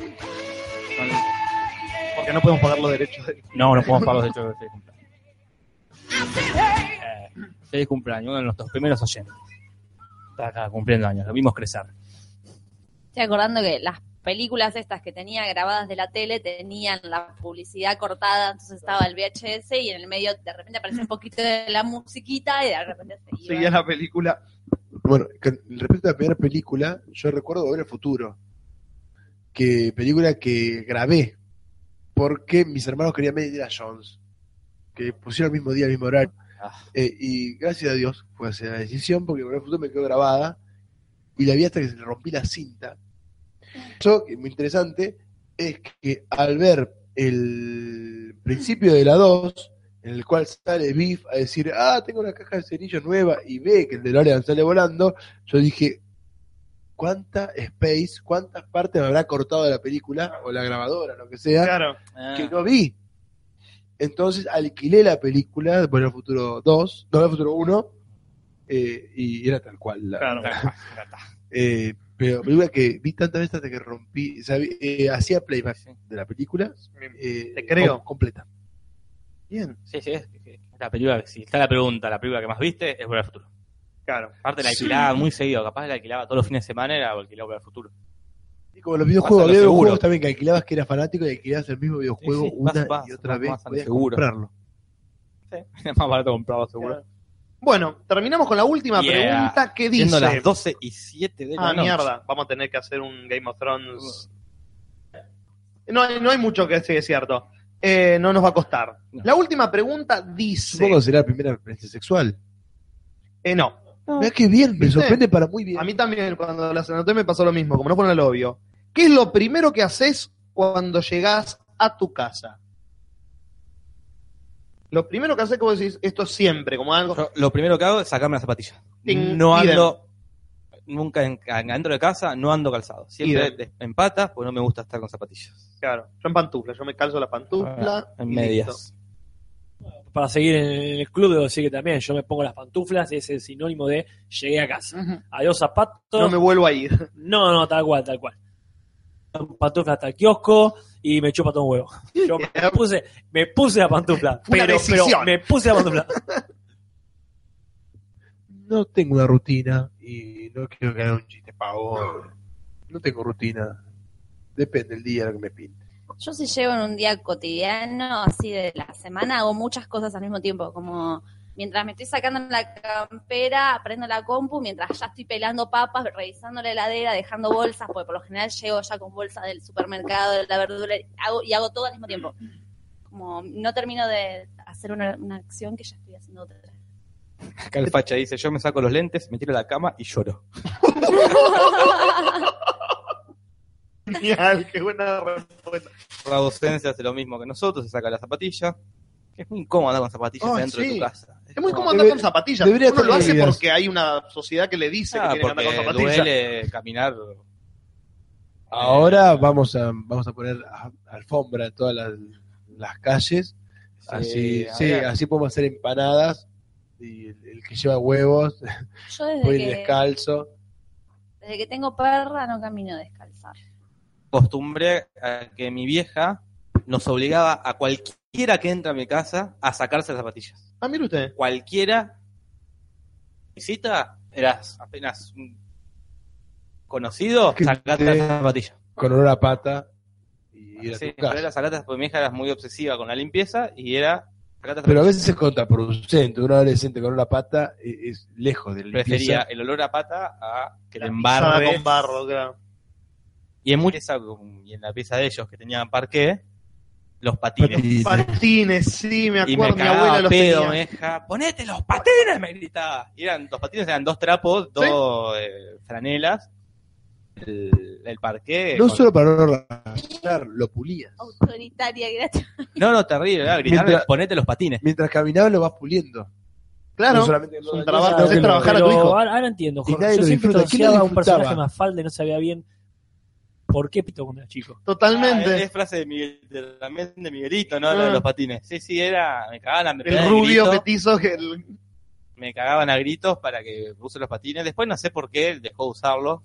[SPEAKER 4] Con-
[SPEAKER 1] Porque no podemos pagar los derechos de
[SPEAKER 4] No, no podemos pagar los derechos de feliz cumpleaños. Eh, feliz cumpleaños, uno de nuestros primeros oyentes. Está acá cumpliendo años, lo vimos crecer.
[SPEAKER 2] Estoy acordando que las películas estas que tenía grabadas de la tele tenían la publicidad cortada, entonces estaba el VHS y en el medio de repente aparecía un poquito de la musiquita y de repente se iba.
[SPEAKER 1] seguía la película.
[SPEAKER 5] Bueno, con respecto a la primera película, yo recuerdo ver el futuro. Que película que grabé porque mis hermanos querían ver Indiana Jones. Que pusieron el mismo día, el mismo horario.
[SPEAKER 4] Ah.
[SPEAKER 5] Eh, y gracias a Dios fue hacia la decisión porque el futuro me quedó grabada y la vi hasta que se le rompí la cinta. Yo, que muy interesante, es que al ver el principio de la 2, en el cual sale Biff a decir, ah, tengo una caja de cerillos nueva y ve que el DeLorean sale volando, yo dije, ¿cuánta space, cuántas partes me habrá cortado de la película o la grabadora, lo que sea?
[SPEAKER 1] Claro.
[SPEAKER 4] Ah,
[SPEAKER 5] que no vi. Entonces alquilé la película de Volver al Futuro 2, no, Volver al Futuro 1, eh, y era tal cual. la-
[SPEAKER 1] Claro.
[SPEAKER 5] eh, pero película que vi tantas veces hasta que rompí, o sea, vi- eh, hacía playback de la película. eh,
[SPEAKER 1] Te creo.
[SPEAKER 5] com- Completa.
[SPEAKER 1] Bien,
[SPEAKER 4] Sí, sí, es, es la película, si está la pregunta, la película que más viste es Volver al Futuro.
[SPEAKER 1] claro.
[SPEAKER 4] Aparte la alquilaba muy seguido, capaz la alquilaba todos los fines de semana, era alquilaba Volver al Futuro.
[SPEAKER 5] Y como los videojuegos,
[SPEAKER 4] Vas a lo
[SPEAKER 5] había
[SPEAKER 4] seguro.
[SPEAKER 5] videojuegos también que alquilabas que eras fanático y alquilabas el mismo videojuego
[SPEAKER 4] Sí, sí,
[SPEAKER 5] una
[SPEAKER 4] vas- vas-
[SPEAKER 5] y otra
[SPEAKER 4] vas-
[SPEAKER 5] vez.
[SPEAKER 4] vas a lo
[SPEAKER 5] podías
[SPEAKER 4] seguro.
[SPEAKER 5] comprarlo.
[SPEAKER 4] Era más barato comprado seguro.
[SPEAKER 1] Bueno, terminamos con la última
[SPEAKER 4] Yeah.
[SPEAKER 1] pregunta que dice.
[SPEAKER 4] Siendo las 12 y 7 de la
[SPEAKER 1] Ah,
[SPEAKER 4] noche.
[SPEAKER 1] mierda. Vamos a tener que hacer un Game of Thrones. No, hay- no hay mucho que decir, es cierto. Eh, no nos va a costar.
[SPEAKER 4] No.
[SPEAKER 1] La última pregunta dice.
[SPEAKER 5] Supongo que será la primera referencia sexual.
[SPEAKER 1] Eh, no.
[SPEAKER 5] Mira qué bien, me
[SPEAKER 1] ¿Viste?
[SPEAKER 5] sorprende para muy bien.
[SPEAKER 1] A mí también, cuando la anoté me pasó lo mismo, como no con el obvio. ¿Qué es lo primero que haces cuando llegás a tu casa? Lo primero que haces, como decís, esto es siempre, como algo.
[SPEAKER 4] Yo lo primero que hago es sacarme las zapatillas.
[SPEAKER 1] Ting,
[SPEAKER 4] no
[SPEAKER 1] idem.
[SPEAKER 4] ando nunca en, adentro de casa, no ando calzado. Siempre
[SPEAKER 1] Idem.
[SPEAKER 4] de- en patas, porque no me gusta estar con zapatillas.
[SPEAKER 1] Claro, yo en pantufla, yo me calzo la pantufla.
[SPEAKER 4] Ah, En
[SPEAKER 1] y listo.
[SPEAKER 4] medias.
[SPEAKER 3] Para seguir en el club, debo decir que también yo me pongo las pantuflas, es el sinónimo de llegué a casa.
[SPEAKER 1] Ujú.
[SPEAKER 3] Adiós zapatos.
[SPEAKER 1] No me vuelvo a ir.
[SPEAKER 3] No, no, tal cual, tal cual. Pantufla hasta el kiosco y me chupa todo un huevo. Yo me puse, me puse la pantufla,
[SPEAKER 1] Fue una
[SPEAKER 3] pero, pero
[SPEAKER 1] decisión.
[SPEAKER 3] me puse la pantufla.
[SPEAKER 5] no tengo una rutina y no quiero que haga un chiste pavón. No tengo rutina. Depende del día lo que me pinte.
[SPEAKER 2] Yo si llevo en un día cotidiano, así de la semana, hago muchas cosas al mismo tiempo, como mientras me estoy sacando la campera, prendo la compu, mientras ya estoy pelando papas, revisando la heladera, dejando bolsas, porque por lo general llego ya con bolsas del supermercado, de la verdura, y hago, y hago todo al mismo tiempo. Como no termino de hacer una, una acción que ya estoy haciendo otra.
[SPEAKER 4] Acá el facha dice, yo me saco los lentes, me tiro a la cama y lloro.
[SPEAKER 1] Genial, qué buena respuesta.
[SPEAKER 4] La docencia hace lo mismo que nosotros, se saca la zapatilla. Que es muy incómodo andar con zapatillas
[SPEAKER 1] Ay,
[SPEAKER 4] dentro de
[SPEAKER 1] sí.
[SPEAKER 4] tu casa.
[SPEAKER 1] Es muy
[SPEAKER 4] como-
[SPEAKER 1] cómodo andar con zapatillas.
[SPEAKER 5] debería
[SPEAKER 1] Uno lo
[SPEAKER 5] estar
[SPEAKER 1] hace
[SPEAKER 5] prohibidas.
[SPEAKER 1] porque hay una sociedad que le dice
[SPEAKER 4] Ah,
[SPEAKER 1] que tiene que
[SPEAKER 4] porque
[SPEAKER 1] andar con zapatillas.
[SPEAKER 4] duele caminar.
[SPEAKER 5] Ahora vamos a, vamos a poner a- alfombra en todas las, las calles. así,
[SPEAKER 4] a
[SPEAKER 5] sí,
[SPEAKER 4] ver.
[SPEAKER 5] así podemos hacer empanadas. Y el, el que lleva huevos,
[SPEAKER 2] Yo desde
[SPEAKER 5] voy
[SPEAKER 2] que,
[SPEAKER 5] descalzo.
[SPEAKER 2] desde que tengo perra no camino descalzar.
[SPEAKER 4] acostumbré a que mi vieja nos obligaba a cualquiera que entra a mi casa a sacarse las zapatillas.
[SPEAKER 1] Ah, mire usted.
[SPEAKER 4] Cualquiera visita, eras apenas un conocido,
[SPEAKER 5] Que
[SPEAKER 4] sacate
[SPEAKER 5] te-
[SPEAKER 4] las zapatillas.
[SPEAKER 5] con olor a pata y ir a
[SPEAKER 4] Sí,
[SPEAKER 5] tu
[SPEAKER 4] pero
[SPEAKER 5] casa.
[SPEAKER 4] era sacate las- porque mi hija era muy obsesiva con la limpieza y era sacate las
[SPEAKER 5] Pero a
[SPEAKER 4] zapatillas.
[SPEAKER 5] veces es contraproducente. Un adolescente con olor a pata e- es, lejos del
[SPEAKER 4] Prefería el olor a pata a que te
[SPEAKER 1] La pisada
[SPEAKER 4] embarre.
[SPEAKER 1] con barro, claro.
[SPEAKER 4] Y en, muchas, y en la pieza de ellos que tenían parqué, los patines.
[SPEAKER 1] Patines, sí, me
[SPEAKER 4] Y me
[SPEAKER 1] acuerdo, mi
[SPEAKER 4] cagaba
[SPEAKER 1] abuela
[SPEAKER 4] a
[SPEAKER 1] los
[SPEAKER 4] pedo,
[SPEAKER 1] tenía.
[SPEAKER 4] me deja, ponete los patines, me gritaba. Y eran, los patines eran dos trapos, dos eh, franelas, el, el parqué.
[SPEAKER 5] No
[SPEAKER 4] con-
[SPEAKER 5] solo para no rayar, lo pulías.
[SPEAKER 2] Autoritaria, gracias.
[SPEAKER 4] no, no, terrible, era gritarle,
[SPEAKER 5] Mientras-
[SPEAKER 4] ponete los patines.
[SPEAKER 5] Mientras caminabas lo vas puliendo.
[SPEAKER 1] Claro,
[SPEAKER 5] No solamente el
[SPEAKER 1] es un
[SPEAKER 5] olor a
[SPEAKER 1] trabajo,
[SPEAKER 5] pata,
[SPEAKER 1] hacer
[SPEAKER 5] pero-
[SPEAKER 1] Ah, trabajar a tu
[SPEAKER 3] pero
[SPEAKER 1] hijo.
[SPEAKER 3] Ahora, ahora entiendo,
[SPEAKER 5] Y
[SPEAKER 3] Jorge.
[SPEAKER 5] nadie
[SPEAKER 3] Yo
[SPEAKER 5] lo
[SPEAKER 3] siempre
[SPEAKER 5] disfruta. ¿Quién lo
[SPEAKER 3] asociaba a un
[SPEAKER 5] disfrutaba?
[SPEAKER 3] personaje más falda y no sabía bien por qué pito cuando era chico.
[SPEAKER 1] totalmente.
[SPEAKER 4] Ah, es, es frase de, Miguel, de- también de Miguelito, ¿no? Lo
[SPEAKER 1] Ah.
[SPEAKER 4] de los patines. Sí, sí, era. Me cagaban a, me
[SPEAKER 1] el
[SPEAKER 4] pegaban a
[SPEAKER 1] rubio
[SPEAKER 4] gritos,
[SPEAKER 1] petizo que el-
[SPEAKER 4] me cagaban a gritos para que use los patines. Después no sé por qué dejó de usarlo.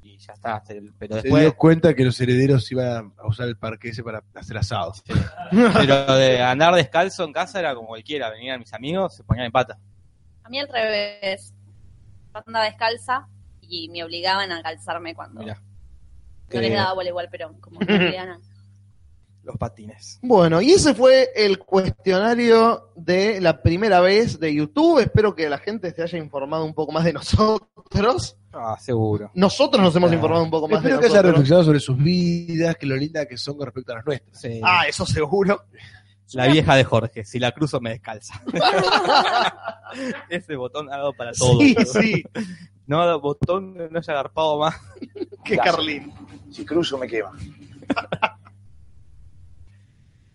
[SPEAKER 4] Y ya está. se- Pero
[SPEAKER 5] Se
[SPEAKER 4] después.
[SPEAKER 5] dio cuenta que los herederos iban a usar el parque ese para hacer asados.
[SPEAKER 4] Pero de andar descalzo en casa era como cualquiera. Venían mis amigos, se ponían en pata.
[SPEAKER 2] A mí al revés. Yo andaba descalza y me obligaban a calzarme cuando.
[SPEAKER 4] Mirá.
[SPEAKER 2] No les daba bola igual, pero como que me obligaban. a-
[SPEAKER 4] Los patines.
[SPEAKER 1] Bueno, y ese fue el cuestionario de la primera vez de YouTube. Espero que la gente se haya informado un poco más de nosotros.
[SPEAKER 4] Ah, seguro.
[SPEAKER 1] Nosotros nos hemos
[SPEAKER 4] Ah.
[SPEAKER 1] informado un poco más
[SPEAKER 5] Espero que
[SPEAKER 1] de
[SPEAKER 5] haya
[SPEAKER 1] nosotros.
[SPEAKER 5] reflexionado sobre sus vidas, que lo linda que son con respecto a las nuestras.
[SPEAKER 4] Sí.
[SPEAKER 1] Ah, eso seguro.
[SPEAKER 4] La vieja de Jorge. Si la cruzo, me descalza. Ese botón hago para todo.
[SPEAKER 1] Sí, sí,
[SPEAKER 4] No, botón que no haya agarpado más.
[SPEAKER 1] que Carlín.
[SPEAKER 6] Si cruzo me quema.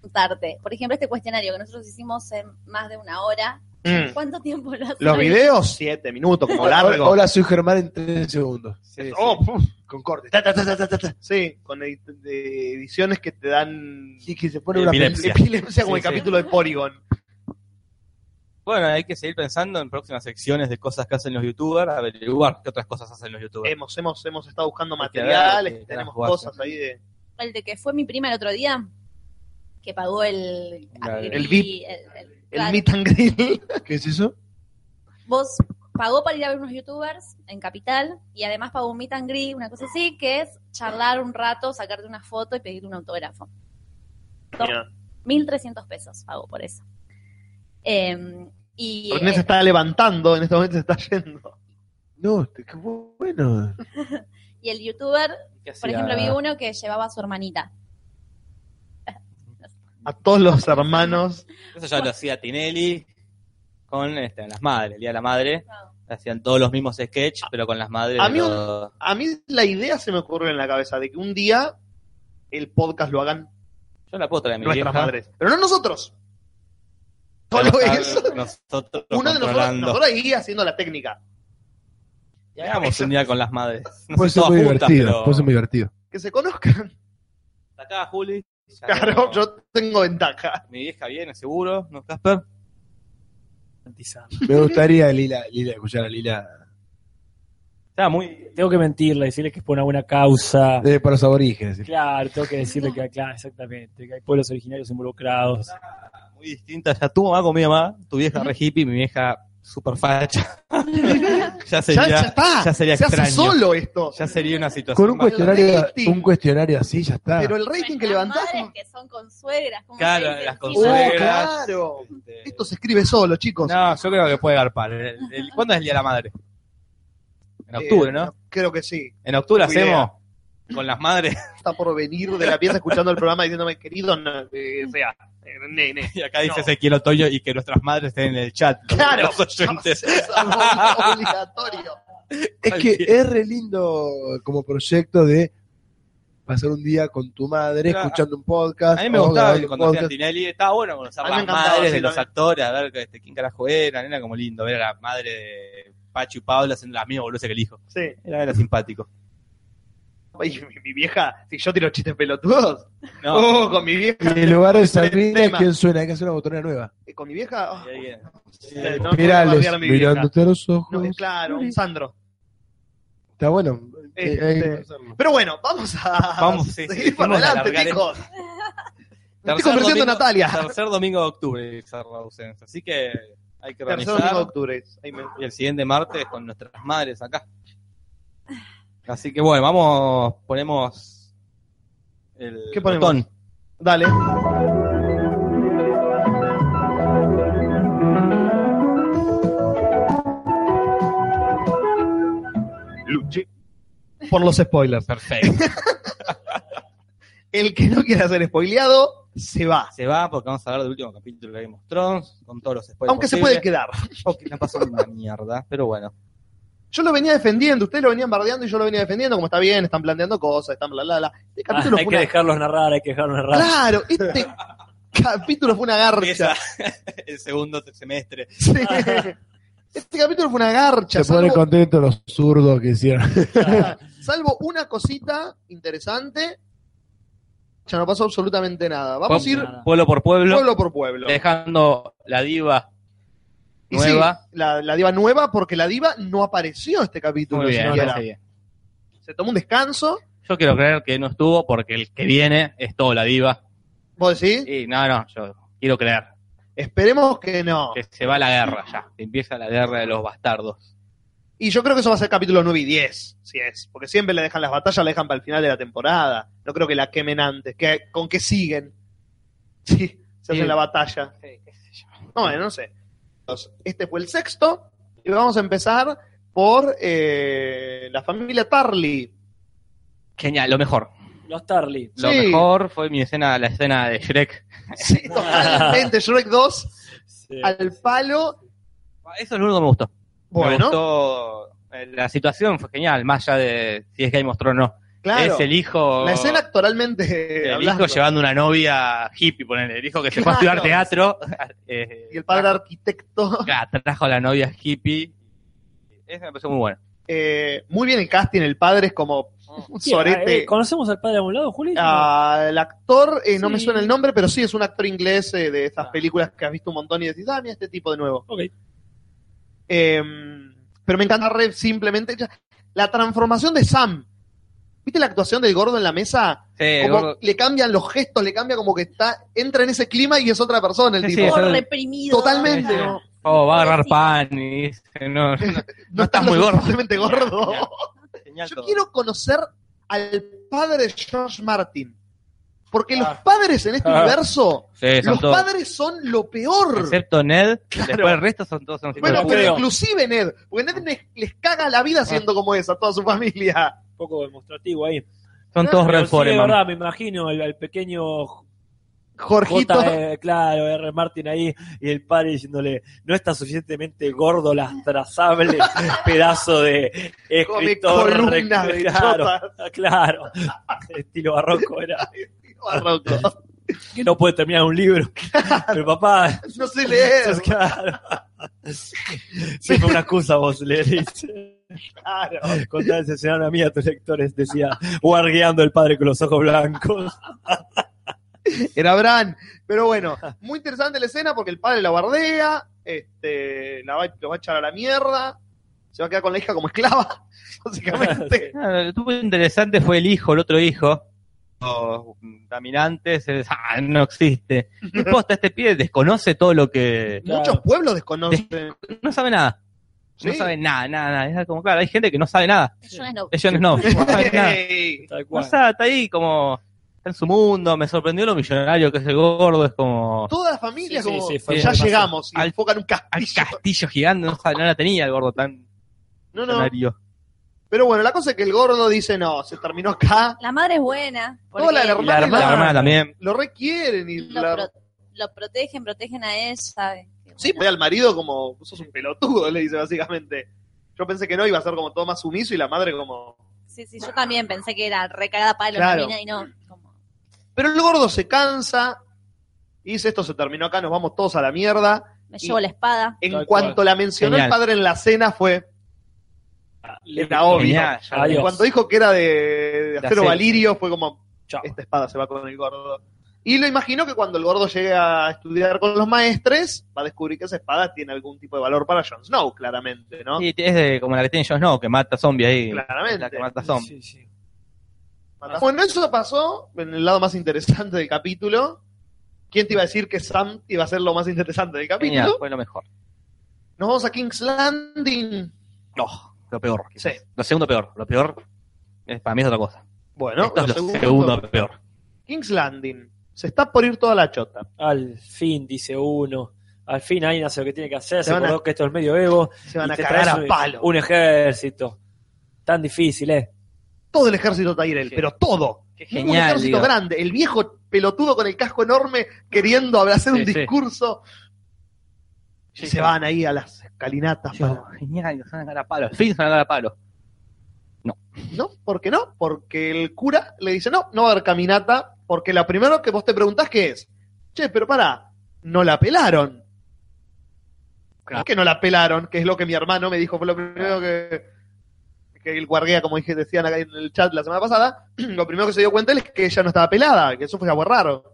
[SPEAKER 2] Contarte. Por ejemplo, este cuestionario que nosotros hicimos en más de una hora.
[SPEAKER 1] Mm.
[SPEAKER 2] ¿Cuánto tiempo lo hacen?
[SPEAKER 1] Los videos, siete minutos, como largo.
[SPEAKER 5] Hola, soy Germán en tres segundos.
[SPEAKER 1] Oh, puf.
[SPEAKER 5] Con corte.
[SPEAKER 1] Ta, ta, ta, ta, ta, ta, ta. Sí, con edi- de ediciones que te dan
[SPEAKER 5] Y que se pone una
[SPEAKER 4] Epilepsia.
[SPEAKER 1] Eh, epilepsia como
[SPEAKER 4] Sí,
[SPEAKER 1] el
[SPEAKER 4] sí.
[SPEAKER 1] capítulo de Porygon.
[SPEAKER 4] Bueno, hay que seguir pensando en próximas secciones de cosas que hacen los youtubers, averiguar qué otras cosas hacen los youtubers.
[SPEAKER 1] Hemos, hemos, hemos estado buscando
[SPEAKER 4] Hay que ver,
[SPEAKER 1] materiales,
[SPEAKER 4] sí,
[SPEAKER 1] tenemos
[SPEAKER 4] carajo,
[SPEAKER 1] cosas ahí de...
[SPEAKER 2] El de que fue mi prima el otro día, que pagó el.
[SPEAKER 4] La-
[SPEAKER 1] el VIP.
[SPEAKER 2] el- el-
[SPEAKER 1] El
[SPEAKER 2] claro.
[SPEAKER 1] meet and grill.
[SPEAKER 5] ¿Qué es eso?
[SPEAKER 2] Vos pagó para ir a ver unos youtubers en Capital y además pagó un meet and greet, una cosa así, que es charlar un rato, sacarte una foto y pedirte un autógrafo. Top.
[SPEAKER 1] Mira,
[SPEAKER 2] 1.300 pesos pagó por eso. Eh, y
[SPEAKER 1] René se
[SPEAKER 2] eh,
[SPEAKER 1] está levantando, en este momento se está yendo.
[SPEAKER 5] No, te- qué bueno.
[SPEAKER 2] y el youtuber,
[SPEAKER 4] ¿Qué hacía?
[SPEAKER 2] por ejemplo, vi uno que llevaba a su hermanita.
[SPEAKER 1] A todos los hermanos.
[SPEAKER 4] Eso ya lo hacía Tinelli con este, las madres, el día de la madre. Hacían todos los mismos
[SPEAKER 1] Ah,
[SPEAKER 4] sketches, pero con las madres.
[SPEAKER 1] A mí
[SPEAKER 4] lo-
[SPEAKER 1] A mí la idea se me ocurrió en la cabeza de que un día el podcast lo hagan
[SPEAKER 4] Yo la puedo traer a mi
[SPEAKER 1] nuestras
[SPEAKER 4] vieja.
[SPEAKER 1] madres. Pero no nosotros.
[SPEAKER 4] Pero
[SPEAKER 1] Solo
[SPEAKER 4] está
[SPEAKER 1] eso.
[SPEAKER 4] Nosotros
[SPEAKER 1] Uno de nosotros,
[SPEAKER 4] controlando.
[SPEAKER 1] nosotros ahí haciendo la técnica.
[SPEAKER 4] Y hagamos un día con las madres. No
[SPEAKER 5] Puede
[SPEAKER 4] sé,
[SPEAKER 5] ser
[SPEAKER 4] todas
[SPEAKER 5] muy
[SPEAKER 4] juntas,
[SPEAKER 5] divertido. Puede ser
[SPEAKER 4] pero...
[SPEAKER 5] muy divertido.
[SPEAKER 1] Que se conozcan.
[SPEAKER 4] Acá, Juli. ya
[SPEAKER 1] Claro,
[SPEAKER 4] no-
[SPEAKER 1] yo tengo ventaja.
[SPEAKER 4] Mi vieja viene, seguro, ¿no, Casper?
[SPEAKER 3] Garantizado.
[SPEAKER 5] Me gustaría, Lila, Lila, escuchar a Lila.
[SPEAKER 4] Está muy.
[SPEAKER 3] Tengo que mentirle, decirle que es por una buena causa.
[SPEAKER 5] eh, para los aborígenes.
[SPEAKER 3] Claro, tengo que decirle que, claro, exactamente, que hay pueblos originarios involucrados.
[SPEAKER 1] Ah,
[SPEAKER 4] muy distinta. Ya tuvo mamá con mi mamá, tu vieja re hippie, mi vieja super facha. ya sería,
[SPEAKER 1] ya, ya está.
[SPEAKER 4] ya sería
[SPEAKER 1] se hace
[SPEAKER 4] extraño.
[SPEAKER 1] solo esto.
[SPEAKER 4] Ya sería una situación.
[SPEAKER 5] Con un
[SPEAKER 4] más-
[SPEAKER 5] cuestionario,
[SPEAKER 1] rating.
[SPEAKER 5] un cuestionario así, ya está.
[SPEAKER 1] Pero el rating que
[SPEAKER 2] Nuestras
[SPEAKER 1] levantás.
[SPEAKER 2] madres que son consuegras. como
[SPEAKER 4] Claro,
[SPEAKER 2] se dice
[SPEAKER 4] las
[SPEAKER 1] Oh,
[SPEAKER 2] encima.
[SPEAKER 4] consuegras.
[SPEAKER 1] claro.
[SPEAKER 4] Este,
[SPEAKER 1] Esto se escribe solo, chicos.
[SPEAKER 4] No, yo creo que puede garpar. El- el- ¿Cuándo es el Día de la Madre? En octubre,
[SPEAKER 1] Eh,
[SPEAKER 4] ¿no?
[SPEAKER 1] Creo que sí.
[SPEAKER 4] En octubre
[SPEAKER 1] tengo
[SPEAKER 4] hacemos con las madres
[SPEAKER 1] Está por venir de la pieza escuchando el programa diciéndome, querido, no, eh, o sea, eh, nene.
[SPEAKER 4] y acá dice
[SPEAKER 1] No.
[SPEAKER 4] Ezequiel Otoño y que nuestras madres estén en el chat.
[SPEAKER 1] Claro.
[SPEAKER 4] Los oyentes.
[SPEAKER 1] Es algo obligatorio.
[SPEAKER 5] es que es re lindo como proyecto de pasar un día con tu madre
[SPEAKER 4] Claro,
[SPEAKER 5] escuchando un podcast.
[SPEAKER 4] A mí me
[SPEAKER 5] o
[SPEAKER 4] gustaba
[SPEAKER 5] grabando
[SPEAKER 4] que
[SPEAKER 5] un
[SPEAKER 4] cuando hacían
[SPEAKER 5] podcast.
[SPEAKER 4] Tinelli, estaba bueno
[SPEAKER 1] A
[SPEAKER 4] conocer
[SPEAKER 1] mí me
[SPEAKER 4] las
[SPEAKER 1] encantaba,
[SPEAKER 4] madres
[SPEAKER 1] sí,
[SPEAKER 4] de los
[SPEAKER 1] también.
[SPEAKER 4] actores, a ver que, este, quién carajo eran, era como lindo ver a la madre de Pacho y Pablo haciendo las mismas boludeces que el hijo.
[SPEAKER 1] Sí.
[SPEAKER 4] Era, era simpático.
[SPEAKER 1] Ay, mi, mi vieja, si yo tiro chistes pelotudos,
[SPEAKER 4] No,
[SPEAKER 1] uh, con mi vieja,
[SPEAKER 5] Y en lugar de
[SPEAKER 1] El
[SPEAKER 5] Sabrina,
[SPEAKER 1] tema.
[SPEAKER 5] ¿quién suena? Hay que hacer una botonera nueva.
[SPEAKER 1] eh, con mi vieja, oh,
[SPEAKER 4] y alguien-
[SPEAKER 1] eh, no puedo
[SPEAKER 5] Mirales,
[SPEAKER 1] bardear a mi vieja.
[SPEAKER 5] mirándote a los ojos.
[SPEAKER 1] No, eh, claro, un Sandro.
[SPEAKER 5] Está bueno.
[SPEAKER 1] Este-
[SPEAKER 5] Eh, hay que hacerlo.
[SPEAKER 1] Pero bueno, vamos a
[SPEAKER 4] Vamos, sí,
[SPEAKER 1] seguir
[SPEAKER 4] sí,
[SPEAKER 1] para
[SPEAKER 4] vamos a
[SPEAKER 1] adelante,
[SPEAKER 4] alargar
[SPEAKER 1] chicos. Me estoy
[SPEAKER 4] Tercer
[SPEAKER 1] convirtiendo en
[SPEAKER 4] domingo-
[SPEAKER 1] Natalia.
[SPEAKER 4] Tercer domingo de octubre, Sarra Ausencia. Así que hay
[SPEAKER 1] Tercer
[SPEAKER 4] que
[SPEAKER 1] domingo de
[SPEAKER 4] organizar.
[SPEAKER 1] octubre. Ahí me-
[SPEAKER 4] Y el siguiente martes con nuestras madres acá. Así que bueno, vamos, ponemos el
[SPEAKER 1] ¿Qué ponemos?
[SPEAKER 4] botón.
[SPEAKER 1] Dale.
[SPEAKER 7] Luché
[SPEAKER 1] Por los spoilers.
[SPEAKER 4] Perfecto.
[SPEAKER 1] El que no quiera ser spoileado, se va.
[SPEAKER 4] Se va porque vamos a hablar del último capítulo de Game of Thrones, con todos los spoilers.
[SPEAKER 1] Aunque se puede quedar.
[SPEAKER 4] que no pasó ni una mierda, pero bueno.
[SPEAKER 1] Yo lo venía defendiendo, ustedes lo venían bardeando y yo lo venía defendiendo, como está bien, están planteando cosas, están bla bla bla. Este
[SPEAKER 3] Ah,
[SPEAKER 1] capítulo
[SPEAKER 3] hay
[SPEAKER 1] fue
[SPEAKER 3] que
[SPEAKER 1] una...
[SPEAKER 3] dejarlos narrar, hay que dejarlos narrar.
[SPEAKER 1] Claro, este capítulo fue una garcha.
[SPEAKER 4] Empieza el segundo semestre.
[SPEAKER 1] Sí. Este capítulo fue una garcha.
[SPEAKER 5] Se ponen
[SPEAKER 1] salvo-
[SPEAKER 5] contentos los zurdos que hicieron.
[SPEAKER 1] Salvo una cosita interesante, ya no pasó absolutamente nada. Vamos a ir
[SPEAKER 3] Nada.
[SPEAKER 4] Pueblo por pueblo,
[SPEAKER 1] pueblo por pueblo.
[SPEAKER 4] dejando la diva
[SPEAKER 1] Y sí,
[SPEAKER 4] nueva.
[SPEAKER 1] la, la diva nueva, porque la diva no apareció este capítulo.
[SPEAKER 4] Muy bien,
[SPEAKER 1] sino
[SPEAKER 4] me
[SPEAKER 1] que
[SPEAKER 4] parece
[SPEAKER 1] era-
[SPEAKER 4] bien.
[SPEAKER 1] se tomó un descanso,
[SPEAKER 4] Yo quiero creer que no estuvo porque el que viene es todo la diva.
[SPEAKER 1] vos decís,
[SPEAKER 4] Y no, no, yo quiero creer
[SPEAKER 1] esperemos que no.
[SPEAKER 4] que se va la guerra ya. Empieza la guerra de los bastardos.
[SPEAKER 1] Y yo creo que eso va a ser capítulo 9 y 10, si es. Porque siempre le dejan las batallas, la dejan para el final de la temporada. No creo que la quemen antes. Que, ¿Con qué siguen? Sí, se hacen
[SPEAKER 4] Sí.
[SPEAKER 1] la batalla. No, bueno, no sé. Entonces, este fue el sexto. Y vamos a empezar por eh, la familia Tarly.
[SPEAKER 4] Genial, lo mejor.
[SPEAKER 3] Los Tarly.
[SPEAKER 4] Lo
[SPEAKER 1] Sí.
[SPEAKER 4] mejor fue mi escena, la escena de Shrek.
[SPEAKER 1] Sí, totalmente. Shrek 2
[SPEAKER 3] Sí.
[SPEAKER 1] al palo.
[SPEAKER 4] Eso es lo único que me gustó. Me
[SPEAKER 1] Bueno,
[SPEAKER 4] gustó. eh, La situación fue genial, más allá de si es Game of Thrones o no.
[SPEAKER 1] claro.
[SPEAKER 4] Es el hijo.
[SPEAKER 1] La escena actoralmente.
[SPEAKER 4] El
[SPEAKER 1] hablando.
[SPEAKER 4] hijo llevando una novia hippie, ponele. El hijo que se fue a estudiar
[SPEAKER 1] Claro.
[SPEAKER 4] teatro. eh,
[SPEAKER 1] Y el padre arquitecto.
[SPEAKER 4] Claro, trajo a la novia hippie. Esa me pareció muy buena.
[SPEAKER 1] Eh, muy bien el casting. El padre es como un
[SPEAKER 3] ¿Quién?
[SPEAKER 1] sorete.
[SPEAKER 3] Eh, ¿Conocemos al padre de algún lado, Juli?
[SPEAKER 1] Ah, el actor, eh, no me
[SPEAKER 3] Sí.
[SPEAKER 1] suena el nombre, pero sí es un actor inglés eh, de estas
[SPEAKER 3] Ah.
[SPEAKER 1] películas que has visto un montón y decís, ah, mira este tipo de nuevo.
[SPEAKER 3] Ok.
[SPEAKER 1] Eh, pero me encanta re simplemente ya- la transformación de Sam. ¿Viste la actuación del gordo en la mesa?
[SPEAKER 4] Sí,
[SPEAKER 1] Como
[SPEAKER 4] gordo.
[SPEAKER 1] le cambian los gestos, le cambia como que está, entra en ese clima y es otra persona el
[SPEAKER 4] Sí,
[SPEAKER 1] tipo.
[SPEAKER 4] sí,
[SPEAKER 8] Por
[SPEAKER 4] es-
[SPEAKER 8] reprimido.
[SPEAKER 1] Totalmente.
[SPEAKER 4] Sí, sí.
[SPEAKER 1] No,
[SPEAKER 4] Oh, va a agarrar pan y dice, no, no,
[SPEAKER 1] No
[SPEAKER 4] estás muy
[SPEAKER 1] lo
[SPEAKER 4] gordo.
[SPEAKER 1] suficientemente gordo.
[SPEAKER 4] Ya, genial
[SPEAKER 1] Yo
[SPEAKER 4] todo.
[SPEAKER 1] quiero conocer al padre de George Martin. Porque los padres en este
[SPEAKER 3] Ah.
[SPEAKER 1] universo
[SPEAKER 4] Sí, son
[SPEAKER 1] Los
[SPEAKER 4] todos.
[SPEAKER 1] padres son lo peor.
[SPEAKER 4] Excepto Ned,
[SPEAKER 1] Claro.
[SPEAKER 4] después el resto son todos unos hijos
[SPEAKER 1] Bueno,
[SPEAKER 4] de
[SPEAKER 1] pero
[SPEAKER 4] puta.
[SPEAKER 3] creo.
[SPEAKER 1] inclusive Ned, porque Ned les, les caga la
[SPEAKER 4] Ah.
[SPEAKER 1] vida siendo como es a toda su familia.
[SPEAKER 3] Un poco demostrativo ahí.
[SPEAKER 4] son todos
[SPEAKER 3] Pero
[SPEAKER 4] Red
[SPEAKER 3] sí, de
[SPEAKER 4] Foreman.
[SPEAKER 3] verdad, me imagino al al pequeño
[SPEAKER 1] Jorgito,
[SPEAKER 3] Jota, eh, claro, R. Martin ahí, y el padre diciéndole, no está suficientemente gordo, lastrazable, pedazo de
[SPEAKER 1] come
[SPEAKER 3] escritor.
[SPEAKER 1] columnas
[SPEAKER 3] rec-
[SPEAKER 1] de
[SPEAKER 3] claro,
[SPEAKER 1] chota.
[SPEAKER 3] claro, estilo barroco era,
[SPEAKER 1] Barroco.
[SPEAKER 3] que no puede terminar un libro. Pero papá,
[SPEAKER 1] No sé leer,
[SPEAKER 3] sos- claro. Siempre una excusa vos le dices.
[SPEAKER 1] claro.
[SPEAKER 3] Contá ese escenario a mí, a tus lectores, decía, guargueando el padre con los ojos blancos.
[SPEAKER 1] Era Bran. Pero bueno, muy interesante la escena porque el padre la bardea, este, la va, lo va a echar a la mierda, se va a quedar con la hija como esclava, básicamente.
[SPEAKER 4] Ah, Lo que estuvo interesante fue el hijo, el otro hijo.
[SPEAKER 1] Oh.
[SPEAKER 4] Los caminantes, es- ah, no existe. Y posta, este pie desconoce todo lo que.
[SPEAKER 3] Claro.
[SPEAKER 1] Muchos pueblos desconocen.
[SPEAKER 4] No sabe nada. No
[SPEAKER 1] Sí.
[SPEAKER 4] sabe nada, nada, nada. Es como, claro, hay gente que no sabe nada.
[SPEAKER 8] Es Jon Snow.
[SPEAKER 4] Es Jon Snow. No sabe nada.
[SPEAKER 1] Ey.
[SPEAKER 3] Tal
[SPEAKER 4] O
[SPEAKER 3] cual.
[SPEAKER 4] sea, está ahí como. Está en su mundo. Me sorprendió lo millonario que es el gordo. Es como.
[SPEAKER 1] Toda la familia
[SPEAKER 3] Sí, sí,
[SPEAKER 1] como,
[SPEAKER 3] sí, fue
[SPEAKER 1] ya
[SPEAKER 3] demasiado.
[SPEAKER 1] llegamos y
[SPEAKER 4] Al-
[SPEAKER 1] enfocan un
[SPEAKER 4] Al
[SPEAKER 1] castillo.
[SPEAKER 4] castillo gigante. No, sabe- no la tenía el gordo tan
[SPEAKER 1] No, no.
[SPEAKER 4] millonario.
[SPEAKER 1] Pero bueno, la cosa es que el gordo dice, no, se terminó acá.
[SPEAKER 2] La madre es buena. porque
[SPEAKER 1] Toda la
[SPEAKER 4] Y La,
[SPEAKER 1] hermana-
[SPEAKER 4] hermana, la hermana también.
[SPEAKER 1] Lo requieren y
[SPEAKER 2] Lo,
[SPEAKER 1] la-
[SPEAKER 2] pro- lo protegen, protegen a él, ¿sabe?
[SPEAKER 1] Sí, ve al marido como, sos un pelotudo, le dice básicamente. Yo pensé que no, iba a ser como todo más sumiso y la madre como...
[SPEAKER 2] Sí, sí, yo también pensé que era recargada para la
[SPEAKER 1] Claro.
[SPEAKER 2] mina y no. como-
[SPEAKER 1] Pero el gordo se cansa y dice, esto se terminó acá, nos vamos todos a la mierda.
[SPEAKER 2] me llevo la espada.
[SPEAKER 1] En
[SPEAKER 3] Tal
[SPEAKER 1] cuanto la mencionó
[SPEAKER 4] Genial.
[SPEAKER 1] el padre en la cena fue... Era obvio.
[SPEAKER 4] Genial. ya-
[SPEAKER 1] En
[SPEAKER 3] Adiós.
[SPEAKER 1] cuanto dijo que era de, de acero
[SPEAKER 4] acero.
[SPEAKER 1] valirio, fue como,
[SPEAKER 3] Chao.
[SPEAKER 1] esta espada se va con el gordo. Y lo imagino que cuando el gordo llegue a estudiar con los maestres, va a descubrir que esa espada tiene algún tipo de valor para Jon Snow, claramente, ¿no?
[SPEAKER 4] Sí, es de- como la que tiene Jon Snow, que mata zombies ahí.
[SPEAKER 1] Claramente.
[SPEAKER 4] Es La que mata zombies.
[SPEAKER 3] Sí, sí.
[SPEAKER 1] Bueno, eso pasó en el lado más interesante del capítulo. ¿Quién te iba a decir que Sam iba a ser lo más interesante del capítulo?
[SPEAKER 4] Genial, fue lo mejor.
[SPEAKER 1] Nos vamos a King's Landing.
[SPEAKER 4] No, lo peor.
[SPEAKER 1] Sí.
[SPEAKER 4] Lo segundo peor. Lo peor Eh, Para mí es otra cosa.
[SPEAKER 1] Bueno,
[SPEAKER 4] Esto es lo
[SPEAKER 1] lo segundo-
[SPEAKER 4] segundo peor.
[SPEAKER 1] King's Landing. Se está por ir toda la chota.
[SPEAKER 3] Al fin, dice uno. Al fin alguien hace lo que tiene que hacer.
[SPEAKER 1] Se
[SPEAKER 3] Se,
[SPEAKER 1] van a-
[SPEAKER 3] acordó que esto es medioevo.
[SPEAKER 1] Se van
[SPEAKER 3] y
[SPEAKER 1] a
[SPEAKER 3] te
[SPEAKER 1] cagar
[SPEAKER 3] traes
[SPEAKER 1] a
[SPEAKER 3] un-
[SPEAKER 1] palo.
[SPEAKER 3] Un ejército. Tan difícil, ¿eh?
[SPEAKER 1] Todo el ejército Tyrell,
[SPEAKER 4] Qué-
[SPEAKER 1] pero todo.
[SPEAKER 4] Qué
[SPEAKER 1] un
[SPEAKER 4] genial.
[SPEAKER 1] ejército
[SPEAKER 4] digo.
[SPEAKER 1] grande. El viejo pelotudo con el casco enorme queriendo hacer un
[SPEAKER 4] Sí, sí.
[SPEAKER 1] discurso. Y
[SPEAKER 4] Sí,
[SPEAKER 1] se
[SPEAKER 4] sí.
[SPEAKER 1] van ahí a las escalinatas.
[SPEAKER 4] Yo,
[SPEAKER 1] para-
[SPEAKER 4] Genial, nos van a ganar a palo. Al fin nos van a ganar a palo.
[SPEAKER 1] ¿No? ¿Por qué no? Porque el cura le dice, no, no va a haber caminata, porque la primero que vos te preguntás qué es. Che, pero pará, no la pelaron. Claro que no la pelaron, que es lo que mi hermano me dijo, fue lo primero que, que el guardia, como dije, decían acá en el chat la semana pasada, lo primero que se dio cuenta él es que ella no estaba pelada, que eso fue algo raro.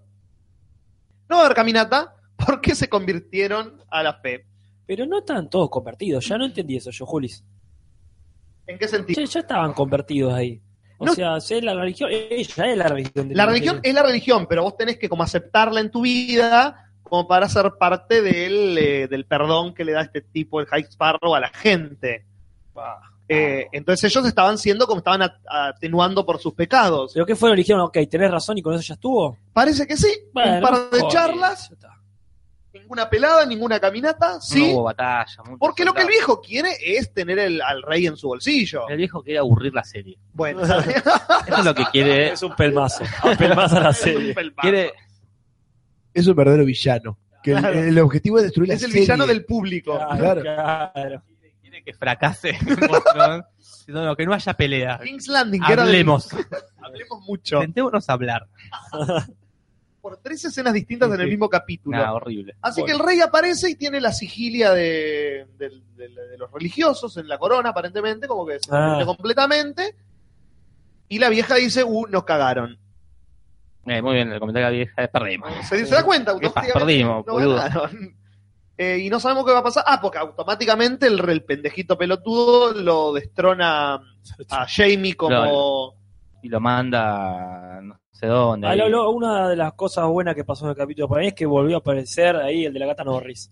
[SPEAKER 1] No va a haber caminata, ¿por qué se convirtieron a la fe?
[SPEAKER 3] Pero no estaban todos convertidos. Ya no entendí eso yo, Julis.
[SPEAKER 1] ¿En qué sentido?
[SPEAKER 3] Ya, ya estaban convertidos ahí. O
[SPEAKER 1] No.
[SPEAKER 3] sea, si es la religión. eh, Ella es la religión. de-
[SPEAKER 1] La religión es la religión, pero vos tenés que como aceptarla en tu vida como para ser parte del, eh, del perdón que le da este tipo, el High Sparrow, a la gente. Eh, entonces ellos estaban siendo como estaban at- atenuando por sus pecados.
[SPEAKER 3] Pero que fueron eligieron, ok, tenés razón y con eso ya estuvo.
[SPEAKER 1] Parece que sí, un
[SPEAKER 3] Bueno,
[SPEAKER 1] par de
[SPEAKER 3] joder,
[SPEAKER 1] charlas,
[SPEAKER 3] ya está.
[SPEAKER 1] ninguna pelada, ninguna caminata, sí,
[SPEAKER 4] No hubo batalla. mucho
[SPEAKER 1] porque lo que el
[SPEAKER 4] soldado.
[SPEAKER 1] viejo quiere es tener el- al rey en su bolsillo.
[SPEAKER 4] El viejo quiere aburrir la serie.
[SPEAKER 1] Bueno,
[SPEAKER 4] Eso es lo que quiere.
[SPEAKER 3] Es un pelmazo. Un pelmazo a la
[SPEAKER 1] es un
[SPEAKER 3] serie.
[SPEAKER 1] pelmazo.
[SPEAKER 4] quiere
[SPEAKER 5] Es un verdadero villano. Que el-
[SPEAKER 1] Claro.
[SPEAKER 5] el, objetivo es destruir la
[SPEAKER 1] es el
[SPEAKER 5] serie.
[SPEAKER 1] villano del público.
[SPEAKER 5] Claro.
[SPEAKER 3] claro.
[SPEAKER 4] quiere que fracase. no, no, no, que no haya pelea.
[SPEAKER 1] King's Landing, que era del-
[SPEAKER 4] Hablemos.
[SPEAKER 1] hablemos mucho.
[SPEAKER 4] Intentémonos hablar.
[SPEAKER 1] Por tres escenas distintas en el
[SPEAKER 4] Sí.
[SPEAKER 1] mismo capítulo.
[SPEAKER 4] Nada, horrible.
[SPEAKER 1] Así que el rey aparece y tiene la sigilia de, de- de- de los religiosos en la corona, aparentemente, como que se
[SPEAKER 3] Ah.
[SPEAKER 1] cumple completamente. Y la vieja dice, uh, nos cagaron.
[SPEAKER 4] Eh, muy bien, el comentario de la vieja es perdimos.
[SPEAKER 1] Se, "Ah, se da cuenta
[SPEAKER 4] ¿Qué pasa?
[SPEAKER 1] automáticamente.
[SPEAKER 4] Perdimos,
[SPEAKER 1] no
[SPEAKER 4] boludo.
[SPEAKER 1] ganaron. Eh, y no sabemos qué va a pasar. Ah, porque automáticamente el, el pendejito pelotudo lo destrona a Jamie como...
[SPEAKER 4] Y lo manda a no sé dónde.
[SPEAKER 3] Ah,
[SPEAKER 4] ahí.
[SPEAKER 3] lo- lo- una de las cosas buenas que pasó en el capítulo para mí es que volvió a aparecer ahí el de la gata Norris.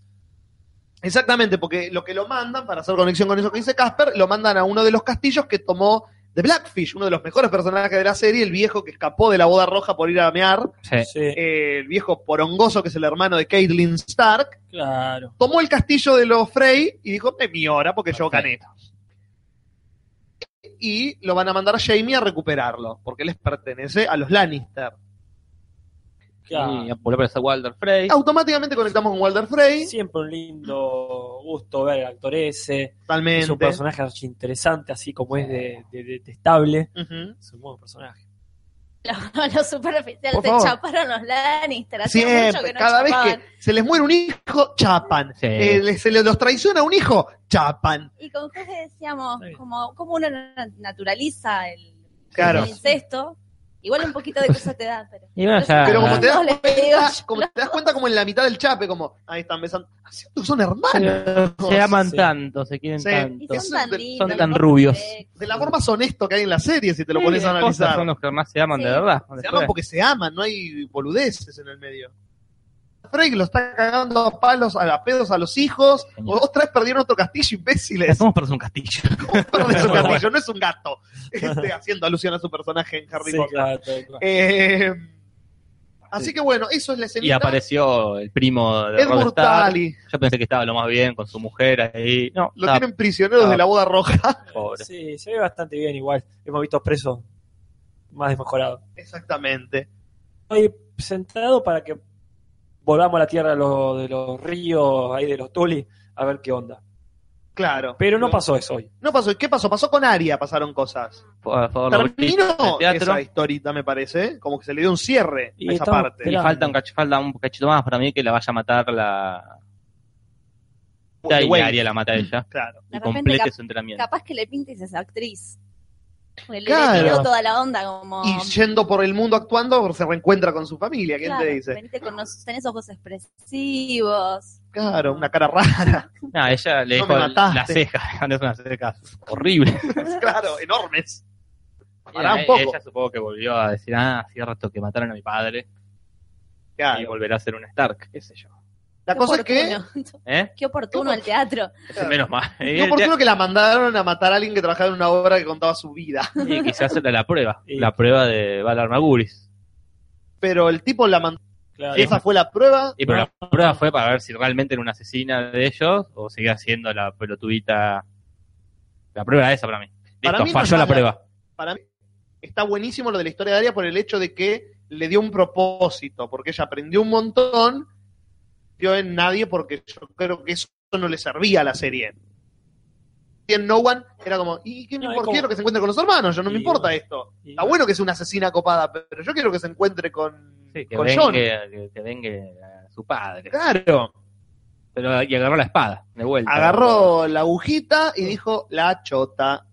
[SPEAKER 1] Exactamente, porque lo que lo mandan, para hacer conexión con eso que dice Casper, lo mandan a uno de los castillos que tomó The Blackfish, uno de los mejores personajes de la serie, el viejo que escapó de la boda roja por ir a mear,
[SPEAKER 4] Sí.
[SPEAKER 3] Sí,
[SPEAKER 1] eh, el viejo porongoso que es el hermano de Caitlin Stark,
[SPEAKER 3] claro.
[SPEAKER 1] tomó el castillo de los Frey y dijo, es mi hora porque yo gané. Y lo van a mandar a Jamie a recuperarlo, porque les pertenece a los Lannister.
[SPEAKER 3] claro.
[SPEAKER 4] Y volvió a aparecer Walter Frey.
[SPEAKER 1] Automáticamente conectamos con Walter Frey,
[SPEAKER 3] Siempre un lindo gusto ver al actor ese. Es
[SPEAKER 1] totalmente.
[SPEAKER 3] un personaje archi interesante, así como es de, de- detestable.
[SPEAKER 1] Ujú.
[SPEAKER 3] Es un buen personaje.
[SPEAKER 8] Los, los superficiales
[SPEAKER 1] Por
[SPEAKER 8] te
[SPEAKER 1] favor.
[SPEAKER 8] chaparon los Lannister. Hacía mucho
[SPEAKER 1] Siempre,
[SPEAKER 8] que no
[SPEAKER 1] cada vez
[SPEAKER 8] chapaban.
[SPEAKER 1] que se les muere un hijo, chapan.
[SPEAKER 4] Sí.
[SPEAKER 1] Eh, le- se les, los traiciona un hijo, chapan.
[SPEAKER 8] Y con Jorge decíamos,
[SPEAKER 3] Está bien.
[SPEAKER 8] como, como uno na- naturaliza el,
[SPEAKER 1] Claro.
[SPEAKER 8] el incesto, igual un poquito de cosas te da, pero...
[SPEAKER 4] Y bueno, ya.
[SPEAKER 1] Pero
[SPEAKER 2] Ah.
[SPEAKER 1] como te, das
[SPEAKER 8] No, le digo yo.
[SPEAKER 1] cuenta, como te das cuenta, como en la mitad del chape, como, ahí están besando. Ah, sí, estos son hermanos.
[SPEAKER 4] se aman
[SPEAKER 3] Sí.
[SPEAKER 4] tanto, se quieren
[SPEAKER 1] Sí.
[SPEAKER 8] Y
[SPEAKER 4] tanto.
[SPEAKER 8] son tan,
[SPEAKER 1] Son
[SPEAKER 8] lindos, Eh,
[SPEAKER 4] tan
[SPEAKER 8] los
[SPEAKER 4] rubios.
[SPEAKER 8] perfectos.
[SPEAKER 1] De la forma más honesto que hay en la serie, si te lo pones a
[SPEAKER 4] Esas cosas
[SPEAKER 1] analizar.
[SPEAKER 4] Son los que más se aman, de
[SPEAKER 8] Sí.
[SPEAKER 4] verdad.
[SPEAKER 1] Se aman porque se aman, no hay boludeces en el medio. Frey lo está cagando a palos, a la pedos a los hijos.
[SPEAKER 4] Genial.
[SPEAKER 1] Otra vez perdieron otro castillo, imbéciles.
[SPEAKER 4] Estamos por un castillo.
[SPEAKER 1] Perdió su castillo, no es un gato. Este, haciendo alusión a su personaje en Harry
[SPEAKER 3] Sí,
[SPEAKER 1] Potter.
[SPEAKER 3] claro, tal cual.
[SPEAKER 1] Eh, así
[SPEAKER 4] Sí.
[SPEAKER 1] que bueno, eso es la
[SPEAKER 4] Y
[SPEAKER 1] escenita.
[SPEAKER 4] apareció el primo de
[SPEAKER 1] Ed
[SPEAKER 4] Robert Stark.
[SPEAKER 1] Murtali.
[SPEAKER 4] Yo pensé que estaba lo más bien con su mujer ahí. No,
[SPEAKER 1] Lo
[SPEAKER 4] estaba
[SPEAKER 1] tienen prisioneros
[SPEAKER 4] Ah.
[SPEAKER 1] de la boda roja.
[SPEAKER 4] pobre.
[SPEAKER 3] Sí, se ve bastante bien igual. Hemos visto preso más desmejorado.
[SPEAKER 1] Exactamente.
[SPEAKER 3] Estoy sentado para que volvamos a la tierra de los, de los ríos, ahí de los Tuli, a ver qué onda.
[SPEAKER 1] Claro.
[SPEAKER 3] Pero no pasó eso hoy.
[SPEAKER 1] No pasó. ¿Qué pasó? Pasó con Aria, pasaron cosas.
[SPEAKER 4] Por favor, lo
[SPEAKER 1] Terminó
[SPEAKER 4] del teatro.
[SPEAKER 1] esa historita, me parece. Como que se le dio un cierre
[SPEAKER 3] Y
[SPEAKER 1] a esa
[SPEAKER 3] estamos
[SPEAKER 1] parte.
[SPEAKER 4] Y
[SPEAKER 3] Esperando.
[SPEAKER 4] falta un, cach- falta un cachito más para mí que la vaya a matar la.
[SPEAKER 1] Porque,
[SPEAKER 4] y
[SPEAKER 1] güey,
[SPEAKER 4] Aria la mata a ella.
[SPEAKER 1] Claro.
[SPEAKER 8] De
[SPEAKER 4] Y
[SPEAKER 8] repente
[SPEAKER 4] complete
[SPEAKER 8] cap-
[SPEAKER 4] su entrenamiento.
[SPEAKER 8] Capaz que le pintes a esa actriz. Porque
[SPEAKER 1] Claro.
[SPEAKER 8] Le tiró toda la onda
[SPEAKER 2] Ah.
[SPEAKER 8] como...
[SPEAKER 1] Y yendo por el mundo actuando, se reencuentra con su familia. ¿Quién
[SPEAKER 8] claro,
[SPEAKER 1] te dice?
[SPEAKER 8] Venite con nosotros, tenés ojos expresivos.
[SPEAKER 1] Claro, una cara rara.
[SPEAKER 4] Nah, ella le
[SPEAKER 1] No
[SPEAKER 4] dijo
[SPEAKER 1] me mataste.
[SPEAKER 4] la ceja. es una ceja horrible.
[SPEAKER 1] claro, enormes. Pará un
[SPEAKER 4] Eh,
[SPEAKER 1] poco.
[SPEAKER 4] Ella supongo que volvió a decir, ah, cierto, que mataron a mi padre. Y
[SPEAKER 1] Claro.
[SPEAKER 4] volverá a ser un Stark, qué sé yo.
[SPEAKER 1] La cosa es que
[SPEAKER 2] oportuno.
[SPEAKER 4] ¿Eh?
[SPEAKER 2] Qué oportuno el teatro.
[SPEAKER 4] Menos mal.
[SPEAKER 1] Qué oportuno que la mandaron a matar a alguien que trabajaba en una obra que contaba su vida.
[SPEAKER 4] Y quizás era la prueba. La prueba de Valar Maguris.
[SPEAKER 1] Pero el tipo la mandó.
[SPEAKER 3] Claro.
[SPEAKER 1] Y esa fue la prueba.
[SPEAKER 4] Y pero la prueba fue para ver si realmente era una asesina de ellos o seguía siendo la pelotudita. La prueba esa para mí. Listo,
[SPEAKER 1] Para mí no es
[SPEAKER 4] falló la
[SPEAKER 1] mala.
[SPEAKER 4] prueba.
[SPEAKER 1] Para mí está buenísimo lo de la historia de Aria por el hecho de que le dio un propósito, porque ella aprendió un montón, dio en nadie, porque yo creo que eso no le servía a la serie. Y en No One era como, ¿y qué me
[SPEAKER 3] No, es
[SPEAKER 1] importa?
[SPEAKER 3] como-
[SPEAKER 1] Quiero que se encuentre con los hermanos, yo no me
[SPEAKER 3] Y-
[SPEAKER 1] importa esto.
[SPEAKER 3] Y-
[SPEAKER 1] Está bueno que es una asesina copada, pero yo quiero que se encuentre con,
[SPEAKER 4] Sí, que
[SPEAKER 1] con John.
[SPEAKER 4] vengue, que, que vengue a su padre.
[SPEAKER 1] Claro.
[SPEAKER 4] Pero, y agarró la espada, de vuelta.
[SPEAKER 1] Agarró la agujita y dijo, la chota,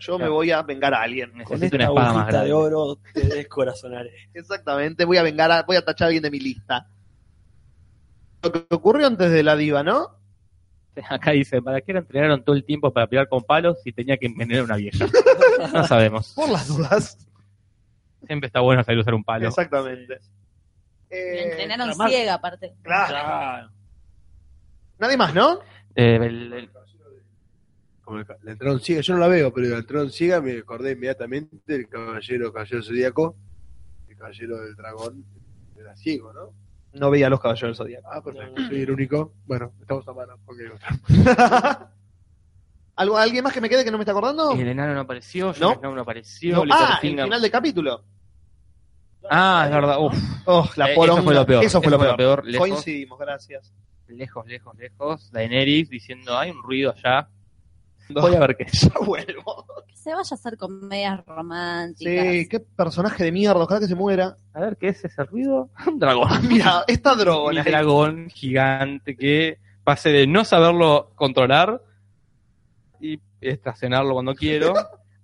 [SPEAKER 1] yo me
[SPEAKER 4] Claro.
[SPEAKER 1] voy a vengar a alguien.
[SPEAKER 3] Con esta
[SPEAKER 4] Necesito una espada más
[SPEAKER 3] agujita
[SPEAKER 4] grande.
[SPEAKER 3] de oro te descorazonaré.
[SPEAKER 1] Exactamente, voy a vengar, a- voy a tachar a alguien de mi lista. Lo que ocurrió antes de la diva, ¿no?
[SPEAKER 4] Acá dice, ¿para qué la entrenaron todo el tiempo para pelear con palos si tenía que envenenar a una vieja? No sabemos.
[SPEAKER 1] Por las dudas.
[SPEAKER 4] Siempre está bueno saber usar un palo.
[SPEAKER 1] Exactamente. Eh,
[SPEAKER 2] La entrenaron
[SPEAKER 3] además-
[SPEAKER 2] ciega, aparte.
[SPEAKER 1] claro. Nadie más, ¿no?
[SPEAKER 4] Eh, el- el-
[SPEAKER 5] Como el ca- la entraron ciega, yo no la veo, pero la entraron ciega me acordé inmediatamente del caballero, caballero zodíaco, el caballero del dragón, era ciego, ¿no?
[SPEAKER 1] No veía a los caballeros del Zodíaco.
[SPEAKER 5] Ah, perfecto, soy el único. Bueno, estamos a mano, porque
[SPEAKER 1] ¿Algo, ¿Alguien más que me quede que no me está acordando?
[SPEAKER 4] el enano no apareció,
[SPEAKER 1] No.
[SPEAKER 4] no, no apareció.
[SPEAKER 1] No. Ah, el
[SPEAKER 4] Littlefinger-
[SPEAKER 1] final del capítulo.
[SPEAKER 4] Ah, es verdad. Uf,
[SPEAKER 1] Oh, la
[SPEAKER 4] Eh,
[SPEAKER 1] poronga.
[SPEAKER 4] Eso fue lo peor.
[SPEAKER 1] Eso fue lo peor.
[SPEAKER 4] lejos,
[SPEAKER 1] Coincidimos, gracias.
[SPEAKER 4] lejos, lejos, lejos. Daenerys diciendo, hay un ruido allá. Voy a ver qué es.
[SPEAKER 1] Ya vuelvo.
[SPEAKER 2] Que se vaya a hacer comedias románticas.
[SPEAKER 1] Sí, qué personaje de mierda. Ojalá que se muera.
[SPEAKER 4] A ver qué es ese ruido. Un dragón.
[SPEAKER 1] Mira, esta drogona.
[SPEAKER 4] un dragón gigante que pase de no saberlo controlar y estacionarlo cuando quiero.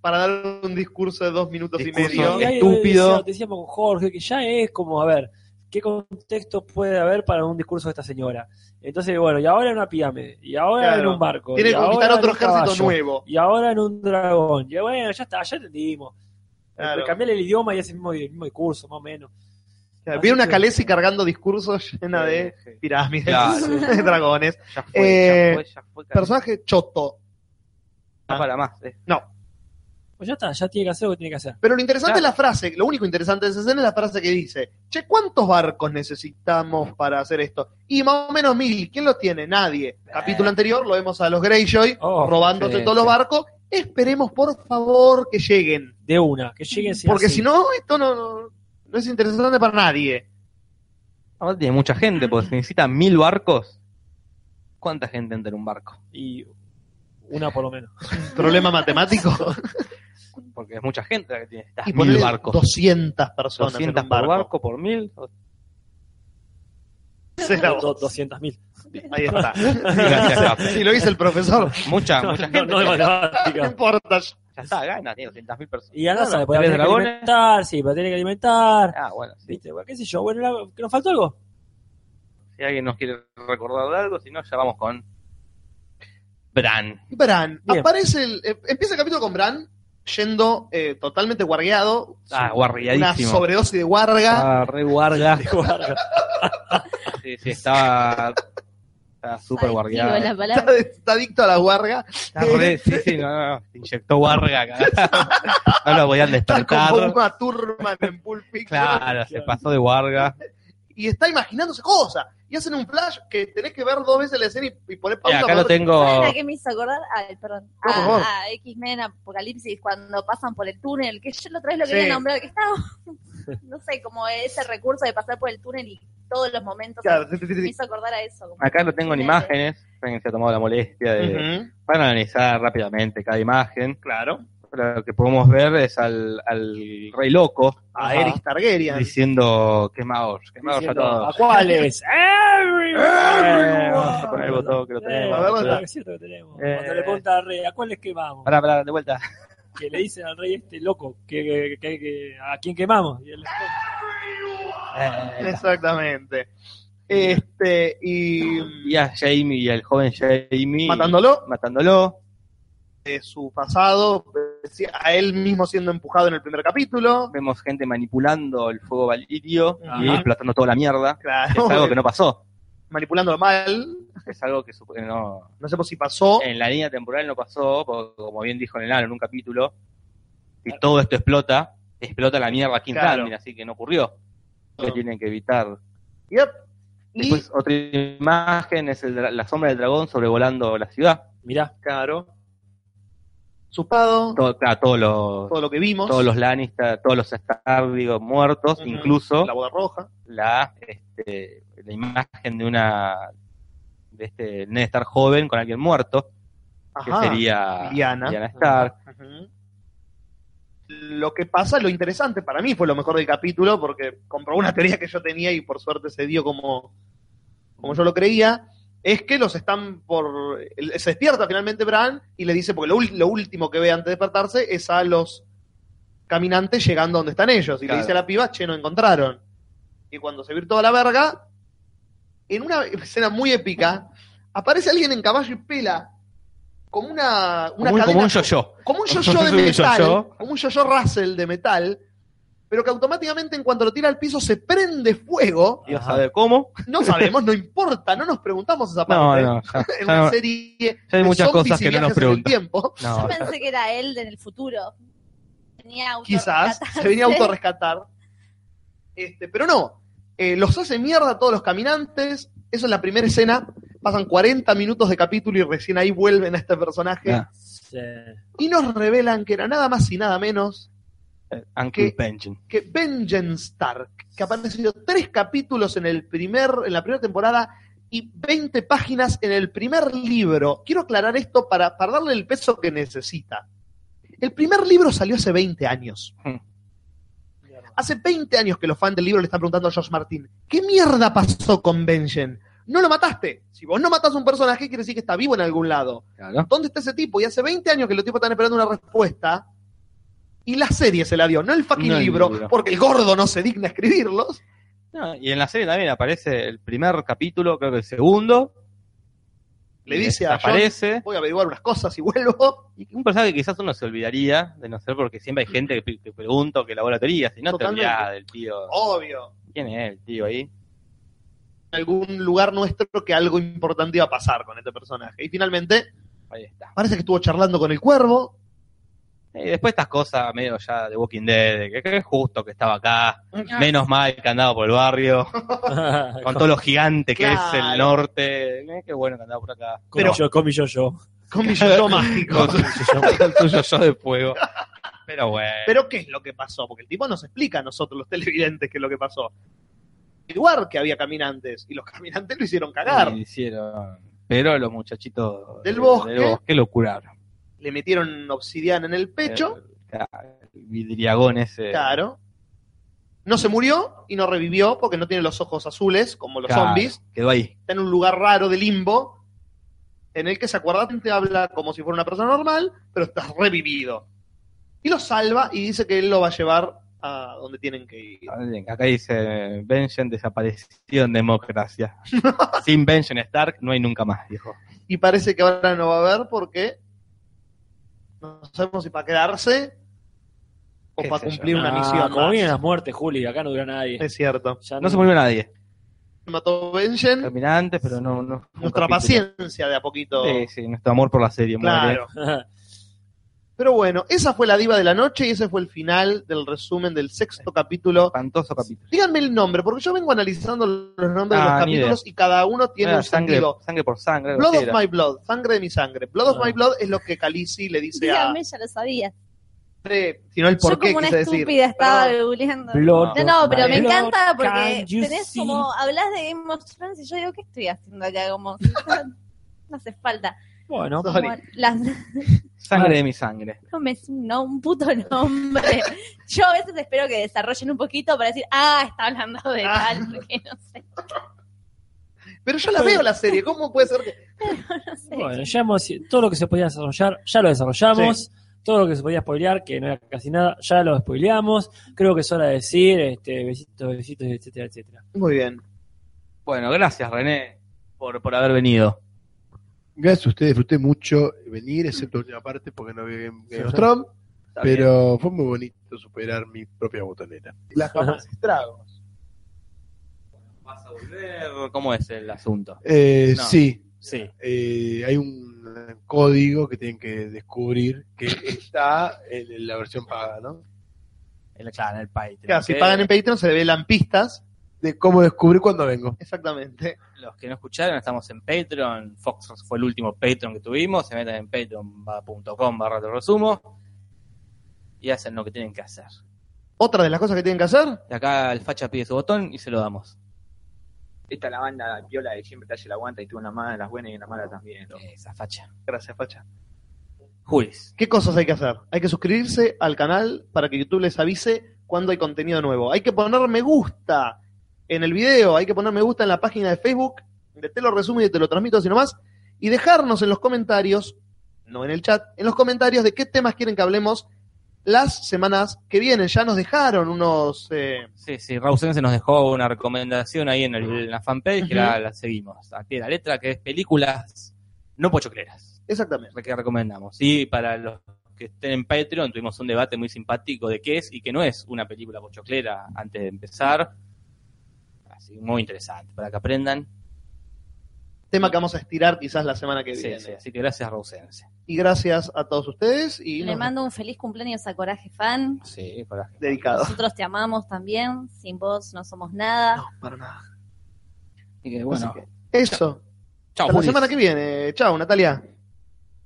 [SPEAKER 1] Para dar un discurso de dos minutos y
[SPEAKER 4] Discurso
[SPEAKER 1] medio.
[SPEAKER 4] de-
[SPEAKER 3] ahí
[SPEAKER 4] estúpido.
[SPEAKER 3] decía- decíamos con Jorge que ya es como, a ver, ¿qué contexto puede haber para un discurso de esta señora? Entonces, bueno, y ahora en una pirámide, y ahora
[SPEAKER 1] Claro.
[SPEAKER 3] en un barco.
[SPEAKER 1] Tiene
[SPEAKER 3] y
[SPEAKER 1] que conquistar
[SPEAKER 3] ahora en
[SPEAKER 1] otro
[SPEAKER 3] un
[SPEAKER 1] ejército
[SPEAKER 3] caballo,
[SPEAKER 1] nuevo.
[SPEAKER 3] Y ahora en un dragón. Y bueno, ya está, ya entendimos.
[SPEAKER 1] Claro.
[SPEAKER 3] Cambiarle el idioma y hace el mismo, el mismo discurso, más o menos.
[SPEAKER 1] Claro,
[SPEAKER 3] Así
[SPEAKER 1] Viene una
[SPEAKER 3] que-
[SPEAKER 1] Calesi cargando discursos llena de pirámides,
[SPEAKER 4] Claro.
[SPEAKER 1] de dragones.
[SPEAKER 4] Ya fue,
[SPEAKER 1] Eh,
[SPEAKER 4] ya fue, ya fue.
[SPEAKER 1] Personaje choto.
[SPEAKER 4] No para más. eh.
[SPEAKER 3] Pues ya está, ya tiene que hacer lo que tiene que hacer.
[SPEAKER 1] Pero lo interesante
[SPEAKER 4] Claro.
[SPEAKER 1] es la frase, lo único interesante de esa escena es la frase que dice, che, ¿cuántos barcos necesitamos para hacer esto? Y más o menos mil, ¿quién los tiene? Nadie. Capítulo anterior lo vemos a los Greyjoy
[SPEAKER 3] Oh,
[SPEAKER 1] robándose
[SPEAKER 4] sí,
[SPEAKER 1] todos los
[SPEAKER 4] sí.
[SPEAKER 1] barcos. Esperemos por favor que lleguen,
[SPEAKER 3] De una, que lleguen sin
[SPEAKER 1] porque
[SPEAKER 3] así.
[SPEAKER 1] si no, esto no, no, no es interesante para nadie.
[SPEAKER 4] Ahora tiene mucha gente, porque si necesita mil barcos. ¿Cuánta gente entra en un barco?
[SPEAKER 3] Y una por lo menos.
[SPEAKER 1] Problema matemático.
[SPEAKER 4] Porque es mucha gente la que tiene. Necesitas
[SPEAKER 1] y
[SPEAKER 4] mil
[SPEAKER 1] poner
[SPEAKER 4] barcos.
[SPEAKER 1] 200 personas
[SPEAKER 4] 200
[SPEAKER 1] en un
[SPEAKER 4] por
[SPEAKER 1] barco.
[SPEAKER 4] barco por mil. o-
[SPEAKER 1] Será vos.
[SPEAKER 3] Do- 200.000.
[SPEAKER 1] Ahí está.
[SPEAKER 4] Gracias, Rafa.
[SPEAKER 1] Y lo dice el profesor.
[SPEAKER 4] Mucha,
[SPEAKER 3] No,
[SPEAKER 4] mucha
[SPEAKER 3] no,
[SPEAKER 4] gente.
[SPEAKER 3] no de
[SPEAKER 1] No
[SPEAKER 3] matemática.
[SPEAKER 1] importa.
[SPEAKER 4] Ya está, gana, tiene 200 mil personas.
[SPEAKER 3] Y anda,
[SPEAKER 4] Claro,
[SPEAKER 3] sabe, porque
[SPEAKER 4] tres
[SPEAKER 3] tiene que
[SPEAKER 4] dragones.
[SPEAKER 3] alimentar, sí, pero tiene que alimentar.
[SPEAKER 4] Ah, bueno, sí.
[SPEAKER 3] ¿Viste? Bueno, qué sé yo, bueno, la- que nos faltó algo.
[SPEAKER 4] Si alguien nos quiere recordar de algo, si no, ya vamos con Bran.
[SPEAKER 1] Bran.
[SPEAKER 3] Bien.
[SPEAKER 1] Aparece el, eh, empieza el capítulo con Bran yendo eh, totalmente guargueado.
[SPEAKER 4] Ah,
[SPEAKER 1] Una
[SPEAKER 4] guarriadísimo.
[SPEAKER 1] sobredosis de guarga.
[SPEAKER 4] Ah, re guarga.
[SPEAKER 3] Guarda.
[SPEAKER 4] Sí, sí, estaba. Estaba súper
[SPEAKER 2] Adictivo
[SPEAKER 4] guardiado.
[SPEAKER 2] es la palabra.
[SPEAKER 1] Está, está adicto a la guarga.
[SPEAKER 4] Está re- sí, sí, no, no, no. Se inyectó guarga, carajo. No lo podían
[SPEAKER 1] Está como
[SPEAKER 4] despertar.
[SPEAKER 1] una turma en Pulp Fiction.
[SPEAKER 4] Claro, se pasó de guarga.
[SPEAKER 1] Y está imaginándose cosas. Y hacen un flash que tenés que ver dos veces la escena y, y poner
[SPEAKER 4] Y
[SPEAKER 1] pausa.
[SPEAKER 4] acá lo
[SPEAKER 1] para-
[SPEAKER 4] tengo.
[SPEAKER 2] ¿Saben a qué me hizo acordar? Ay, perdón.
[SPEAKER 1] No, por favor.
[SPEAKER 2] A, a X-Men Apocalipsis, cuando pasan por el túnel, que yo la otra vez lo
[SPEAKER 1] Sí.
[SPEAKER 2] quería nombrar, que estaba, no sé, como ese recurso de pasar por el túnel y todos los momentos.
[SPEAKER 1] Claro, sí, sí, sí,
[SPEAKER 2] Me
[SPEAKER 1] sí.
[SPEAKER 2] hizo acordar a eso. como-
[SPEAKER 4] Acá lo tengo en imágenes. Alguien se ha tomado la molestia de.
[SPEAKER 1] Ujú.
[SPEAKER 4] para analizar rápidamente cada imagen. Claro. Lo que podemos ver es al, al rey loco
[SPEAKER 1] A
[SPEAKER 4] Ajá.
[SPEAKER 1] Eris Targarien.
[SPEAKER 4] diciendo quemaos, quemaos a
[SPEAKER 3] Diciendo, ¿A
[SPEAKER 4] todos.
[SPEAKER 3] cuáles?
[SPEAKER 4] Eh, vamos a poner el botón que lo
[SPEAKER 3] Eh,
[SPEAKER 1] "Ah, A ver,
[SPEAKER 4] tenemos.
[SPEAKER 1] ¿dónde
[SPEAKER 3] claro
[SPEAKER 1] está?
[SPEAKER 3] que es cierto que tenemos.
[SPEAKER 4] Eh.
[SPEAKER 3] Cuando le pregunta al rey, ¿a cuáles quemamos?
[SPEAKER 4] Pará, pará, de vuelta.
[SPEAKER 3] Que le dicen al rey este loco, que, que- que- que- ¿a quién quemamos? Y él responde,
[SPEAKER 4] Eh,
[SPEAKER 1] Exactamente. Este, y.
[SPEAKER 4] y a Jamie, y al joven Jamie.
[SPEAKER 1] Matándolo.
[SPEAKER 4] Matándolo.
[SPEAKER 1] de su pasado, eh, a él mismo siendo empujado en el primer capítulo.
[SPEAKER 4] Vemos gente manipulando el fuego valirio y
[SPEAKER 1] Ajá.
[SPEAKER 4] explotando toda la mierda.
[SPEAKER 1] Claro.
[SPEAKER 4] Es algo que no pasó.
[SPEAKER 1] manipulándolo mal.
[SPEAKER 4] Es algo que sup- no,
[SPEAKER 1] No sabemos si pasó.
[SPEAKER 4] en la línea temporal no pasó, porque como bien dijo en el en un capítulo, si todo esto explota, explota la mierda aquí en
[SPEAKER 1] Claro.
[SPEAKER 4] Tamil, así que no ocurrió. Que tienen que evitar.
[SPEAKER 1] Yep. Y,
[SPEAKER 4] Después, otra imagen es el dra- la sombra del dragón sobrevolando la ciudad.
[SPEAKER 3] Mirá,
[SPEAKER 1] claro, supado,
[SPEAKER 4] Todo, claro, todos los,
[SPEAKER 1] todo lo que vimos.
[SPEAKER 4] todos los Lannister, todos los Stark, digo, muertos,
[SPEAKER 1] Ujú.
[SPEAKER 4] incluso
[SPEAKER 1] La boda roja.
[SPEAKER 4] la, este, la imagen de una de este Ned Stark joven con alguien muerto,
[SPEAKER 1] Ajá.
[SPEAKER 4] que sería
[SPEAKER 1] Lyanna.
[SPEAKER 4] Stark.
[SPEAKER 1] Ujú. Lo que pasa, lo interesante para mí fue lo mejor del capítulo, porque comprobó una teoría que yo tenía y por suerte se dio como, como yo lo creía, es que los están por... el- Se despierta finalmente Bran y le dice, porque lo, ul- lo último que ve antes de despertarse es a los caminantes llegando donde están ellos, y
[SPEAKER 4] Claro.
[SPEAKER 1] le dice a la piba, che, no encontraron. Y cuando se viró toda la verga, en una escena muy épica, aparece alguien en caballo y pela como una, una
[SPEAKER 4] Como un- como
[SPEAKER 1] cadena
[SPEAKER 4] un yo-yo.
[SPEAKER 1] como un yo-yo de
[SPEAKER 4] Sí, un
[SPEAKER 1] metal,
[SPEAKER 4] yo-yo.
[SPEAKER 1] como un yo-yo Russell de metal, pero que automáticamente en cuanto lo tira al piso se prende fuego.
[SPEAKER 4] Dios sabe cómo.
[SPEAKER 1] No sabemos, no importa, no nos preguntamos esa
[SPEAKER 4] No,
[SPEAKER 1] parte.
[SPEAKER 4] no, ya,
[SPEAKER 1] En
[SPEAKER 4] ya
[SPEAKER 1] una
[SPEAKER 4] no,
[SPEAKER 1] serie
[SPEAKER 4] hay
[SPEAKER 1] de
[SPEAKER 4] muchas
[SPEAKER 1] zombies
[SPEAKER 4] cosas
[SPEAKER 1] y
[SPEAKER 4] que
[SPEAKER 1] viajes
[SPEAKER 4] no nos
[SPEAKER 1] en el
[SPEAKER 4] preguntan.
[SPEAKER 1] tiempo,
[SPEAKER 4] no, ya-
[SPEAKER 2] Pensé que era él del futuro. Tenía auto
[SPEAKER 1] quizás se venía a autorrescatar. Este, pero no, eh, los hace mierda a todos los caminantes. Eso es la primera escena. Pasan 40 minutos de capítulo y recién ahí vuelven a este personaje.
[SPEAKER 4] Ah.
[SPEAKER 3] eh,
[SPEAKER 1] Y nos revelan que era nada más y nada menos
[SPEAKER 4] Uncle
[SPEAKER 1] que-
[SPEAKER 4] Benjen.
[SPEAKER 1] que Vengeance Stark, que apareció tres capítulos en, el primer, en la primera temporada y 20 páginas en el primer libro. Quiero aclarar esto para, para darle el peso que necesita. El primer libro salió hace 20 años.
[SPEAKER 4] Hmm.
[SPEAKER 1] Hace 20 años que los fans del libro le están preguntando a George Martin, ¿qué mierda pasó con Vengeance? No lo mataste. Si vos no matás a un personaje, quiere decir que está vivo en algún lado.
[SPEAKER 4] Claro.
[SPEAKER 1] ¿Dónde está ese tipo? Y hace 20 años que los tipos están esperando una respuesta. Y la serie se la dio, no el fucking
[SPEAKER 4] No el
[SPEAKER 1] libro,
[SPEAKER 4] libro.
[SPEAKER 1] porque el gordo no se digna a escribirlos.
[SPEAKER 4] No, y en la serie también aparece el primer capítulo, creo que el segundo.
[SPEAKER 1] Le dice a John,
[SPEAKER 4] Aparece.
[SPEAKER 1] voy a averiguar unas cosas y vuelvo.
[SPEAKER 4] Y un personaje que quizás uno se olvidaría de no ser porque siempre hay gente que pe- que pregunta o que elabora teorías. Si no te
[SPEAKER 1] Totalmente.
[SPEAKER 4] olvidás del tío.
[SPEAKER 1] Obvio,
[SPEAKER 4] ¿Quién es el tío ahí?
[SPEAKER 1] en algún lugar nuestro que algo importante iba a pasar con este personaje. Y finalmente,
[SPEAKER 4] Ahí está.
[SPEAKER 1] parece que estuvo charlando con el cuervo.
[SPEAKER 4] Y después estas cosas medio ya de Walking Dead, de que, que es justo que estaba acá.
[SPEAKER 1] Ah.
[SPEAKER 4] Menos mal que andaba por el barrio. Con todo lo gigante que es
[SPEAKER 1] Claro.
[SPEAKER 4] el norte. Eh, qué bueno que andaba por acá.
[SPEAKER 3] con
[SPEAKER 1] pero-
[SPEAKER 3] yo, con mi yo-yo.
[SPEAKER 1] Con mi yo mágico.
[SPEAKER 4] Con su yo de fuego. Pero bueno.
[SPEAKER 1] Pero ¿qué es lo que pasó? Porque el tipo nos explica a nosotros, los televidentes, qué es lo que pasó. Igual que había caminantes, y los caminantes lo hicieron cagar.
[SPEAKER 4] Y hicieron. Pero los muchachitos
[SPEAKER 1] Del
[SPEAKER 4] de-
[SPEAKER 1] bosque.
[SPEAKER 4] lo curaron.
[SPEAKER 1] Le metieron obsidiana en el pecho.
[SPEAKER 4] El, el vidriagón ese.
[SPEAKER 1] Claro. No se murió y no revivió porque no tiene los ojos azules como los
[SPEAKER 4] Claro,
[SPEAKER 1] zombies.
[SPEAKER 4] Quedó ahí.
[SPEAKER 1] Está en un lugar raro de limbo en el que se acuerda te habla como si fuera una persona normal, pero está revivido. Y lo salva y dice que él lo va a llevar a donde tienen que ir.
[SPEAKER 4] Ah. Acá dice: Benjen desapareció en democracia. Sin Benjen Stark no hay nunca más, dijo.
[SPEAKER 1] Y parece que ahora no va a haber porque no sabemos si para quedarse o
[SPEAKER 4] Qué
[SPEAKER 1] para
[SPEAKER 4] sé yo.
[SPEAKER 1] cumplir una
[SPEAKER 3] Ah,
[SPEAKER 1] misión.
[SPEAKER 3] Como
[SPEAKER 1] más.
[SPEAKER 3] vienen las muertes, Juli, acá no dura nadie.
[SPEAKER 1] Es cierto.
[SPEAKER 3] Ya
[SPEAKER 4] No se murió nadie.
[SPEAKER 1] Mató Benjen.
[SPEAKER 4] Terminantes, pero no. no fue un
[SPEAKER 1] Nuestra
[SPEAKER 4] capítulo.
[SPEAKER 1] paciencia de a poquito.
[SPEAKER 4] Sí, sí, nuestro amor por la serie. muere.
[SPEAKER 1] Claro. Pero bueno, esa fue la diva de la noche y ese fue el final del resumen del sexto capítulo.
[SPEAKER 4] Espantoso capítulo.
[SPEAKER 1] Díganme el nombre, porque yo vengo analizando los nombres de los
[SPEAKER 4] Ah, ni
[SPEAKER 1] capítulos y cada uno tiene
[SPEAKER 4] Era
[SPEAKER 1] un
[SPEAKER 4] Ah, sangre,
[SPEAKER 1] sentido.
[SPEAKER 4] sangre por sangre. algo
[SPEAKER 1] Blood
[SPEAKER 4] así
[SPEAKER 1] of
[SPEAKER 4] era.
[SPEAKER 1] my blood, sangre de mi sangre. Blood of
[SPEAKER 3] Ah.
[SPEAKER 1] my blood es lo que Calisi le dice a...
[SPEAKER 2] Dígame, ya lo sabía.
[SPEAKER 1] Si no el
[SPEAKER 2] Yo
[SPEAKER 1] por qué,
[SPEAKER 2] como una
[SPEAKER 1] quise decir.
[SPEAKER 2] estúpida estaba
[SPEAKER 1] Perdón.
[SPEAKER 2] googleando.
[SPEAKER 3] Blood
[SPEAKER 2] No, no, pero me
[SPEAKER 3] of my
[SPEAKER 2] encanta
[SPEAKER 3] blood,
[SPEAKER 2] porque
[SPEAKER 3] can you
[SPEAKER 2] tenés
[SPEAKER 3] see?
[SPEAKER 2] como, hablas de Game of Thrones y yo digo, ¿qué estoy haciendo acá? Como, no hace falta.
[SPEAKER 3] Bueno,
[SPEAKER 1] Sorry.
[SPEAKER 2] Como las,
[SPEAKER 4] Sangre de mi sangre.
[SPEAKER 2] no me no, un puto nombre. Yo a veces espero que desarrollen un poquito para decir, ah, está hablando de
[SPEAKER 1] Ah.
[SPEAKER 2] tal, porque no sé,
[SPEAKER 1] Pero yo la veo la serie, ¿cómo puede ser que...?
[SPEAKER 2] no sé.
[SPEAKER 3] Bueno, ya hemos, todo lo que se podía desarrollar, ya lo desarrollamos. Todo lo que se podía spoilear, que no era casi nada, ya lo spoileamos. Creo que es hora de decir este, besitos, besitos, etcétera, etcétera.
[SPEAKER 1] Muy bien.
[SPEAKER 4] Bueno, gracias René por, por haber venido.
[SPEAKER 5] Gracias a ustedes, disfruté mucho venir, excepto la última parte porque no vi Game Game of
[SPEAKER 3] Sí.
[SPEAKER 5] Thrones,
[SPEAKER 4] Está bien.
[SPEAKER 5] pero fue muy bonito superar mi propia botonera.
[SPEAKER 1] Las papas y tragos.
[SPEAKER 4] ¿Vas a volver? ¿Cómo es el asunto?
[SPEAKER 5] Eh,
[SPEAKER 4] No.
[SPEAKER 5] Sí,
[SPEAKER 4] Sí.
[SPEAKER 5] eh, hay un código que tienen que descubrir que está en la versión paga, ¿no?
[SPEAKER 4] En, claro, en el país.
[SPEAKER 1] Claro, si pagan en Patreon se revelan pistas.
[SPEAKER 5] De cómo descubrir cuándo vengo.
[SPEAKER 1] Exactamente.
[SPEAKER 4] Los que no escucharon, estamos en Patreon. Fox fue el último Patreon que tuvimos. Se meten en patreon.com barra te resumo. Y hacen lo que tienen que hacer.
[SPEAKER 1] Otra de las cosas que tienen que hacer,
[SPEAKER 4] Y acá el facha pide su botón y se lo damos.
[SPEAKER 9] Esta es la banda piola de siempre te hace la aguanta y tú en la mala, las buenas y en la mala también. ¿no?
[SPEAKER 4] Esa facha.
[SPEAKER 1] gracias, Facha.
[SPEAKER 4] Juris.
[SPEAKER 1] ¿Qué cosas hay que hacer? Hay que suscribirse al canal para que YouTube les avise cuando hay contenido nuevo. Hay que poner me gusta en el video, hay que poner me gusta en la página de Facebook, de te lo resumo y de te lo transmito así nomás, y dejarnos en los comentarios, no en el chat, en los comentarios de qué temas quieren que hablemos las semanas que vienen. Ya nos dejaron unos... eh,
[SPEAKER 4] Sí, sí, Rausen se nos dejó una recomendación ahí en, el- en la fanpage que la, la seguimos. Aquí la letra que es películas no pochocleras.
[SPEAKER 1] exactamente.
[SPEAKER 4] la que recomendamos. Y para los que estén en Patreon, tuvimos un debate muy simpático de qué es y qué no es una película pochoclera antes de empezar. Así, muy interesante, para que aprendan.
[SPEAKER 1] Tema que vamos a estirar quizás la semana que
[SPEAKER 4] Sí,
[SPEAKER 1] viene.
[SPEAKER 4] sí, así que gracias, Rosense.
[SPEAKER 1] Y gracias a todos ustedes y
[SPEAKER 2] Le
[SPEAKER 1] nos
[SPEAKER 2] mando un feliz cumpleaños a Coraje Fan.
[SPEAKER 4] Sí, coraje.
[SPEAKER 1] dedicado.
[SPEAKER 2] Nosotros te amamos también. Sin vos no somos nada.
[SPEAKER 1] No, para nada.
[SPEAKER 4] Así que, bueno,
[SPEAKER 1] Así que, eso. Hasta
[SPEAKER 4] chao,
[SPEAKER 1] la
[SPEAKER 4] Julis.
[SPEAKER 1] semana que viene. Chao, Natalia.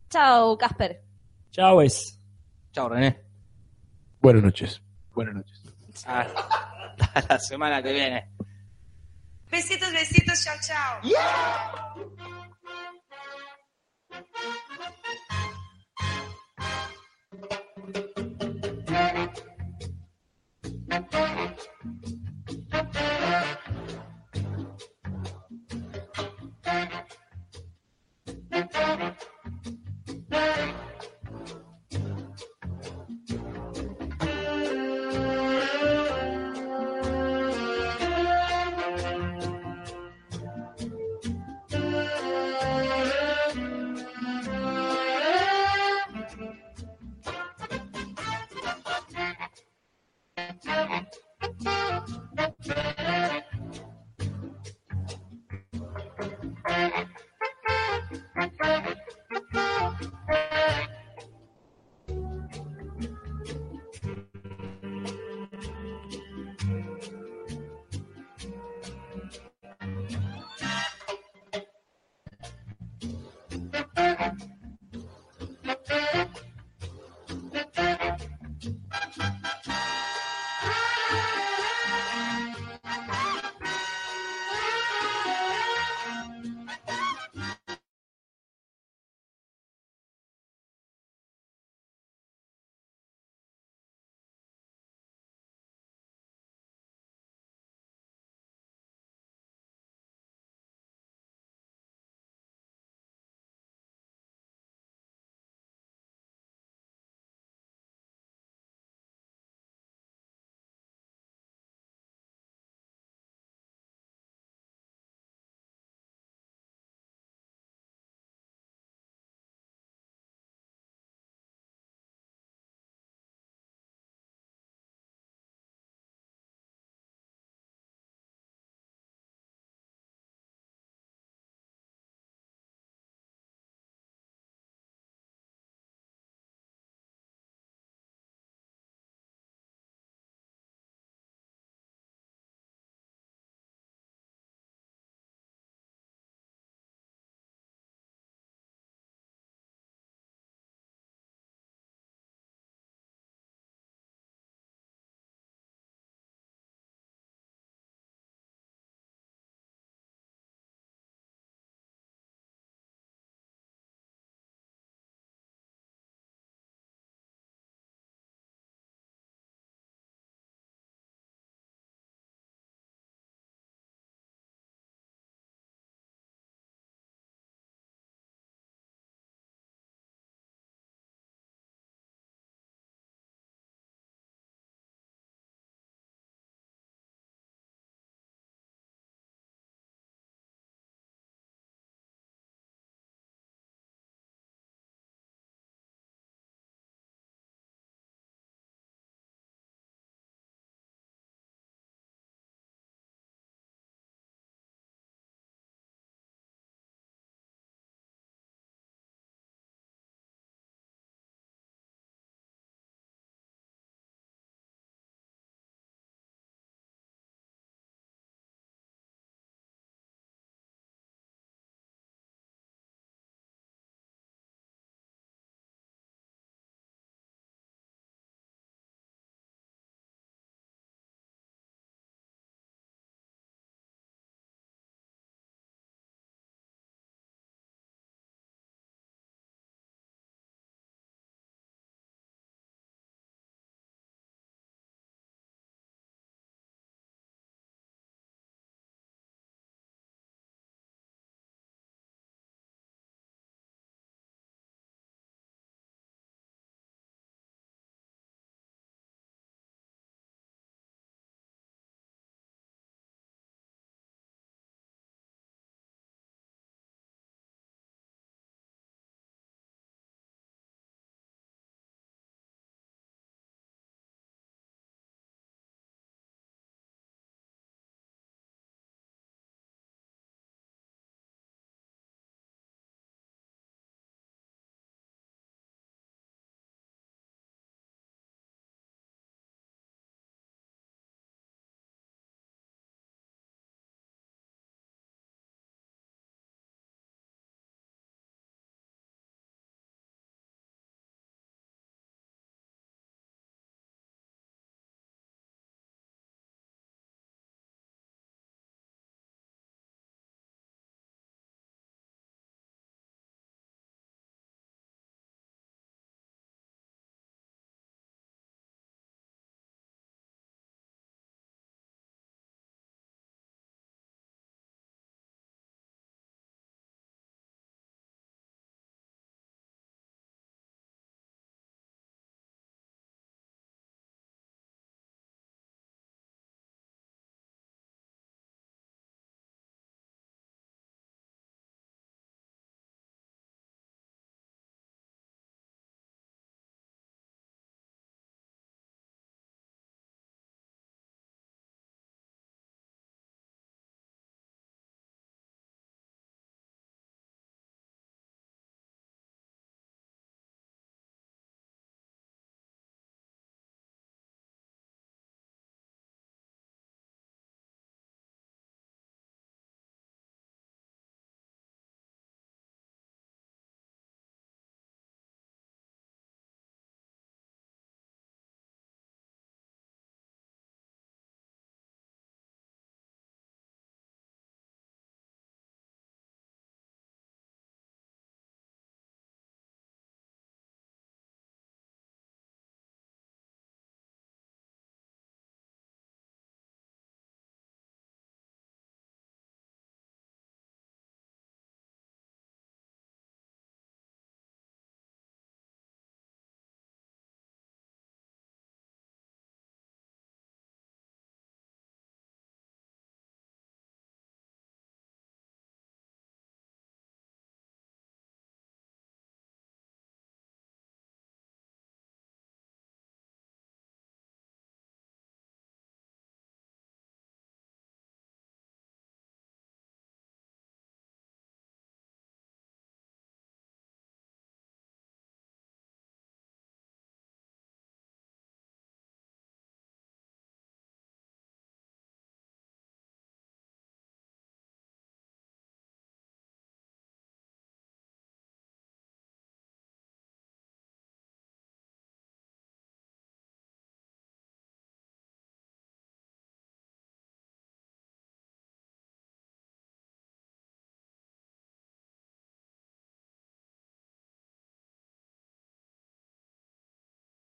[SPEAKER 2] Chao, Casper.
[SPEAKER 3] Chao, es.
[SPEAKER 4] Chao, René.
[SPEAKER 5] Buenas noches. Buenas noches.
[SPEAKER 4] Ah, Hasta la semana que viene.
[SPEAKER 10] Besitos, besitos, chao, chao.